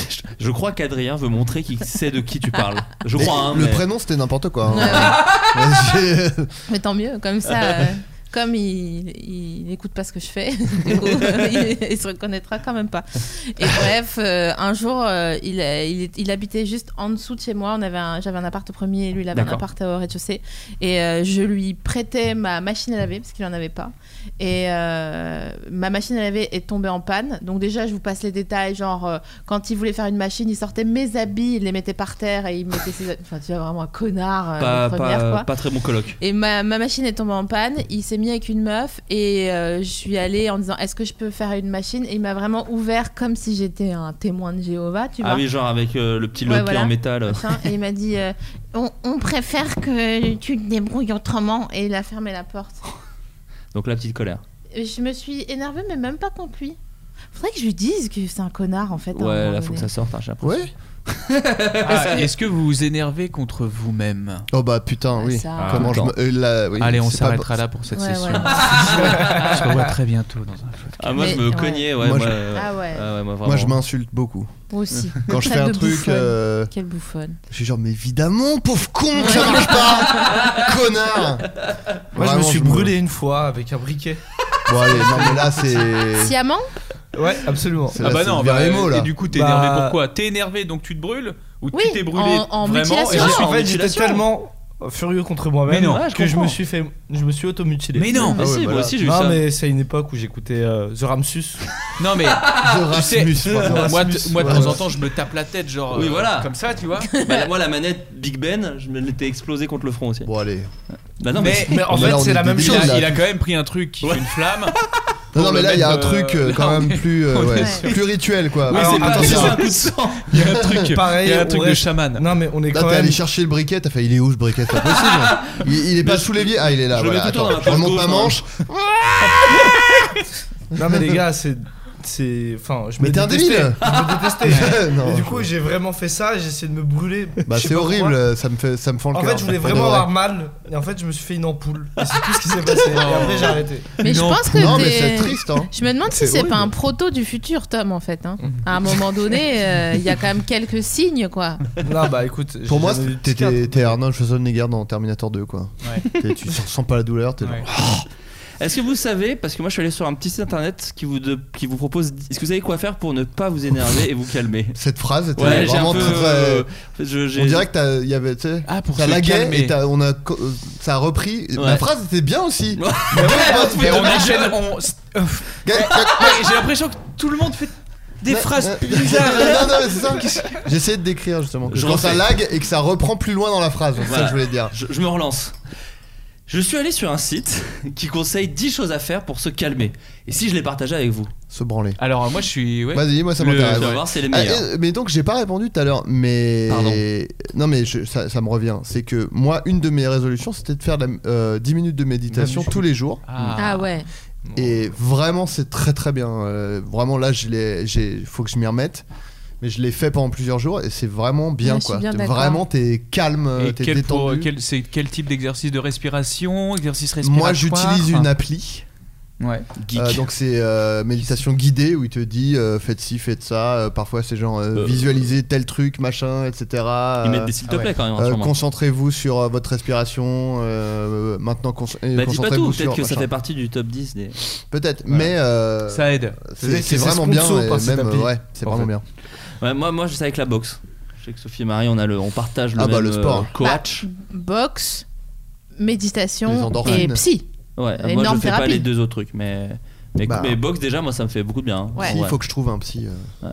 S7: Je- Je crois qu'Adrien veut montrer qu'il sait de qui tu parles. Je crois. hein,
S3: le
S7: mais-
S3: prénom c'était n'importe quoi. hein.
S9: Ouais, ouais.
S3: Vas-y.
S9: Mais tant mieux, comme ça, euh, comme il, il n'écoute pas ce que je fais, du coup, il, il se reconnaîtra quand même pas. Et bref, euh, un jour, euh, il, a- il est- il habitait juste en dessous de chez moi. On avait un- j'avais un appart au premier, et lui, il avait un
S7: D'accord.
S9: appart au rez-de-chaussée. Et euh, je lui prêtais ma machine à laver parce qu'il en avait pas. Et euh, ma machine à laver est tombée en panne. Donc déjà, je vous passe les détails. Genre, euh, quand il voulait faire une machine, il sortait mes habits, il les mettait par terre et il mettait ses... Enfin, tu vois, vraiment un connard. euh,
S7: Pas,
S9: de première,
S7: pas,
S9: quoi.
S7: pas très bon colloque.
S9: Et ma, ma machine est tombée en panne, il s'est mis avec une meuf et euh, je suis allée en disant est-ce que je peux faire une machine Et il m'a vraiment ouvert comme si j'étais un témoin de Jéhovah, tu vois.
S7: Ah oui, genre avec euh, le petit
S9: Ouais,
S7: loquet
S9: voilà.
S7: en métal.
S9: Machin. Et il m'a dit euh, on, on préfère que tu te débrouilles autrement et il a fermé la porte.
S7: Donc la petite colère.
S9: Je me suis énervée, mais même pas contre lui. Faudrait que je lui dise que c'est un connard en fait. à un
S7: Ouais,
S9: moment
S7: là faut que
S9: donné.
S7: ça sorte, hein, j'ai l'impression.
S10: Ah, Est-ce que vous vous énervez contre vous-même
S3: Oh bah putain, oui.
S9: Ah, ça.
S3: Comment je
S10: Attends.
S3: me. euh, là, oui,
S10: Allez, on
S3: c'est pas-
S10: s'arrêtera là pour cette
S9: Ouais,
S10: session.
S9: ouais.
S10: on se revoit très bientôt dans un
S7: Ah, moi je
S9: Mais-
S7: me
S9: ouais.
S7: cognais, ouais.
S3: Moi,
S7: Moi,
S3: je-
S7: euh,
S9: Ah ouais.
S7: moi,
S3: Moi, je
S7: vraiment.
S3: m'insulte beaucoup.
S9: Moi aussi.
S3: Quand je fais
S9: Sale
S3: un
S9: de
S3: truc,
S9: bouffonne.
S3: euh,
S9: Quelle bouffonne.
S3: je suis genre, mais évidemment, pauvre con, que ça marche pas Connard
S8: Moi, je me
S3: Vraiment,
S8: suis brûlé une fois avec un briquet.
S3: Bon, allez, non, mais là, c'est.
S9: Sciemment
S8: Ouais, absolument.
S3: c'est- là,
S7: Ah,
S3: c'est le verre et mots, là.
S10: et du coup t'es énervé
S8: Bah-
S10: pourquoi T'es énervé donc tu te brûles ou
S9: Oui,
S10: tu t'es brûlé
S9: en- en
S10: vraiment
S9: mutilation.
S10: et je suis
S8: En
S10: en
S8: fait, j'étais
S10: mutilation
S8: tellement furieux contre
S10: Mais
S8: moi-même
S10: non. Ah,
S7: je
S8: que je
S7: comprends.
S8: me suis fait, je me suis automutilé.
S10: Mais non.
S7: Mais
S3: Ah ouais,
S7: si, moi
S3: voilà.
S7: aussi j'ai eu
S8: non,
S7: ça.
S8: mais c'est à une époque où j'écoutais euh, The Ramsus.
S10: Non mais tu sais,
S3: Rasmus, pardon.
S10: moi, t- moi, de
S3: ouais.
S10: temps en temps je me tape la tête genre
S7: Oui,
S10: euh,
S7: voilà.
S10: comme ça tu vois.
S7: Bah, la- moi la manette Big Ben, je me l'étais explosée contre le front aussi.
S3: Bon, allez.
S7: Bah non,
S10: Mais-
S7: mais,
S8: Mais en
S3: On est
S8: fait,
S3: là, on
S8: c'est
S3: est
S8: la même
S3: débile,
S10: Il
S8: chose.
S10: a,
S3: là.
S10: il a quand même pris un truc qui fait une flamme.
S3: Non, non,
S10: Pour
S3: mais
S10: le
S3: là, il y a un
S10: mettre, euh,
S3: truc euh,
S10: là,
S3: quand
S10: on
S3: même
S10: est-
S3: plus, euh,
S10: on est
S3: ouais,
S9: sur-
S3: plus rituel, quoi.
S7: Oui,
S3: Alors,
S7: c'est pas
S3: Ah bah attention.
S7: c'est pas un
S3: Là,
S7: coup de sang.
S10: Il y a un truc.
S8: Pareil,
S10: il y a un
S8: on
S10: truc de
S8: reste-
S10: chaman.
S8: Non, mais on est
S3: t'es
S8: quand même.
S3: allé chercher le briquet, t'as fait, il est où ce briquet C'est pas possible. Il, il est pas
S7: Bah,
S3: sous l'évier. Ah, il est là,
S7: je le
S3: voilà.
S7: mets tout le temps
S3: Attends,
S7: dans
S3: je
S7: la
S3: remonte
S7: poche
S3: ma
S7: gauche,
S3: manche.
S8: Non, mais les gars, c'est. C'est. Enfin, je me
S3: Mais t'es un
S8: détestais.
S3: débile.
S8: Je me détestais.
S3: Non,
S8: Et du
S3: je-
S8: coup, j'ai vraiment fait ça, j'ai essayé de me brûler.
S3: Bah,
S8: Je
S3: c'est
S8: sais pas pourquoi.
S3: horrible, ça me fait, ça me fend le
S8: En
S3: cœur.
S8: fait, je voulais
S3: pour de
S8: vraiment
S3: vrai.
S8: avoir mal, et en fait, je me suis fait une ampoule. Et c'est tout ce qui s'est passé. Et après, j'ai arrêté.
S9: Mais je
S10: Non.
S9: pense que
S3: Non, mais
S9: t'es-
S3: c'est triste, hein.
S9: Je me demande si
S3: C'est
S9: c'est
S3: horrible.
S9: pas
S3: Mm.
S9: un proto du futur, Tom, en fait. hein. À un moment donné, euh, il y a quand même quelques signes, quoi.
S8: Non, bah écoute. j'ai
S3: Pour moi,
S8: jamais eu de
S3: t'étais
S8: psychiatre.
S3: t'es Arnold Schwarzenegger dans Terminator 2, quoi. T'es- Tu sens pas la douleur, t'es
S10: Ouais.
S3: genre.
S7: Est-ce que vous savez, parce que moi je suis allé sur un petit site internet qui vous, de- qui vous propose. Est-ce que vous savez quoi faire pour ne pas vous énerver et vous calmer
S3: Cette phrase était
S7: Ouais, j'ai un
S3: vraiment
S7: peu.
S3: très,
S7: euh,
S3: très.
S7: en fait, je- j'ai-
S3: On dirait que t'as- il y avait, tu sais,
S10: Ah pour
S3: ça
S10: se
S3: laguait
S10: calmer.
S3: et t'as- on a, co- euh, ça a repris. La
S7: Ouais.
S3: phrase était bien aussi.
S7: Ouais.
S3: Mais on-
S10: Mais on
S3: mais
S10: enchaîne. on- Ouais, J'ai l'impression que tout le monde fait des
S3: Non,
S10: phrases
S3: non,
S10: bizarres.
S3: non, non, mais c'est ça. J'essayais de décrire justement. que
S7: Je
S3: quand ça
S7: refais.
S3: lag et que ça reprend plus loin dans la phrase, c'est ça
S7: Voilà.
S3: que je voulais dire.
S7: je, je me relance. Je suis allé sur un site qui conseille 10 choses à faire pour se calmer. Et si je les partageais avec vous
S3: Se branler.
S10: Alors moi je suis. ouais.
S3: Vas-y, moi ça
S10: Le-
S7: Tu
S3: m'intéresse.
S7: vas
S10: ouais.
S7: voir, c'est les
S3: Ah,
S7: meilleurs.
S3: euh, mais donc j'ai pas répondu tout à l'heure, mais
S7: Pardon.
S3: non mais je- ça, ça me revient, c'est que moi une de mes résolutions c'était de faire de la- euh, 10 minutes de méditation tous les jours
S9: Ah ouais.
S3: et vraiment c'est très très bien, Euh, vraiment là je l'ai, j'ai, faut que je m'y remette, mais je l'ai fait pendant plusieurs jours et c'est vraiment bien
S9: Ouais, je suis
S3: quoi,
S9: bien
S3: T'es-
S9: d'accord.
S3: vraiment t'es calme,
S10: Et
S3: euh, t'es
S10: quel, pour-
S3: détendu.
S10: quel- c'est quel type d'exercice de respiration, exercice respiratoire
S3: Moi j'utilise une appli,
S10: Ouais.
S7: Geek.
S3: Euh, donc c'est euh, méditation guidée où il te dit euh, faites ci, faites ça, Euh, parfois c'est genre euh,
S7: Euh.
S3: visualiser tel truc, machin, etc.
S7: Ils
S3: Euh,
S7: mettent des s'il te
S10: ah ouais.
S7: plaît quand même, hein,
S3: Euh,
S7: sûrement.
S3: concentrez-vous sur euh, votre respiration. euh, maintenant, con- et
S7: Bah dis pas tout,
S3: concentrez-vous
S7: peut-être
S3: sur.
S7: que ça
S3: machin.
S7: fait partie du top 10 des.
S3: Peut-être,
S10: Voilà.
S3: mais euh,
S10: Ça aide.
S3: c'est-
S8: c'est
S3: c'est vraiment bien.
S8: sponsor
S3: et
S8: par cette
S3: même,
S8: appli,
S3: ouais, c'est
S8: en
S3: vraiment
S8: fait.
S3: bien.
S7: Ouais, moi, moi, je sais avec la boxe. Je sais que Sophie et Marie, on, a le, on partage le
S3: Ah bah,
S7: même,
S3: le sport.
S7: euh, coach.
S9: Boxe,
S3: Les
S9: méditation et
S3: endorphines.
S9: psy.
S7: ouais,
S9: Bah,
S7: moi, je
S9: énorme
S7: fais pas
S9: thérapie.
S7: les deux autres trucs, mais. Mais,
S3: Bah.
S7: mais boxe, déjà, moi, ça me fait beaucoup de bien. hein.
S9: Ouais.
S7: En
S3: Il
S7: vrai.
S3: faut que je trouve un psy. euh,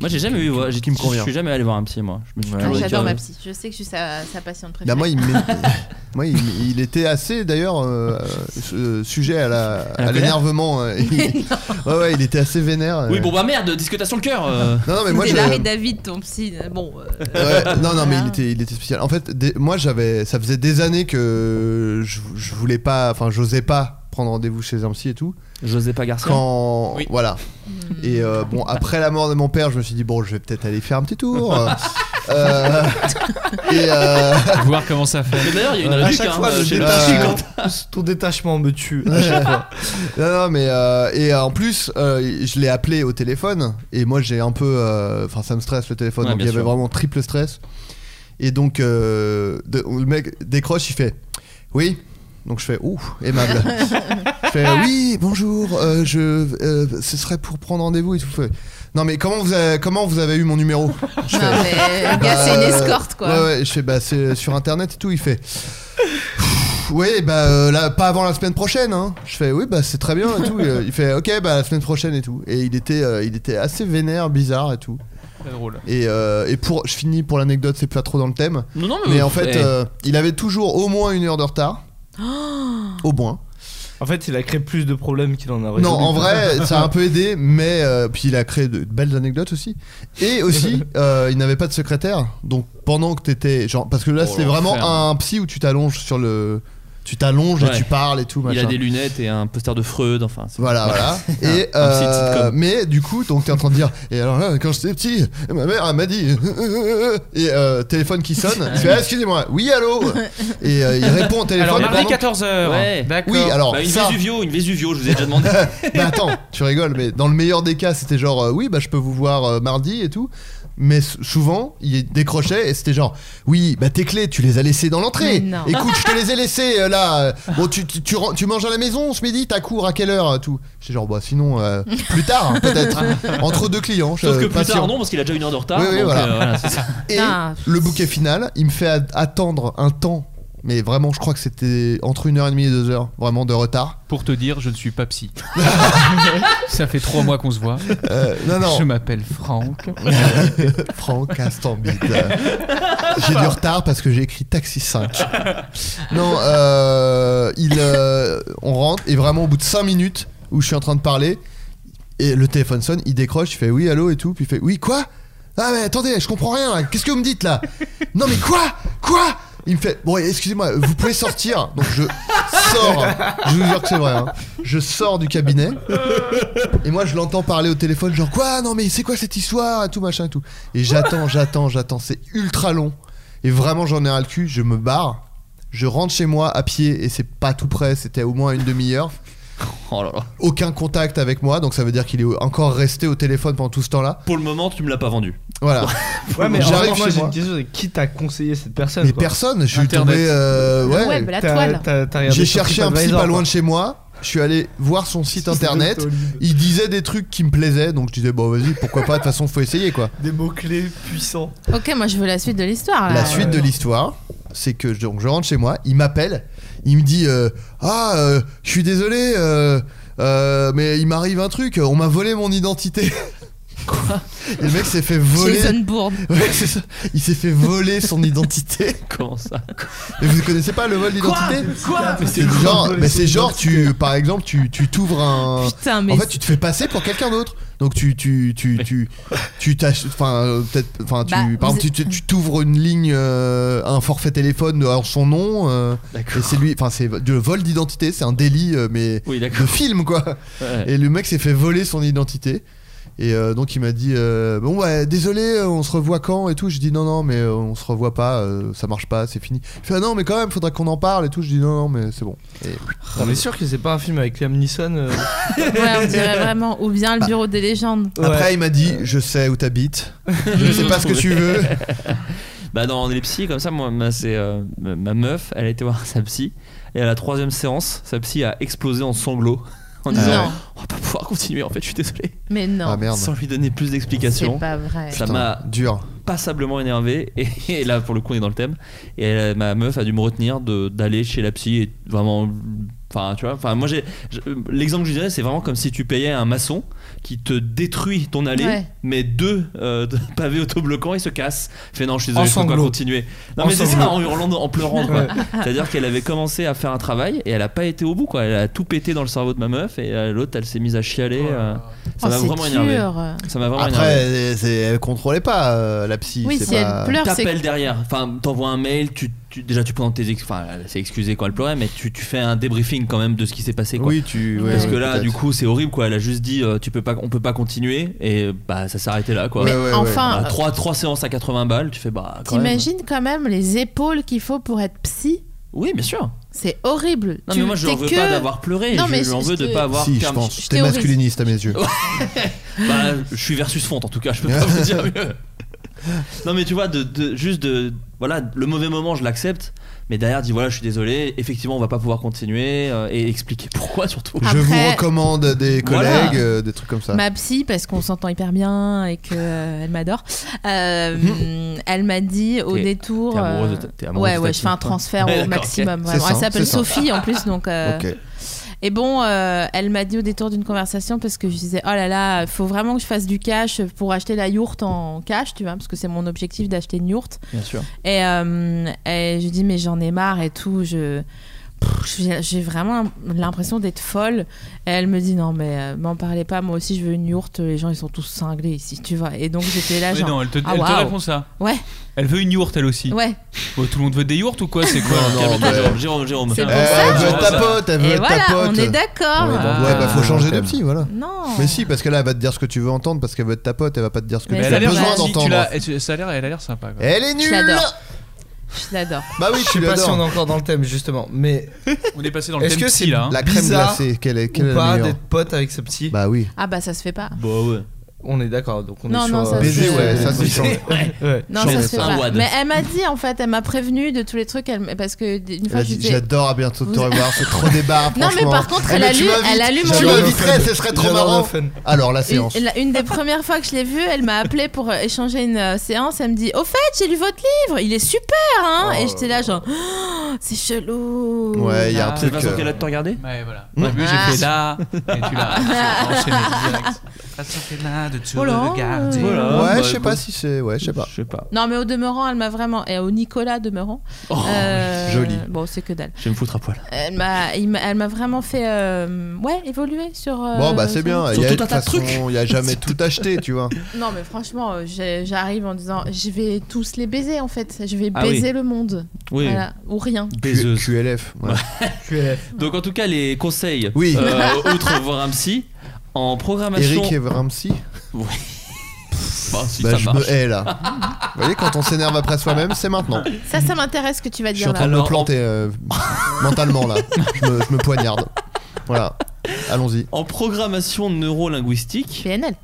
S7: Moi, j'ai jamais eu. voir- j'ai-
S3: qui me
S7: Je
S3: convient.
S7: suis jamais allé voir un psy, moi. Je me suis
S10: Ouais.
S7: toujours euh,
S9: Ah,
S7: dit,
S9: J'adore
S7: tiens,
S9: ma psy. Je sais que je suis sa, sa patiente préférée.
S3: Bah, moi, il, m'est- moi, il, il était assez d'ailleurs euh, euh, sujet à la-
S7: la
S3: à l'énervement. euh, il- ouais, ouais, il était assez vénère. euh.
S7: Oui, bon, bah merde, dis ce que t'as sur le cœur. euh.
S3: Non, non, mais moi,
S9: C'est
S3: je-
S9: Larry David, ton psy. Bon. euh,
S3: Ouais, non, non, mais
S9: voilà.
S3: il était, il était spécial. En fait, des- moi, j'avais, ça faisait des années que je, je voulais pas, enfin, j'osais pas prendre rendez-vous chez un psy et tout.
S7: José Pagarcia.
S3: Quand,
S10: Oui.
S3: voilà. Et euh, bon, après la mort de mon père, je me suis dit bon, je vais peut-être aller faire un petit tour. Euh, et euh,
S10: Voir comment ça fait.
S7: Mais d'ailleurs, il y a une
S8: À
S7: réduc,
S8: chaque
S7: hein,
S8: fois,
S7: euh,
S8: le
S7: chez le
S3: détache.
S7: psy.
S8: détachement, ton détachement me tue. à chaque fois.
S3: non, non, mais euh, et euh, en plus, euh, je l'ai appelé au téléphone et moi j'ai un peu, euh, enfin, ça me stresse le téléphone,
S7: Ouais,
S3: donc il
S7: bien
S3: y avait
S7: sûr.
S3: vraiment triple stress. Et donc euh, de- le mec décroche, il fait oui. Donc je fais ouh aimable. je fais oui bonjour, euh, je euh, ce serait pour prendre rendez-vous et tout. Il fait, Non mais comment vous avez, comment vous avez eu mon numéro Je fais,
S9: Non, Ah, mais le gars, c'est une
S3: Bah,
S9: escorte, quoi.
S3: Ouais, ouais, je fais, bah, c'est sur internet et tout. Il fait. Oui, bah euh, là, pas avant la semaine prochaine. Hein. Je fais, oui, bah c'est très bien et tout. Euh, Il fait, ok, bah la semaine prochaine et tout. Et il était, euh, il était assez vénère, bizarre et tout.
S10: Très drôle.
S3: Et, euh, et pour, je finis pour l'anecdote, c'est pas trop dans le thème.
S7: Non, non, mais.
S3: Mais en fait,
S7: eh,
S3: euh, il avait toujours au moins une heure de retard. au moins.
S8: En fait, il a créé plus de problèmes qu'il en a résolu.
S3: Non, en vrai, ça a un peu aidé, mais euh, puis il a créé de belles anecdotes aussi. Et aussi, euh, il n'avait pas de secrétaire, donc pendant que t'étais genre, parce que là,
S7: Oh,
S3: c'est vraiment
S7: l'enfer.
S3: un psy où tu t'allonges sur le, tu t'allonges et
S7: Ouais.
S3: tu parles et tout.
S7: Il
S3: Machin.
S7: a des lunettes et un poster de Freud, enfin. c'est-
S3: Voilà, voilà. Et
S7: Un- un petit
S3: euh,
S7: sitcom.
S3: mais du coup, donc t'es en train de dire. Et alors là, quand j'étais petit, ma mère elle m'a dit. Et euh, téléphone qui sonne. Il fait, ah, excusez-moi. Oui, allô. Et euh, il répond au téléphone.
S10: Alors, mardi
S3: pendant-
S10: 14h.
S7: Ouais.
S10: D'accord.
S3: Oui, alors
S7: Bah, une
S3: ça.
S7: Vesuvio, une Vesuvio, je vous ai déjà demandé.
S3: bah attends, tu rigoles, mais dans le meilleur des cas, c'était genre euh, oui, bah je peux vous voir euh, mardi et tout. Mais s- souvent, il décrochait et c'était genre oui, bah tes clés, tu les as laissées dans l'entrée.
S11: Mais non.
S3: Écoute, je te les ai laissées euh, là. euh, Bon, tu, tu, tu ren- tu manges à la maison ce midi, t'as cours à quelle heure euh, tout. J'étais genre bah sinon euh, plus tard hein, peut-être entre deux clients. je-
S7: Sauf que plus
S3: patient.
S7: tard, non, parce qu'il a déjà une heure de retard.
S3: Oui, oui,
S7: donc,
S3: voilà.
S7: euh, voilà, c'est ça.
S3: Et
S11: Ah.
S3: le bouquet final, il me fait at- attendre un temps. Mais vraiment, je crois que c'était entre une heure et demie et deux heures, vraiment de retard.
S10: Pour te dire, je ne suis pas psy. Ça fait trois mois qu'on se voit.
S3: Euh, non, non.
S10: Je m'appelle Franck.
S3: Franck Astambide. j'ai du retard parce que j'ai écrit Taxi 5. Non, euh, il, euh, on rentre et vraiment au bout de 5 minutes où je suis en train de parler, et le téléphone sonne, il décroche, il fait oui, allô et tout, puis il fait oui, quoi Ah mais attendez, je comprends rien, là. qu'est-ce que vous me dites là Non mais quoi Quoi il me fait bon excusez-moi vous pouvez sortir donc je sors je vous jure que c'est vrai hein. je sors du cabinet et moi, je l'entends parler au téléphone, genre quoi Non, mais c'est quoi cette histoire et tout machin et tout. Et j'attends, j'attends, j'attends. C'est ultra long. Et vraiment, j'en ai ras le cul. Je me barre. Je rentre chez moi à pied et c'est pas tout près. C'était au moins une demi-heure.
S7: Oh là là.
S3: Aucun contact avec moi, donc ça veut dire qu'il est encore resté au téléphone pendant tout ce temps-là.
S7: Pour le moment, tu me l'as pas vendu.
S3: Voilà.
S8: Ouais, mais
S3: J'arrive
S8: j'arrive moi,
S3: chez
S8: j'ai
S3: moi.
S8: une question c'est qui t'a conseillé cette personne
S3: Mais
S8: quoi
S3: personne. Je suis
S10: Internet.
S3: tombé. euh,
S9: Le
S3: ouais.
S9: web, la
S8: T'as-
S9: toile.
S8: t'as- t'as regardé
S3: J'ai
S8: sur
S3: cherché un psy
S8: TripAdvisor,
S3: pas loin
S8: quoi.
S3: de chez moi. Je suis allé voir son site internet.
S8: Tolib.
S3: Il disait des trucs qui me plaisaient, donc je disais bon vas-y pourquoi pas. De toute façon, faut essayer quoi.
S8: Des mots-clés puissants.
S9: Ok, moi je veux la suite de l'histoire.
S3: La
S9: Ah là.
S3: suite de l'histoire, c'est que je- donc je rentre chez moi, il m'appelle, il me dit euh, Ah, euh, je suis désolé, euh, euh, mais il m'arrive un truc, on m'a volé mon identité. Quoi Et le mec s'est fait voler.
S11: Jason Bourne.
S3: Ouais, c'est ça. Il s'est fait voler son identité.
S7: Comment ça
S3: Et vous connaissez pas le vol d'identité
S7: Quoi Mais c'est
S3: C'est genre, mais c'est genre tu, par exemple, tu tu t'ouvres un.
S11: Putain, mais.
S3: Ah. En fait, tu te fais passer pour quelqu'un d'autre. Donc tu tu tu tu tu t'ach- enfin euh, peut-être enfin tu
S11: Bah,
S3: par
S11: vous-
S3: exemple, tu- tu tu t'ouvres une ligne euh, un forfait téléphone alors son nom euh, et
S7: D'accord.
S3: c'est lui enfin c'est du vol d'identité, c'est un délit euh, mais
S7: Oui,
S3: de
S7: d'accord.
S3: film quoi.
S7: Ouais.
S3: Et le mec s'est fait voler son identité. Et euh, donc il m'a dit euh, bon ouais désolé euh, on se revoit quand et tout je dis non non mais euh, on se revoit pas euh, ça marche pas c'est fini il fait ah, non mais quand même faudra qu'on en parle et tout je dis non non mais c'est bon Et-
S8: On est sûr que c'est pas un film avec Liam Neeson euh,
S9: Ouais, on dirait vraiment. Ou bien
S3: Bah.
S9: le bureau des légendes.
S3: après il m'a dit je sais où t'habites je sais pas ce que tu veux
S7: Bah, dans les psys, comme ça, moi, ma, c'est, euh, ma- ma meuf, elle a été voir sa psy. Et à la troisième séance, sa psy a explosé en sanglots. En disant,
S9: Non,
S7: on va pas pouvoir continuer, en fait, je suis désolé.
S9: mais non.
S3: ah merde
S7: Sans lui donner plus
S9: c'est
S7: d'explications.
S9: pas vrai.
S7: Ça
S3: Putain,
S7: m'a
S3: dur
S7: passablement énervé. Et, et là, pour le coup, on est dans le thème. Et elle- ma meuf a dû me retenir de- d'aller chez la psy et vraiment. Enfin, tu vois, enfin, moi, j'ai je- l'exemple que je dirais, c'est vraiment comme si tu payais un maçon qui te détruit ton allée,
S9: Ouais.
S7: mais deux euh, de- pavés autobloquants, il se casse. Il Fait non, je suis désolé,
S8: En
S7: je peux pas
S8: sanglots.
S7: continuer. Non,
S8: En
S7: mais c'est ça,
S8: sanglots.
S7: en hurlant, en pleurant. quoi.
S8: Ouais.
S7: C'est-à-dire qu'elle avait commencé à faire un travail et elle a pas été au bout, quoi. Elle a tout pété dans le cerveau de ma meuf et euh, l'autre, elle s'est mise à chialer. euh, ça
S9: Oh,
S7: m'a
S9: c'est
S7: vraiment
S9: dur.
S7: énervé. Ça m'a vraiment énervé.
S3: Après, elle- c'est- elle contrôlait pas euh, la psy.
S9: Oui,
S3: c'est
S9: si
S3: pas-
S9: elle pleure, c'est.
S7: t'appelles derrière enfin t'envoies un mail tu, tu- déjà tu présentes tes ex enfin c'est excusé quand elle pleurait mais tu, tu fais un débriefing quand même de ce qui s'est passé quoi
S3: Oui, tu. ouais,
S7: parce que
S3: ouais,
S7: là
S3: peut-être.
S7: du coup c'est horrible quoi elle a juste dit euh, tu peux pas on peut pas continuer et bah ça s'est arrêté là quoi
S9: Mais
S3: Ouais, ouais,
S9: enfin,
S7: Bah, trois, trois séances à 80 balles tu fais bah quand même.
S9: t'imagines quand même les épaules qu'il faut pour être psy
S7: oui bien sûr
S9: C'est horrible.
S7: non
S9: Tu-
S7: mais moi je
S9: t'es
S7: leur veux
S9: que-
S7: pas d'avoir pleuré
S9: Non,
S7: je
S9: mais
S7: lui en
S9: c'est-
S7: veux de
S9: c'est-
S7: pas avoir
S3: Si, je
S7: term-
S3: pense.
S9: je
S3: T'es
S9: théorise.
S3: masculiniste à mes yeux.
S7: Bah, je suis versus Font en tout cas, je peux pas vous dire mieux. Non mais tu vois, de, de- juste de voilà, le mauvais moment, je l'accepte, mais derrière dit voilà, je suis désolé, effectivement, on va pas pouvoir continuer euh, et expliquer pourquoi surtout.
S3: Je vous
S9: Après- Bah,
S3: recommande des collègues,
S7: Voilà.
S3: euh, des trucs comme ça.
S11: Ma psy, parce qu'on s'entend hyper bien et que euh, elle m'adore, euh, elle m'a dit au
S7: T'es-
S11: détour.
S7: t'es amoureuse
S11: euh,
S7: de ta- t'es amoureuse
S11: ouais,
S7: de ta
S11: ouais, je fais un
S7: psy.
S11: transfert
S7: Ouais,
S11: au
S7: d'accord,
S11: maximum.
S3: ok.
S11: vraiment.
S3: C'est
S11: Elle
S3: ça,
S11: s'appelle
S3: c'est ça.
S11: Sophie en plus, donc. euh,
S3: Ok. Eh,
S11: Et bon, euh, elle m'a dit au détour d'une conversation parce que je disais, oh là là, faut vraiment que je fasse du cash pour acheter la yourte en cash, tu vois, parce que c'est mon objectif d'acheter une yourte.
S7: Bien sûr.
S11: Et, euh, et je dis, mais j'en ai marre et tout, je...
S9: Pff, j'ai- J'ai vraiment l'impression d'être folle. Et elle me dit non mais euh, m'en parlez pas, moi aussi je veux une yourte, les gens ils sont tous cinglés ici, tu vois. Et donc j'étais là
S10: Mais
S9: genre
S10: non, elle te,
S9: ah,
S10: elle te
S9: waouh.
S10: répond ça.
S9: Ouais.
S10: Elle veut une yourte elle aussi.
S9: Ouais.
S10: Bon, tout le monde veut des yourtes ou quoi C'est quoi
S3: Non, non,
S10: Calme-toi,
S3: mais-
S10: Jérôme, Jérôme, Jérôme.
S3: C'est pour Eh, ça. elle veut ta pote, elle veut ta
S9: Et voilà,
S3: pote.
S9: on est d'accord.
S3: ouais, bah faut changer de psy, voilà.
S9: Non.
S3: Mais si, parce que là, elle va te dire ce que tu veux entendre, parce qu'elle veut être ta pote, elle va pas te dire ce que
S10: Mais
S3: tu
S10: elle
S3: as
S10: a l'air
S3: besoin
S10: gentille, tu
S3: d'entendre.
S10: l'as- elle- ça a l'air- Elle a l'air sympa. quoi.
S3: Elle est
S9: Je
S3: nulle
S9: l'adore. Je l'adore.
S3: Bah oui,
S8: je
S3: tu
S8: sais pas si
S3: l'adores.
S8: on est encore dans le thème justement, mais
S10: On est passé dans le
S8: est-ce
S10: thème
S8: que
S10: psy,
S8: c'est
S10: là. hein.
S3: La crème
S8: bizarre
S3: glacée, quelle est- quelle est
S8: ou
S3: la
S8: pas
S3: meilleure
S8: d'être pote avec ce petit
S3: Bah oui.
S9: Ah bah ça se fait pas.
S8: Bah ouais. On est d'accord, donc on
S9: Non,
S8: est
S9: non,
S8: sur euh,
S9: ça, Baiser, c'est- ouais,
S3: ça, c'est chiant.
S9: Non, ça se fait pas. Mais elle m'a dit en fait, elle m'a prévenu de tous les trucs, elle... parce que d- une
S3: Elle
S9: fois
S3: a
S9: je
S3: dit,
S9: lui ai-
S3: J'adore, à bientôt te
S9: Vous-
S3: revoir, c'est trop des barres.
S9: Non, mais
S3: franchement.
S9: par contre,
S3: Eh,
S9: elle
S3: mais
S9: a
S3: tu
S9: lu-
S3: m'invites.
S9: elle a lu mon
S3: Tu
S9: livre.
S3: m'inviterais, ce serait trop
S8: J'adore
S3: marrant.
S8: Fun.
S3: Alors, la
S9: Une,
S3: séance.
S9: la- une des premières fois que je l'ai vue, elle m'a appelé pour euh, échanger une euh, séance. Elle me dit Au fait, j'ai lu votre livre, il est super hein Et j'étais là, genre, Oh, c'est chelou
S3: Ouais, il y a un
S10: Ah,
S3: truc.
S10: c'est Vincent
S3: euh,
S10: qui a la- te regarder Ouais, voilà.
S3: Mm.
S10: Au début, j'ai fait
S3: Ah.
S10: là, et tu l'as enchaîné direct. de te
S9: Voilà,
S10: regarder.
S9: euh,
S7: Ah,
S3: ouais,
S10: bah,
S3: je sais pas
S10: bon.
S3: si c'est. Ouais, je sais pas.
S7: hein. Je sais pas.
S9: Non, mais au demeurant, elle m'a vraiment. Et au Nicolas demeurant. euh,
S3: Oh, joli.
S9: Bon, c'est que dalle.
S7: Oh, Je vais me foutre à poil.
S9: Elle m'a, il m'a- elle m'a vraiment fait euh, ouais, évoluer sur. euh,
S3: Bon, bah c'est
S9: sur-
S3: bien. Il
S7: Sur
S3: y a, de
S7: tout un
S3: toute
S7: tas de
S3: façon,
S7: trucs.
S3: il y a jamais tout acheté, tu vois.
S9: Non, mais franchement, euh, j'ai- j'arrive en disant Je vais tous les baiser en fait. Je vais
S7: Ah oui.
S9: baiser le monde.
S7: Oui.
S9: Voilà. Ou rien.
S3: Q-
S7: Baiseuse.
S3: QLF. ouais. Ah,
S7: Donc en tout cas, les conseils,
S3: Oui.
S7: euh, outre voir un psy, en programmation...
S3: Eric et Ramsey.
S7: Oui. Bah, si,
S3: Bah,
S7: ça
S3: je
S7: marche.
S3: me hais là. Vous voyez, quand on s'énerve après soi-même, c'est maintenant.
S9: Ça, ça m'intéresse ce que tu vas
S3: Je suis
S9: dire
S3: en train
S9: là.
S3: de me
S7: Alors,
S3: planter euh, mentalement là. Je me, je me poignarde. Voilà. Allons-y.
S7: En programmation neurolinguistique,
S9: PNL.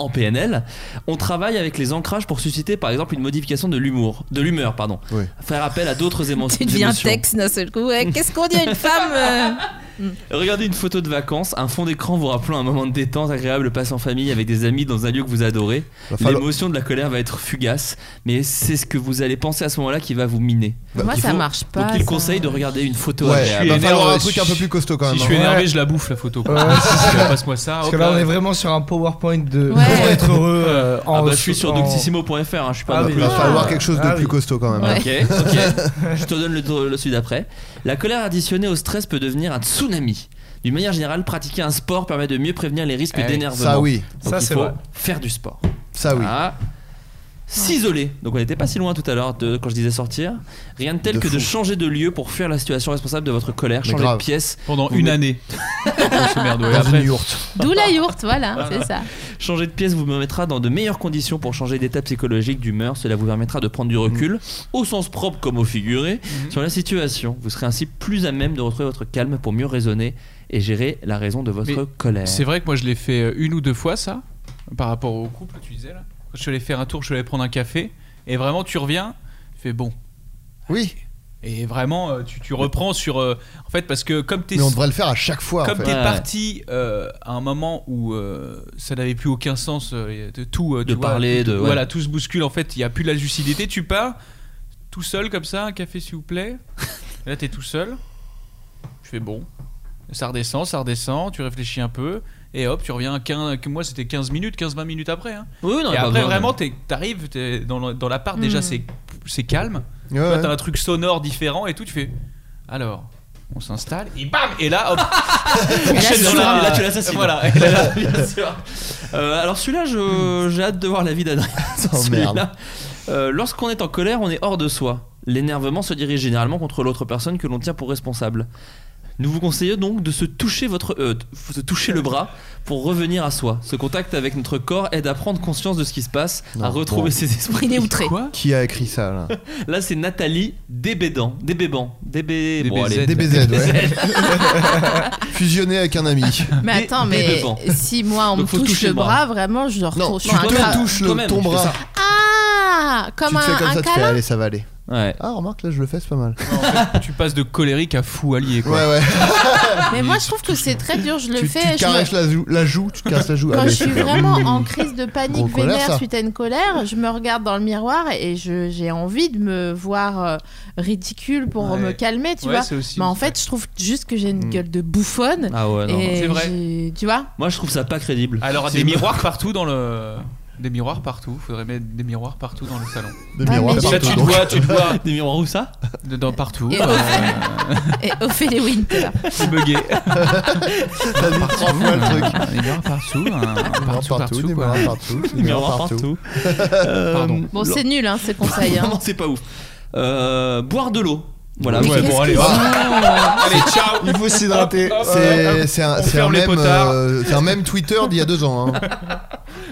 S7: en PNL, on travaille avec les ancrages pour susciter par exemple une modification de l'humour, de l'humeur, pardon.
S3: Oui.
S7: Faire appel à d'autres émo-
S9: Tu deviens
S7: émotions.
S9: texte d'un seul coup. Ouais, Qu'est-ce qu'on dit à une femme euh
S7: Regardez une photo de vacances, un fond d'écran vous rappelant un moment de détente agréable passé en famille avec des amis dans un lieu que vous adorez.
S3: Va falloir-
S7: L'émotion de la colère va être fugace, mais c'est ce que vous allez penser à ce moment-là qui va vous miner.
S3: Bah,
S9: Moi,
S7: il
S9: ça
S7: faut-
S9: marche pas.
S7: Donc il
S9: ça.
S7: conseille de regarder une photo
S3: Ouais,
S7: agréable.
S3: va
S10: énervé,
S3: falloir un
S10: si-
S3: truc un peu plus costaud quand même.
S10: Si je suis
S3: hein.
S10: énervé, je la bouffe la photo.
S8: Ouais, ouais, c'est ça.
S10: Passe-moi ça.
S8: Parce
S10: hop
S8: que là,
S10: là.
S8: on est vraiment sur un PowerPoint de
S9: Ouais.
S8: comment être heureux. euh, en
S7: Ah bah, je suis sur
S8: en-
S7: duxissimo.fr, hein, je suis pas
S8: Ah
S7: non
S8: oui,
S7: plus-
S3: Il va falloir quelque chose de
S8: Ah
S3: plus
S8: oui.
S3: costaud quand même.
S9: Ouais.
S7: Ok, ok. Je te donne le, le celui d'après. La colère additionnée au stress peut devenir un tsunami. D'une manière générale, pratiquer un sport permet de mieux prévenir les risques
S10: Eh,
S7: d'énervement.
S3: Ça oui,
S7: Donc,
S8: Ça,
S7: il
S8: c'est
S7: faut
S8: vrai.
S7: faire du sport.
S3: ça oui.
S7: Ah. S'isoler. Donc on n'était pas si loin tout à l'heure de, quand je disais sortir. Rien de tel
S3: De
S7: que de
S3: fou.
S7: changer de lieu pour fuir la situation responsable de votre colère,
S3: Mais
S7: changer
S3: grave.
S7: de pièce,
S10: Pendant
S7: Vous
S10: une
S7: mettez-
S10: année. On se merde, ouais,
S3: Dans
S10: après.
S3: une yourte.
S9: D'où la yourte, voilà, c'est ça.
S7: changer de pièce vous mettra dans de meilleures conditions pour changer d'état psychologique, d'humeur. Cela vous permettra de prendre du recul,
S10: Mm.
S7: au sens propre comme au figuré, sur la situation. Vous serez ainsi plus à même de retrouver votre calme pour mieux raisonner et gérer la raison de votre
S10: Mais
S7: colère.
S10: C'est vrai que moi, je l'ai fait euh, une ou deux fois, ça, par rapport au couple, tu disais là. Quand je suis allé faire un tour, je suis allé prendre un café, et vraiment, tu reviens, tu fais bon.
S3: Oui,
S10: Et vraiment, euh, tu, tu reprends sur. euh, en fait, parce que comme t'es
S3: mais on devrait le faire à chaque fois. en
S10: Comme
S3: fait.
S10: t'es
S7: Ouais.
S10: parti euh, à un moment où euh, ça n'avait plus aucun sens euh, de tout, euh,
S7: De
S10: tu vois,
S7: parler,
S10: tout-
S7: de- ouais.
S10: voilà, tout se bouscule. En fait, il y a plus de la lucidité. Tu pars tout seul comme ça, un café s'il vous plaît. Et là, t'es tout seul. Tu fais bon, ça redescend, ça redescend. Tu réfléchis un peu et hop, tu reviens. 15, moi, c'était 15 minutes, 15-20 minutes après. hein.
S7: Oui, oui, non,
S10: et
S7: pas
S10: après,
S7: besoin de-
S10: vraiment, t'es- t'arrives t'es dans, le- dans l'appart
S9: Mm.
S10: déjà, c'est c'est calme.
S3: Hmm. Ouais,
S10: Toi,
S3: ouais.
S10: t'as un truc sonore différent et tout. Tu fais alors. On s'installe et bam et là hop
S7: Et là,
S10: enchaîne
S7: tu
S10: sur
S7: l'as-
S10: la-
S7: là, tu l'assassines.
S10: Voilà.
S7: Et là, bien sûr. Euh, alors celui-là, je- j'ai hâte de voir la vie d'Adrien. sur
S3: Oh,
S7: celui-là.
S3: merde.
S7: Euh, Lorsqu'on est en colère, on est hors de soi. L'énervement se dirige généralement contre l'autre personne que l'on tient pour responsable. Nous vous conseillons donc de se toucher votre, euh, t- se toucher le bras pour revenir à soi. Ce contact avec notre corps aide à prendre conscience de ce qui se passe, à
S3: Non, bon.
S7: retrouver ses esprits.
S9: Il est outré.
S10: Quoi
S3: Qui a écrit ça là
S7: Là, c'est Nathalie Débédan, Débéban, Débé, bon,
S10: DBZ.
S7: allez.
S3: DBZ, ouais. Fusionné avec un ami.
S9: Mais
S7: Des-
S9: attends,
S7: des
S9: mais
S7: devants.
S9: si moi on
S7: Donc,
S9: me
S7: faut
S9: touche
S7: toucher
S9: le
S7: le bras.
S9: bras, vraiment, je
S3: Non,
S9: retourne
S3: tu
S9: sur un
S3: te
S9: cra-
S3: touches
S7: Quand
S3: le,
S7: même,
S3: ton
S7: je fais
S3: bras.
S7: ça.
S9: Ah Comme
S3: tu te fais
S9: un,
S3: comme
S9: un
S3: ça, tu fais
S9: câlin
S3: allez, ça va aller.
S7: Ouais.
S3: Ah, remarque, là je le fais, c'est pas mal.
S10: Tu passes de colérique à fou allié
S3: Ouais,
S10: quoi.
S3: ouais.
S9: Mais moi, je trouve que c'est très dur, je le
S3: tu, tu
S9: fais.
S3: te
S9: je me-
S3: caresses la joue, la joue, tu te caresses la joue.
S9: Quand
S3: Allez,
S9: je suis
S3: super.
S9: vraiment
S3: Mmh.
S9: en crise de panique
S3: Gros colère,
S9: vénère
S3: ça.
S9: suite à une colère, je me regarde dans le miroir et je- j'ai envie de me voir euh, ridicule pour
S10: Ouais.
S9: me calmer, tu
S10: Ouais,
S9: vois.
S10: c'est aussi.
S9: Mais en fait, je trouve juste que j'ai une
S3: Mm.
S9: gueule de bouffonne.
S7: Ah ouais, non.
S9: et
S10: c'est vrai.
S9: j'ai- Tu vois
S7: Moi, je trouve ça pas crédible.
S10: alors
S7: C'est-
S10: des miroirs partout dans le. Des miroirs partout, faudrait mettre des miroirs partout dans le salon.
S3: Des Ah, miroirs mais
S10: Comme ça,
S3: partout,
S10: tu te
S3: donc.
S10: vois, tu te vois.
S7: Des miroirs où ça
S10: Dedans partout. Euh,
S11: Et- Et Ophélie Winter.
S10: C'est bugué.
S3: Partout,
S10: hein, Des miroirs partout. hein, Partout, partout.
S3: des
S10: quoi.
S3: miroirs partout, des
S10: Des miroirs
S3: miroirs
S10: partout.
S7: Euh,
S10: Pardon.
S11: Bon, c'est nul, hein, ces conseils. hein.
S7: Vraiment, c'est pas ouf. Euh, boire de l'eau. Voilà.
S3: Mais Ouais, qu'est-ce bon, allez, que
S10: Ah. Allez, ciao.
S3: Il faut s'hydrater.
S10: Hop, hop, hop,
S3: C'est c'est
S10: on
S3: un, c'est un
S10: ferme les
S3: même,
S10: potards.
S3: euh, c'est un même Twitter d'il y a deux ans. hein.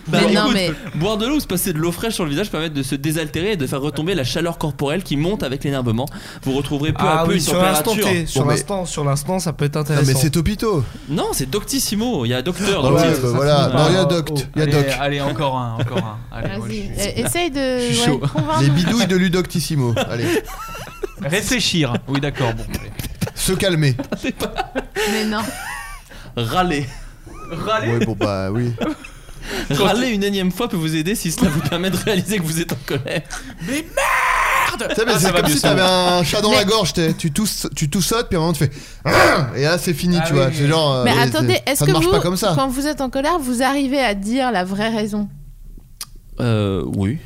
S7: Bah,
S11: Mais non,
S7: écoute,
S11: mais-
S7: Boire de l'eau ou se passer de l'eau fraîche sur le visage permet de se désaltérer et de faire retomber la chaleur corporelle qui monte avec l'énervement. Vous retrouverez peu
S8: Ah
S7: à peu
S8: oui,
S7: une
S8: sur l'instant
S7: température.
S8: T, sur
S7: Bon, mais-
S8: l'instant, sur l'instant, ça peut être
S3: Non,
S8: intéressant.
S3: mais c'est Topito.
S7: Non, c'est Doctissimo. Il y a docteur.
S3: Ah ouais,
S7: Doctis.
S3: bah voilà. Non, il y a Doct. Il y a
S10: Allez,
S3: Doc.
S10: Allez, encore un, encore un. Allez, moi, je suis-
S9: Euh, Essaye de
S10: Je suis
S9: ouais,
S10: chaud.
S9: convaincre.
S3: Les bidouilles de Ludoctissimo. Allez,
S10: Réfléchir. Oui, d'accord. Bon. allez.
S3: se calmer.
S9: Mais non.
S7: Râler.
S3: Ouais, bon, bah oui.
S7: Râler une énième fois peut vous aider si cela vous permet de réaliser que vous êtes en colère.
S3: Tu sais, mais
S10: Ah, ça
S3: c'est
S10: va
S3: comme
S10: mieux,
S3: si
S10: ça
S3: t'avais un chat dans
S9: Mais-
S3: la gorge, t'es- tu tous, tu toussotes, puis à un moment tu fais Ah et là c'est fini,
S10: Ah
S3: tu
S10: oui,
S3: vois.
S10: oui.
S3: C'est genre. euh,
S9: Mais
S3: et
S9: attendez,
S3: c'est-
S9: est-ce
S3: ça
S9: que
S3: ne marche
S9: vous,
S3: pas comme ça
S9: quand vous êtes en colère, vous arrivez à dire la vraie raison
S7: Euh, oui.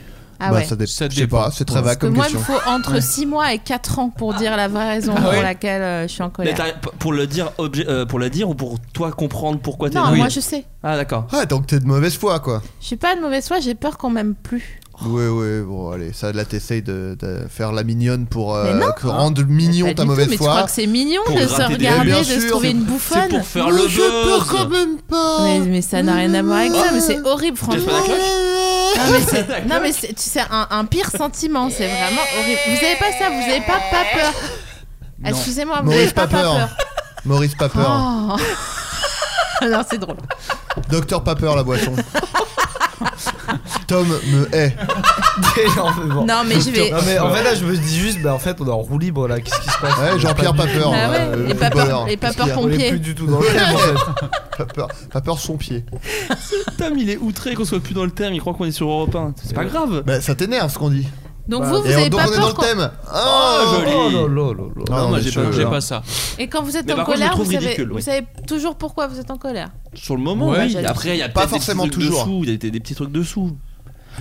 S9: Ah
S3: Bah,
S9: ouais.
S3: ça dé-
S10: Ça
S3: je sais
S10: dépend.
S3: pas, c'est très
S9: Parce
S3: vague
S9: que
S3: comme
S9: moi, il
S3: question.
S9: me faut entre 6 mois et 4 ans pour dire la vraie raison
S10: Ah
S9: pour
S10: ouais.
S9: laquelle euh, je suis en
S7: Mais
S9: colère.
S7: t'as- pour le dire, obje- euh, pour la dire ou pour toi comprendre pourquoi t'es.
S9: Non,
S7: Oui.
S9: moi je sais.
S7: Ah d'accord.
S3: Ah, donc t'es de mauvaise foi, quoi.
S9: Je suis pas de mauvaise foi, j'ai peur qu'on m'aime plus.
S10: Oh.
S3: Ouais, ouais, bon, allez, ça là t'essayes de, de faire la mignonne pour euh,
S9: Mais non.
S3: que- rendre mignon ta
S9: Pas du tout,
S3: mauvaise
S9: Mais tu crois
S3: foi.
S9: que c'est mignon
S7: Pour
S9: de se
S7: gratter des-
S9: regarder,
S3: Bien
S9: de se
S3: sûr,
S9: trouver
S3: c'est-
S9: une
S7: C'est
S9: bouffonne
S7: pour faire le buzz.
S3: même pas.
S9: mais, mais ça n'a rien à voir avec ça, mais
S3: Ah.
S9: c'est horrible,
S7: Tu laisses pas la
S9: franchement.
S7: cloche
S9: Non Ah, mais c'est, non, mais c'est- tu sais, un, un pire sentiment, c'est vraiment horrible. Vous avez pas ça, vous avez pas pas peur.
S10: Non.
S9: Excusez-moi, vous avez
S3: Maurice
S9: pas, pas
S3: Papeur.
S9: peur.
S3: Maurice Papeur.
S9: Oh. non, c'est drôle.
S3: Docteur Papeur, la boisson. Tom me hait.
S8: Énormément.
S11: Non, mais je
S3: Ah
S11: vais.
S8: Non, mais en fait, là, je me dis juste, bah en fait, on est en roue libre là, qu'est-ce qui se passe
S3: Ouais, Jean-Pierre Papeur.
S11: Ah ouais,
S3: euh,
S11: et pas peur-
S3: footballeur.
S11: et pas
S3: Qu'est-ce
S11: peur
S3: qu'il y a
S11: qu'on-
S8: On est
S11: Pompier.
S8: plus du tout dans le thème en fait.
S3: Papeur, Papeur son pied.
S7: Tom, il est outré qu'on soit plus dans le thème. Il croit qu'on est sur Europe 1. C'est pas grave.
S3: Bah, ça t'énerve ce qu'on dit.
S9: Donc
S8: Bah,
S9: vous, vous
S3: Et
S9: avez
S3: donc
S9: pas
S3: on est dans
S9: peur.
S3: le
S9: Quand...
S3: thème.
S7: Oh,
S3: Oh,
S7: joli.
S8: Oh là là là là.
S10: Non,
S3: Non,
S10: moi
S3: mais
S10: j'ai
S3: je-
S10: pas, j'ai
S3: non.
S10: pas ça.
S9: Et quand vous êtes
S7: Mais
S9: en
S7: par contre, je
S9: colère,
S7: le trouve
S9: vous savez,
S7: ridicule, oui.
S9: vous savez toujours pourquoi vous êtes en colère.
S7: Sur le moment,
S10: Ouais,
S7: ouais.
S9: j'allais-
S7: Après, il y a
S3: Pas
S7: peut-être des
S3: forcément
S7: petits trucs
S3: toujours.
S7: Dessous, il y a des, des petits trucs dessous.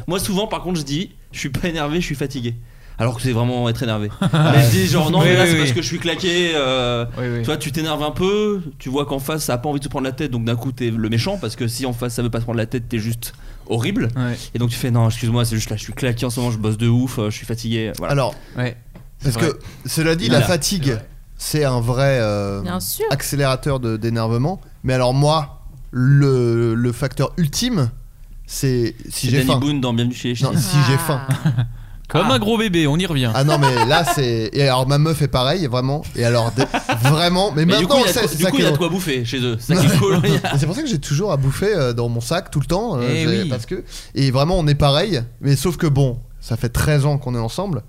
S7: Moi, souvent, par contre, je dis, je suis pas énervé, je suis fatigué. Alors que c'est vraiment être énervé. mais je dis genre non,
S10: Oui,
S7: mais là
S10: oui,
S7: c'est
S10: oui.
S7: parce que je suis claqué. euh,
S10: Oui, oui.
S7: Toi, tu t'énerves un peu, tu vois qu'en face ça a pas envie de se prendre la tête, donc d'un coup t'es le méchant parce que si en face ça veut pas se prendre la tête, t'es juste horrible.
S10: Ouais.
S7: Et donc tu fais non, excuse-moi, c'est juste là, je suis claqué en ce moment, je bosse de ouf, euh, je suis fatigué. Voilà.
S3: Alors,
S10: Ouais.
S3: parce
S10: vrai.
S3: que cela dit,
S7: Voilà,
S3: la
S10: c'est
S3: fatigue,
S10: vrai.
S3: c'est un vrai euh,
S9: Bien sûr.
S3: accélérateur de- d'énervement. Mais alors, moi, le, le facteur ultime, c'est si
S7: C'est
S3: j'ai
S7: Danny
S3: faim.
S7: Boone dans Bienvenue chez les Ch'tis.
S3: Non, Ah, si j'ai
S9: Ah.
S3: faim.
S10: Comme un gros bébé, on y revient.
S3: Ah non, mais là, c'est. Et alors, ma meuf est pareille, vraiment. Et alors, de- vraiment. Mais,
S7: Mais du
S3: maintenant,
S7: coup, il
S3: on
S7: y a,
S3: sait,
S7: de quoi-
S3: c'est
S7: du
S3: ça
S7: coup,
S3: qui
S7: il y
S3: est
S7: a de
S3: drôle.
S7: quoi bouffer chez eux. C'est ça qui est cool. hein, il y a-
S3: Et c'est pour ça que j'ai toujours à bouffer euh, dans mon sac tout le temps. euh,
S10: Eh
S3: j'ai-
S10: oui.
S3: Parce que et vraiment on est pareil, mais sauf que bon, ça fait 13 ans qu'on est ensemble.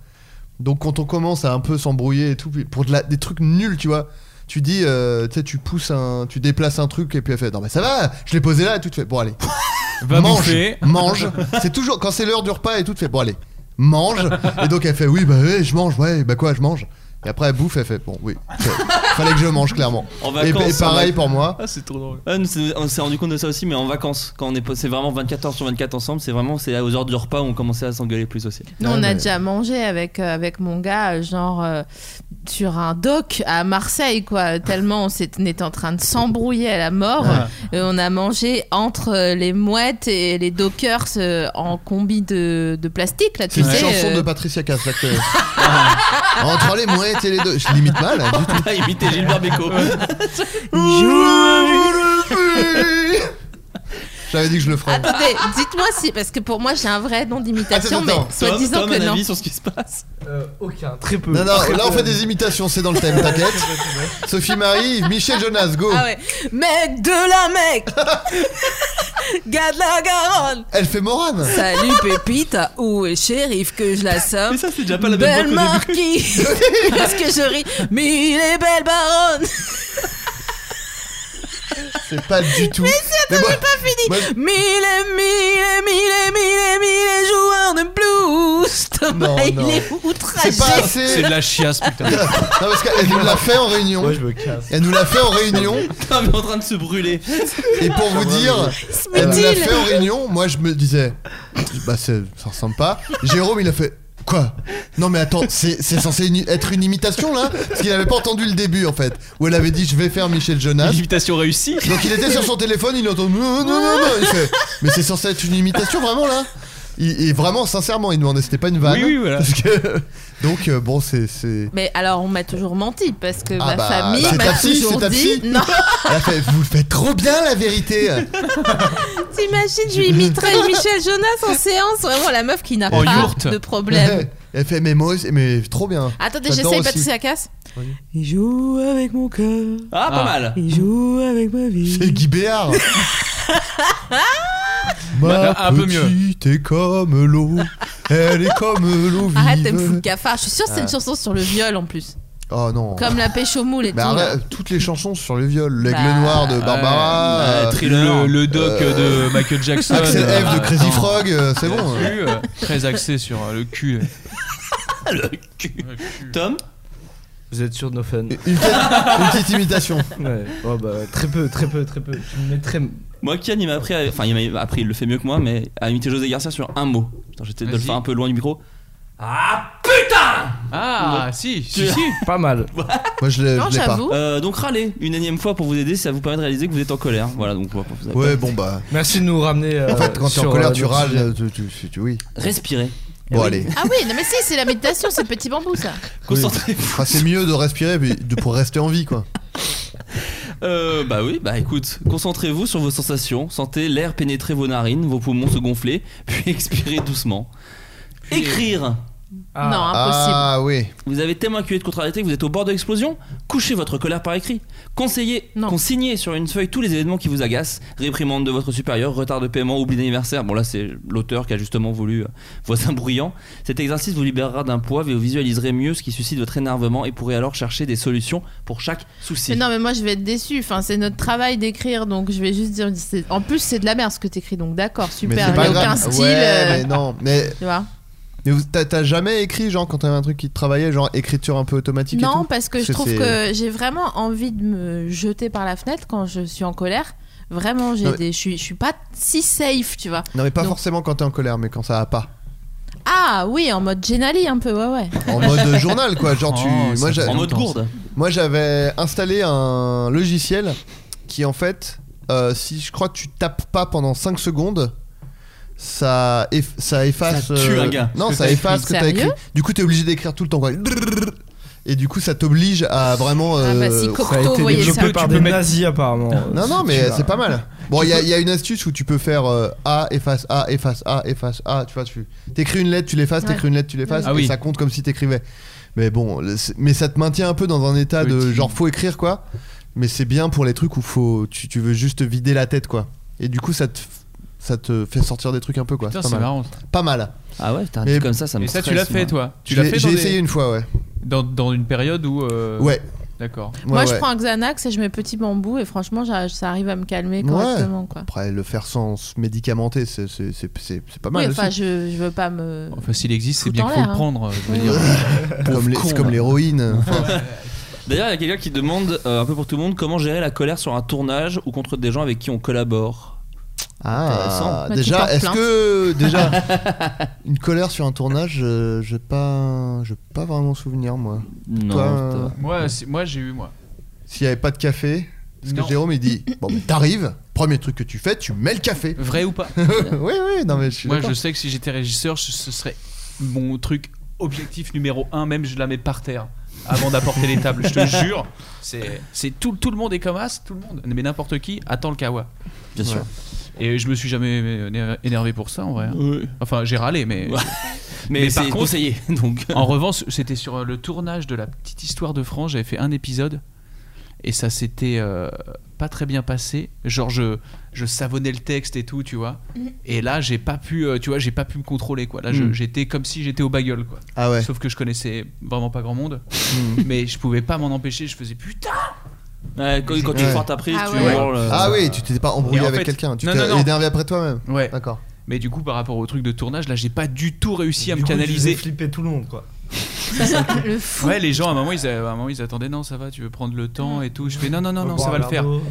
S3: Donc quand on commence à un peu s'embrouiller et tout puis pour de la- des trucs nuls, tu vois. Tu dis euh, tu sais tu pousses un tu déplaces un truc et puis elle fait non mais ça va, je l'ai posé là et tout tu fais bon allez.
S10: Va
S3: mange,
S10: bouffer.
S3: mange. C'est toujours quand c'est l'heure du repas et tout tu fais bon allez, mange et donc elle fait oui bah ouais, je mange, ouais, bah quoi, je mange. Et après elle bouffe, elle fait bon oui. Fallait que je mange clairement.
S7: En
S3: Et,
S7: vacances.
S3: et pareil pour moi.
S10: Ah, c'est trop drôle.
S7: on s'est- on s'est rendu compte de ça aussi, mais en vacances, quand on est, pas- c'est vraiment 24 heures sur 24 ensemble, c'est vraiment c'est aux heures du repas où on commençait à s'engueuler plus aussi.
S9: Nous,
S3: Ouais,
S9: on a
S3: mais-
S9: déjà mangé avec, euh, avec mon gars, euh, genre euh, sur un dock à Marseille, quoi. Tellement on, s'est- on était en train de s'embrouiller à la mort.
S3: Ah.
S9: Et on a mangé entre euh, les mouettes et les dockers euh, en combi de, de plastique, là,
S3: C'est
S9: tu
S3: une
S9: sais.
S3: chanson
S9: euh.
S3: de Patricia Cass. là, que- Entre les mouettes et les deux. Je l'imite mal. hein, du tout.
S7: T'as imité Gilbert Bécaud.
S3: J'avais dit que je le ferais.
S9: Attendez, dites-moi si, parce que pour moi j'ai un vrai nom d'imitation,
S3: Attends,
S9: mais
S3: Ah, attends,
S9: soit
S7: Tom,
S9: disant
S7: Tom,
S9: que
S7: un
S9: non.
S7: avis sur ce qui se passe
S8: Euh, aucun, très peu.
S3: Non, non,
S8: Très
S3: là on
S8: peu.
S3: fait des imitations, c'est dans le thème, t'inquiète. Sophie Marie, Michel Jonas, go.
S9: Ah ouais, mec de la mec, garde la Garonne.
S3: Elle fait Morane.
S9: Salut Pépite, où est shérif que je la somme
S3: Ah.
S7: Mais ça, c'est déjà pas la même
S9: Belle
S7: voix qu'au début.
S9: marquise Parce que je ris Mais il est belle baronne
S3: C'est pas du tout. Mais moi- moi,
S9: Mille et mille et mille et mille et mille et joueurs de blues
S11: Thomas,
S3: Non,
S11: il
S3: non.
S11: est outragé.
S3: C'est pas assez.
S10: C'est de la chiasse, putain.
S3: non, parce qu'elle nous l'a fait en réunion.
S8: Moi, je me casse.
S3: Elle nous l'a fait en réunion.
S7: Putain, mais en train de se brûler.
S3: Et pour vous dire, Euh, elle nous l'a
S11: Inutile.
S3: fait en réunion. Moi, je me disais, bah, c'est- ça ressemble pas. Jérôme, il a fait. Quoi Non mais attends, c'est c'est censé une- être une imitation là Parce qu'il avait pas entendu le début en fait, où elle avait dit je vais faire Michel Jonas.
S10: L'imitation réussie.
S3: Donc il était sur son téléphone, il entend non non non non, il fait, mais c'est censé être une imitation vraiment là. Il- Et vraiment sincèrement, il demandait c'était pas une vanne.
S10: Oui, oui, voilà.
S3: Parce que- donc euh, bon c'est c'est.
S11: Mais alors, on m'a toujours menti parce que
S3: Ah
S11: ma
S3: bah,
S11: famille
S3: c'est
S11: m'a
S3: ta psy,
S11: toujours
S3: c'est ta
S11: dit.
S3: psy.
S11: Non,
S3: Elle a fait, vous le faites trop bien la vérité.
S11: t'imagines, je lui imiterais Michel Jonas en séance. Vraiment, la meuf qui n'a
S3: En
S11: pas
S3: yourte.
S11: de problème.
S3: Elle fait mais moi aussi- mais trop bien.
S11: Attendez,
S3: J'adore
S11: j'essaye,
S3: aussi.
S11: Patricia Casse.
S12: Il joue avec mon cœur.
S7: Ah, pas
S3: Ah.
S7: mal.
S12: Il joue avec ma vie.
S3: C'est Guy Béard. Ma
S7: Un peu mieux.
S3: petite est comme l'eau, elle est comme l'eau vive.
S11: Arrête, elle me fout le cafard. Je suis sûre que c'est une
S3: Ah.
S11: chanson sur le viol en plus.
S3: Oh non.
S11: Comme la pêche au moule et
S3: Mais
S11: tout. là.
S3: arrête, toutes les chansons sur le viol, l'aigle
S11: Bah,
S3: noir de Barbara,
S10: Euh,
S3: euh,
S10: thriller. Le, le doc
S3: euh,
S10: de Michael Jackson.
S3: Axel
S10: euh,
S3: F de Crazy
S10: attends.
S3: Frog, euh, c'est
S10: Bien
S3: bon.
S10: sûr, euh, très axé sur euh, le cul.
S7: le cul. Tom
S8: Vous êtes sûr de nos fans
S3: Une petite, une petite imitation.
S8: Ouais, oh bah, très peu, très peu, très peu. Je me mets très.
S7: Moi, Kian, il m'a appris, à- enfin, il m'a appris, il le fait mieux que moi, mais à imiter José Garcia sur un mot. Putain, j'étais de le
S10: Vas-y.
S7: faire un peu loin du micro.
S10: Ah, si, si, si.
S8: Pas mal.
S3: Moi, je l'ai je l'ai pas.
S7: Euh, donc, râler une énième fois pour vous aider, ça vous permet de réaliser que vous êtes en colère. Voilà, donc, pour vous
S3: Ouais, bon bah.
S8: Merci de nous ramener. euh,
S3: En fait, quand t'es en
S8: sur,
S3: colère,
S8: euh,
S3: tu
S8: notre
S3: râles,
S8: sujet.
S3: euh, tu, tu- tu- tu- oui.
S7: Respirer.
S3: Bon, allez.
S11: Ah oui, non mais si, c'est la méditation, c'est petit bambou ça.
S7: Concentrez-vous.
S3: Enfin, c'est mieux de respirer mais de, pour rester en vie, quoi.
S7: Euh, bah oui, bah écoute, concentrez-vous sur vos sensations, sentez l'air pénétrer vos narines, vos poumons se gonfler, puis expirez doucement.
S3: euh,
S7: Écrire
S11: Non, impossible.
S3: Ah oui.
S7: Vous avez tellement accumulé de contrariétés que vous êtes au bord de l'explosion Couchez votre colère par écrit. Conseillez, consignez sur une feuille tous les événements qui vous agacent, réprimande de votre supérieur, retard de paiement, oubli d'anniversaire. Bon là c'est l'auteur qui a justement voulu euh, voisin bruyant. Cet exercice vous libérera d'un poids et vous visualiserez mieux ce qui suscite votre énervement et pourrez alors chercher des solutions pour chaque souci.
S11: Mais non mais moi je vais être déçu. Enfin c'est notre travail d'écrire donc je vais juste dire. c'est- En plus c'est de la merde ce que t'écris donc d'accord
S3: Mais
S11: super.
S3: c'est
S11: Il y
S3: pas
S11: a aucun
S3: grave.
S11: style.
S3: Ouais,
S11: euh,
S3: mais non. Mais,
S11: Tu vois.
S3: mais vous- t'as t'as jamais écrit, genre, quand t'avais un truc qui te travaillait, genre écriture un peu automatique et
S11: Non
S3: tout
S11: parce que je trouve
S3: c'est-
S11: que j'ai vraiment envie de me jeter par la fenêtre quand je suis en colère. Vraiment j'ai
S3: Non, mais-
S11: des. Je suis je suis pas si safe tu vois.
S3: Non, mais pas
S11: Donc-
S3: forcément quand t'es en colère, mais quand ça va pas.
S11: Ah oui en mode Genali un peu ouais ouais.
S3: En mode journal, quoi. Genre, tu.
S10: Oh,
S3: moi,
S10: ça
S3: j'a-
S10: fait
S7: en mode
S10: longtemps,
S7: gourde.
S3: Moi, j'avais installé un logiciel qui, en fait, euh, si je crois que tu tapes pas pendant 5 secondes, ça, eff- ça efface. euh,
S7: Ça tue un gars.
S3: Non,
S10: Ce que
S3: ça
S10: t'as
S3: efface ce que
S11: écrit.
S3: t'as écrit.
S11: Sérieux
S3: Du coup, t'es obligé d'écrire tout le temps, quoi. Et du coup, ça t'oblige à vraiment.
S11: Ah bah
S3: euh,
S11: si
S8: Ça a
S11: Cocteau
S8: été
S11: voyait ça.
S8: développé
S10: peux-
S8: par
S10: tu
S8: des
S10: peux mettre-
S8: nazis apparemment.
S3: non, non, mais
S8: Celui-là.
S3: c'est pas mal. Bon, il y, a- il y a une astuce où tu peux faire euh, A, efface A, efface A, efface A. Tu vois, tu écris une lettre, tu l'effaces,
S11: Ouais.
S3: t'écris une lettre, tu l'effaces,
S10: Ah
S3: et
S10: oui.
S3: ça compte comme si t'écrivais. Mais bon, le- c'est- mais ça te maintient un peu dans un état de
S10: Petit.
S3: genre faut écrire quoi. Mais c'est bien pour les trucs où faut, tu, tu veux juste te vider la tête quoi. Et du coup, ça te, ça te fait sortir des trucs un peu quoi.
S10: Putain,
S3: C'est
S10: c'est
S3: pas, mal.
S10: marrant.
S3: pas mal.
S7: Ah ouais, t'as
S3: Mais-
S7: dit comme ça, ça me
S10: Et ça, tu
S7: stresse,
S10: l'as fait,
S7: moi.
S10: toi Tu
S3: Je
S10: l'as
S3: l'ai-
S10: fait dans,
S3: J'ai
S10: des-
S3: essayé une fois, ouais.
S10: dans, dans une période où. euh,
S3: Ouais.
S10: D'accord.
S11: Moi,
S3: Ouais,
S11: je
S3: ouais.
S11: prends un Xanax et je mets petit bambou et franchement, j'a- ça arrive à me calmer correctement, quoi.
S3: Après, le faire sans se médicamenter, c'est c'est- c'est- c'est- c'est pas mal.
S11: oui,
S3: aussi.
S11: enfin, je, je veux pas me.
S10: Enfin, s'il existe, c'est
S11: Foutre
S10: bien
S11: en
S10: qu'il faut
S11: l'air,
S10: le
S11: hein.
S10: prendre. euh, Je veux
S11: Oui.
S10: dire.
S3: Comme les-
S7: con,
S3: c'est comme
S7: là.
S3: l'héroïne. Enfin,
S7: D'ailleurs, il y a quelqu'un qui demande, euh, un peu pour tout le monde, comment gérer la colère sur un tournage ou contre des gens avec qui on collabore.
S3: Ah,
S7: Intéressant.
S11: Bah, tu
S3: déjà,
S11: portes
S3: est-ce
S11: plainte.
S3: que déjà une colère sur un tournage, euh, j'ai pas, j'ai pas vraiment souvenir moi.
S7: Non,
S3: Toi, euh,
S7: ça va.
S10: Moi, c'est- moi j'ai eu, moi.
S3: S'il y avait pas de café, parce que
S10: Non.
S3: Jérôme il dit, bon, bah, t'arrives, premier truc que tu fais, tu mets le café.
S10: Vrai ou pas
S3: oui, oui, non mais je suis.
S10: Moi,
S3: d'accord.
S10: je sais que si j'étais régisseur, ce ce serait mon truc objectif numéro un. Même, je la mets par terre avant d'apporter les tables. Je te jure, c'est c'est tout, tout le monde est comme as, tout le monde. Mais n'importe qui attend le kawa.
S7: Bien sûr.
S10: Et je me suis jamais éner- énervé pour ça, en vrai. Enfin, j'ai râlé, mais.
S7: Ouais. Mais,
S10: Mais
S7: c'est
S10: par contre-
S7: conseillé, donc.
S10: En revanche, c'était sur euh, le tournage de la petite histoire de France. J'avais fait un épisode et ça s'était euh, pas très bien passé. Genre je, je savonnais le texte et tout, tu vois. Et là, j'ai pas pu, euh, tu vois, j'ai pas pu me contrôler quoi. Là, je-
S7: Mm.
S10: j'étais comme si j'étais au bagueule quoi.
S3: Ah ouais.
S10: Sauf que je connaissais vraiment pas grand monde,
S8: Mm.
S10: mais je pouvais pas m'en empêcher. Je faisais putain.
S7: Ouais, quand, quand tu
S3: Ouais.
S7: foires ta prise,
S11: Ah
S7: tu
S11: ouais.
S7: hurles. euh,
S3: Ah oui, tu t'étais pas embrouillé
S10: Et Euh, en
S3: avec
S10: fait-
S3: quelqu'un, tu
S10: Non,
S3: t'es
S10: non, non.
S3: énervé après toi-même.
S10: Ouais.
S3: D'accord.
S10: Mais du coup, par rapport au truc de tournage, là, j'ai pas du tout réussi à me
S8: Du coup, tu
S10: canaliser.
S8: faisais flipper tout le monde, quoi.
S10: Ouais, les gens, à un, moment, ils, à un moment, ils attendaient, non, ça va, tu veux prendre le temps et tout. Je fais, non, non, non,
S8: On
S10: non,
S8: boit
S10: ça va
S8: un
S10: le faire.
S8: verre d'eau.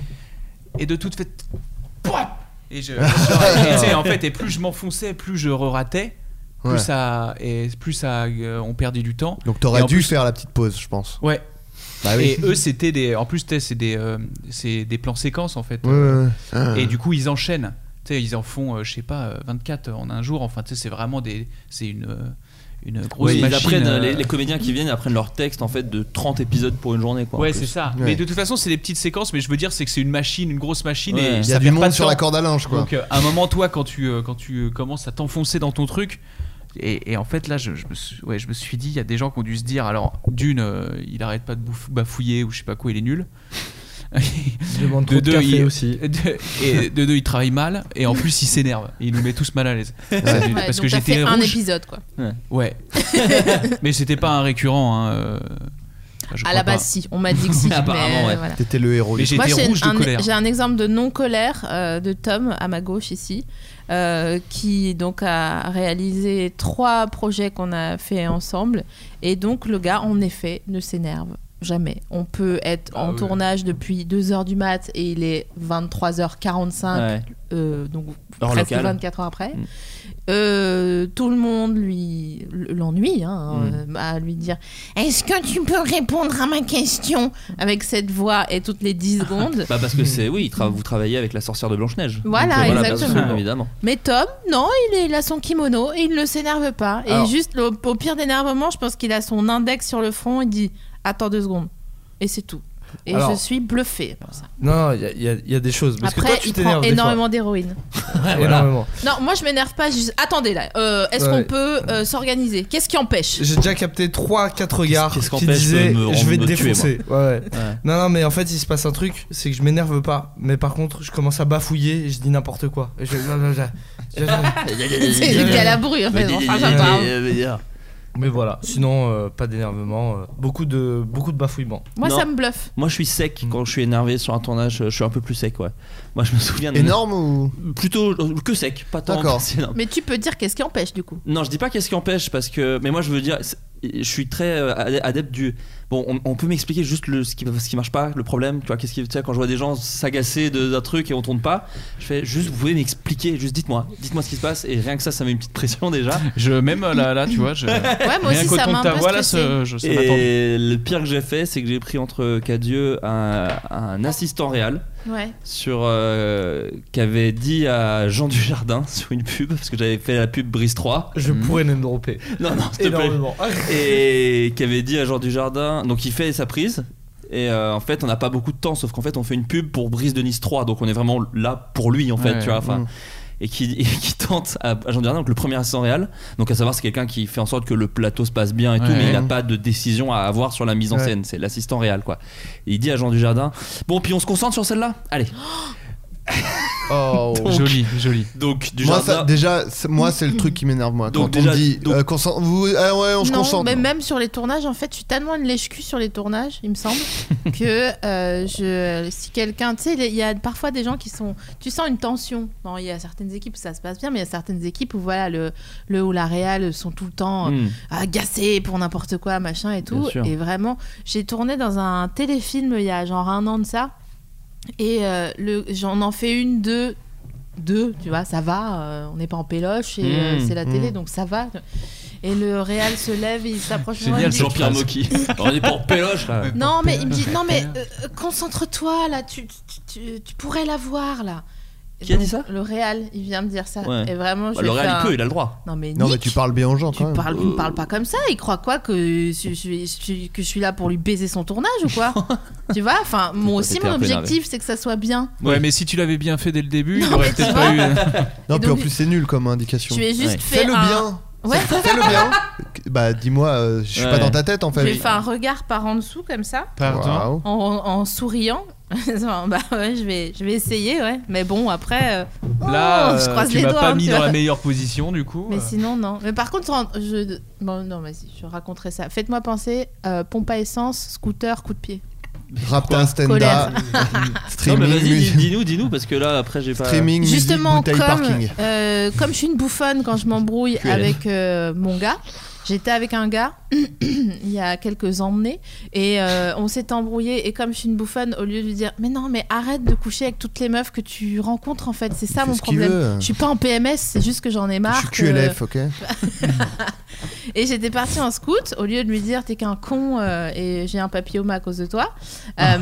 S10: Et de toute fait, Pouah et je. et tu sais, en fait, et plus je m'enfonçais, plus je ratais. Plus
S3: Ouais.
S10: ça, et plus ça, euh, on perdait du temps.
S3: Donc t'aurais
S10: Et en
S3: dû
S10: plus-
S3: faire la petite pause, je pense.
S10: Ouais.
S3: Bah oui.
S10: Et eux, c'était des. En plus, t'es, c'est des, euh, c'est des plans séquences en fait.
S3: Ouais, Ah.
S10: Euh,
S3: ouais, ouais.
S10: Et du coup, ils enchaînent. Tu sais, ils en font, euh, je sais pas, euh, 24 en un jour. Enfin, tu sais, c'est vraiment des. C'est une. euh, Une grosse
S7: Oui, ils
S10: machine.
S7: apprennent,
S10: euh,
S7: les, les comédiens qui viennent apprennent leur texte en fait de 30 épisodes pour une journée quoi. en
S10: Ouais,
S7: plus.
S10: c'est ça. Mais de toute façon, c'est des petites séquences. Mais je veux dire, c'est que c'est une machine, une grosse machine.
S7: Ouais.
S10: Et
S7: Il y
S10: ça
S7: a du
S10: perd pas
S7: monde
S10: de
S7: sur
S10: temps.
S7: la corde à linge, quoi.
S10: Donc, euh, à un moment, toi, quand tu, euh, quand tu euh, commences à t'enfoncer dans ton truc. Et, et en fait, là, je, je me suis, ouais, je me suis dit, il y a des gens qui ont dû se dire alors, d'une, euh, il arrête pas de bouffe- bafouiller ou je sais pas quoi, il est nul.
S8: demande trop de café
S10: il,
S8: aussi.
S10: de- et de deux, il travaille mal et en plus, il s'énerve. Et Il nous met tous mal à l'aise. C'est nul.
S9: Ouais, donc t'as fait un
S10: rouge.
S9: épisode, quoi.
S10: Ouais. mais c'était pas un récurrent. hein, euh, je
S9: À
S10: crois
S9: la base,
S10: pas.
S9: si. On m'a dit que si. mais, euh, voilà.
S3: T'étais le héros.
S10: Mais
S3: du
S9: Moi,
S10: j'étais
S9: j'ai
S10: rouge de
S9: un-
S10: colère.
S9: J'ai un exemple de non-colère euh, de Tom à ma gauche ici, euh, qui donc a réalisé trois projets qu'on a fait ensemble. Et donc, le gars, en effet, ne s'énerve jamais. On peut être
S10: Ah
S9: en
S13: oui.
S9: tournage depuis 2h du mat et il est 23h45,
S7: Ouais.
S9: euh, donc
S7: Heure
S9: presque
S7: locale.
S9: 24 heures après.
S8: Mm.
S9: Euh, tout le monde lui l'ennuie hein,
S8: Mm.
S9: euh, à lui dire est-ce que tu peux répondre à ma question avec cette voix et toutes les 10 secondes
S7: Bah parce que c'est oui, tra- vous travaillez avec la sorcière de Blanche-Neige.
S9: Voilà,
S7: Donc, euh, bien
S9: exactement.
S7: sûr, évidemment.
S9: mais Tom non il, est, il a son kimono et il ne s'énerve pas et
S7: Alors-
S9: juste au, au pire d'énervement je pense qu'il a son index sur le front il dit attends deux secondes et c'est tout et
S8: Alors-
S9: je suis bluffée par ça.
S8: Non, il y a- il y, a- il y a des choses. Parce que
S9: après
S8: toi, tu
S9: il prend
S8: t'énerves.
S9: énormément d'héroïne
S8: d'erreurs. Énormément.
S9: non moi je m'énerve pas je dis, attendez là euh, est-ce
S8: Ouais.
S9: qu'on peut euh, s'organiser qu'est-ce qui empêche
S8: J'ai déjà capté 3-4 regards
S7: qu'est-ce
S8: qui
S7: qu'empêche
S8: disaient
S7: de me-
S8: je vais te
S7: me tuer,
S8: défoncer.
S7: moi
S8: Ouais, ouais.
S7: Ouais.
S8: Non, non, mais en fait, il se passe un truc, c'est que je m'énerve pas. Mais par contre, je commence à bafouiller et je dis n'importe quoi. Et je-
S9: C'est
S10: euh,
S9: du calabru, en fait, enfin, j'entends.
S8: Mais voilà, sinon, euh, pas d'énervement. euh, beaucoup, de, beaucoup de bafouillements.
S9: Moi, ça me bluffe.
S7: Moi, je suis sec quand je suis énervé sur un tournage. euh, Je suis un peu plus sec, ouais. Moi, je me souviens. de-
S3: Énorme ou
S7: Plutôt euh, que sec, pas tant.
S3: D'accord.
S7: c'est énorme.
S9: mais tu peux dire qu'est-ce qui empêche du coup
S7: Non, je dis pas qu'est-ce qui empêche parce que. Mais moi, je veux dire, c'est- je suis très euh, adep- adepte du. Bon, on, on peut m'expliquer juste le, ce, qui, ce qui marche pas, le problème. Tu vois, qu'est-ce qui. Tu sais, quand je vois des gens s'agacer de- d'un truc et on tourne pas, je fais juste, vous pouvez m'expliquer, juste dites-moi. Dites-moi ce qui se passe et rien que ça, ça met une petite pression déjà.
S10: Je même là, là, tu vois, je- Ouais, moi rien aussi, qu'au ça ton de m'a un ta peu voix, là, stressée. ce- je- ça m'a
S7: Et
S10: tendu.
S7: le pire que j'ai fait, c'est que j'ai pris entre Cadieux un, un assistant réel
S9: Ouais.
S7: sur euh, qu'avait dit à Jean Dujardin sur une pub parce que j'avais fait la pub Brise 3
S8: Je pourrais même dropper.
S7: non non s'il te plaît.
S8: Énormément.
S7: et qu'avait dit à Jean Dujardin donc il fait sa prise et euh, en fait on n'a pas beaucoup de temps sauf qu'en fait on fait une pub pour Brise de Nice 3 donc on est vraiment là pour lui en fait
S10: Ouais,
S7: tu vois enfin
S10: mm.
S7: et qui, et qui tente à, à Jean Dujardin donc le premier assistant réel donc à savoir c'est quelqu'un qui fait en sorte que le plateau se passe bien et tout
S10: Ouais.
S7: mais il n'a pas de décision à avoir sur la mise en
S10: Ouais.
S7: scène c'est l'assistant réel quoi Et il dit à Jean Dujardin bon puis on se concentre sur celle-là allez
S3: Oh,
S7: Donc-
S10: joli, joli.
S7: Donc, du
S3: moi,
S7: jardin-
S3: ça- déjà, c'est- moi, c'est le truc qui m'énerve, moi.
S7: Donc,
S3: quand on
S7: déjà,
S3: me dit, euh, concentre- vous, ah ouais, on se
S9: non,
S3: concentre.
S9: mais même sur les tournages, en fait, je suis tellement une lèche-cul sur les tournages, il me semble, que euh, je, si quelqu'un, tu sais, il y a parfois des gens qui sont, tu sens une tension. Bon, il y a certaines équipes où ça se passe bien, mais il y a certaines équipes où voilà, le, le ou la réal sont tout le temps euh,
S7: hmm.
S13: Mm.
S9: agacés pour n'importe quoi, machin et tout.
S13: Bien sûr.
S9: Et vraiment, j'ai tourné dans un téléfilm il y a genre un an de ça, et euh, le, j'en en fais une, deux, deux, tu vois, ça va, euh, on n'est pas en péloche et euh,
S7: Mm.
S9: c'est la télé,
S7: Mm.
S9: donc ça va. Et le Real se lève et il s'approche de moi.
S7: Génial,
S9: il me dit-
S7: Jean-Pierre Mocky. On est pour Péloche là.
S9: Non, mais il me dit non, mais euh, euh, concentre-toi là, tu, tu- tu- tu pourrais la voir là.
S7: Qui a dit ça
S9: Le Real, il vient me dire ça.
S3: Ouais.
S9: Et vraiment, je
S3: Bah,
S9: lui
S3: le
S9: ai
S3: Real,
S9: fait
S3: il
S9: un-
S3: peut, il a le droit.
S9: Non, mais
S3: Non, mais
S9: Nick,
S3: tu parles bien aux gens, quand même.
S9: parle- il me
S10: Euh.
S9: parle pas comme ça. Il croit quoi que je, je- je- que je suis là pour lui baiser son tournage ou quoi Tu vois Enfin, moi aussi,
S10: t'étais
S9: mon
S10: un peu énervé.
S9: objectif, c'est que ça soit bien.
S10: Ouais, mais si tu l'avais bien fait dès le début, il aurait
S9: mais tu
S10: peut-être pas eu. euh,
S3: Non,
S9: Et
S3: puis en
S9: donc-
S3: plus, c'est nul comme indication.
S9: Je lui ai juste fait
S3: Fais-le
S9: un-
S3: bien.
S9: Ouais.
S3: Fais-le bien. Bah, dis-moi, euh, je suis
S7: Ouais.
S3: pas dans ta tête, en
S9: Je lui ai
S3: fait.
S9: fait un regard par en dessous comme ça.
S3: Pardon.
S9: en, en souriant. Enfin, bah ouais, je vais, je vais essayer, ouais. Mais bon, après, euh,
S10: Là,
S9: oh, je
S10: euh,
S9: croise
S10: tu
S9: les
S10: m'as
S9: doigts.
S10: pas
S9: hein,
S10: mis
S9: tu
S10: dans
S9: vois.
S10: la meilleure position du coup. euh,
S9: Mais sinon, non. Mais par contre, en- je. Bon, non, vas-y, je raconterai ça. Faites-moi penser euh, pompe à essence, scooter, coup de pied.
S3: Rapta, stand-up,
S7: Non, mais
S3: streaming,
S7: vas-y, dis-
S3: musique.
S7: dis-nous, dis-nous, parce que là, après, j'ai pas.
S3: Streaming,
S9: Justement, comme, euh, comme je suis une bouffonne quand je m'embrouille
S7: Tu es.
S9: avec euh, mon gars, j'étais avec un gars il y a quelques emmenées et euh, on s'est embrouillé. Et comme je suis une bouffonne, au lieu de lui dire Mais non, mais arrête de coucher avec toutes les meufs que tu rencontres, en fait, c'est ça
S3: Fais
S9: mon
S3: ce qu'il veut.
S9: problème. Je suis pas en PMS, c'est juste que j'en ai marre. que-
S3: QLF, ok
S9: et j'étais partie en scout, au lieu de lui dire t'es qu'un con euh, et j'ai un papilloma à cause de toi. euh,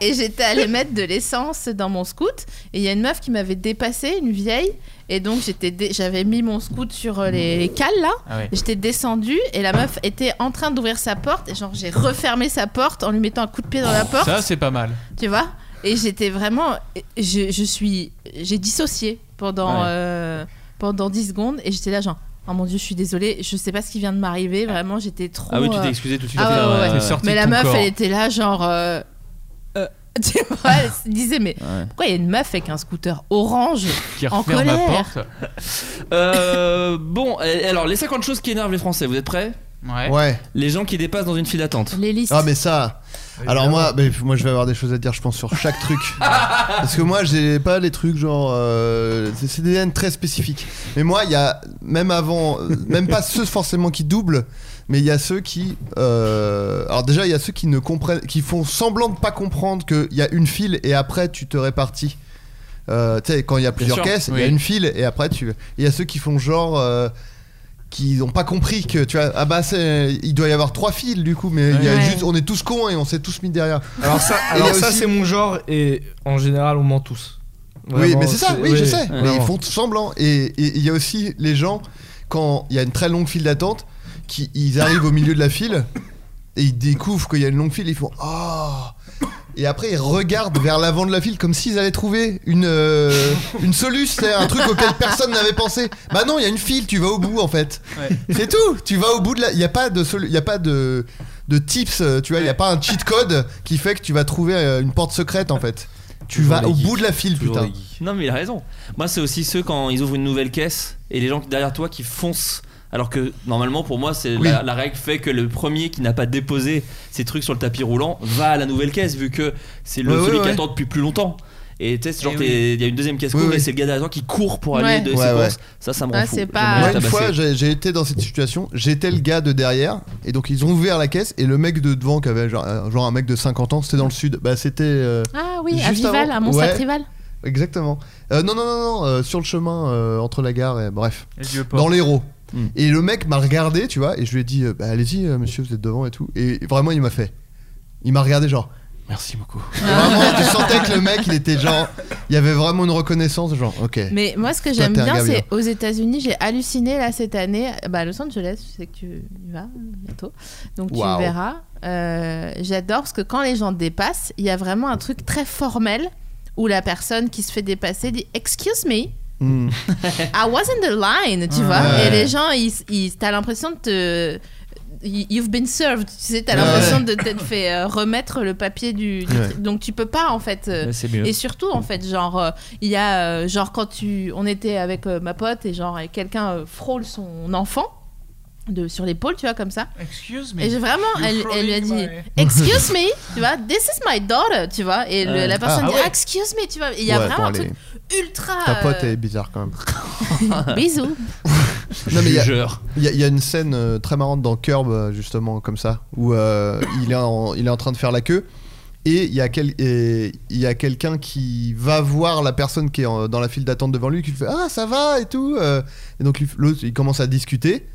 S9: et j'étais allée mettre de l'essence dans mon scout. Et il y a une meuf qui m'avait dépassée, une vieille. Et donc j'étais dé- j'avais mis mon scout sur euh, les, les cales là.
S14: Ah ouais.
S9: J'étais descendue et la meuf était en train d'ouvrir sa porte. Et genre j'ai refermé sa porte en lui mettant un coup de pied dans la porte.
S10: Oh, Ça, c'est pas mal.
S9: Tu vois Et j'étais vraiment. Je, je suis. J'ai dissocié pendant,
S10: Ouais.
S9: euh, pendant 10 secondes et j'étais là, genre. Oh mon dieu, je suis désolée, je sais pas ce qui vient de m'arriver, vraiment j'étais trop.
S7: Ah oui, tu t'es
S9: euh,
S7: excusée tout de suite
S9: ah
S7: après,
S9: ouais,
S7: ouais,
S9: ouais,
S7: ouais,
S9: ouais.
S7: ouais. Sorti
S9: Mais
S7: de
S9: la
S7: ton
S9: meuf,
S7: corps.
S9: elle était là, genre. euh, euh, tu vois, elle se disait, mais
S7: Ouais.
S9: pourquoi il y a une meuf avec un scooter orange
S7: Qui
S9: en
S7: referme la
S9: colère
S7: porte. Euh, bon, et- alors, les 50 choses qui énervent les Français, vous êtes prêts
S10: Ouais.
S3: Ouais.
S7: Les gens qui dépassent dans une file d'attente.
S9: Les listes.
S3: Ah mais ça. Alors moi, ben, moi je vais avoir des choses à dire, je pense sur chaque truc. Parce que moi j'ai pas les trucs genre, euh, c'est- c'est des haines très spécifiques. Mais moi il y a même avant, euh, même pas ceux forcément qui doublent, mais il y a ceux qui, euh, alors déjà il y a ceux qui ne comprennent, qui font semblant de pas comprendre qu'il y a une file et après tu te répartis. Euh, tu sais quand il y a plusieurs
S8: sûr,
S3: caisses, il y a
S8: oui.
S3: une file et après tu. Il y a ceux qui font genre. euh, qui n'ont pas compris que tu vois ah bah c'est il doit y avoir trois fils du coup mais il y a
S8: Ouais.
S3: juste on est tous cons et on s'est tous mis derrière
S8: Alors ça,
S3: Et il y a
S8: alors ça
S3: aussi-
S8: c'est mon genre et en général on ment tous.
S3: oui
S8: Vraiment,
S3: mais c'est ça oui
S8: ouais,
S3: je sais mais ils
S8: vraiment.
S3: font semblant et et il y a aussi les gens quand il y a une très longue file d'attente qui ils arrivent au milieu de la file et ils découvrent qu'il y a une longue file ils font ah et après ils regardent vers l'avant de la file comme s'ils allaient trouver une euh, une solution c'est un truc auquel personne n'avait pensé bah non il y a une file tu vas au bout en fait C'est tout. Tu vas au bout de la. Il y a pas de sol- y a pas de de tips. euh, Tu vois, il y a pas un cheat code qui fait que tu vas trouver euh, une porte secrète en fait. Tu
S7: Toujours
S3: vas
S7: les
S3: au
S7: geeks.
S3: bout de la file,
S7: Toujours
S3: putain.
S7: les geeks. Non, mais il a raison. Moi, c'est aussi ceux quand ils ouvrent une nouvelle caisse et les gens derrière toi qui foncent. Alors que normalement, pour moi, c'est
S3: Oui.
S7: la, la règle fait que le premier qui n'a pas déposé ses trucs sur le tapis roulant va à la nouvelle caisse, vu que c'est le
S3: Ouais,
S7: celui
S3: ouais,
S7: qui
S3: ouais.
S7: attend depuis plus longtemps. Et tu sais, c'est genre,
S3: Eh
S7: t'es-
S3: oui.
S7: il y a une deuxième caisse
S3: Oui,
S7: courbe
S3: oui.
S7: et c'est le gars derrière toi qui court pour aller
S9: Ouais.
S7: de
S9: Ouais,
S7: ses
S3: ouais.
S7: courses. Ça, ça me rend
S9: Ouais,
S7: fou.
S9: c'est pas-
S3: Moi,
S7: J'aimerais les
S3: une
S7: tabasser.
S3: fois, j'ai j'ai été dans cette situation. J'étais le gars de derrière, et donc ils ont ouvert la caisse, et le mec de devant, qui avait genre, euh, genre un mec de 50 ans, c'était dans le sud. Bah, c'était. euh,
S9: Ah oui, à
S3: juste
S9: Rival,
S3: avant.
S9: à Mont-Sac
S3: Ouais,
S9: Rival.
S3: Exactement. Euh, non, non, non, non, euh, sur le chemin euh, entre la gare et. Bref.
S10: Et le vieux port.
S3: dans l'héros.
S9: Hmm.
S3: Et le mec m'a regardé, tu vois, et je lui ai dit, euh, bah, allez-y, euh, monsieur, vous êtes devant et tout. Et vraiment, il m'a fait. Il m'a regardé, genre, merci beaucoup. Et vraiment, tu sentais que le mec, il était genre, il y avait vraiment une reconnaissance, genre, ok.
S9: Mais moi, ce que
S3: Toi,
S9: j'aime
S3: t'es un gars
S9: bien,
S3: bien.
S9: c'est aux États-Unis, j'ai halluciné là cette année. Bah, à Los Angeles, je sais que tu y vas euh, bientôt, donc
S14: Waouh.
S9: tu verras. Euh, J'adore parce que quand les gens dépassent, il y a vraiment un truc très formel où la personne qui se fait dépasser dit Excuse me,
S3: Hmm.
S9: I was in the line, tu
S3: Ouais.
S9: vois.
S3: Ouais.
S9: Et les gens, ils, ils- t'as l'impression de te. You've been served, tu sais, t'as l'impression de t'être fait euh, remettre le papier du. du
S14: Ouais.
S9: truc. Donc tu peux pas en fait. euh,
S14: Mais c'est mieux.
S9: Et surtout en fait, genre, euh, il y a. euh, genre quand tu. On était avec euh, ma pote et genre et quelqu'un euh, frôle son enfant. De, sur l'épaule, tu vois, comme ça.
S10: Excuse
S14: me.
S9: Et j'ai vraiment,
S14: You're
S9: elle, elle lui a dit
S14: throwing my-
S9: Excuse me, tu vois, this is my daughter, tu vois. Et le-
S3: Ouais.
S9: la personne
S3: Ah,
S9: dit
S3: ah ouais.
S9: Excuse me, tu vois. Et Il y a
S3: Ouais,
S9: vraiment un
S3: bon,
S9: truc ultra.
S3: Ta pote
S9: euh,
S3: est bizarre quand même.
S9: Bisous.
S3: Non, mais il y a-
S7: Jugeur.
S3: il y, a- il y a une scène euh, très marrante dans Curb, euh, justement, comme ça, où euh, il, est en, il est en train de faire la queue. Et il y a, quel- et il y a quelqu'un qui va voir la personne qui est en- dans la file d'attente devant lui, qui lui fait Ah, ça va et tout. euh. Et donc lui- l'autre, il commence à discuter.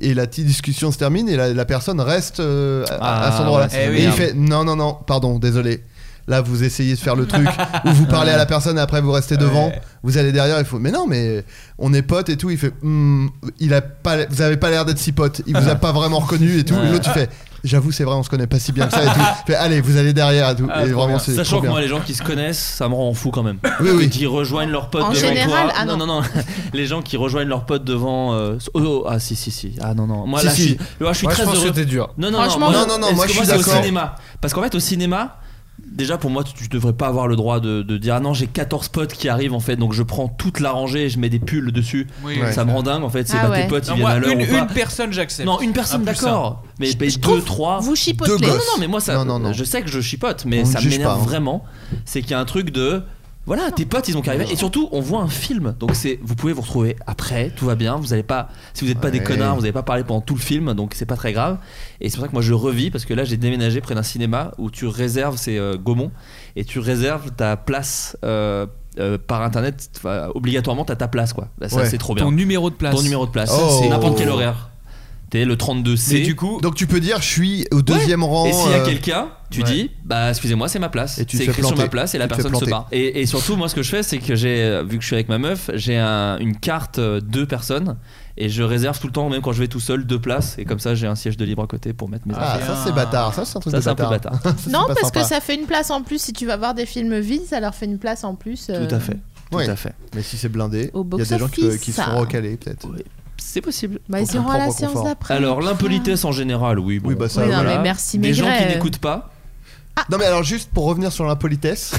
S3: Et la petite discussion se termine et la, la personne reste euh, à, à
S7: Ah,
S3: cet endroit-là.
S7: ouais, c'est
S3: et il
S7: merde.
S3: fait Non, non, non, pardon, désolé. Là, vous essayez de faire le truc où vous parlez à la personne et après vous restez devant. Vous allez derrière, il faut. Mais non, mais on est potes et tout. Il fait. Hmm, il a pas. Vous avez pas l'air d'être si potes. Il vous a pas vraiment reconnu et tout.
S7: Ouais.
S3: Et L'autre, tu fais. J'avoue, c'est vrai, on se connaît pas si bien que ça et tout. Il fait, allez, vous allez derrière et tout.
S7: Ah,
S3: et
S7: trop
S3: vraiment,
S7: bien.
S3: c'est.
S7: Sachant
S3: trop
S7: que
S3: bien.
S7: moi, les gens qui se connaissent, ça me rend fou quand même.
S3: Oui, oui.
S7: Qui rejoignent leurs potes
S3: En
S7: devant
S3: général,
S7: toi.
S3: ah
S7: non, non, non. les gens qui rejoignent leurs potes devant. euh, oh, oh, ah, si, si, si. Ah, non, non. Moi,
S8: Si,
S7: là,
S8: si.
S7: je suis, là, je suis
S8: Moi, je
S7: très
S8: pense
S7: heureux.
S8: que t'es dur.
S7: Non, non, non,
S8: Franchement,
S7: moi,
S8: non, non, non,
S7: parce
S8: moi,
S7: que
S8: je
S7: moi,
S8: suis
S7: c'est au
S8: d'accord.
S7: cinéma. Parce qu'en fait, au cinéma. déjà pour moi, tu, tu devrais pas avoir le droit de, de dire ah non, j'ai 14 potes qui arrivent en fait, donc je prends toute la rangée et je mets des pulls dessus.
S10: Oui,
S7: ça
S10: oui.
S7: me rend dingue en fait, c'est
S10: Ah
S7: pas
S10: ouais.
S7: tes potes,
S10: Non,
S7: ils viennent
S10: moi,
S7: à l'heure
S10: une-
S7: ou pas.
S10: une personne, j'accepte.
S7: Non, une personne,
S10: Un plus
S7: d'accord.
S10: un.
S7: Mais
S10: Je-
S7: mais
S10: je
S7: deux,
S10: trouve
S7: trois.
S10: vous chipotez.
S7: Non,
S10: Deux
S7: non,
S10: gosses.
S7: mais moi ça.
S10: Non, non, non.
S7: Je sais que je chipote, mais
S10: On ne
S7: ça
S10: juge
S7: m'énerve
S10: pas, hein.
S7: vraiment. C'est qu'il y a un truc de. Voilà, tes potes, ils ont qu'à arriver. Et surtout, on voit un film. Donc, c'est, vous pouvez vous retrouver après, tout va bien. Vous n'allez pas, si vous n'êtes pas des
S10: Ouais.
S7: connards, vous n'avez pas parlé pendant tout le film, donc c'est pas très grave. Et c'est pour ça que moi, je revis, parce que là, j'ai déménagé près d'un cinéma où tu réserves, c'est euh, Gaumont, et tu réserves ta place euh, euh, par internet. Enfin, obligatoirement, t'as ta place, quoi. Bah, ça,
S10: Ouais. Oh.
S7: c'est trop bien.
S10: Ton numéro de place.
S7: Ton numéro de place.
S10: Ça, c'est-
S7: N'importe quel horaire. T'es le 32C.
S3: Mais du
S7: coup,
S3: Donc tu peux dire, je suis au deuxième rang.
S7: et s'il y a
S3: euh,
S7: quelqu'un, tu
S3: ouais.
S7: dis, bah excusez-moi, c'est ma place.
S3: Et tu te
S7: C'est
S3: fais
S7: écrit sur
S3: planter.
S7: ma place et la
S3: Tu te fais
S7: personne se
S3: planter.
S7: barre. Et, et surtout, moi, ce que je fais, c'est que j'ai, euh, vu que je suis avec ma meuf, j'ai un- une carte euh, deux personnes et je réserve tout le temps, même quand je vais tout seul, deux places. Et comme ça, j'ai un siège de libre à côté pour mettre mes.
S3: Ah,
S7: affaires.
S3: ça c'est bâtard, ça c'est un truc
S7: Ça,
S3: de
S7: c'est un peu
S3: bâtard.
S7: bâtard.
S3: Ça,
S11: Non,
S3: c'est pas
S11: parce
S3: sympa.
S11: que ça fait une place en plus. Si tu vas voir des films vides, ça leur fait une place en plus. euh,
S7: Tout à fait. Tout
S3: Ouais.
S7: à fait.
S3: Mais si c'est blindé,
S11: Au
S3: il y a des gens qui, peuvent-
S11: box-office,
S3: qui se
S11: ça.
S3: font recaler peut-être.
S7: C'est possible.
S11: Bah, ils
S3: Aucun
S11: iront à la
S3: propre
S11: séance
S3: confort.
S11: d'après.
S7: Alors, l'impolitesse en général, oui. Bon,
S3: Oui, bah ça,
S11: Oui, non,
S7: voilà.
S11: mais euh. merci,
S7: Des gens qui
S11: Maigret.
S7: n'écoutent pas.
S3: Non mais alors juste pour revenir sur l'impolitesse.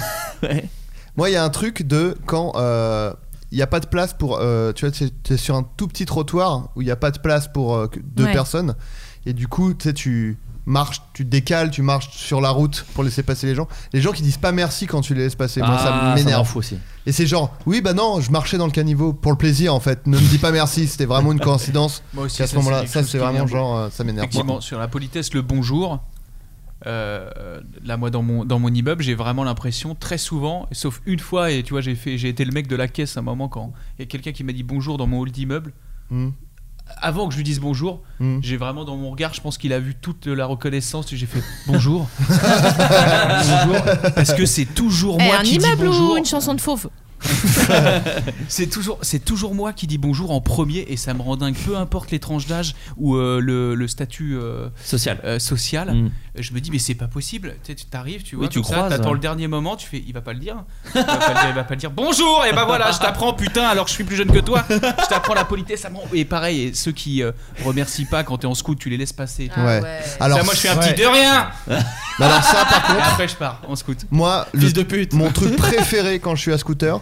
S3: Moi il y a un truc de quand euh, il n'y a pas de place pour euh, tu vois t'es- t'es sur un tout petit trottoir où il n'y a pas de place pour euh, que- deux
S11: Ouais.
S3: personnes et du coup tu sais tu marches tu te décales tu marches sur la route pour laisser passer les gens les gens qui disent pas merci quand tu les laisses passer moi
S7: Ah,
S3: ça
S7: m'en
S3: m'énerve
S7: fout aussi.
S3: et c'est genre oui bah non je marchais dans le caniveau pour le plaisir en fait ne me dis pas merci c'était vraiment une coïncidence
S10: Moi aussi,
S3: qu'à ce
S10: ça, c'est
S3: moment là
S10: quelque
S3: ça
S10: chose
S3: c'est
S10: qui
S3: vraiment
S10: m'énerve.
S3: genre euh, ça m'énerve
S10: Effectivement, sur la politesse, le bonjour. euh, euh, là, moi, dans mon, dans mon immeuble, j'ai vraiment l'impression très souvent, sauf une fois, et tu vois, j'ai fait, j'ai été le mec de la caisse à un moment quand il y a quelqu'un qui m'a dit bonjour dans mon hall d'immeuble.
S3: Mm.
S10: Avant que je lui dise bonjour,
S3: Mm.
S10: j'ai vraiment dans mon regard, je pense qu'il a vu toute la reconnaissance. et J'ai fait bonjour, bonjour, parce que c'est toujours
S11: Eh,
S10: moi
S11: un
S10: qui dis
S11: immeuble
S10: bonjour.
S11: ou une chanson de fauve
S10: c'est toujours c'est toujours moi qui dis bonjour en premier et ça me rend dingue peu importe les tranches d'âge ou euh, le, le statut euh,
S7: Social.
S10: euh, social
S7: Mm.
S10: je me dis mais c'est pas possible tu sais, tu t'arrives tu
S7: Oui,
S10: vois
S7: tu
S10: comme ça,
S7: croises,
S10: t'attends
S7: ouais.
S10: le dernier moment tu fais il va pas le dire il va pas le dire, il va pas le dire. bonjour et bah voilà je t'apprends putain alors que je suis plus jeune que toi je t'apprends la politesse ça me rend- et pareil et ceux qui euh, remercient pas quand t'es en scout tu les laisses passer tu vois.
S9: Ah
S3: Ouais. Alors,
S10: Ça, moi je fais un
S3: ouais.
S10: petit de rien
S3: Bah alors ça, par contre-
S10: Et après je pars en scout
S3: Moi,
S10: Fils
S3: le-
S10: de pute.
S3: mon truc préféré quand je suis à scooter,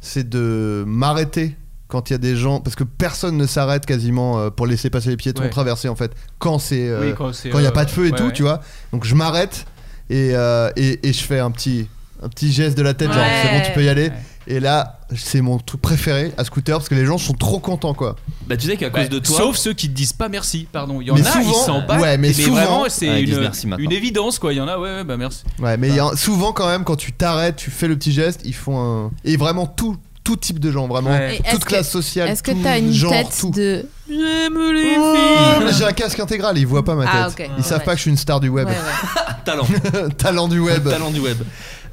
S3: c'est de m'arrêter quand il y a des gens, parce que personne ne s'arrête quasiment euh, pour laisser passer les piétons
S10: Ouais.
S3: traverser en fait, quand c'est euh,
S10: Oui, quand c'est,
S3: il n'y a
S10: euh,
S3: pas de feu et
S10: ouais,
S3: tout,
S10: ouais.
S3: tu vois. Donc je m'arrête et, euh, et, et je fais un petit, un petit geste de la tête, genre
S10: Ouais.
S3: c'est bon, tu peux y aller. Et là, c'est mon truc préféré à scooter parce que les gens sont trop contents quoi.
S7: Bah, tu sais qu'à
S10: Ouais,
S7: cause de toi.
S10: Sauf ceux qui te disent pas merci, pardon. Il y en
S3: Mais
S10: a, ils
S3: souvent-
S10: s'en battent.
S3: ouais, mais souvent-
S10: vraiment, c'est
S7: Ouais, ils disent
S10: une,
S7: merci maintenant.
S10: une évidence, quoi. Il y en a, ouais, ouais, bah merci.
S3: Ouais, mais il y a un- souvent quand même, quand tu t'arrêtes, tu fais le petit geste, ils font un. Et vraiment tout, tout type de gens, vraiment.
S11: Ouais. Et est-ce
S3: Toute
S11: que-
S3: classe sociale.
S11: Est-ce que
S3: tout
S11: t'as une
S3: genre,
S11: tête
S3: tout.
S11: de. J'aime les
S3: Ah, mais
S11: filles
S3: J'ai un casque intégral, ils voient pas ma tête.
S11: Ah, ok.
S3: Ils savent
S11: Ouais.
S3: pas que je suis une star du web.
S11: Ouais, ouais.
S7: Talent.
S3: Talent du web.
S7: Talent du web.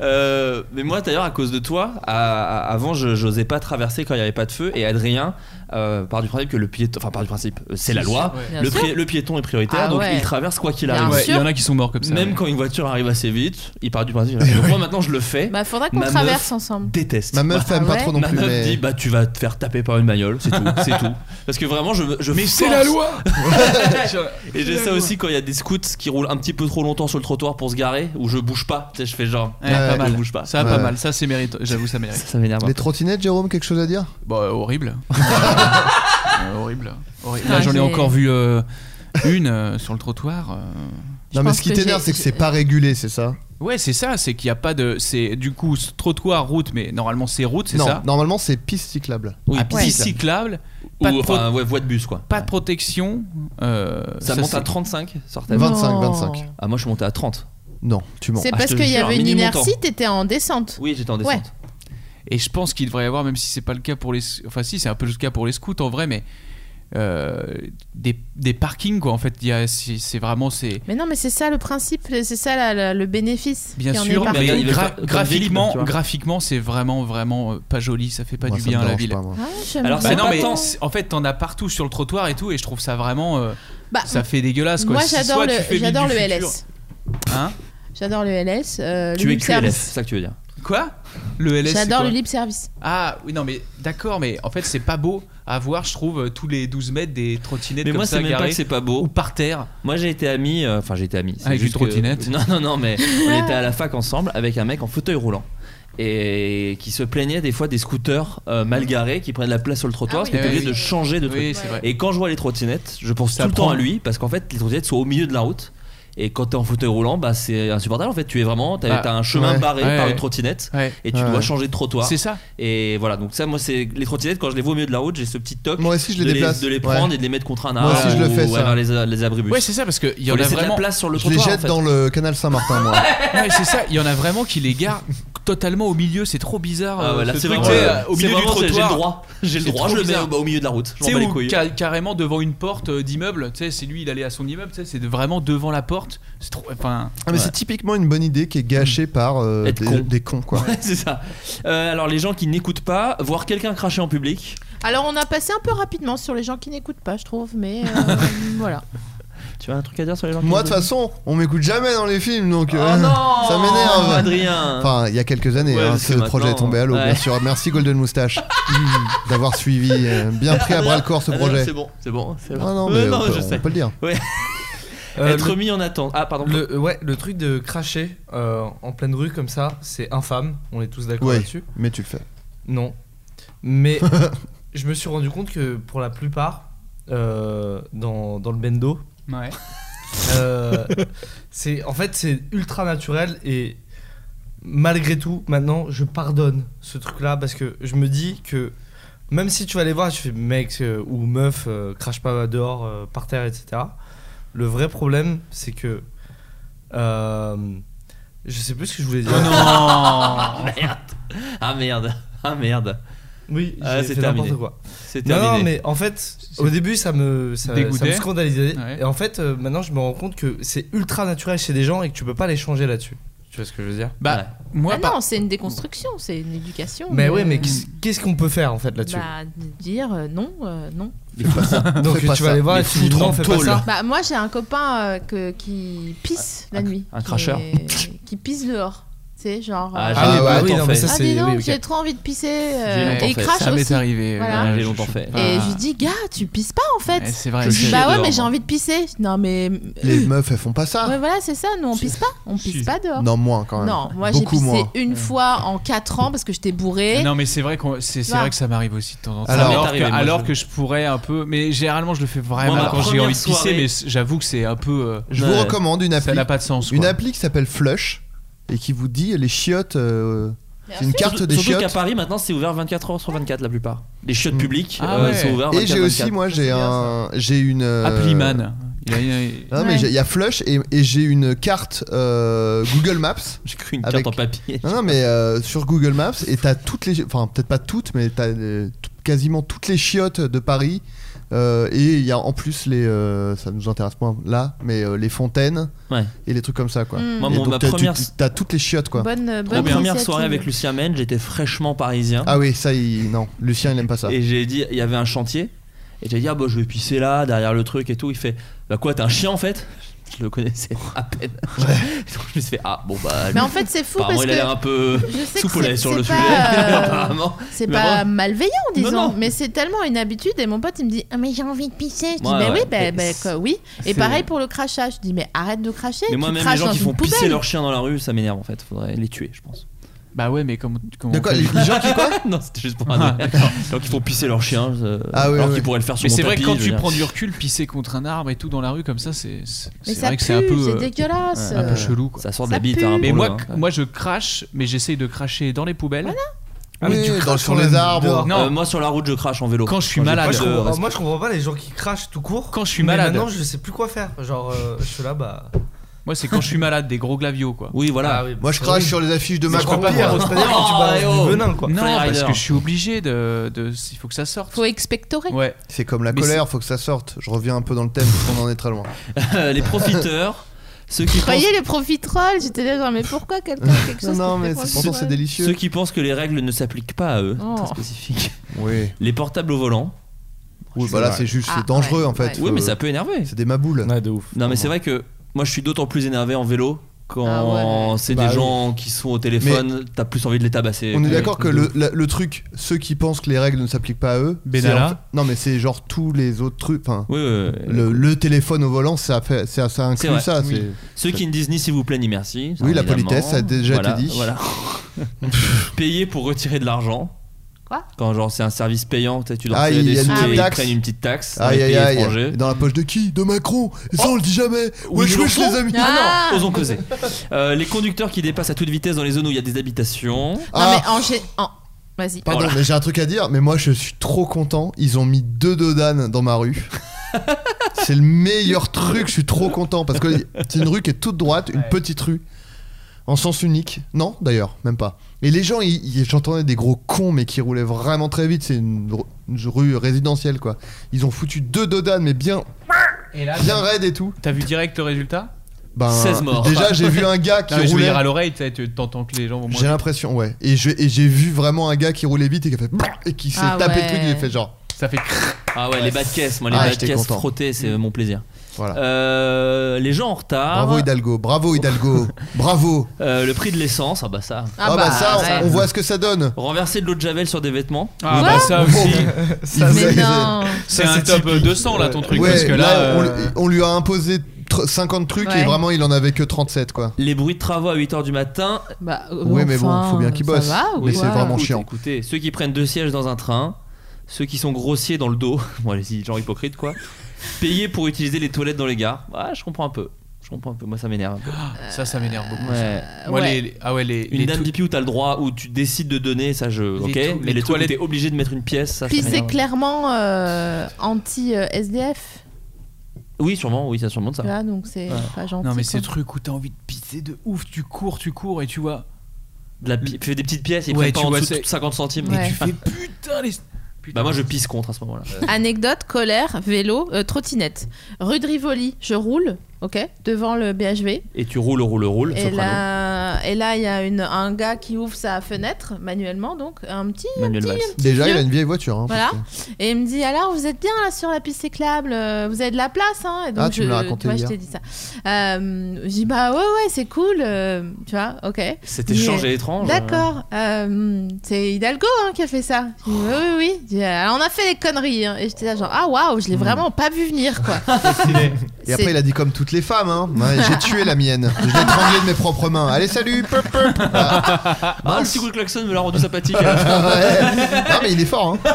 S7: Euh, mais moi d'ailleurs à cause de toi, à- à- avant je j'osais pas traverser quand il y avait pas de feu et Adrien euh, part du principe que le piéton, enfin part du principe, euh, c'est la
S10: Si, si,
S7: loi,
S10: ouais.
S7: le,
S10: Bien
S7: pri-
S10: sûr.
S7: le piéton est prioritaire
S10: Ah
S7: donc
S10: ouais.
S7: il traverse quoi qu'il
S10: Bien
S7: arrive.
S10: Ouais, sûr. il y en a qui sont morts comme ça,
S7: Même
S10: ouais.
S7: quand une voiture arrive assez vite, il part du principe. Donc moi maintenant je le fais.
S11: Bah, faudra qu'on
S7: Ma meuf
S11: traverse ensemble.
S7: Déteste.
S3: Ma meuf
S7: Bah,
S11: Ah
S3: aime pas trop non
S7: Ma
S3: plus,
S7: meuf
S3: mais-
S7: dit bah tu vas te faire taper par une bagnole, c'est tout, c'est tout. Parce que vraiment je, je
S10: Mais c'est
S7: force-
S10: la loi
S7: et j'ai
S10: C'est la
S7: ça
S10: loi.
S7: aussi quand il y a des scouts qui roulent un petit peu trop longtemps sur le trottoir pour se garer, où je bouge pas. Tu sais, je fais genre,
S10: Ouais, pas mal.
S7: je bouge pas.
S10: Ça, pas mal. Ça, c'est mérite. J'avoue, ça mérite.
S7: Ça m'énerve.
S3: Les trottinettes, Jérôme, quelque chose à dire
S10: Bah, euh, horrible. Euh, horrible. Horrible. Là, j'en ai encore vu euh, une euh, sur le trottoir. euh.
S3: Non, mais ce qui t'énerve, c'est que c'est pas régulé, c'est ça
S10: Ouais, c'est ça. C'est qu'il n'y a pas de. C'est du coup ce trottoir, route, mais normalement c'est route, c'est
S3: Non,
S10: ça.
S3: normalement, c'est piste cyclable.
S7: Oui,
S10: Ah, piste cyclable. Pas
S7: Ou,
S10: de pro-
S7: enfin, ouais, voie de bus quoi.
S10: Pas de protection. euh,
S7: Ça, monte à
S10: c'est-
S7: 35 certaines.
S3: 25, Non. 25.
S7: Ah, moi je suis monté à 30.
S3: Non, tu
S11: C'est
S10: Ah,
S11: parce qu'il y avait une inertie, t'étais en descente.
S7: Oui, j'étais en
S11: Ouais.
S7: descente.
S10: Et je pense qu'il devrait y avoir, même si c'est pas le cas pour les, enfin si c'est un peu le cas pour les scouts en vrai, mais euh, des, des parkings quoi. En fait, il y a, c'est c'est vraiment c'est
S11: Mais non, mais c'est ça le principe, c'est ça la- la- le bénéfice.
S10: bien
S11: qui en est
S10: sûr,
S11: partout.
S10: mais
S7: il va
S10: gra-
S7: faire comme Vélib,
S10: graphiquement,
S7: tu vois.
S10: graphiquement c'est vraiment vraiment euh, pas joli. Ça fait pas
S3: Moi,
S10: du
S3: ça me
S10: bien à la
S3: dérange
S10: ville.
S3: pas, moi.
S11: Ouais, Ah, j'aime
S10: Alors
S11: bien.
S10: c'est- non
S11: Pas
S10: mais
S11: tant.
S10: c'est- en fait t'en as partout sur le trottoir et tout et je trouve ça vraiment euh,
S11: Bah,
S10: ça fait dégueulasse quoi.
S11: Moi,
S10: Si
S11: j'adore
S10: soit tu
S11: le,
S10: fais vite
S11: j'adore
S10: du
S11: le
S10: futur-
S11: LS.
S10: Hein
S11: J'adore le LS. euh,
S7: Tu
S11: le
S7: es
S11: lip
S7: QLS,
S11: service.
S7: c'est ça que tu veux dire.
S10: Quoi Le LS c'est
S11: J'adore
S10: quoi
S11: le lip service.
S10: Ah oui non mais d'accord mais en fait c'est pas beau avoir, je trouve, tous les 12 mètres des trottinettes
S7: Mais
S10: comme
S7: moi,
S10: ça
S7: c'est même pas
S10: garées.
S7: que c'est pas beau.
S10: Ou par terre.
S7: Moi j'ai été ami, euh, enfin j'ai été ami. c'est
S10: Avec
S7: juste
S10: une
S7: que-
S10: trottinette.
S7: Non, non, non, mais on était à la fac ensemble avec un mec en fauteuil roulant. Et qui se plaignait des fois des scooters euh, mal garés qui prennent la place sur le trottoir
S10: Ah oui.
S7: parce qu'on
S10: Eh
S7: était
S10: oui.
S7: obligé de changer de truc.
S10: Oui, c'est vrai.
S7: Et quand je vois les trottinettes, je pense
S10: Ça
S7: tout le temps
S10: prend.
S7: à lui parce qu'en fait les trottinettes sont au milieu de la route. Et quand t'es en fauteuil roulant, bah c'est insupportable en fait. Tu es vraiment, t'as
S10: Bah,
S7: t'as un chemin
S10: ouais.
S7: barré
S10: Ouais,
S7: par
S10: ouais.
S7: une trottinette
S10: Ouais.
S7: et tu
S10: Ouais.
S7: dois changer de trottoir.
S10: C'est ça.
S7: Et voilà, donc ça, moi, c'est les trottinettes quand je les vois au milieu de la route, j'ai ce petit toc.
S3: Moi aussi, je les
S7: de
S3: déplace.
S7: de les prendre
S3: Ouais.
S7: et de les mettre contre un
S3: Moi
S7: arbre.
S3: aussi, je le
S7: ou,
S3: fais,
S7: ouais,
S3: ça.
S7: vers les, euh, les abribus.
S10: Ouais, c'est ça, parce qu'il y
S7: Faut
S10: en a
S7: laisser de
S10: vraiment.
S7: la place sur le
S3: Je les
S7: trottoir.
S3: jette
S7: en fait.
S3: dans le canal Saint-Martin, moi.
S10: Non, mais c'est ça, il y en a vraiment qui les garent totalement au miliau, c'est trop bizarre.
S7: Ah
S10: euh,
S7: ouais, là,
S10: ce
S7: c'est
S10: truc,
S7: vraiment,
S10: tu sais,
S7: euh,
S10: au
S7: c'est
S10: milieu du
S7: vraiment, c'est-
S10: trottoir.
S7: j'ai le droit. J'ai le
S10: C'est
S7: droit,
S10: trop
S7: je le mets
S10: bizarre.
S7: au- bah, au milieu de la route,
S10: Tu
S7: je
S10: sais,
S7: m'en bats les
S10: ou
S7: couilles.
S10: ca- carrément devant une porte euh, d'immeuble, tu sais, c'est lui, il allait à son immeuble, tu sais, c'est de- vraiment devant la porte. C'est trop. Enfin.
S3: Ah, mais
S10: ouais.
S3: c'est typiquement une bonne idée qui est gâchée par euh,
S7: Être
S3: des,
S7: con.
S3: des cons, quoi.
S7: Ouais, c'est ça. Euh, alors, les gens qui n'écoutent pas, voir quelqu'un cracher en public.
S11: Alors on a passé un peu rapidement sur les gens qui n'écoutent pas, je trouve, mais euh, voilà.
S7: Tu as un truc à dire sur les gens qui
S3: Moi, de
S7: n'écoutent
S3: toute façon, on m'écoute jamais dans les films,
S11: Oh
S3: donc euh,
S7: Oh non
S3: ça m'énerve.
S7: Adrien.
S3: Enfin, il y a quelques années,
S7: Ouais,
S3: hein,
S7: parce
S3: ce
S7: que
S3: projet est
S7: maintenant-
S3: tombé à l'eau,
S7: Ouais.
S3: bien sûr. Merci Golden Moustache mm, d'avoir suivi, euh, bien pris à bras le corps ce
S7: Ah, non,
S3: projet.
S7: C'est bon, c'est bon. c'est bon.
S3: Ah non,
S7: Ouais,
S3: mais on peut-
S7: je
S3: on
S7: sais.
S3: peut le dire.
S7: Ouais.
S8: Euh,
S7: Être
S8: le-
S7: mis en attente. Ah, pardon.
S8: Le, euh, ouais, le truc de cracher euh, en pleine rue comme ça, c'est infâme, on est tous d'accord
S3: Ouais,
S8: là-dessus.
S3: mais tu le fais.
S8: Non. Mais je me suis rendu compte que pour la plupart, euh, dans, dans le bendo,
S10: Ouais.
S8: euh, c'est en fait c'est ultra naturel et malgré tout maintenant je pardonne ce truc là parce que je me dis que même si tu vas les voir tu fais mec euh, ou meuf euh, crache pas dehors euh, par terre etc le vrai problème c'est que euh, je sais plus ce que je voulais dire
S7: Ah, merde. Ah merde. Ah merde.
S8: oui,
S7: Ah,
S8: j'ai
S7: c'est
S8: fait
S7: terminé.
S8: n'importe quoi.
S7: C'est
S8: non,
S7: terminé.
S8: non, mais en fait, au début, ça me, ça, ça
S7: Dégoûté.
S8: me scandalisait.
S7: Ouais.
S8: Et en fait, euh, maintenant, je me rends compte que c'est ultra naturel chez des gens et que tu peux pas les changer là-dessus. Tu vois ce que je veux dire
S10: Bah, moi,
S11: Ah non, c'est une déconstruction, c'est une éducation.
S8: Mais ouais, mais
S11: euh,
S8: qu'est-ce- qu'est-ce qu'on peut faire en fait là-dessus
S11: bah, dire euh, non, euh, non.
S8: Donc
S3: Fais
S8: tu
S3: pas
S8: vas
S3: ça.
S8: aller voir et
S3: Les
S8: tu dis
S3: foutre
S8: non,
S3: en
S8: fais pas
S3: tôle.
S8: ça.
S11: Bah, moi j'ai un copain euh, que, qui pisse la nuit.
S7: un
S11: qui
S7: cracheur.
S11: est- Qui pisse dehors. Tu sais, genre.
S7: Ah,
S11: euh,
S7: j'ai Ah, longtemps oui, non, fait. mais ça,
S11: Ah,
S7: c'est-
S11: dis donc,
S7: oui, ok.
S11: j'ai trop envie de pisser. euh,
S7: J'ai longtemps
S11: et il
S7: fait.
S11: crache
S7: Ça m'est
S11: aussi.
S10: arrivé,
S11: Voilà.
S7: Ouais, j'ai longtemps fait.
S11: Et
S9: Ah.
S11: je lui dis, gars, tu pisses pas en fait.
S10: Ouais, c'est vrai,
S11: Je lui
S10: je
S11: dis,
S10: chie
S11: bah ouais,
S10: dehors,
S11: mais j'ai
S10: moi.
S11: envie de pisser. Non, mais. euh,
S3: Les meufs, elles font pas ça.
S11: Ouais, voilà, c'est ça. Nous, on pisse pas. On pisse pas dehors.
S3: Non, moins quand même.
S11: Non, moi j'ai
S3: Beaucoup
S11: pissé
S3: moins.
S11: une fois en 4 ans parce que j'étais bourré.
S10: Non mais c'est vrai qu'on c'est c'est
S11: Bah.
S10: vrai que ça m'arrive aussi de temps en temps.
S3: Ça
S10: Alors,
S3: m'est
S10: que,
S3: arrivé, moi,
S10: alors
S3: je-
S10: que je pourrais un peu mais généralement je le fais vraiment
S7: Moi, ma
S10: quand j'ai
S7: première
S10: envie de pisser
S7: soirée-
S10: mais c- j'avoue que c'est un peu euh,
S3: Je vous recommande une appli.
S10: ça n'a pas de sens
S3: Une
S10: quoi.
S3: appli qui s'appelle Flush et qui vous dit les chiottes. euh, c'est une carte
S7: Surtout-
S3: des
S7: Surtout qu'à
S3: chiottes. Mm.
S7: Paris, maintenant, c'est ouvert 24 heures sur 24 la plupart. Les chiottes publiques
S10: Ah
S7: euh,
S10: ouais.
S7: sont ouvertes 24
S3: Et j'ai aussi,
S7: 24.
S3: moi, j'ai un, j'ai une. euh,
S10: Appli man. Il a- il a-
S3: Non, mais
S10: Ouais.
S3: j'ai- il y a Flush et, et j'ai une carte euh, Google Maps.
S7: J'ai cru une carte
S3: avec-
S7: en papier.
S3: Non, non, mais euh, sur Google Maps, et t'as toutes les. Enfin, peut-être pas toutes, mais t'as euh, tout- quasiment toutes les chiottes de Paris. Euh, et il y a en plus les. euh, ça nous intéresse moins là, mais euh, les fontaines
S7: Ouais.
S3: et les trucs comme ça, quoi.
S11: Mm. Moi,
S3: Et
S7: mon-
S3: donc,
S7: ma
S3: t'as- tu-
S7: première-
S3: tu- T'as toutes les chiottes, quoi.
S11: Bonne, euh,
S7: Ma
S11: bonne
S7: première
S11: initiative.
S7: soirée avec Lucien Mène, j'étais fraîchement parisien.
S3: Ah oui, ça, il... non. Lucien, il aime pas ça.
S7: Et j'ai dit, il y avait un chantier. Et j'ai dit, ah bah je vais pisser là, derrière le truc et tout. Il fait, bah quoi, t'es un chien en fait Je le connaissais à peine. Donc je me suis fait, ah bon bah.
S11: Mais
S7: lui,
S11: en fait, c'est fou
S7: apparemment,
S11: parce
S7: il a
S11: que
S7: l'air un peu
S11: je sais que
S7: soupolé
S11: c'est-
S7: sur le
S11: c'est
S7: sujet.
S11: pas, euh,
S7: apparemment.
S11: C'est
S7: Mais
S11: pas
S7: bon.
S11: malveillant, disons,
S7: Non, non.
S11: mais c'est tellement une habitude. Et mon pote, il me dit Ah, mais j'ai envie de pisser. Je dis
S7: Ouais,
S11: Mais
S7: ouais.
S11: oui, bah,
S7: Et
S11: bah,
S7: c'est-
S11: quoi, oui. Et
S7: c'est-
S11: pareil pour le crachage. Je dis Mais arrête de cracher.
S7: Mais
S11: tu
S7: moi, même les
S11: craches
S7: gens
S11: dans
S7: qui
S11: une
S7: font pisser
S11: poubelle.
S7: leur chien dans la rue, ça m'énerve en fait. Faudrait les tuer, je pense.
S10: Bah ouais mais comment comment
S3: De quoi
S10: on fait
S3: les, les gens qui quoi
S7: non, c'était juste pour
S10: Ah,
S7: un Donc ils font pisser leur chien. euh,
S3: Ah oui,
S7: alors
S3: oui,
S7: qu'ils
S3: oui.
S7: pourraient le faire sur
S10: Mais
S7: mon
S10: c'est vrai que
S7: tapis,
S10: quand
S7: je veux
S10: tu
S7: dire.
S10: prends du recul pisser contre un arbre et tout dans la rue comme ça c'est c'est
S11: Mais
S10: c'est
S11: ça
S10: vrai que c'est un
S11: pue,
S10: peu
S11: c'est
S10: euh,
S11: dégueulasse.
S10: un peu
S11: Euh,
S10: chelou quoi.
S7: Ça sort de
S11: Ça
S7: la bite.
S11: pue.
S7: hein,
S10: Mais
S7: pour
S10: moi
S7: le-
S10: c- moi je crache mais j'essaye de cracher dans les poubelles.
S8: Ah, mais
S3: Oui,
S8: tu
S3: dans-
S8: craches
S3: sur
S8: quand
S3: les
S8: même
S3: arbres.
S8: dehors.
S10: Non.
S7: Euh, moi sur la route je crache en vélo.
S10: Quand je suis
S7: j'ai
S10: malade. euh,
S7: pas
S8: Moi je,
S7: de
S8: comprends,
S7: respect.
S8: moi, je comprends pas les gens qui crachent tout court.
S10: Quand je suis
S8: Mais
S10: malade.
S8: Maintenant, je sais plus quoi faire. Genre, euh, je suis là, bah.
S10: Moi c'est quand je suis malade des gros glavios quoi.
S7: Oui voilà.
S8: Ah oui,
S3: Moi, je
S8: c'est
S3: crache
S8: horrible.
S3: sur les affiches de
S8: Mais je
S3: Macron.
S8: crois pas
S3: moi.
S8: dire, c'est-à-dire que tu
S7: Oh,
S8: balances
S7: eh oh.
S8: du venin, quoi.
S10: Non,
S7: Flyer
S10: parce
S7: Rider.
S10: que je suis obligé de, de- Il faut que ça sorte.
S11: Faut expectorer.
S10: Ouais.
S3: C'est comme la
S10: Mais
S3: colère, faut que ça sorte. Je reviens un peu dans le thème, parce qu'on en est très loin.
S10: Ah,
S7: les profiteurs, ceux qui pensent
S11: Croyez les profiteroles. J'étais là, genre, mais pourquoi quelqu'un a quelque
S3: Non,
S11: chose
S3: non,
S11: contre les
S3: mais c'est- pourtant, c'est
S11: profiteroles
S3: délicieux.
S7: Ceux qui pensent que les règles ne s'appliquent pas à eux,
S11: Oh.
S7: très spécifique.
S3: Oui.
S7: Les portables au volant.
S3: Oui, bah là, c'est juste
S11: Ah,
S3: c'est dangereux
S11: ouais,
S3: en fait.
S11: ouais.
S7: Oui,
S3: Faut-
S7: mais ça peut énerver.
S3: C'est des maboules.
S8: Ouais, de ouf.
S7: Non, mais c'est vrai que moi je suis d'autant plus énervé en vélo quand
S3: Ah ouais.
S7: c'est
S3: Bah
S7: des
S3: oui.
S7: gens qui sont au téléphone, t'as plus envie de les tabasser.
S3: On est d'accord que le, la- le truc, ceux qui pensent que les règles ne s'appliquent pas à eux,
S7: Benalla.
S3: c'est en fait- non mais c'est genre tous les autres trucs. Enfin,
S7: Oui, oui, oui.
S3: le, le téléphone au volant, ça fait, ça, ça
S7: C'est
S3: inclut
S7: vrai.
S3: ça.
S7: Oui.
S3: c'est-
S7: Ceux qui ne disent ni s'il vous plaît ni merci. ça,
S3: Oui, la
S7: évidemment.
S3: politesse, ça a déjà
S7: Voilà,
S3: été dit.
S7: Voilà. Payer pour retirer de l'argent.
S9: Quoi
S7: Quand genre c'est un service payant, tu sais, tu leur
S3: Ah,
S7: fais
S3: il y
S7: des
S3: a une
S7: sous
S3: petite
S7: et ils
S3: taxe.
S7: prennent une petite taxe. dans
S3: Aïe
S7: les
S3: aïe
S7: pays
S3: aïe.
S7: étrangers.
S3: Dans la poche de qui De Macron. Et ça on le dit jamais.
S7: Oh. Oui,
S3: Wesh
S7: ils le
S3: wesh
S7: font.
S3: les amis.
S7: Ah
S9: Ah
S7: non, osons causer. Euh, les conducteurs qui dépassent à toute vitesse dans les zones où il y a des habitations.
S9: Non, mais en. gé- en- Vas-y.
S3: Ah. Pardon, mais j'ai un truc à dire, mais moi je suis trop content. Ils ont mis deux dodanes dans ma rue. c'est le meilleur truc, je suis trop content parce que c'est une rue qui est toute droite, une petite rue. En sens unique Non, d'ailleurs, même pas. Et les gens, ils- ils- j'entendais des gros cons, mais qui roulaient vraiment très vite. C'est une, ru- une rue résidentielle, quoi. Ils ont foutu deux dodanes, mais bien,
S10: Et là,
S3: bien raides et tout.
S10: T'as vu direct le résultat
S3: Ben, 16 morts. déjà, j'ai vu un gars qui
S10: Non, mais Je veux
S3: roulait-
S10: dire à l'oreille, tu sais, tu- t'entends que les gens vont moins.
S3: J'ai l'impression, ouais. Et je- et j'ai vu vraiment un gars qui roulait vite et qui a fait et qui s'est
S10: Ah
S3: tapé
S10: ouais.
S3: le truc. Il a fait genre.
S10: Ça fait. crrr.
S7: Ah ouais, les bas de caisse, moi les
S3: Ah,
S7: bas de
S3: j'étais
S7: caisse
S3: content.
S7: frottés, c'est euh, mon plaisir.
S3: Voilà.
S7: Euh, les gens en retard.
S3: Bravo Hidalgo, bravo Hidalgo, bravo.
S7: Euh, le prix de l'essence, ah bah ça.
S3: Ah, bah, ça, on- on, voit ce que ça donne.
S7: Renverser de l'eau de javel sur des vêtements.
S10: Ah bah ça aussi.
S3: Ça, Mais c'est- non.
S10: C'est
S3: Ça,
S10: un
S3: c'est
S10: top 200 là ton truc
S3: Ouais,
S10: parce que là.
S3: on,
S10: euh,
S3: lui- on lui a imposé tr- 50 trucs
S7: Ouais.
S3: et vraiment il en avait que 37 quoi.
S7: Les bruits de travaux à 8h du matin.
S9: Bah,
S3: Ouais, mais bon, faut bien qu'il bosse. mais c'est vraiment
S7: Écoutez,
S3: chiant.
S7: Écoutez, ceux qui prennent deux sièges dans un train, ceux qui sont grossiers dans le dos, bon, allez-y, genre hypocrite quoi. Payer pour utiliser les toilettes dans les gares. Ah, je comprends un peu. Je comprends un peu. Moi, ça m'énerve un peu.
S10: Ça, ça m'énerve beaucoup.
S7: Ouais.
S10: ça. Moi, les- les- ah ouais, les,
S7: Une
S10: les
S7: dame
S10: tou-
S7: d'IP où t'as le droit, où tu décides de donner, ça je.
S10: Les tou- les
S7: ok, mais les toilettes,
S10: toilettes-
S7: t'es obligé de mettre une pièce, ça, ça
S9: Puis c'est
S7: m'énerve.
S9: clairement euh, anti-SDF.
S7: Oui, sûrement, oui, ça surmonte ça.
S9: Tu vois, donc c'est
S7: Ouais.
S9: pas gentil.
S10: Non, mais ces
S9: quoi.
S10: trucs où t'as envie de pisser de ouf, tu cours, tu cours et tu vois.
S7: De la pi- fais des petites pièces, ils
S10: Ouais,
S7: prennent pas
S10: tu
S7: en
S10: vois,
S7: dessous de
S10: c'est-
S7: 50 centimes.
S9: Ouais. Et tu fais
S10: putain les.
S7: Bah, moi je pisse contre à ce moment-là.
S9: Anecdote, colère, vélo, euh, trottinette. Rue de Rivoli, je roule, ok, devant le BHV.
S7: Et tu roules, roules, roules.
S9: Et
S7: soprano.
S9: là, et là, il y a une, un gars qui ouvre sa fenêtre manuellement, donc un petit, un
S7: Manuel
S9: petit,
S7: Valls.
S9: un petit
S3: Déjà il
S9: vieux.
S3: a une vieille voiture. hein,
S9: Voilà.
S3: parce que-
S9: Et il me dit alors vous êtes bien là sur la piste cyclable, euh, vous avez de la place hein. Et donc
S3: Ah, tu
S9: je,
S3: me l'as raconté
S9: Moi
S3: hier.
S9: je t'ai dit ça. Euh, je dis bah ouais ouais c'est cool, euh, tu vois, ok.
S7: Cet
S9: Il dit,
S7: échange est étrange. hein.
S9: D'accord, euh, c'est Hidalgo hein, qui a fait ça.
S7: Oh.
S9: Je dis, oui oui oui. Je dis, alors, on a fait des conneries hein. et j'étais là genre ah waouh
S7: Hmm.
S9: je l'ai vraiment pas vu venir quoi.
S3: Et après il a dit comme toutes les femmes, hein, Ouais, j'ai tué la mienne, je l'ai étranglée de mes propres mains. Allez salut. pop, pop.
S7: Ah, le petit coup de klaxon me l'a rendu sympathique. hein.
S3: Ouais. Non mais il est fort. hein.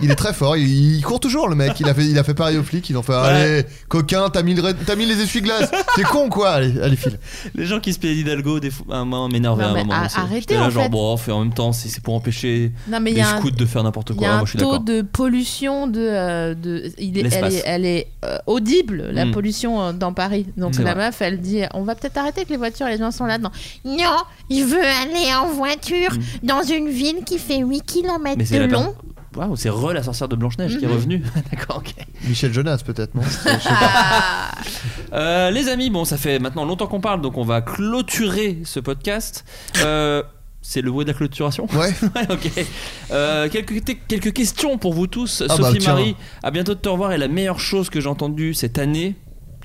S3: Il est très fort, il, il court toujours le mec. Il a fait, il a fait pareil aux flics, ils ont fait Allez, coquin, t'as mis, le- t'as mis les essuie-glaces. C'est con quoi, allez, allez file.
S7: Les gens qui se paient d'Hidalgo, des fois, à un moment m'énervaient
S9: Non,
S7: à un
S9: mais
S7: moment.
S9: a-
S7: aussi.
S9: arrêtez,
S7: J'étais là,
S9: en
S7: genre,
S9: fait.
S7: bon, fait en même temps, si c'est pour empêcher
S9: Non, mais il y
S7: les
S9: a un-
S7: scouts de faire n'importe
S9: Il y
S7: quoi,
S9: a un
S7: moi je suis
S9: taux
S7: d'accord.
S9: de pollution de, euh, de il est, elle
S7: L'espace.
S9: est, elle est, euh, audible la
S7: Mm.
S9: pollution euh, dans Paris. Donc
S7: C'est
S9: la
S7: vrai.
S9: meuf elle dit on va peut-être arrêter que les voitures les gens sont là dedans. Non, il veut aller en voiture dans une ville qui fait 8 km
S7: Hmm. Mais c'est
S9: de
S7: la per-
S9: long.
S7: Waouh, c'est re la sorcière de Blanche-Neige qui est
S9: Mhm.
S7: revenue. D'accord, ok.
S3: Michel Jonas peut-être, non
S9: Ah.
S7: Euh, les amis, bon, ça fait maintenant longtemps qu'on parle, donc on va clôturer ce podcast. Euh, c'est le bruit de la clôturation
S3: Ouais.
S7: ok. Euh, quelques, te- quelques questions pour vous tous.
S3: Ah bah,
S7: Sophie
S3: tiens.
S7: Marie, à bientôt de te revoir. Et la meilleure chose que j'ai entendue cette année,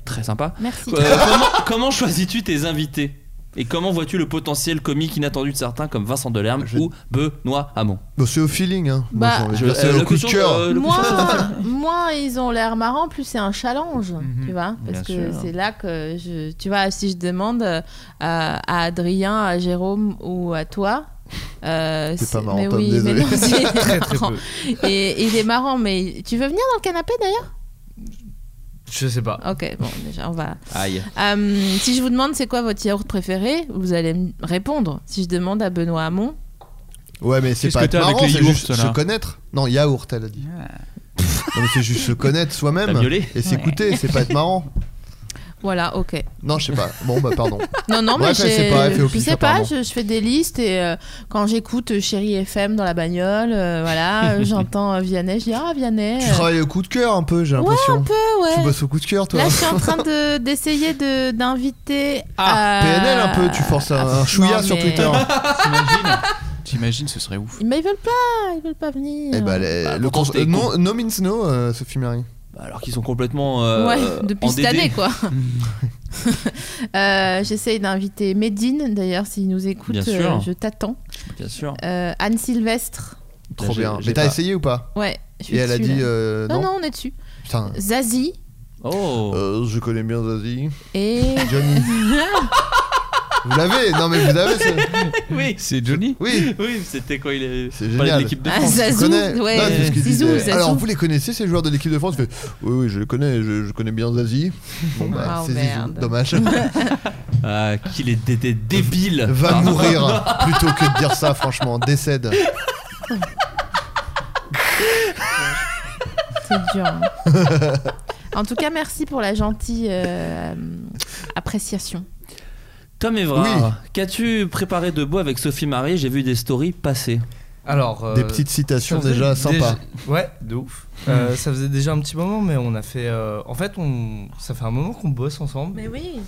S7: très sympa.
S9: Merci.
S7: Euh, comment comment choisis-tu tes invités Et comment vois-tu le potentiel comique inattendu de certains comme Vincent Delerme ou Benoît Hamon
S3: Bon, c'est au feeling, hein. Moi,
S9: Bah,
S3: j'ai envie de
S7: je-
S3: dire, c'est
S7: euh,
S3: au
S7: la
S3: coup de
S7: question,
S3: cœur.
S7: euh, le-
S9: Moins, moins ils ont l'air marrants, plus c'est un challenge, tu vois, parce
S7: Mhm. Bien
S9: que
S7: sûr.
S9: c'est là que je, tu vois, si je demande euh, à, à Adrien, à Jérôme ou à toi. euh,
S3: T'es pas marrant,
S9: mais
S3: Tom,
S9: oui,
S3: désolé.
S9: mais non, c'est
S3: Très, très
S9: marrant. Et il est marrant, mais tu veux venir dans le canapé d'ailleurs
S8: Je sais pas.
S9: Ok, bon, déjà on va.
S7: Aïe.
S9: Euh, si je vous demande c'est quoi votre yaourt préféré, vous allez me répondre. Si je demande à Benoît Hamon,
S3: Ouais, mais c'est
S10: Qu'est-ce
S3: pas
S10: que
S3: être
S10: t'as avec
S3: marrant,
S10: les
S3: c'est juste
S10: yaourts, là
S3: se connaître. Non, yaourt, elle a dit. Non, mais c'est juste se connaître soi-même
S7: T'as miaulé
S3: et s'écouter, c'est pas être marrant.
S9: voilà, ok.
S3: Non, je sais pas. Bon, bah, pardon.
S9: Non, non, mais
S3: Bref, elle
S9: j'ai-
S3: sait pas, elle fait au
S9: je
S3: pif,
S9: sais pas,
S3: apparemment.
S9: je, je fais des listes et euh, quand j'écoute euh, Chérie FM dans la bagnole, euh, voilà, euh, j'entends euh, Vianney, je dis Ah, Vianney.
S3: Tu
S9: euh,
S3: travailles au coup de cœur un peu, j'ai l'impression.
S9: un peu, ouais.
S3: Tu bosses au coup de cœur, toi.
S9: Là, je suis en train de- d'essayer de- d'inviter. à
S3: PNL un peu, tu forces un, un chouïa
S9: Non,
S3: sur
S9: mais-
S3: Twitter.
S10: T'imagines, ce serait ouf.
S3: ben,
S9: Mais ils veulent pas, ils veulent pas venir.
S3: Eh bah, les- le cons-
S7: t'es
S3: euh, non, no means no, euh, Sophie Marie.
S7: Bah, alors qu'ils sont complètement. euh,
S11: ouais,
S7: euh,
S11: depuis cette
S7: endettés.
S11: année, quoi. Euh, J'essaye d'inviter Medine, d'ailleurs, s'il nous écoute,
S3: Bien sûr.
S11: euh, je t'attends.
S7: Bien sûr.
S11: Euh, Anne Sylvestre.
S3: Trop
S7: J'ai-
S3: bien.
S7: j'ai
S3: Mais t'as
S7: pas-
S3: essayé ou pas
S11: Ouais. je suis
S3: Et elle a
S11: dessus,
S3: dit
S11: là.
S3: euh,
S11: non,
S3: non.
S11: on est dessus.
S3: Putain.
S11: Zazie
S7: Oh.
S3: je connais bien Zazie.
S11: et.
S3: Johnny. Vous l'avez Non mais vous l'avez. ce-
S7: Oui.
S10: C'est Johnny
S3: Oui.
S7: Oui, c'était quoi Il est. C'est
S3: Génial.
S7: L'équipe de
S11: Ah,
S7: France.
S11: Zazou,
S3: Je connais.
S11: ouais,
S3: Non, c'est ce qu'il
S11: Zizou,
S3: disait.
S11: Zazou.
S3: Alors vous les connaissez ces joueurs de l'équipe de France Il fait, Oui oui je les connais, je, je connais bien Zazie. Bon bah
S11: Ah,
S3: c'est Zizou,
S11: merde.
S3: dommage.
S7: Ah, qu'il était débile.
S3: Va
S7: Pardon.
S3: mourir plutôt que de dire ça franchement, décède.
S11: C'est dur. hein. en tout cas, merci pour la gentille euh, appréciation.
S7: Tom Evrard, qu'as-tu préparé de beau avec Sophie Marie J'ai vu des stories passer.
S8: Alors, euh,
S3: Des petites citations
S8: ça faisait
S3: déjà Hmm. sympas.
S8: Ouais, de ouf. Euh, ça faisait déjà un petit moment, mais on a fait. euh, en fait, on, ça fait un moment qu'on bosse ensemble.
S11: Mais oui.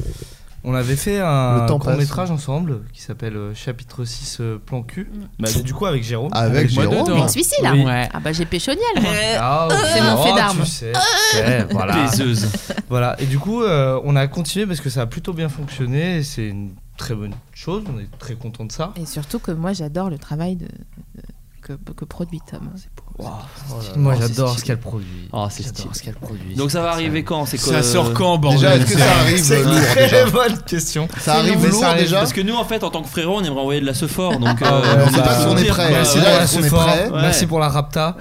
S8: On avait fait un
S3: Le temps
S8: court
S3: passe.
S8: métrage ensemble qui s'appelle euh, Chapitre 6 euh, Plan cul.
S11: Hmm.
S8: Bah, du coup, avec Jérôme.
S3: Avec Avec moi Jérôme. dedans.
S11: Oh, Mais celui-ci là.
S8: Oui.
S11: Ah bah j'ai Péchoniel. moi.
S8: Ah,
S11: Euh, C'est
S8: oui.
S11: mon fait
S8: Oh,
S11: d'armes.
S8: tu sais, tu sais, voilà.
S7: Baiseuse.
S8: voilà. Et du coup, euh, on a continué parce que ça a plutôt bien fonctionné. et C'est une très bonne chose. On est très content de ça.
S11: Et surtout que moi j'adore le travail de, de- que, que produit Tom.
S8: Moi,
S7: Oh, c'est
S8: j'adore
S7: stylé.
S8: ce qu'elle produit.
S7: Oh, c'est
S8: J'adore
S7: stylé.
S8: ce qu'elle produit.
S7: Donc ça va arriver quand C'est euh,
S10: Ça
S7: hein
S10: sort quand, bordel
S3: Déjà, est-ce que ça arrive
S8: C'est
S3: lourd,
S8: une
S3: déjà
S8: très bonne question.
S3: Ça arrive
S8: Mais
S3: lourd,
S8: arrive-
S3: déjà
S7: Parce que nous, en fait, en tant que frérot, on aimerait envoyer de la Sephore. Donc, euh,
S8: Ah ouais,
S3: on sait pas si on est
S7: dire,
S3: prêt.
S7: quoi.
S3: C'est
S8: Merci
S3: là,
S8: pour la
S3: est-ce qu'on est
S8: Sephora.
S3: prêt
S7: Ouais.
S8: Merci pour la rapta.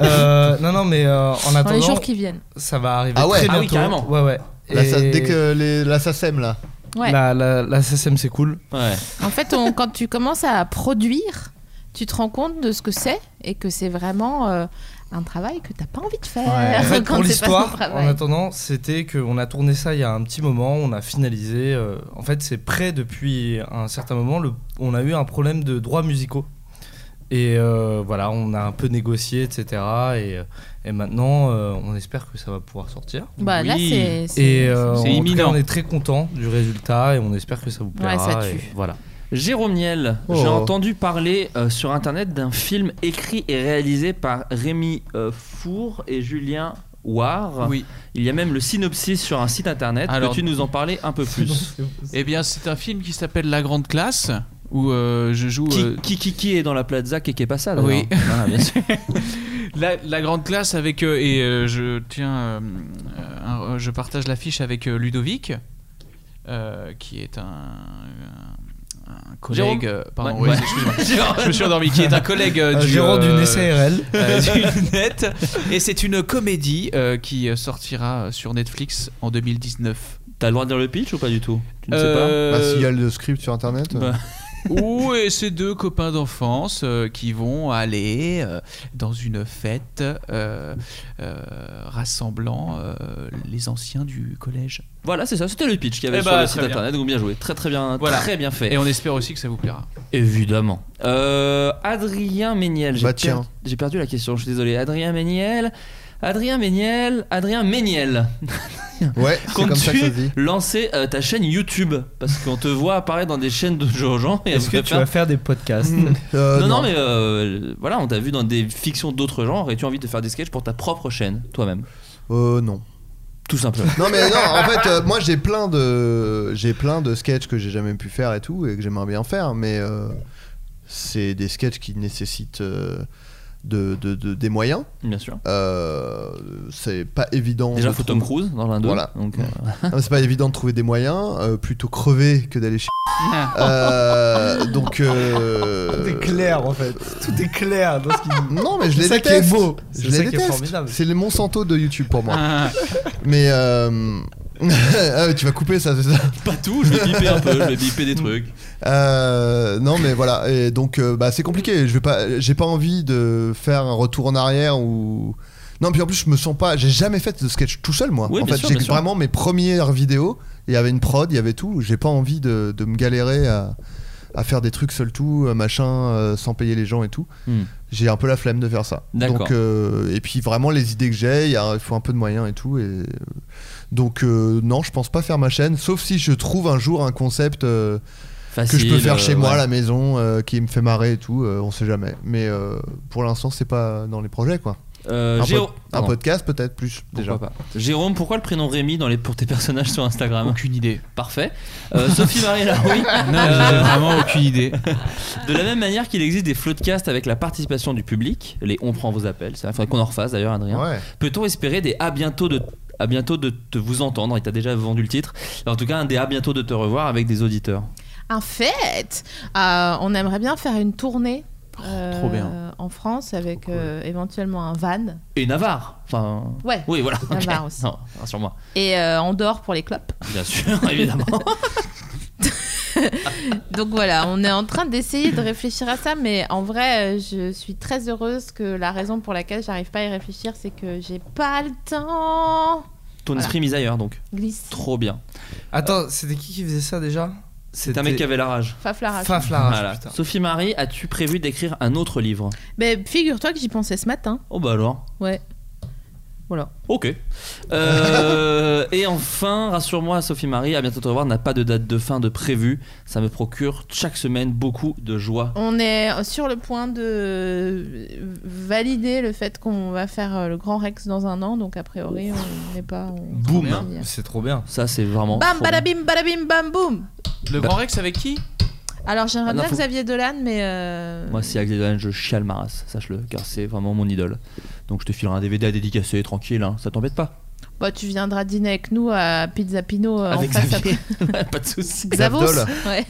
S8: Euh, non, non, mais euh, en attendant,
S11: Dans les jours qui viennent.
S8: ça va arriver
S3: Ah ouais.
S8: très
S7: Ah oui,
S8: bientôt.
S7: carrément.
S8: Ouais, ouais.
S3: Là, ça-
S8: Et
S3: dès que les, là ça sème là.
S11: Ouais.
S8: la, la, la SSM, c'est cool.
S7: Ouais.
S11: En fait, on- quand tu commences à produire, tu te rends compte de ce que c'est et que c'est vraiment euh, un travail que t'as pas envie de faire.
S8: En fait,
S11: Ah, quand c'est pas
S8: pour
S11: ton
S8: l'histoire,
S11: travail.
S8: en attendant, c'était qu'on a tourné ça il y a un petit moment, on a finalisé. euh, en fait, c'est prêt depuis un certain moment. le- on a eu un problème de droits musicaux. Et euh, voilà, on a un peu négocié, etc. Et, euh, et maintenant, euh, on espère que ça va pouvoir sortir.
S11: Bah, là, Oui. c'est- c'est-
S8: Et euh,
S11: c'est
S8: en tout cas,
S11: imminent.
S8: on est très content du résultat et on espère que ça vous plaira.
S11: Ouais, ça tue.
S8: et voilà.
S7: Jérôme Niel,
S8: Oh.
S7: j'ai entendu parler euh, sur internet d'un film écrit et réalisé par Rémi euh, Four et Julien War.
S10: Oui.
S7: Il y a même le synopsis sur un site internet.
S10: Alors-
S7: Peux-tu nous en parler un peu plus
S8: euh,
S10: Eh bien, c'est un film qui s'appelle La Grande Classe, où euh, je joue.
S7: Qui-
S10: euh,
S7: qui, qui, qui est dans la plaza Qui est pas ça d'ailleurs
S10: Oui.
S7: Voilà, Ah, bien sûr.
S10: la, la grande classe avec euh, et euh, je tiens, euh, euh, un- euh, je partage l'affiche avec euh, Ludovic, euh, qui est un, un- un collègue.
S7: Jérôme
S10: euh, pardon, oui,
S7: Ouais. Ouais.
S10: excuse-moi. je me suis endormi. Qui est un collègue euh,
S8: Un
S10: du
S8: Jérôme
S10: euh,
S8: d'une SARL.
S10: euh, du net. Et c'est une comédie euh, qui sortira euh, sur Netflix en 2019.
S7: T'as le droit de dire le pitch ou pas du tout Tu ne
S10: Euh,
S3: Bah, s'il y a le script sur internet.
S7: Bah.
S10: Où et ces deux copains d'enfance euh, qui vont aller euh, dans une fête euh, euh, rassemblant euh, les anciens du collège.
S7: Voilà, c'est ça, c'était le pitch qu'il y avait
S10: Eh
S7: sur
S10: bah,
S7: le site
S10: très bien.
S7: internet, donc bien joué, très très bien,
S10: Voilà.
S7: très bien fait.
S10: Et on espère aussi que ça vous plaira.
S7: Évidemment. Euh, Adrien Méniel, j'ai
S3: Bah, tiens.
S7: per- j'ai perdu la question, je suis désolé. Adrien Méniel, Adrien Méniel, Adrien Méniel.
S3: Ouais, c'est comme ça que ça
S7: Comptes-tu
S3: se dit.
S7: lancer euh, ta chaîne YouTube Parce qu'on te voit apparaître dans des chaînes de gens. et
S8: Est-ce
S7: on
S8: que tu
S7: préfère-
S8: vas faire des podcasts
S3: Euh,
S7: non, non, mais euh, voilà, on t'a vu dans des fictions d'autres genres et tu as envie de faire des sketchs pour ta propre chaîne, toi-même.
S3: Euh, non.
S7: Tout simplement.
S3: Non mais non, en fait, euh, moi j'ai plein de j'ai plein de sketchs que j'ai jamais pu faire et tout et que j'aimerais bien faire, mais euh, c'est des sketchs qui nécessitent euh, de, de- de- des moyens.
S7: Bien sûr.
S3: Euh, c'est pas évident.
S7: Déjà,
S3: de
S7: faut Tom
S3: trouver-
S7: Cruise dans l'un d'eux.
S3: Voilà.
S7: Donc, euh,
S3: Non, c'est pas évident de trouver des moyens, euh, plutôt crever que d'aller chez. Euh, donc. euh,
S8: Tout est clair en fait. Tout est clair dans ce qu'il dit.
S3: Non mais je
S8: C'est
S3: les
S8: ça qui est
S3: déteste.
S8: beau.
S3: Je
S8: C'est
S3: les
S8: ça qui est
S3: déteste.
S8: formidable.
S3: C'est le Monsanto de YouTube pour moi.
S10: Ah,
S3: Mais euh... ah, tu vas couper ça, c'est ça
S7: Pas tout, je vais biper un peu, je vais biper des trucs.
S3: Euh, non mais voilà et donc euh, bah, c'est compliqué je vais pas j'ai pas envie de faire un retour en arrière ou non puis en plus je me sens pas j'ai jamais fait de sketch tout seul moi
S7: Oui,
S3: en
S7: bien
S3: fait
S7: sûr,
S3: j'ai
S7: bien sûr.
S3: vraiment mes premières vidéos il y avait une prod il y avait tout j'ai pas envie de, de me galérer à, à faire des trucs seul tout euh, machin euh, sans payer les gens et tout
S7: Hmm.
S3: j'ai un peu la flemme de faire ça
S7: D'accord.
S3: donc euh, et puis vraiment les idées que j'ai il y a- il faut un peu de moyens et tout et euh, donc euh, non je pense pas faire ma chaîne sauf si je trouve un jour un concept euh, que je peux
S7: Facile,
S3: faire chez
S7: euh,
S3: moi à
S7: ouais.
S3: la maison euh, qui me fait marrer et tout euh, on sait jamais mais euh, pour l'instant c'est pas dans les projets quoi
S7: Euh,
S3: un,
S7: Jérôme-
S3: pod- un
S7: pardon.
S3: podcast peut-être plus déjà.
S7: Pourquoi pas. Jérôme, pourquoi le prénom Rémi dans les, pour tes personnages sur Instagram Aucune
S10: idée.
S7: Parfait. Euh, Sophie Marie Laroui.
S10: Non, j'ai vraiment aucune idée.
S7: De la même manière qu'il existe des floodcasts avec la participation du public, les on prend vos appels, ça faudrait qu'on en refasse d'ailleurs, Adrien.
S3: Ouais.
S7: Peut-on espérer des à bientôt de à bientôt de te vous entendre, il t'a déjà vendu le titre. En tout cas, un des à bientôt de te revoir avec des auditeurs.
S9: En fait, euh, on aimerait bien faire une tournée euh,
S7: Oh, trop bien.
S9: en France avec euh, éventuellement un van
S7: Et Navarre. Enfin.
S9: Ouais.
S7: Oui, voilà. ok.
S9: Navarre aussi.
S7: Non, non, sur moi.
S9: et euh, en dehors pour les clopes.
S7: Bien sûr, évidemment.
S9: Donc voilà, on est en train d'essayer de réfléchir à ça, mais en vrai, euh, je suis très heureuse que la raison pour laquelle j'arrive pas à y réfléchir, c'est que j'ai pas le temps.
S7: Ton
S9: Voilà.
S7: esprit mise ailleurs donc.
S9: Glisse.
S7: Trop bien.
S8: Attends, c'était qui qui faisait ça déjà
S7: C'est un mec qui avait la rage.
S9: Faf la
S11: Ah,
S9: rage.
S8: Faf la
S3: Ah,
S8: rage,
S7: Voilà.
S8: putain.
S7: Sophie Marie, as-tu prévu d'écrire un autre livre
S9: Mais figure-toi que j'y pensais ce matin.
S7: Oh bah alors.
S9: Ouais. Voilà.
S7: Ok. Euh, et enfin, rassure-moi, Sophie Marie, à bientôt te revoir, n'a pas de date de fin de prévu. Ça me procure chaque semaine beaucoup de joie.
S9: On est sur le point de valider le fait qu'on va faire euh, le Grand Rex dans un an, donc a priori, on n'est pas. on-
S7: Boum
S8: C'est trop bien.
S7: Ça, c'est vraiment.
S9: Bam,
S7: trop bien.
S9: badabim, badabim, bam, boum
S10: Le Grand Rex avec qui
S9: Alors j'aimerais
S7: Ah non,
S9: bien
S7: faut-
S9: Xavier Dolan, mais. euh,
S7: Moi, si Axel Dolan, je chiale ma race, sache-le, car c'est vraiment mon idole. Donc, je te filerai un DVD à dédicacer, tranquille, hein, ça t'embête pas.
S9: Bah, tu viendras dîner avec nous à Pizza Pino euh,
S7: Avec
S9: en face
S7: Xavier.
S9: après.
S7: pas de soucis.
S9: Xavos Ouais.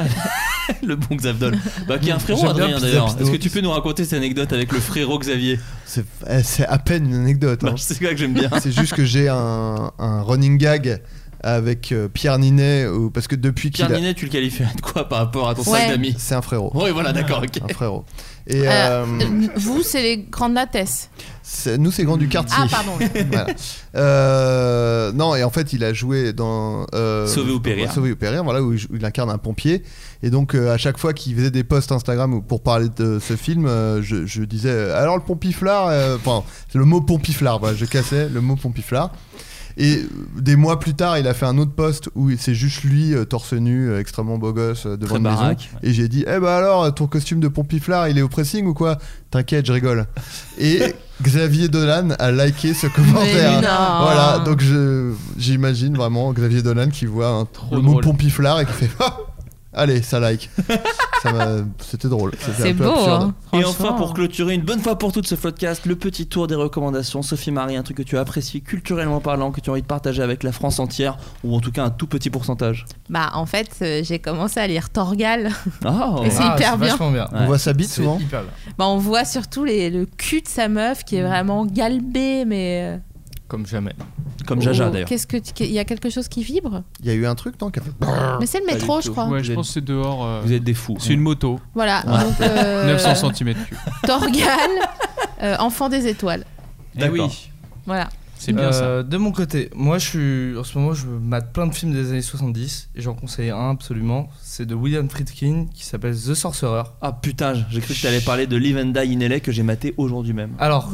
S7: le bon Xavdol. Bah, qui est un frérot,
S3: J'aime bien
S7: Adrien,
S3: Pizza
S7: d'ailleurs.
S3: Pizza.
S7: Est-ce que tu peux nous raconter cette anecdote avec le frérot Xavier
S3: C'est eh, c'est à peine une anecdote. hein.
S7: Bah, C'est ça que j'aime bien.
S3: C'est juste que j'ai un, un running gag avec euh, Pierre Ninet ou- parce que depuis qu'il
S7: Pierre
S3: a-
S7: Ninet, tu le qualifies de quoi par rapport à ton sac d'amis
S3: C'est un frérot.
S7: Oui, voilà, d'accord, ok.
S3: Un frérot. Et
S9: Euh,
S3: euh,
S9: Vous, c'est les grandes latesses.
S3: c'est- nous, c'est grand du quartier.
S9: Ah, pardon.
S3: Voilà. Euh, non, et en fait, il a joué dans euh,
S7: Sauver ou périr.
S3: Sauver ou périr, voilà, où il, jou- où il incarne un pompier. Et donc, euh, à chaque fois qu'il faisait des posts Instagram ou- pour parler de ce film, euh, je, je disais euh, alors le pompiflard, euh, enfin, c'est le mot pompiflard, voilà, je cassais le mot pompiflard. Et euh, des mois plus tard, il a fait un autre post où c'est juste lui, euh, torse nu, euh, extrêmement beau gosse, euh, devant
S7: Très
S3: une maison.
S7: baraque,
S3: Et j'ai dit, eh bah alors, ton costume de pompiflard, il est au pressing ou quoi T'inquiète, je rigole. Et Xavier Dolan a liké ce commentaire.
S15: Mais non.
S3: Voilà, donc je, j'imagine vraiment Xavier Dolan qui voit un, le mot
S10: drôle.
S3: pompiflard et qui fait, Ah, allez, ça like. Ça m'a- c'était drôle. C'était un peu absurde.
S15: hein.
S9: Ah, hein,
S7: Et enfin, pour clôturer une bonne fois pour toutes ce podcast, le petit tour des recommandations. Sophie Marie, un truc que tu apprécies culturellement parlant, que tu as envie de partager avec la France entière, ou en tout cas un tout petit pourcentage.
S9: Bah, en fait, euh, j'ai commencé à lire Torgal.
S7: Ah,
S9: Et c'est
S7: Ah,
S9: hyper
S7: c'est
S9: bien.
S7: vachement bien. On voit sa bite
S8: C'est
S7: souvent.
S8: hyper bien.
S9: Bah, on voit surtout les, le cul de sa meuf qui est vraiment galbé, mais. euh,
S8: Comme jamais.
S7: Comme
S9: oh, Qu'est-ce que tu- qu'il y a quelque chose qui vibre
S3: Il y a eu un truc, non qui a fait-
S9: Mais c'est le
S3: Pas
S9: métro,
S3: du
S9: je
S3: tout.
S9: crois.
S10: Ouais, je pense que c'est dehors. euh,
S7: Vous êtes des fous.
S10: C'est une moto.
S9: Voilà,
S7: Ah.
S10: Ouais.
S9: donc, euh,
S10: 900 cm3.
S9: Torgal, euh, enfant des étoiles.
S10: Eh oui.
S9: Voilà.
S10: C'est bien
S8: Euh, De mon côté, moi je suis en ce moment je mate plein de films des années 70 et j'en conseille un absolument, c'est de William Friedkin qui s'appelle The Sorcerer.
S7: Ah putain, j'ai cru que t'allais parler de Live and Die in LA que j'ai maté aujourd'hui même.
S8: Alors,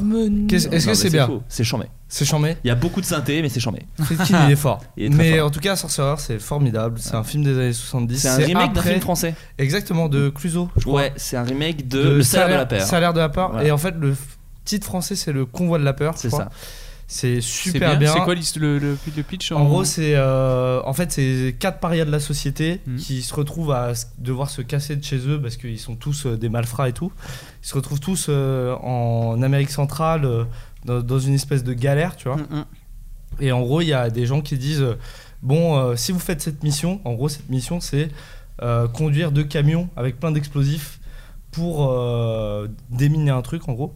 S8: qu'est-ce- est-ce
S7: Non,
S8: que
S7: mais
S8: c'est bien
S7: faux. C'est chambé.
S8: C'est chambé
S7: Il y a beaucoup de synthé, mais c'est chambé.
S8: Friedkin il est fort.
S7: Il est très
S8: Mais
S7: fort.
S8: en tout cas Sorcerer c'est formidable, c'est un film des années 70.
S7: C'est un remake d'un
S8: après-
S7: film français.
S8: Exactement, de Clouseau. je crois.
S7: Ouais, c'est un remake de Le Salaire de la Peur.
S8: Salaire de la Peur.
S7: Voilà.
S8: Et en fait le f- titre français c'est Le Convoi de la Peur. je
S7: C'est
S8: crois.
S7: ça.
S10: C'est
S8: C'est super
S10: bien.
S8: bien.
S10: C'est quoi l'hist- le, le, le pitch
S8: En gros, c'est euh, en fait c'est quatre parias de la société
S7: Mm.
S8: qui se retrouvent à s- devoir se casser de chez eux parce qu'ils sont tous euh, des malfrats et tout. Ils se retrouvent tous euh, en Amérique centrale euh, dans, dans une espèce de galère, tu vois. Et en gros, il y a des gens qui disent euh, bon, euh, si vous faites cette mission, en gros cette mission c'est euh, conduire deux camions avec plein d'explosifs pour euh, déminer un truc en gros.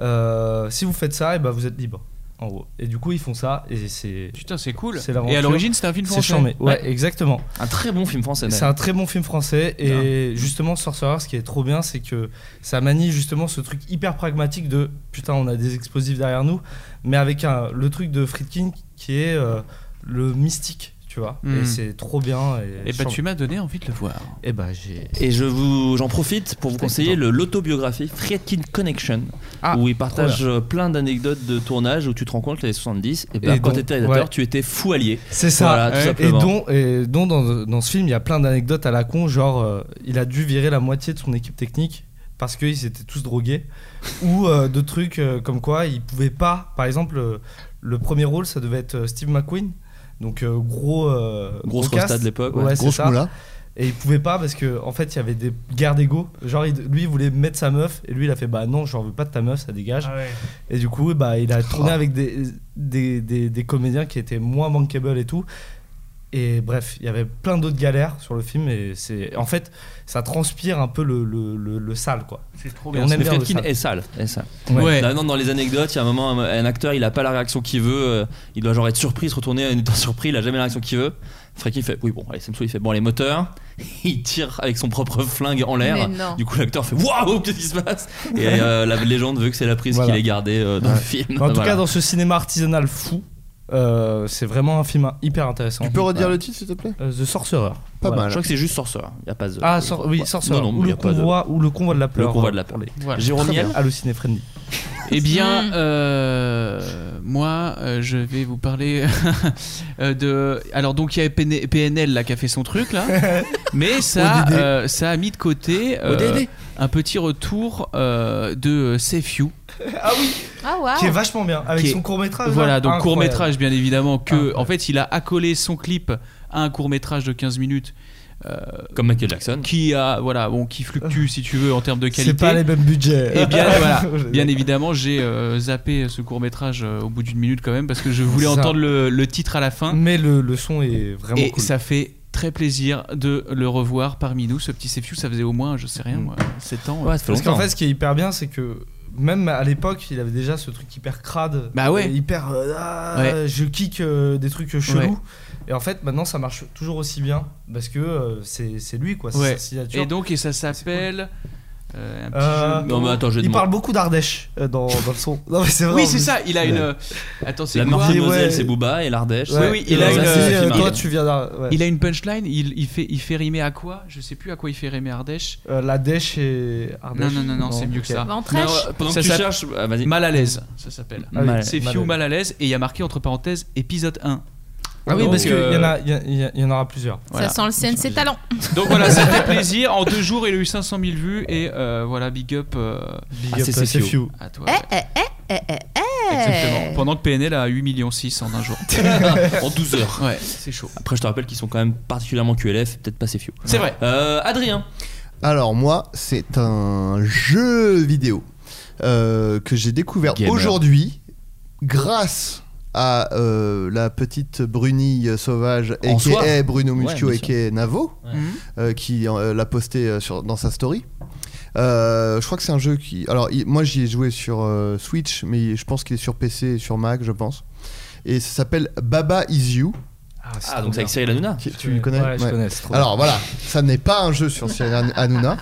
S8: Euh, si vous faites ça, et ben vous êtes libre. En gros. Et du coup, ils font ça et c'est.
S10: Putain, c'est cool.
S8: c'est
S10: Et
S8: l'aventure.
S10: à l'origine, c'était un film
S8: C'est
S10: français.
S8: charmé. Ouais,
S10: Ouais.
S8: exactement.
S7: Un très bon film français.
S8: C'est
S7: d'ailleurs.
S8: un très bon film français et justement Sorcerer ce qui est trop bien c'est que ça manie justement ce truc hyper pragmatique de putain on a des explosifs derrière nous mais avec un- le truc de Friedkin qui est euh, le mystique tu vois
S10: Hmm.
S8: et c'est trop bien
S10: Eh
S8: et,
S10: ben, tu m'as donné envie de le voir.
S8: et bah j'ai
S7: Et je vous, j'en profite pour vous conseiller le l'autobiographie Friedkin Connection,
S8: Ah,
S7: où il partage
S8: trop
S7: euh, plein d'anecdotes de tournage où tu te rends compte que les 70, et ben,
S8: Et
S7: quand
S8: donc,
S7: t'étais rédacteur,
S8: ouais.
S7: tu étais fou allié.
S8: C'est ça.
S7: Voilà, tout
S8: et
S7: simplement.
S8: dont, et dont dans, dans ce film, il y a plein d'anecdotes à la con, genre euh, il a dû virer la moitié de son équipe technique parce qu'ils étaient tous drogués ou euh, d'autres trucs euh, comme quoi ils pouvaient pas. Par exemple, euh, le premier rôle ça devait être euh, Steve McQueen, donc euh, gros euh,
S7: Grosse
S8: gros cast.
S7: resta de l'époque, ouais.
S8: ouais, c'est
S7: Grosse
S8: ça.
S7: moula.
S8: Et il pouvait pas parce que en fait il y avait des guerres d'ego. Genre il- lui il voulait mettre sa meuf et lui il a fait bah non j'en veux pas de ta meuf ça dégage.
S16: Ah ouais.
S8: Et du coup bah il a tourné
S16: Oh.
S8: avec des, des, des- des comédiens qui étaient moins bankable et tout. Et bref il y avait plein d'autres galères sur le film et c'est en fait ça transpire un peu le, le, le- le sale quoi.
S10: C'est trop
S7: Mais Friedkin est sale. est sale.
S8: Ouais. Bah,
S7: Là, non, dans les anecdotes, il y a un moment, un, un acteur, il a pas la réaction qu'il veut. euh, il doit genre être surpris, se retourner, en étant surpris, il a jamais la réaction qu'il veut. Friedkin fait, oui, bon, allez, ça me saoule, il fait, bon, les moteurs. Il tire avec son propre flingue en l'air.
S10: Mais non.
S7: Du coup, l'acteur fait, waouh, qu'est-ce qui se passe Et euh, la légende veut que c'est la prise
S8: Voilà.
S7: qu'il ait gardée euh, dans
S8: Ouais.
S7: le film.
S8: Mais en tout
S7: Voilà.
S8: cas dans ce cinéma artisanal fou euh, c'est vraiment un film hyper intéressant.
S3: Tu peux redire
S8: Voilà.
S3: le titre, s'il te plaît
S8: Euh, The Sorcerer.
S3: Pas mal.
S7: Je crois que c'est juste Sorcerer. Il y a pas The.
S8: Ah, sor- oui,
S7: Ouais.
S8: Sorcerer.
S7: Non, non,
S8: ou,
S7: il y
S8: le
S7: a pas de-
S8: convoi, ou le convoi de la peur.
S7: Le convoi de la peur.
S8: Pour les-
S10: Voilà.
S8: Jérôme
S10: Très
S8: Niel,
S10: bien.
S8: halluciné friendly.
S10: Eh bien, euh, moi, euh, je vais vous parler euh, de. Alors, donc, il y a PN- PNL là, qui a fait son truc, là. mais ça,
S7: ODD.
S10: euh, ça a mis de côté euh,
S7: ODD.
S10: un petit retour euh, de Safe You.
S8: Ah oui
S11: Ah waouh
S8: Qui est vachement bien. Avec
S10: Qui est-
S8: son court-métrage.
S10: Voilà,
S8: là.
S10: donc
S8: Ah, Incroyable.
S10: court-métrage, bien évidemment. que En fait, il a accolé son clip à un court-métrage de 15 minutes.
S7: Comme Michael Jackson.
S10: Qui, a, voilà, bon, qui fluctue, si tu veux, en termes de qualité.
S8: C'est pas les mêmes budgets.
S10: Et bien, voilà, bien évidemment, j'ai euh, zappé ce court métrage au bout d'une minute quand même parce que je voulais
S8: Ça.
S10: entendre le, le titre à la fin.
S8: Mais le, le son est vraiment
S10: et
S8: cool.
S10: ça fait très plaisir de le revoir parmi nous. Ce petit Sefiu, ça faisait au moins, je sais
S8: Mmh.
S10: rien, moi, 7 ans. euh,
S8: Parce qu'en fait, ce qui est hyper bien, c'est que même à l'époque, il avait déjà ce truc hyper crade.
S10: Bah ouais.
S8: euh, Hyper. euh, ah,
S10: Ouais.
S8: Je kick euh, des trucs chelous.
S10: Ouais.
S8: Et en fait, maintenant, ça marche toujours aussi bien. Parce que euh, c'est c'est lui, quoi. C'est
S10: Ouais.
S8: sa signature.
S10: Et donc, et ça s'appelle. euh, un petit
S8: Euh,
S10: jeu de
S7: Non,
S10: mots.
S7: mais attends, je
S8: il parle beaucoup d'Ardèche euh, dans, dans le son. Non, mais c'est vrai,
S10: Oui,
S8: en
S10: c'est
S8: plus.
S10: ça, il a une. euh, Attends, c'est
S7: La
S10: quoi
S7: Meurthe et Moselle,
S10: Ouais.
S7: c'est Booba et l'Ardèche.
S10: Oui, oui, il a une.
S7: Ça, c'est
S10: euh,
S7: Fima.
S10: il-
S8: toi, tu viens d'Ar- ouais.
S10: Il a une punchline, il, il fait, il fait rimer à quoi Je sais plus à quoi il fait rimer Ardèche.
S8: Euh, la dèche et
S10: Non,
S8: Ardèche.
S10: non, non, non, c'est mieux que
S8: ok.
S9: Bah,
S10: ça.
S7: Non, euh, pendant que tu
S10: s'appelle-
S7: cherches, ah, vas-y.
S10: Mal à l'aise, ça s'appelle.
S7: Ah oui. Mal-
S10: C'est
S7: mal à
S10: Fiu
S7: l'aise.
S10: mal à l'aise et il y a marqué entre parenthèses épisode 1.
S8: Ah oui,
S10: Donc,
S8: parce qu'il
S10: euh,
S8: y, en a- il y a- il y a- il y en aura plusieurs.
S7: Ah,
S10: Voilà.
S11: Ça sent le CNC talent.
S10: Donc voilà, ça fait plaisir. En deux jours, il a eu 500 000 vues et euh, voilà, big up. euh,
S8: Big
S10: à
S8: up,
S10: CCFU.
S8: c'est Fiu.
S10: À toi.
S11: Eh, eh, eh, eh, eh, eh.
S10: Exactement. Pendant que PNL a 8 millions 6 en un jour.
S7: en 12 heures.
S10: Ouais, c'est chaud.
S7: Après, je te rappelle qu'ils sont quand même particulièrement QLF, peut-être pas Cefio.
S10: C'est vrai.
S7: Euh, Adrien.
S3: Alors moi, c'est un jeu vidéo euh, que j'ai découvert
S7: Gamer.
S3: aujourd'hui grâce à euh, la petite brunille sauvage
S7: En soi.
S3: et Bruno
S7: Ouais,
S3: Muschio
S7: bien
S3: et
S7: sûr.
S3: Navo
S8: Mhm.
S3: euh, qui euh, l'a posté euh, sur, dans sa story. Euh, je crois que c'est un jeu qui. Alors, il- moi j'y ai joué sur euh, Switch, mais je pense qu'il est sur PC et sur Mac, je pense. Et ça s'appelle Baba Is You.
S7: Ah, donc c'est avec Cyril Hanouna.
S3: Qui- Tu le connais
S8: Ouais, je
S3: Ouais.
S8: connais, c'est trop
S3: Alors
S8: bien.
S3: voilà, ça n'est pas un jeu sur Cyril Han- Hanouna.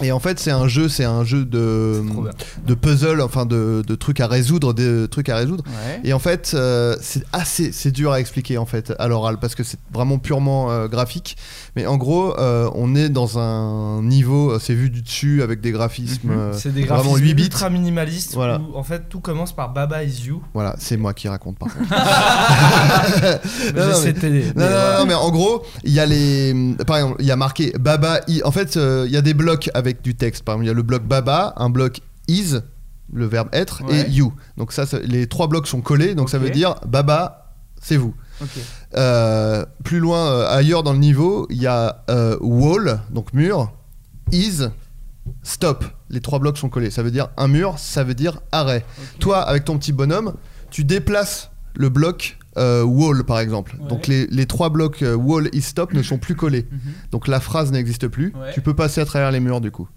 S3: Et en fait, c'est un jeu, c'est un jeu de,
S8: bien.
S3: de puzzle, enfin de, de trucs à résoudre, de trucs à résoudre.
S10: Ouais.
S3: Et en fait, euh, c'est assez, c'est dur à expliquer en fait à l'oral parce que c'est vraiment purement euh, graphique. Mais en gros, euh, on est dans un niveau, euh, c'est vu du dessus avec des graphismes, euh,
S8: Mhm. C'est des
S3: vraiment
S8: graphismes
S3: 8 bits.
S8: ultra minimalistes
S3: Voilà.
S8: où en fait tout commence par Baba is you.
S3: Voilà, c'est moi qui raconte par contre.
S8: J'essaie de t'aider,
S3: non,
S8: mais
S3: non,
S8: voilà.
S16: euh,
S3: non, mais en gros, il y a les. Par exemple, il y a marqué Baba. I- En fait, euh, il y a des blocs avec du texte. Par exemple, il y a le bloc Baba, un bloc is, le verbe être,
S16: Ouais.
S3: et you. Donc, ça, ça- les trois blocs sont collés. Donc, ça
S16: Ok.
S3: veut dire Baba, c'est vous.
S16: Ok.
S3: Euh, plus loin, euh, ailleurs dans le niveau, il y a euh, wall, donc mur, is, stop. Les trois blocs sont collés. Ça veut dire un mur, ça veut dire arrêt. Toi, avec ton petit bonhomme, tu déplaces le bloc euh, wall, par exemple. Donc les, les trois blocs euh, wall et stop ne sont plus collés. Donc la phrase n'existe plus.
S10: Ouais.
S3: Tu peux passer à travers les murs, du coup.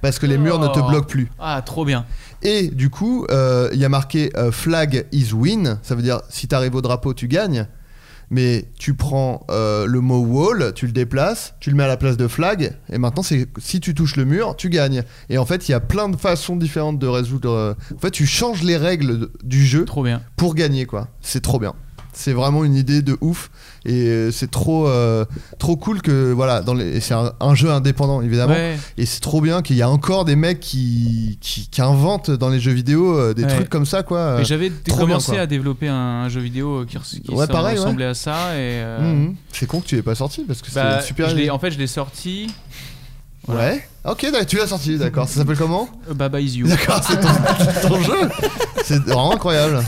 S3: Parce que les murs ne te bloquent plus.
S10: Ah, trop bien.
S3: Et du coup, euh, il y a marqué euh, flag is win, ça veut dire si t'arrives au drapeau, tu gagnes. Mais tu prends euh, le mot wall, tu le déplaces, tu le mets à la place de flag, et maintenant c'est si tu touches le mur, tu gagnes. Et en fait, il y a plein de façons différentes de résoudre. euh, En fait, tu changes les règles de- du jeu pour gagner, quoi. C'est trop bien. C'est vraiment une idée de ouf et euh, c'est trop euh, trop cool que voilà dans les et c'est un, un jeu indépendant évidemment
S10: Ouais.
S3: et c'est trop bien qu'il y a encore des mecs qui, qui, qui inventent dans les jeux vidéo euh, des
S10: Ouais.
S3: trucs comme ça quoi.
S10: Mais j'avais
S3: Trop
S10: commencé
S3: bien, quoi.
S10: à développer un, un jeu vidéo euh, qui, res- qui
S3: Ouais,
S10: se-
S3: pareil, ouais.
S10: ressemblait à ça et. euh,
S3: Mmh, Mhm. C'est con que tu l'aies pas sorti parce que
S10: bah,
S3: c'est super.
S10: je l'ai- en fait, je l'ai sorti.
S3: Ouais. Ok, d'accord, tu l'as sorti, d'accord. Ça s'appelle comment
S10: euh, Baba is you.
S3: D'accord, c'est ton, c'est ton jeu. C'est vraiment incroyable.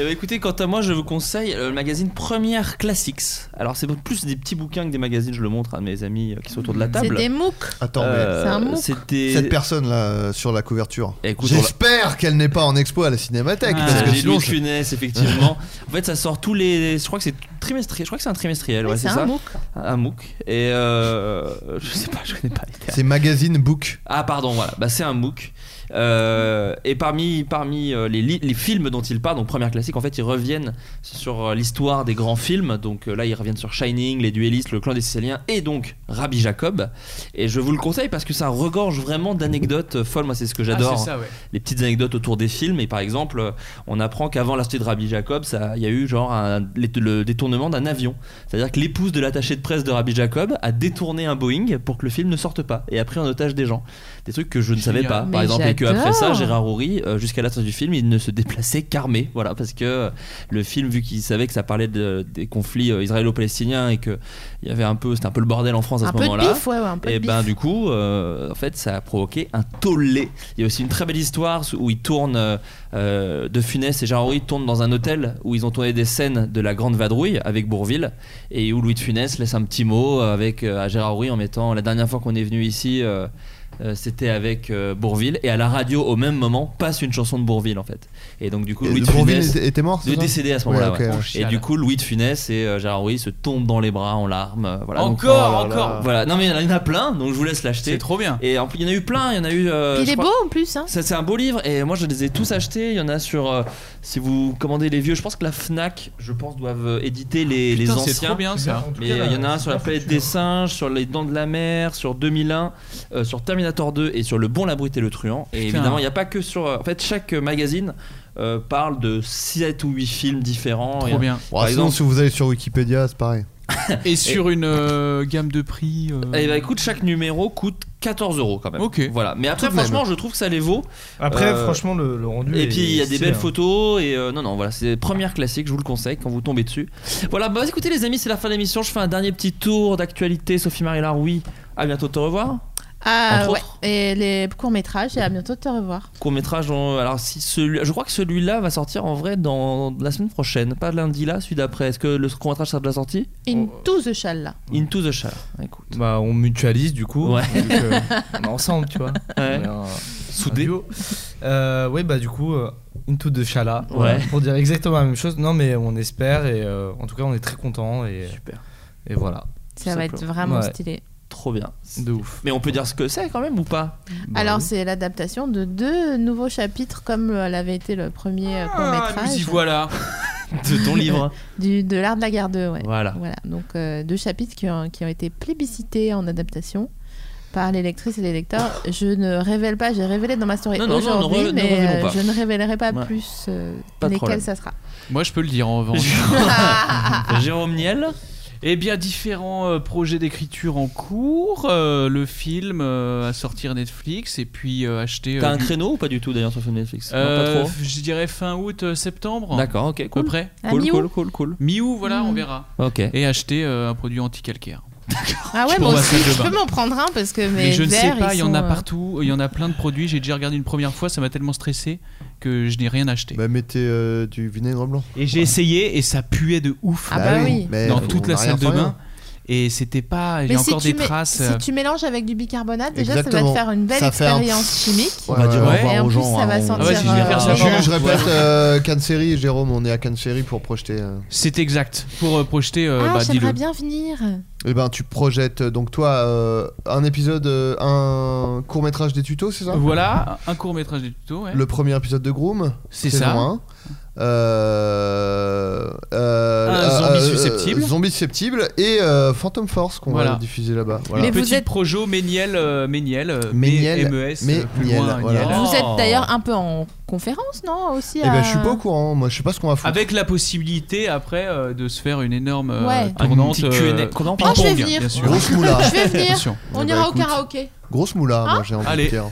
S7: Eh ben, écoutez, quant à moi, je vous conseille euh, le magazine Première Classics. Alors, c'est plus des petits bouquins que des magazines, je le montre à mes amis euh, qui sont autour
S8: Mmh.
S7: de la
S11: C'est
S7: table.
S11: des MOOC.
S3: Attends,
S7: Euh,
S11: C'est un MOOC.
S7: C'était.
S3: Cette personne là sur la couverture.
S7: Écoute, on l'a-
S3: J'espère qu'elle n'est pas en expo à la cinémathèque.
S7: Ah,
S3: parce que
S7: j'ai
S3: sinon,
S7: Louis Funès, effectivement. en fait, ça sort tous les. Je crois que c'est trimestriel. Je crois que c'est un trimestriel.
S11: Oui,
S7: ouais,
S11: c'est
S7: c'est
S11: un
S7: ça.
S11: MOOC.
S7: Un MOOC. Et euh, je sais pas, je connais pas les termes.
S3: c'est magazine book.
S7: Ah pardon, voilà, bah, c'est un MOOC. Euh, et parmi, parmi euh, les, li- les films dont il parle, donc première classique, en fait ils reviennent sur euh, l'histoire des grands films. Donc euh, là ils reviennent sur Shining, Les Duellistes, Le Clan des Siciliens et donc Rabbi Jacob. Et je vous le conseille parce que ça regorge vraiment d'anecdotes euh, folles. Moi c'est ce que j'adore.
S10: Ah,
S3: Ah,
S10: c'est ça, ouais.
S7: Les petites anecdotes autour des films. Et par exemple, euh, on apprend qu'avant la sortie de Rabbi Jacob, ça- il y a eu genre un- les- le détournement d'un avion. C'est-à-dire que l'épouse de l'attaché de presse de Rabbi Jacob a détourné un Boeing pour que le film ne sorte pas et a pris en otage des gens. Des trucs que je ne savais pas.
S10: Mais
S7: Par exemple, et que après ça,
S10: j'adore.
S7: Gérard Rory, euh, jusqu'à la fin du film, il ne se déplaçait qu'armé. Voilà, parce que euh, le film, vu qu'il savait que ça parlait de- des conflits euh, israélo-palestiniens et que il y avait un peu, c'était un peu le bordel en France à
S11: Un
S7: ce
S11: peu de
S7: moment-là.
S11: bif, ouais, ouais, un peu de
S7: et
S11: bif.
S7: ben du coup, euh, en fait, ça a provoqué un tollé. Il y a aussi une très belle histoire où ils tournent euh, euh, de Funès et Jarry tournent dans un hôtel où ils ont tourné des scènes de la Grande Vadrouille avec Bourville et où Louis de Funès laisse un petit mot avec euh, à Gérard Rory en mettant la dernière fois qu'on est venu ici. euh, euh, c'était avec euh, Bourville et à la radio au même moment passe une chanson de Bourville en fait et donc du coup
S3: Et
S7: Louis de
S3: Bourville
S7: Funès
S3: était- était mort, c'est
S7: de
S3: ça
S7: décédé à ce
S3: Ouais,
S7: moment-là
S3: ok,
S7: ouais.
S3: ouais.
S10: Oh,
S7: et du coup Louis de Funès et euh, Gérard Rory se tombent dans les bras en larmes euh, voilà donc-
S10: Encore, Oh là là. encore.
S7: voilà non mais il y en a plein donc je vous laisse l'acheter c'est
S10: trop bien
S7: et en plus il y en a eu plein il y en a eu euh,
S11: Puis il
S7: je
S11: est
S7: crois-
S11: beau en plus. Hein.
S7: ça, c'est un beau livre et moi je les ai tous achetés. Il y en a sur. euh, si vous commandez les vieux, je pense que la Fnac, je pense, doivent euh, éditer les, les
S10: Putain, c'est
S7: anciens.
S10: trop bien, ça. En tout
S7: Mais
S10: cas,
S7: euh, il y en a
S10: là,
S7: un sur la planète des singes, sur les dents de la mer, sur 2001, euh, sur Terminator 2 et sur Le Bon, la Brute et le Truand. Et
S10: Putain.
S7: évidemment, il n'y a pas que sur. euh, En fait, chaque euh, magazine euh, parle de 7 ou 8 films différents.
S10: Trop
S7: Et, euh,
S10: bien.
S3: Bon, sinon, si vous allez sur Wikipédia, c'est pareil.
S10: Et sur une euh, gamme de prix. euh,
S7: Eh ben, écoute, chaque numéro coûte 14 euros quand même.
S10: Ok.
S7: Voilà. Mais après,
S10: Tout de même.
S7: franchement, je trouve que ça les vaut.
S8: Après,
S7: Euh,
S8: franchement, le, le rendu.
S7: Et
S8: est
S7: puis il y a des
S8: stylé,
S7: belles
S8: hein.
S7: photos et euh, non non voilà c'est première classique je vous le conseille quand vous tombez dessus. Voilà bah écoutez les amis c'est la fin de l'émission je fais un dernier petit tour d'actualité Sophie Marie Laroui à bientôt te revoir
S11: Ah,
S7: Entre
S11: ouais. Et les courts-métrages, et à bientôt de te revoir.
S7: court métrage alors si celui je crois que celui-là va sortir en vrai dans la semaine prochaine pas lundi là celui d'après est-ce que le court métrage sera de la sortie
S11: Into the Shell là.
S7: Into the Shell écoute
S8: Bah, on mutualise du coup.
S7: Ouais.
S8: Donc, euh, on est ensemble, tu vois.
S7: Ouais.
S8: On est un-
S7: Soudés.
S8: un duo. Euh, ouais, bah, du coup, euh, Into de Chala.
S7: Ouais.
S8: Pour dire exactement la même chose. Non, mais on espère et euh, en tout cas, on est très contents. Et,
S7: Super.
S8: Et voilà.
S11: Ça
S8: Tout
S11: va être
S8: simplement.
S11: vraiment stylé.
S7: trop bien
S8: De ouf.
S7: mais on peut dire ce que c'est quand même ou pas Bah
S11: Alors, c'est l'adaptation de deux nouveaux chapitres, comme euh, l'avait été le premier euh,
S10: Ah, nous y
S11: court-métrage.
S10: voilà.
S7: de ton livre
S11: Du, de l'art de la guerre 2, ouais.
S7: Voilà.
S11: Donc, euh, deux chapitres qui ont, qui ont été plébiscités en adaptation par les lectrices et les lecteurs. Je ne révèle pas, j'ai révélé dans ma story
S7: Non, non, non, ne
S11: aujourd'hui,
S7: re- ne
S11: mais
S7: révélons
S11: euh,
S7: pas.
S11: je ne révélerai pas
S7: Ouais.
S11: plus euh,
S7: Pas de
S11: lesquels
S7: problème.
S11: ça sera.
S10: Moi, je peux le dire en revanche.
S7: Jérôme Niel
S10: Eh bien, différents euh, projets d'écriture en cours. euh, le film euh, à sortir Netflix et puis euh, acheter. euh,
S7: t'as un
S10: du-
S7: créneau ou pas du tout d'ailleurs sur Netflix Non,
S10: Euh,
S7: pas trop
S10: f- Je dirais fin août, euh, septembre.
S7: D'accord, ok,
S10: À
S7: cool.
S10: peu près.
S11: À
S7: Cool,
S11: mi-août.
S7: cool, cool, cool.
S10: Mi-août, voilà,
S11: Hmm.
S10: on verra.
S7: Ok.
S10: Et acheter euh, un produit anti-calcaire.
S11: Ah ouais,
S10: Je
S11: moi
S10: pourrais
S11: aussi,
S10: faire deux
S11: je peux
S10: bains.
S11: m'en prendre un parce que mes
S10: Mais je ne sais
S11: verres,
S10: pas,
S11: ils
S10: il y en
S11: sont,
S10: a
S11: euh,
S10: partout, il y en a plein de produits. J'ai déjà regardé une première fois, ça m'a tellement stressé que je n'ai rien acheté.
S3: Bah, mettez euh, du vinaigre blanc.
S10: Et j'ai essayé et ça puait de ouf.
S11: Ah Bah bah oui. oui.
S3: Mais
S10: Dans
S3: on
S10: toute la
S3: n'a rien
S10: salle de
S3: sans rien.
S10: bain. Et c'était pas. J'ai
S11: Mais si
S10: encore
S11: tu
S10: des
S11: mets-
S10: traces. euh,
S11: Si tu mélanges avec du bicarbonate, déjà, ça va
S3: Exactement.
S11: te faire une belle
S3: Ça fait un-
S11: expérience chimique.
S3: On va dire au revoir
S11: Et en
S3: aux
S11: plus,
S3: gens,
S11: ça
S3: hein,
S11: va
S3: on-
S11: sentir.
S10: Ah ouais, si je vais faire ça,
S11: euh,
S10: pardon.
S3: Jules, je répète,
S10: Voilà.
S3: euh, Canceri, Jérôme, on est à Canceri pour projeter. euh.
S10: C'est exact. Pour euh, projeter, euh,
S11: Ah,
S10: bah, dis-le.
S11: j'aimerais bien venir.
S3: Eh ben, tu projettes euh, donc toi euh, un épisode, euh, un court métrage des tutos, c'est ça
S10: Voilà, un court métrage des tutos. ouais.
S3: Le premier épisode de Groom,
S10: C'est
S3: saison
S10: ça.
S3: 1. Euh, euh,
S10: Un zombie susceptible.
S3: zombie susceptible et euh, Phantom Force qu'on
S10: Voilà.
S3: va diffuser là-bas. Voilà.
S10: Mais
S11: Mais vous
S10: petit
S11: êtes-
S10: projo Méniel, euh, Méniel, euh,
S3: Méniel,
S10: M-E-S, euh, plus
S3: Méniel,
S10: loin, Oh.
S3: voilà.
S10: Niel.
S11: Vous êtes d'ailleurs un peu en conférence, non Aussi
S3: Eh ben,
S11: à-
S3: je suis pas au courant. Moi, je sais pas ce qu'on va foutre.
S10: Avec la possibilité après euh, de se faire une énorme euh,
S11: Ouais.
S7: Un
S10: tournante. euh,
S7: petit Q&A. Comment on
S11: Oh,
S7: parle
S11: je vais
S10: ping-pong,
S11: venir.
S10: bien sûr.
S3: Grosse moula.
S11: Je vais venir.
S10: Attention.
S11: On
S3: Eh ben,
S11: ira
S3: écoute,
S11: au karaoké.
S3: Grosse moula, moi, j'ai envie
S10: Allez.
S3: de dire.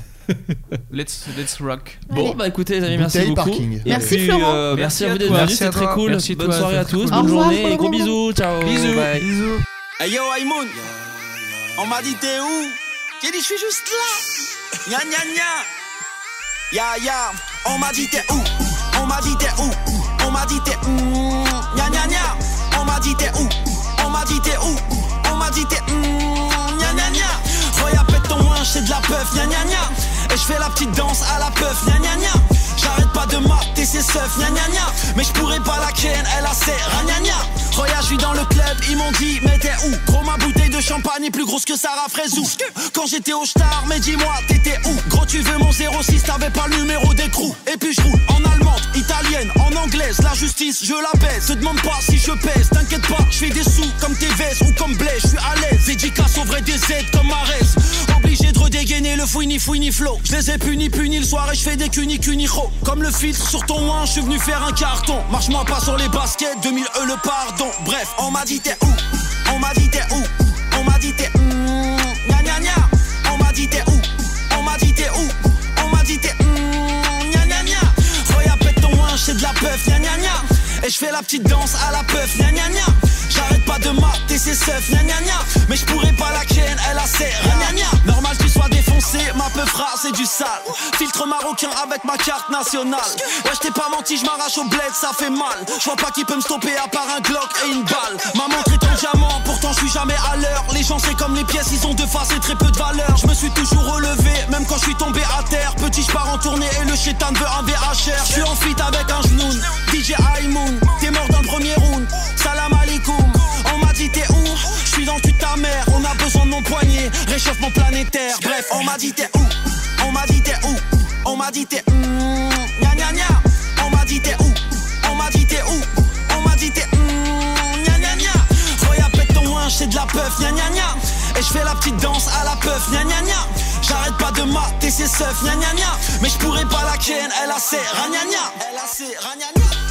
S10: Let's, let's rock.
S7: Bon, bah écoutez, les amis, merci
S3: Bouteille,
S7: beaucoup.
S3: parking.
S7: Et
S11: Merci,
S7: puis,
S11: Florent.
S7: euh, merci à vous d'être
S10: toi.
S7: venus,
S10: Merci
S7: c'est
S10: à
S7: très
S10: toi.
S7: cool.
S10: Merci à
S7: Bonne
S10: toi,
S7: soirée
S10: c'est
S7: à
S10: très
S7: tous,
S10: cool.
S7: bonne
S11: Au revoir.
S7: journée, et gros Oh, bisous, ciao.
S10: Bisous.
S7: Bye.
S2: Hey yo, Aïmoun On m'a dit t'es où
S7: J'ai dit, je suis juste là. Gna gna gna. Ya ya. On m'a dit, t'es où On m'a dit, t'es où On m'a dit, t'es où Gna gna gna. On m'a dit, t'es où On m'a dit, t'es où On m'a dit, t'es où Gna gna gna. Voyez, pète ton linge, c'est de la peuf. Gna gna gna. Et je fais la petite danse à la peuf. Gna gna gna. J'arrête pas de mater ses seufs, gna gna gna Mais je pourrais pas la ken, elle a ses gna gna Roya, je suis dans le club, ils m'ont dit, mais t'es où Gros, ma bouteille de champagne est plus grosse que Sarah Fraisou Quand j'étais au star, mais dis-moi, t'étais où Gros, tu veux mon 06, t'avais pas le numéro d'écrou Et puis je roule en allemande, italienne, en anglaise La justice, je la baisse, te demande pas si je pèse T'inquiète pas, je fais des sous comme tes vestes ou comme blé Je suis à l'aise, dédicace au vrai des aides comme Arès Obligé de redégainer le fouini fouini flow Je les ai punis punis le soir et je fais des cunis cunichos Comme le filtre sur ton win, je suis venu faire un carton Marche-moi pas sur les baskets, 2000 E le pardon Bref, on m'a dit t'es où On m'a dit t'es où On m'a dit t'es où Gna gna gna On m'a dit t'es où On m'a dit t'es où On m'a dit t'es où Gna gna gna Regarde pète ton linge, c'est de la peuf Gna gna gna Et je fais la petite danse à la peuf Gna gna gna J'arrête pas de mater ses seufs, gna gna gna Mais je pourrais pas la ken, elle a ses reins, gna gna Normal tu sois défoncé, ma peu phrase c'est du sale Filtre marocain avec ma carte nationale Ouais je t'ai pas menti, je m'arrache au bled, ça fait mal Je vois pas qui peut me stopper à part un glock et une balle Ma montre est en diamant, pourtant je suis jamais à l'heure Les gens c'est comme les pièces, ils ont deux faces et très peu de valeur Je me suis toujours relevé, même quand je suis tombé à terre Petit je pars en tournée et le chétan veut un VHR Je suis en fit avec un genoun, DJ Aïmoun T'es mort dans le premier round, salam alaikum on m'a dit t'es où Je suis dans le cul de ta mère On a besoin de mon poignet Réchauffement planétaire Bref on m'a dit t'es où On m'a dit t'es où On m'a dit t'es où Gna gna gna On m'a dit t'es où On m'a dit t'es où On m'a dit t'es où Gna gna gna Regarde pète ton linge c'est de la peuf Gna gna gna Et je fais la petite danse à la peuf Gna gna gna J'arrête pas de mater ses seufs Gna gna gna Mais je pourrais pas la ken Elle a ses ragnagna Elle a ses ragnagna